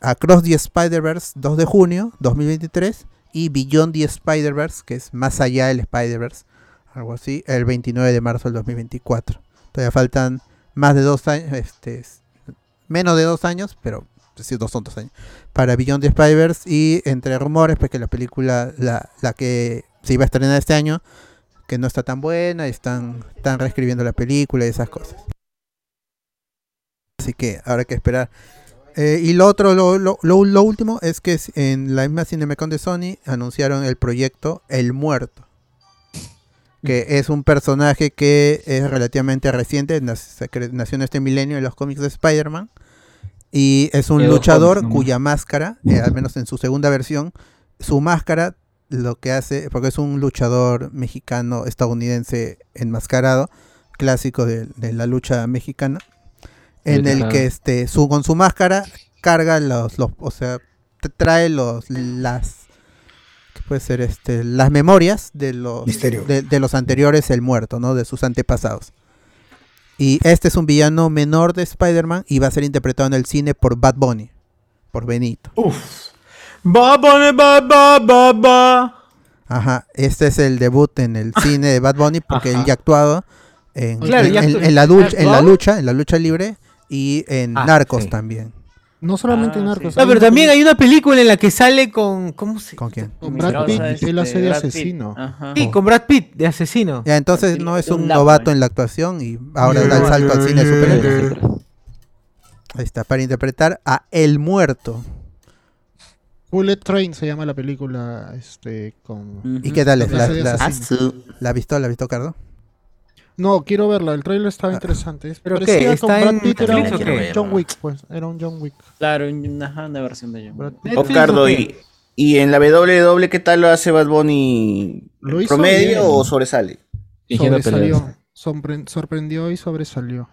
Speaker 2: Across the Spider-Verse 2 de junio 2023 y Beyond the Spider-Verse, que es más allá del Spider-Verse, algo así, el 29 de marzo del 2024. Todavía faltan más de dos años, este, s- menos de dos años, pero sí, dos son dos años, para Beyond the Spider-Verse y entre rumores, pues que la película, la, la que se iba a estrenar este año, que no está tan buena, están, están reescribiendo la película y esas cosas. Así que habrá que esperar. Eh, y lo otro, lo, lo- lo- lo último, es que es- en la misma Cinemecon de Sony anunciaron el proyecto El Muerto.
Speaker 12: Mm.
Speaker 2: Que es un personaje que es relativamente reciente, nas- se cre- nació en este milenio en los cómics de Spider-Man. Y es un
Speaker 12: Quedó
Speaker 2: luchador
Speaker 12: cómic nomás.
Speaker 2: cuya máscara, eh, al menos en su segunda versión, su máscara lo que hace, porque es un luchador mexicano, estadounidense enmascarado, clásico de- de la lucha mexicana en
Speaker 12: Sí,
Speaker 2: el
Speaker 12: claro.
Speaker 2: que este su con su máscara carga los, los o sea te trae los las ¿qué puede ser este las memorias de los
Speaker 13: Misterio.
Speaker 2: de, de los anteriores el muerto no de sus antepasados y este es un villano menor de Spider-Man y va a ser interpretado en el cine por Bad Bunny por Benito
Speaker 5: Ba, ba, ba, ba, ba, ba.
Speaker 2: Ajá, este es el debut en el cine de Bad Bunny porque él ya ha actuado en,
Speaker 12: Claro,
Speaker 2: en,
Speaker 12: ya
Speaker 2: en-
Speaker 12: actu-
Speaker 2: en la
Speaker 12: ¿ha
Speaker 2: lucha, en la
Speaker 12: actuado?
Speaker 2: lucha, en la lucha libre y en
Speaker 12: Ah,
Speaker 2: Narcos
Speaker 12: sí.
Speaker 2: también.
Speaker 12: No solamente en Narcos.
Speaker 9: No, Ah, pero también hay una película en la que sale con. ¿Cómo se ¿Con
Speaker 2: quién?
Speaker 12: Con Brad Pitt, él hace de
Speaker 11: este
Speaker 12: asesino.
Speaker 9: Sí, con Brad Pitt, de asesino.
Speaker 2: Ya, entonces no es un novato en la actuación y ahora da el salto al cine de superhéroes. Ahí está, para interpretar a El Muerto.
Speaker 12: Bullet Train se llama la película este con
Speaker 2: ¿Y qué tal es?
Speaker 12: con
Speaker 2: ¿La,
Speaker 12: clase de
Speaker 6: Ah,
Speaker 2: la,
Speaker 12: asesino.
Speaker 2: ¿la visto? ¿La visto, Cardo?
Speaker 12: No, quiero verla, el trailer
Speaker 5: Ah.
Speaker 12: estaba interesante. Es
Speaker 9: ¿Pero qué?
Speaker 12: parecida con
Speaker 9: ¿Está
Speaker 12: Brad
Speaker 9: en
Speaker 12: Pitt, era
Speaker 9: Netflix
Speaker 12: un
Speaker 9: o qué?
Speaker 12: John Wick, pues, era un John Wick.
Speaker 11: Claro, una, ajá, una versión de John.
Speaker 5: Oh, Cardo, y, y en la WW qué tal lo hace Bad Bunny?
Speaker 12: Lo hizo
Speaker 5: ¿Promedio
Speaker 12: bien.
Speaker 5: o sobresale?
Speaker 12: Sobresalió, sorpre- sorprendió y sobresalió.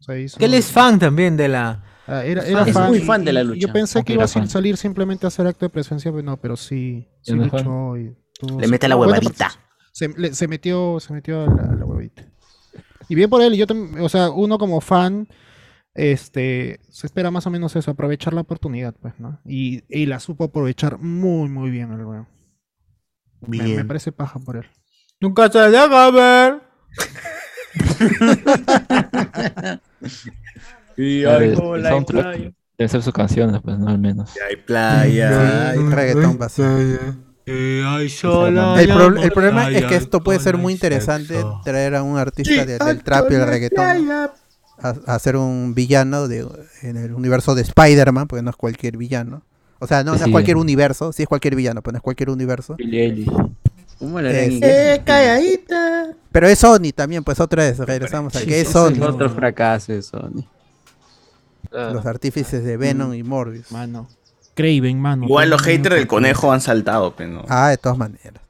Speaker 12: O sea, hizo-
Speaker 9: Que él es fan también de la.
Speaker 12: Ah, era, era
Speaker 9: Es
Speaker 12: fan
Speaker 9: muy
Speaker 12: y-
Speaker 9: fan de la
Speaker 12: y
Speaker 9: lucha.
Speaker 12: Yo pensé que
Speaker 9: Era
Speaker 12: iba a
Speaker 9: fan.
Speaker 12: salir simplemente a hacer acto de presencia, pero no, pero sí, sí
Speaker 9: Era fan.
Speaker 12: luchó y tuvo-
Speaker 6: Le mete la
Speaker 12: buena
Speaker 6: huevadita.
Speaker 12: participación. Se, le- se metió, se metió a la, a la huevita. Y bien por él, yo tam- o sea, uno como fan, este, se espera más o menos eso, aprovechar la oportunidad, pues, ¿no? Y, y la supo aprovechar muy, muy bien el weón. Me- Me,
Speaker 9: Bien.
Speaker 12: parece paja por él.
Speaker 9: Nunca se deja ver.
Speaker 11: Y
Speaker 18: Claro,
Speaker 11: hay
Speaker 18: el-
Speaker 11: como
Speaker 18: el
Speaker 11: la
Speaker 18: soundtrack
Speaker 11: playa.
Speaker 18: Debe ser su canción, pues, no al menos.
Speaker 5: Y hay playa,
Speaker 2: hay reggaetón El, pro- el problema es que esto puede ser muy interesante traer a un artista de- del trap y el reggaetón a, a hacer un villano de, en el universo de Spider-Man, porque no es cualquier villano. O sea, no, no es
Speaker 18: Sí.
Speaker 2: cualquier universo, sí es cualquier villano, pero no es cualquier universo.
Speaker 11: ¿Cómo
Speaker 2: Eh,
Speaker 11: Eh,
Speaker 12: calladita.
Speaker 2: Pero es Sony también, pues otra vez, regresamos a que es Sony.
Speaker 11: Otro fracaso de Sony.
Speaker 2: Los artífices de Venom y Morbius.
Speaker 12: Mano. Craven, mano.
Speaker 5: Igual los haters del conejo han saltado, pero no.
Speaker 2: Ah, de todas maneras.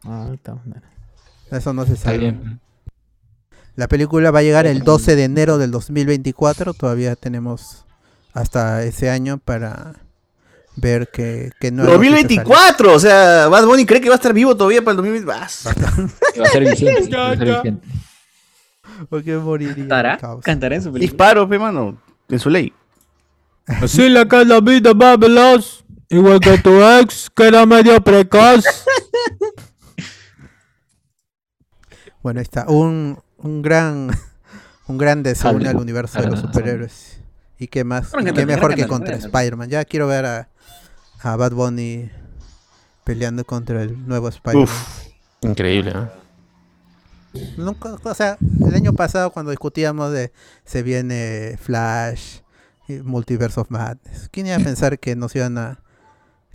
Speaker 2: Eso no se sabe. La película va a llegar el 12 de enero del 2024. Todavía tenemos hasta ese año para ver que, no.
Speaker 5: 2024, o sea, Bad Bunny cree que va a estar vivo todavía para el 2024.
Speaker 18: Va a ser vigente, va a ser vigente.
Speaker 2: Porque moriría.
Speaker 5: ¿Cantará?
Speaker 11: ¿Cantará en su película?
Speaker 5: Disparo, pe, mano, en su ley.
Speaker 9: Así la que es la vida va veloz. Igual que tu ex, que era medio precoz.
Speaker 2: Bueno, ahí está. Un, un gran un gran deseo
Speaker 9: Sale.
Speaker 2: al universo de los superhéroes. ¿Y qué más?
Speaker 9: Bueno,
Speaker 2: ¿Y
Speaker 9: que
Speaker 2: qué
Speaker 9: te-
Speaker 2: mejor
Speaker 9: creo
Speaker 2: que
Speaker 9: que
Speaker 2: contra
Speaker 9: te-
Speaker 2: Spider-Man? Ya quiero ver a, a Bad Bunny peleando contra el nuevo Spider-Man.
Speaker 14: Increíble, ¿eh?
Speaker 2: Nunca, o sea, el año pasado cuando discutíamos de se viene Flash, eh, Multiverse of Madness, ¿quién iba
Speaker 6: [LAUGHS]
Speaker 2: a pensar que nos iban a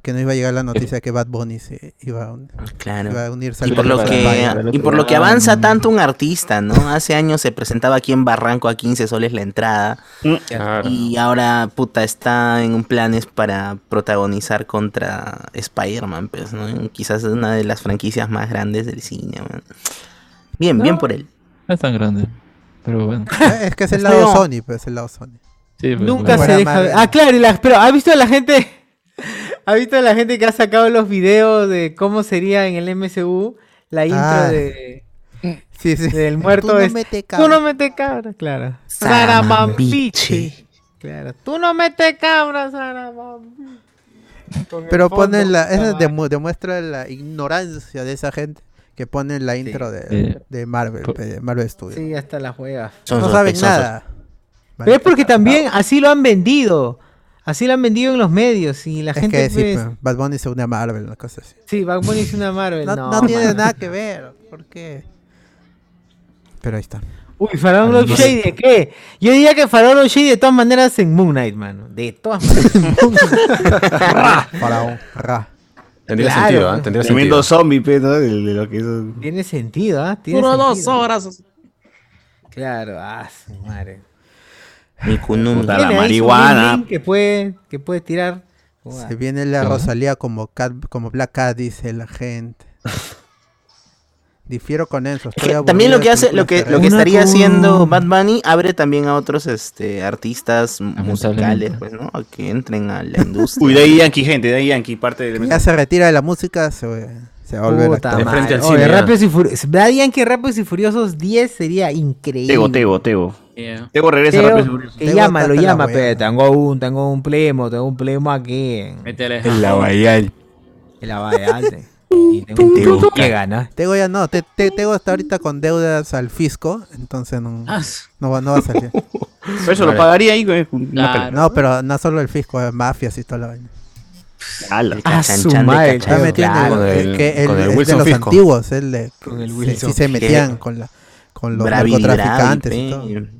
Speaker 2: que no iba a llegar la noticia que Bad Bunny se iba a, un-
Speaker 6: Claro.
Speaker 2: iba a unirse
Speaker 6: Ah, Y
Speaker 2: al
Speaker 6: por, lo que, [LAUGHS]
Speaker 2: Spider-Man?
Speaker 6: y por lo que avanza tanto un artista, ¿no? Hace años se presentaba aquí en Barranco a 15 soles la entrada.
Speaker 11: Mm.
Speaker 6: Y ahora, puta, está en planes para protagonizar contra Spider-Man, pues, ¿no? Quizás es una de las franquicias más grandes del cine, man. Bien, bien por él.
Speaker 18: Ah, No es tan grande. Pero bueno.
Speaker 2: Es que es el
Speaker 9: Este
Speaker 2: lado
Speaker 9: no.
Speaker 2: Sony, pues es el lado Sony.
Speaker 18: Sí, pues,
Speaker 9: [LAUGHS] Nunca
Speaker 18: bueno.
Speaker 9: se deja ver. Ah, claro, y la- pero ¿ha visto a la gente? [LAUGHS] ¿Ha visto a la gente que ha sacado los videos de cómo sería en el MCU la intro
Speaker 2: Ah.
Speaker 9: de
Speaker 2: Sí, sí.
Speaker 9: del muerto?
Speaker 2: Tú no
Speaker 9: este? es,
Speaker 2: me te
Speaker 9: Tú no me te cabras, claro. Saramampiche. Claro. Tú no me te cabras, Saramampiche. Con el
Speaker 2: Pero
Speaker 9: fondo.
Speaker 2: ponen la eso demu- demuestra la ignorancia de esa gente que ponen la intro de, de Marvel, pe- de Marvel Studios.
Speaker 9: Sí, hasta la juega.
Speaker 2: Son No saben sospechosos. nada.
Speaker 9: Pero es porque también así lo han vendido. Así lo han vendido en los medios y la
Speaker 2: es
Speaker 9: gente
Speaker 2: que sí,
Speaker 9: pues,
Speaker 2: pe, Bad Bunny se une a Marvel, una cosa así.
Speaker 9: Sí, Bad Bunny es una Marvel.
Speaker 2: No,
Speaker 9: No,
Speaker 2: no tiene
Speaker 9: mano.
Speaker 2: nada que ver, ¿por qué? Pero ahí está.
Speaker 9: Uy, Faraón Love Shady, ¿de qué? Yo diría que Faraón Love Shady de todas maneras en Moon Knight, mano. De todas
Speaker 2: [LAUGHS]
Speaker 9: maneras.
Speaker 2: Faraón, ra.
Speaker 14: Tendría
Speaker 9: Claro.
Speaker 14: sentido, ¿eh? Tendría sentido.
Speaker 5: Tremendo zombie, pe, ¿no? De, de lo que hizo.
Speaker 9: Tiene sentido, ¿ah? Tiene
Speaker 11: Duró
Speaker 9: sentido.
Speaker 11: dos horas.
Speaker 9: Claro, ah, su madre.
Speaker 6: Mi Kunumi.
Speaker 5: Puta,
Speaker 9: Tiene
Speaker 5: la
Speaker 9: ahí su
Speaker 5: marihuana.
Speaker 9: link Que puede, que puede tirar.
Speaker 2: Se viene la
Speaker 9: Ajá.
Speaker 2: Rosalía como, Cat- como Black Cat, dice la gente. Difiero con eso.
Speaker 6: Es que también lo que hace, lo que, lo que estaría haciendo Bad Bunny abre también a otros este, artistas musicales, pues, ¿no? A que entren a la industria.
Speaker 5: Uy, de ahí Yankee, gente, de ahí Yankee, parte del
Speaker 2: Ya se retira de la música, se, se va a volver
Speaker 9: Puta
Speaker 2: a
Speaker 9: madre. Oye, Rápidos y Furiosos. Daddy que Rápidos y Furiosos 10 sería increíble.
Speaker 5: Tego, Tego, Tego. Tego regresa
Speaker 9: Teo,
Speaker 5: rápido. y furioso.
Speaker 9: Te llama, lo llama, pero tengo un, tengo un primo, tengo un primo aquí.
Speaker 3: Métele.
Speaker 9: En la Bahía. y tengo un primo que gana.
Speaker 2: Tego ya no, Te- Te- Tego está ahorita con deudas al fisco, entonces no,
Speaker 9: Ah, su-
Speaker 5: [LAUGHS]
Speaker 2: no, va, no va a salir.
Speaker 5: Pero eso lo pagaría ahí. con una pelota.
Speaker 2: No, pero no solo el fisco, es mafia, y toda la vaina.
Speaker 5: Ala.
Speaker 2: Ah, su madre, está metido en el-
Speaker 5: Con el-
Speaker 2: que el-
Speaker 5: con el
Speaker 2: el de
Speaker 5: Wilson
Speaker 2: los
Speaker 5: Fisco.
Speaker 2: antiguos, el de
Speaker 5: Con el
Speaker 2: sí,
Speaker 5: Wilson
Speaker 2: sí se
Speaker 5: Fisco.
Speaker 2: metían con la con los
Speaker 6: Bravi,
Speaker 2: narcotraficantes y
Speaker 6: bravi,
Speaker 2: todo.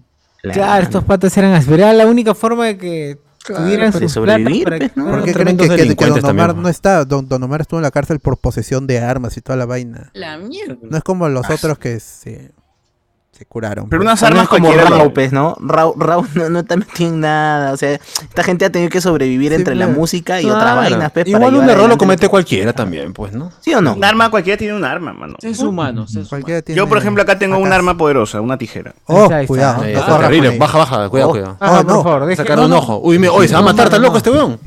Speaker 9: Claro, estos patas eran así. Era la única forma de que
Speaker 2: Claro,
Speaker 9: tuvieran
Speaker 2: pues,
Speaker 9: sus
Speaker 2: de sobrevivir,
Speaker 9: platas para que fueran
Speaker 2: ¿Por qué creen
Speaker 9: tremendos
Speaker 2: que, que- que
Speaker 9: delincuentes
Speaker 2: Don Omar
Speaker 9: también,
Speaker 2: no está? Don, Don Omar estuvo en la cárcel por posesión de armas y toda la vaina.
Speaker 19: La mierda.
Speaker 2: No es como
Speaker 5: Ah,
Speaker 2: los otros que se, se curaron.
Speaker 6: Pero
Speaker 2: pues.
Speaker 6: unas armas como Raúl, pues, ¿no? Raúl, Raúl [LAUGHS] no, no te metido en nada. O sea, esta gente ha tenido que sobrevivir entre la música y otras
Speaker 4: Claro.
Speaker 6: vainas, pues, para
Speaker 4: Igual un
Speaker 6: llevar
Speaker 4: error lo
Speaker 6: adelante.
Speaker 4: comete cualquiera también, pues, ¿no?
Speaker 6: ¿Sí o no?
Speaker 5: Un arma, cualquiera tiene un arma, mano. Es humano. Yo,
Speaker 4: tiene-
Speaker 5: por ejemplo, acá tengo un
Speaker 4: acá-
Speaker 5: arma poderosa, una tijera.
Speaker 4: Oh, Ahí está, ahí cuidado,
Speaker 2: Ah,
Speaker 4: está. no
Speaker 5: Ah,
Speaker 4: corras con ella. Oh. Ah, por favor, deje-
Speaker 5: Sacar
Speaker 4: no,
Speaker 5: un
Speaker 4: no.
Speaker 5: ojo. Uy, me,
Speaker 4: Oye,
Speaker 5: oye,
Speaker 4: se va a matar, está loco este weón.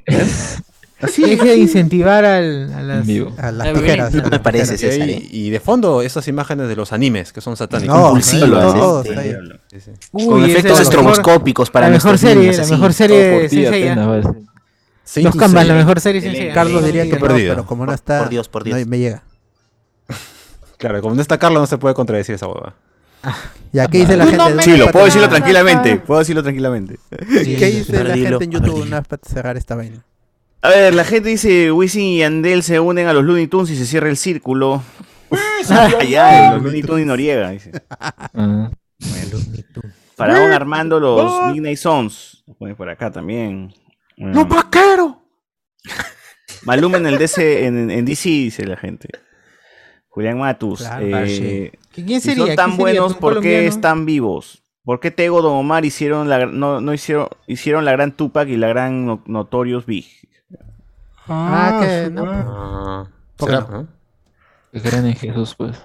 Speaker 9: Así deje de incentivar al, a las,
Speaker 2: a
Speaker 9: las tijeras. a las tijeras.
Speaker 4: Y, ahí- y de fondo, esas imágenes de los animes que son satánicos.
Speaker 9: No, Compulsivos, sí, ¿no? todos,
Speaker 4: Sí,
Speaker 9: ahí.
Speaker 4: sí, sí.
Speaker 9: Uy, esa es la mejor- la mejor serie, La mejor serie de Sensei. Los Canvas, la mejor serie de Sensei.
Speaker 2: Carlos diría que no,
Speaker 4: Perdido.
Speaker 2: pero como no está,
Speaker 4: Por Dios, por Dios.
Speaker 2: no me llega.
Speaker 4: Claro, como no está Carlos, no se puede contradecir esa hueva.
Speaker 2: Y aquí dice la gente... de-
Speaker 5: Chilo, puedo decirlo tranquilamente. Puedo decirlo tranquilamente.
Speaker 2: ¿Qué dice la gente en YouTube una vez para cerrar esta vaina?
Speaker 5: A ver, la gente dice Wisin y Andel se unen a los Looney Tunes y se cierra el círculo. [LAUGHS] Allá, los Looney Tunes y Noriega, dice.
Speaker 18: Ah,
Speaker 5: Faraón armando los Midnight Sons. Lo pone por acá también.
Speaker 7: ¡No vaquero!
Speaker 5: Maluma en el DC, en, en DC, dice la gente. Julián Matus.
Speaker 9: Claro,
Speaker 5: eh,
Speaker 9: ¿Quién sería?
Speaker 5: si
Speaker 9: ¿Quién
Speaker 5: son tan
Speaker 9: sería?
Speaker 5: buenos,
Speaker 9: ¿Un
Speaker 5: ¿por qué
Speaker 9: colombiano?
Speaker 5: están vivos? ¿Por qué Tego Don Omar hicieron la, gr- no, no hicieron, hicieron la gran Tupac y la gran no- Notorious Big?
Speaker 9: Ah, que no.
Speaker 18: ¿Por qué
Speaker 4: ¿eh?
Speaker 18: no? Que creen en Jesús, pues.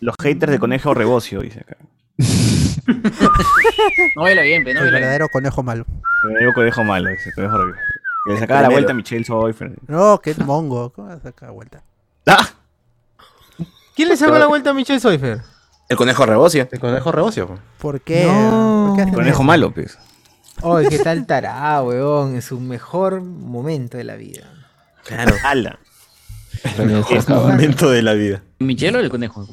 Speaker 5: Los haters
Speaker 9: Mm.
Speaker 5: de Conejo Rebocio, dice acá.
Speaker 11: No vela bien, pe, no
Speaker 2: El
Speaker 11: vela bien.
Speaker 2: verdadero conejo malo.
Speaker 5: Conejo Conejo Malo, dice Conejo Rebocio. Que le sacaba la
Speaker 2: Primero.
Speaker 5: vuelta a Michelle Soy.
Speaker 2: No, que mongo. ¿Cómo vas a sacar vuelta?
Speaker 9: ¿Quién le sacó la vuelta a Michelle Soifer?
Speaker 5: El Conejo Rebocio.
Speaker 4: El Conejo Rebocio.
Speaker 2: ¿Por qué? ¿Por qué hacen
Speaker 5: Conejo
Speaker 2: eso?
Speaker 5: Malo, pues.
Speaker 9: Oye, qué tal tará, weón. En su mejor momento de la vida.
Speaker 5: Claro. Ala.
Speaker 4: Es momento de la vida.
Speaker 11: ¿Michel o el conejo?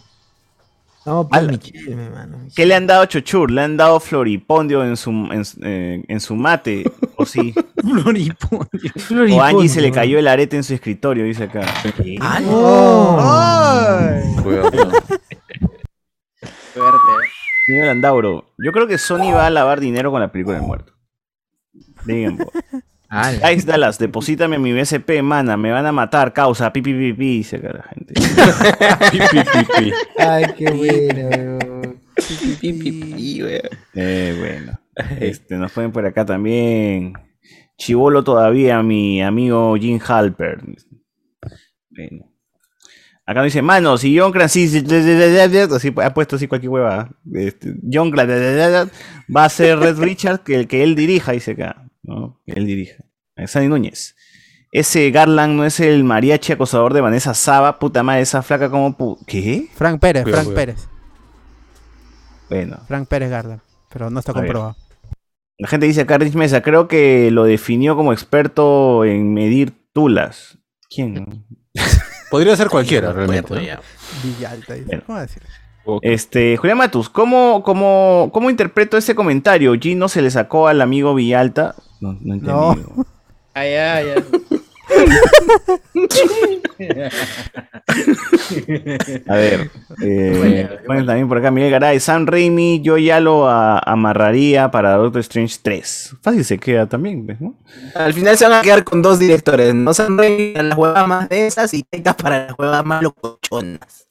Speaker 9: No,
Speaker 5: Ala.
Speaker 9: Michelle, mi mano.
Speaker 5: ¿Qué le han dado a Chochur? ¿Le han dado floripondio en su, en, eh, en su mate? ¿O sí?
Speaker 11: Floripondio.
Speaker 5: O a Angie se le cayó el arete en su escritorio, dice acá.
Speaker 9: Oh.
Speaker 5: Cuidado, cuidado. Señor Landauro, yo creo que Sony va a lavar dinero con la película del muerto. Digan, po. Guys Dallas, deposítame mi BSP, mana, me van a matar, causa, pi, pi, pi, pi, dice acá la gente. Pi, pi, pi, pi.
Speaker 9: Ay, qué bueno, weón.
Speaker 5: Eh, bueno. Este, nos ponen por acá también. Chivolo todavía, mi amigo Jim Halper. Bueno. Acá nos dice, mano, si John Francis así, ha puesto así cualquier hueva. Este, John Clan- va a ser Red Richard que el que él dirija, dice acá. ¿no? Que él dirija. Eh, Sandy Núñez. Ese Garland no es el mariachi acosador de Vanessa Saba, puta madre, esa flaca como pu- ¿Qué?
Speaker 2: Frank Pérez,
Speaker 5: Cuidado,
Speaker 2: Frank
Speaker 5: cuidado.
Speaker 2: Pérez.
Speaker 5: Bueno.
Speaker 2: Frank Pérez Garda. Pero no está
Speaker 5: A ver.
Speaker 2: comprobado.
Speaker 5: La gente dice acá Rich Mesa, creo que lo definió como experto en medir tulas. ¿Quién?
Speaker 4: Podría ser cualquiera, realmente. ¿no?
Speaker 2: Villalta. dice.
Speaker 5: Bueno.
Speaker 2: ¿Cómo va a decir?
Speaker 5: Este, Julián Matus, ¿cómo, cómo, cómo interpreto ese comentario? ¿Gino se le sacó al amigo Villalta? No, no entendí.
Speaker 2: No.
Speaker 11: Ay, ay, ay.
Speaker 5: A ver. eh, ponen también por acá Miguel Garay, Sam Raimi, yo ya lo a- amarraría para Doctor Strange 3. Fácil se queda también, pues, ¿no?
Speaker 6: Al final se van a quedar con dos directores. No se han para las huevas más de esas y Taika para las huevas más locochonas.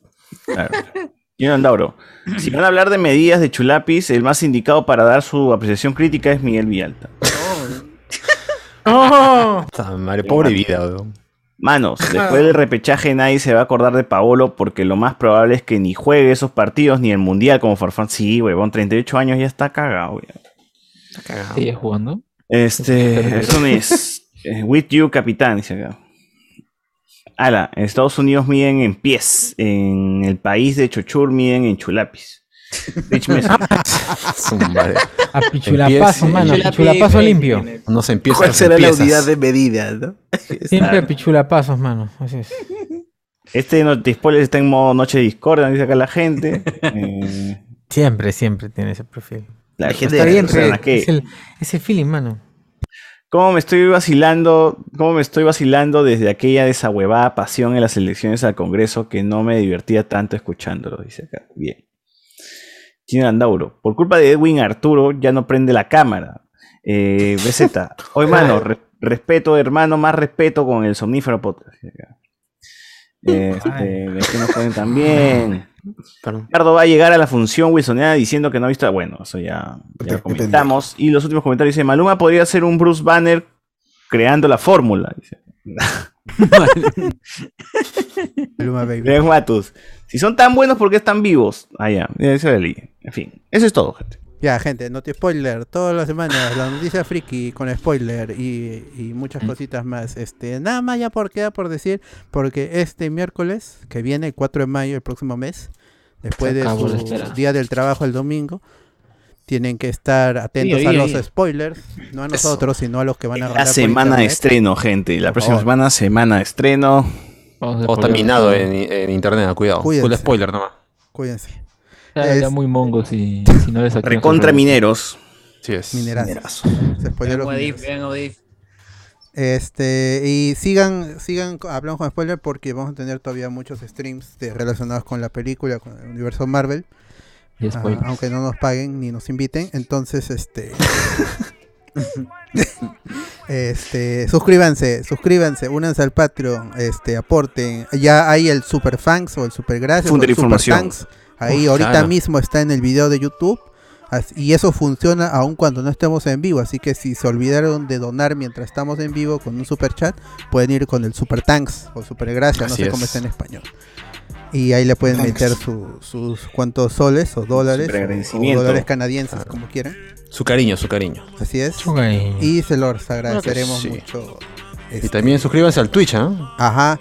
Speaker 5: Claro. Señor Andauro, si van a hablar de medidas de Chulapis, el más indicado para dar su apreciación crítica es Miguel Villalta.
Speaker 9: ¡Oh!
Speaker 4: Puta madre, pobre vida, weón.
Speaker 5: Manos, después del repechaje nadie se va a acordar de Paolo porque lo más probable es que ni juegue esos partidos ni el Mundial como Farfán. Sí, huevón, 38 años ya está cagado. ya.
Speaker 18: ¿Sigue jugando?
Speaker 5: Este, eso no es. eh, With you, capitán, dice acá. Ala, en Estados Unidos miden en pies. En el país de Chochur miden en chulapis. Rich Mesa.
Speaker 4: Su madre.
Speaker 9: A pichulapazo,
Speaker 4: Empieza-
Speaker 9: mano, a pichulapazo limpio.
Speaker 4: No se empieza
Speaker 6: ¿Cuál
Speaker 4: las
Speaker 6: será la
Speaker 4: empiezas.
Speaker 6: unidad de medida, no?
Speaker 9: Siempre a pichulapazos, mano. Así es.
Speaker 5: Este no, spoiler está en modo noche de discordia, dice acá la gente. Eh,
Speaker 9: Siempre, siempre tiene ese perfil.
Speaker 5: Claro,
Speaker 9: La gente
Speaker 5: está
Speaker 9: de-
Speaker 5: bien,
Speaker 9: o
Speaker 5: pero-
Speaker 9: sea, eh, es, el, es el feeling, mano.
Speaker 5: ¿Cómo me estoy vacilando? ¿Cómo me estoy vacilando desde aquella desahuevada pasión en las elecciones al Congreso que no me divertía tanto escuchándolo? Dice acá. Bien. Gino Andauro. Por culpa de Edwin Arturo ya no prende la cámara. Eh, BZ. Hoy, mano, re- respeto, hermano, más respeto con el Somnífero Podcast. Dice acá. Este, aquí nos ponen también. Ricardo va a llegar a la función wilsoniana diciendo que no ha visto. Bueno, eso ya, ya comentamos. Y los últimos comentarios dice: Maluma podría ser un Bruce Banner creando la fórmula. Dice. Tres Matus. Si son tan buenos, ¿por qué están vivos? Ah, ya. Eso lo leí. En fin, eso es todo, gente.
Speaker 2: Ya, gente, no te spoiler. Todas las semanas, la noticia friki con spoiler y, y muchas cositas más. Este, nada más ya por queda por decir, porque este miércoles, que viene el 4 de mayo, el próximo mes, después
Speaker 18: Se
Speaker 2: de
Speaker 18: acabó la
Speaker 2: su
Speaker 18: espera.
Speaker 2: día del trabajo el domingo, tienen que estar atentos
Speaker 18: Oye,
Speaker 2: a
Speaker 18: oye,
Speaker 2: los
Speaker 18: oye.
Speaker 2: spoilers, no a nosotros, sino a los que van a
Speaker 5: La
Speaker 2: agarrar por
Speaker 5: semana de
Speaker 2: internet.
Speaker 5: estreno, gente. La próxima semana, semana de estreno.
Speaker 14: O está minado en, en internet,
Speaker 4: ah,
Speaker 14: cuidado.
Speaker 5: Cuídense.
Speaker 14: Full spoiler nomás.
Speaker 2: Cuídense.
Speaker 18: Ya, ya
Speaker 2: Es-
Speaker 18: muy mongo si, si no les activan
Speaker 14: Recontra
Speaker 18: sus redes.
Speaker 14: mineros. Sí es.
Speaker 2: Minerazos.
Speaker 14: Minerazo.
Speaker 2: Se spoileó los
Speaker 11: Adif,
Speaker 2: mineros.
Speaker 11: vean Adif.
Speaker 2: Este, y sigan, sigan co- hablando con spoiler porque vamos a tener todavía muchos streams de- relacionados con la película, con el universo Marvel.
Speaker 18: Y
Speaker 2: Ah,
Speaker 18: spoilers.
Speaker 2: aunque no nos paguen ni nos inviten. Entonces, este. [LAUGHS] este. Suscríbanse, suscríbanse, únanse al Patreon, este, aporten. Ya hay el Super Thanks o el Super Gracias. o
Speaker 5: Funder
Speaker 2: el Super
Speaker 5: información.
Speaker 2: Thanks. Ahí
Speaker 5: Uf,
Speaker 2: ahorita
Speaker 5: claro.
Speaker 2: mismo está en el video de YouTube. As- Y eso funciona aun cuando no estemos en vivo. Así que si se olvidaron de donar mientras estamos en vivo con un super chat, pueden ir con el super thanks o super gracias. No
Speaker 15: Así
Speaker 2: sé cómo
Speaker 15: es.
Speaker 2: está en español. Y ahí le pueden
Speaker 15: Thanks.
Speaker 2: meter su- sus cuantos soles o dólares.
Speaker 14: Super
Speaker 2: o-
Speaker 14: agradecimiento.
Speaker 2: O dólares canadienses, como quieran.
Speaker 14: Su cariño, su cariño.
Speaker 2: Así es.
Speaker 14: Su cariño.
Speaker 2: Y se los agradeceremos
Speaker 14: Claro que sí.
Speaker 2: mucho. Este.
Speaker 14: Y también suscríbanse al Twitch, ¿ah?
Speaker 2: [LAUGHS] Ajá.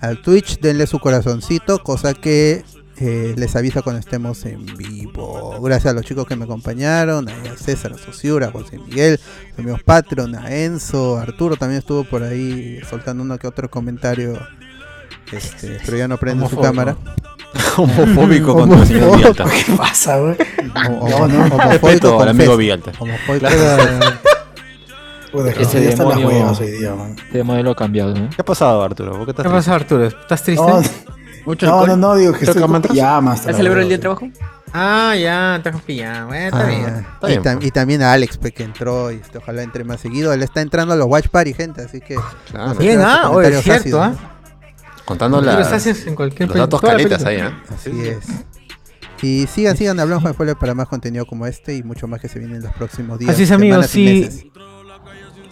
Speaker 2: Al Twitch, denle su corazoncito, cosa que eh, les avisa cuando estemos en vivo. Gracias a los chicos que me acompañaron, a César, a Sosiura, a José Miguel, a los amigos Patron, a Enzo, Arturo también estuvo por ahí soltando uno que otro comentario. Este, pero ya no prende su
Speaker 14: Homofóbico.
Speaker 2: cámara.
Speaker 14: Homofóbico contra el señor Villalta.
Speaker 2: ¿Qué
Speaker 13: pasa, güey?
Speaker 2: No, no.
Speaker 14: Respeto al amigo Villalta.
Speaker 2: Homofóbico.
Speaker 13: Puta,
Speaker 18: Ese
Speaker 13: ya están las
Speaker 18: demonio-
Speaker 13: huevas hoy día, man.
Speaker 18: Este modelo ha cambiado, ¿no?
Speaker 14: ¿Qué ha pasado, Arturo? ¿Por qué estás
Speaker 9: ¿Qué
Speaker 14: triste?
Speaker 9: pasa, Arturo? ¿Estás triste?
Speaker 14: Oh,
Speaker 13: No, no, no, no, digo que estoy con pijamas.
Speaker 9: ¿Ya
Speaker 13: te la
Speaker 9: celebró
Speaker 13: verdad.
Speaker 9: el
Speaker 11: día de trabajo?
Speaker 9: Ah, ya, trajo pijama. Bueno, está
Speaker 2: Ah,
Speaker 9: bien.
Speaker 2: y, tam- y también a Alex, pues, que entró y este, ojalá entre más seguido. Él está entrando a los Watch Party, gente, así
Speaker 14: Ah,
Speaker 2: que. no se
Speaker 9: Bien,
Speaker 2: pierdan sus
Speaker 9: ah, oye, es
Speaker 2: comentarios
Speaker 9: cierto,
Speaker 2: ácidos.
Speaker 9: ah.
Speaker 14: Contando
Speaker 9: Los
Speaker 14: las-
Speaker 9: haces en cualquier
Speaker 14: los
Speaker 9: peli-
Speaker 14: datos
Speaker 9: toda la
Speaker 14: calitas ahí,
Speaker 9: película.
Speaker 14: ¿ah?
Speaker 2: Así es. Y sigan, sigan hablando con spoilers para más contenido como este y mucho más que se viene en los próximos días.
Speaker 9: Así es, amigos,
Speaker 2: semanas y
Speaker 9: sí.
Speaker 2: meses.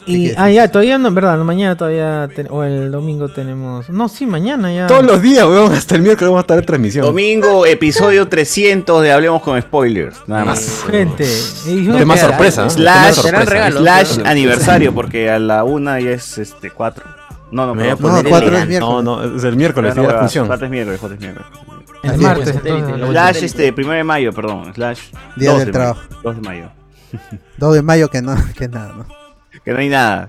Speaker 9: Y, ah, ya, todavía no, verdad, mañana todavía, ten- o el domingo tenemos, no, sí, mañana ya.
Speaker 14: Todos los días, [LAUGHS] weón, hasta el miércoles vamos a estar en transmisión.
Speaker 5: Domingo, episodio 300 de Hablemos con Spoilers. Nada más.
Speaker 9: Gente, y-
Speaker 14: Tema
Speaker 9: Espera,
Speaker 14: sorpresa, ¿no? Tema
Speaker 5: Slash,
Speaker 14: sorpresa.
Speaker 5: regalo, slash aniversario, porque a la una ya es este 4. No, no,
Speaker 14: Me voy a
Speaker 5: perdón.
Speaker 14: poner No, el cuatro día. es miércoles. No, no, es el miércoles, día de
Speaker 5: Pero
Speaker 14: la
Speaker 5: huevada,
Speaker 14: función.
Speaker 5: Cuatro es miércoles, cuatro es miércoles.
Speaker 9: pues, El Así es. martes, entonces, la
Speaker 5: Slash,
Speaker 9: vuelta.
Speaker 5: este, primero de mayo, perdón. Slash.
Speaker 2: Día
Speaker 5: 2
Speaker 2: del
Speaker 5: de
Speaker 2: trabajo.
Speaker 5: mayo, 2 de mayo.
Speaker 2: 2 de mayo que no, [LAUGHS] que nada, ¿no?
Speaker 5: Que no hay nada.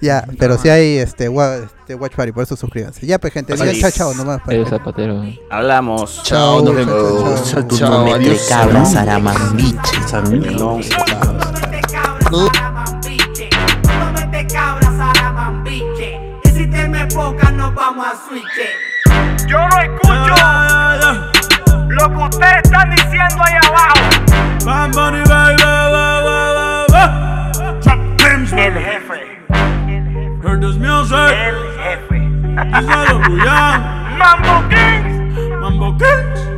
Speaker 2: Ya, pero si hay este, wa- este Watch Party, por eso suscríbanse. Ya, pues, gente, digan
Speaker 5: Feliz.
Speaker 2: chao, pues. chao, nomás. para-
Speaker 18: Adiós, zapatero.
Speaker 5: Hablamos.
Speaker 2: Chao, nos vemos. Chao,
Speaker 6: Tú no me te cabras, Aramambiche.
Speaker 19: te cabras Sarabambiche. Y si te me enfocas, nos vamos a switch. Yo no escucho lo que ustedes están diciendo ahí abajo. Bam, bunny, baby, ba, ba, ba, ba. El jefe. Heard this music. El jefe. Díselo, Mambo Kings. Mambo Kings.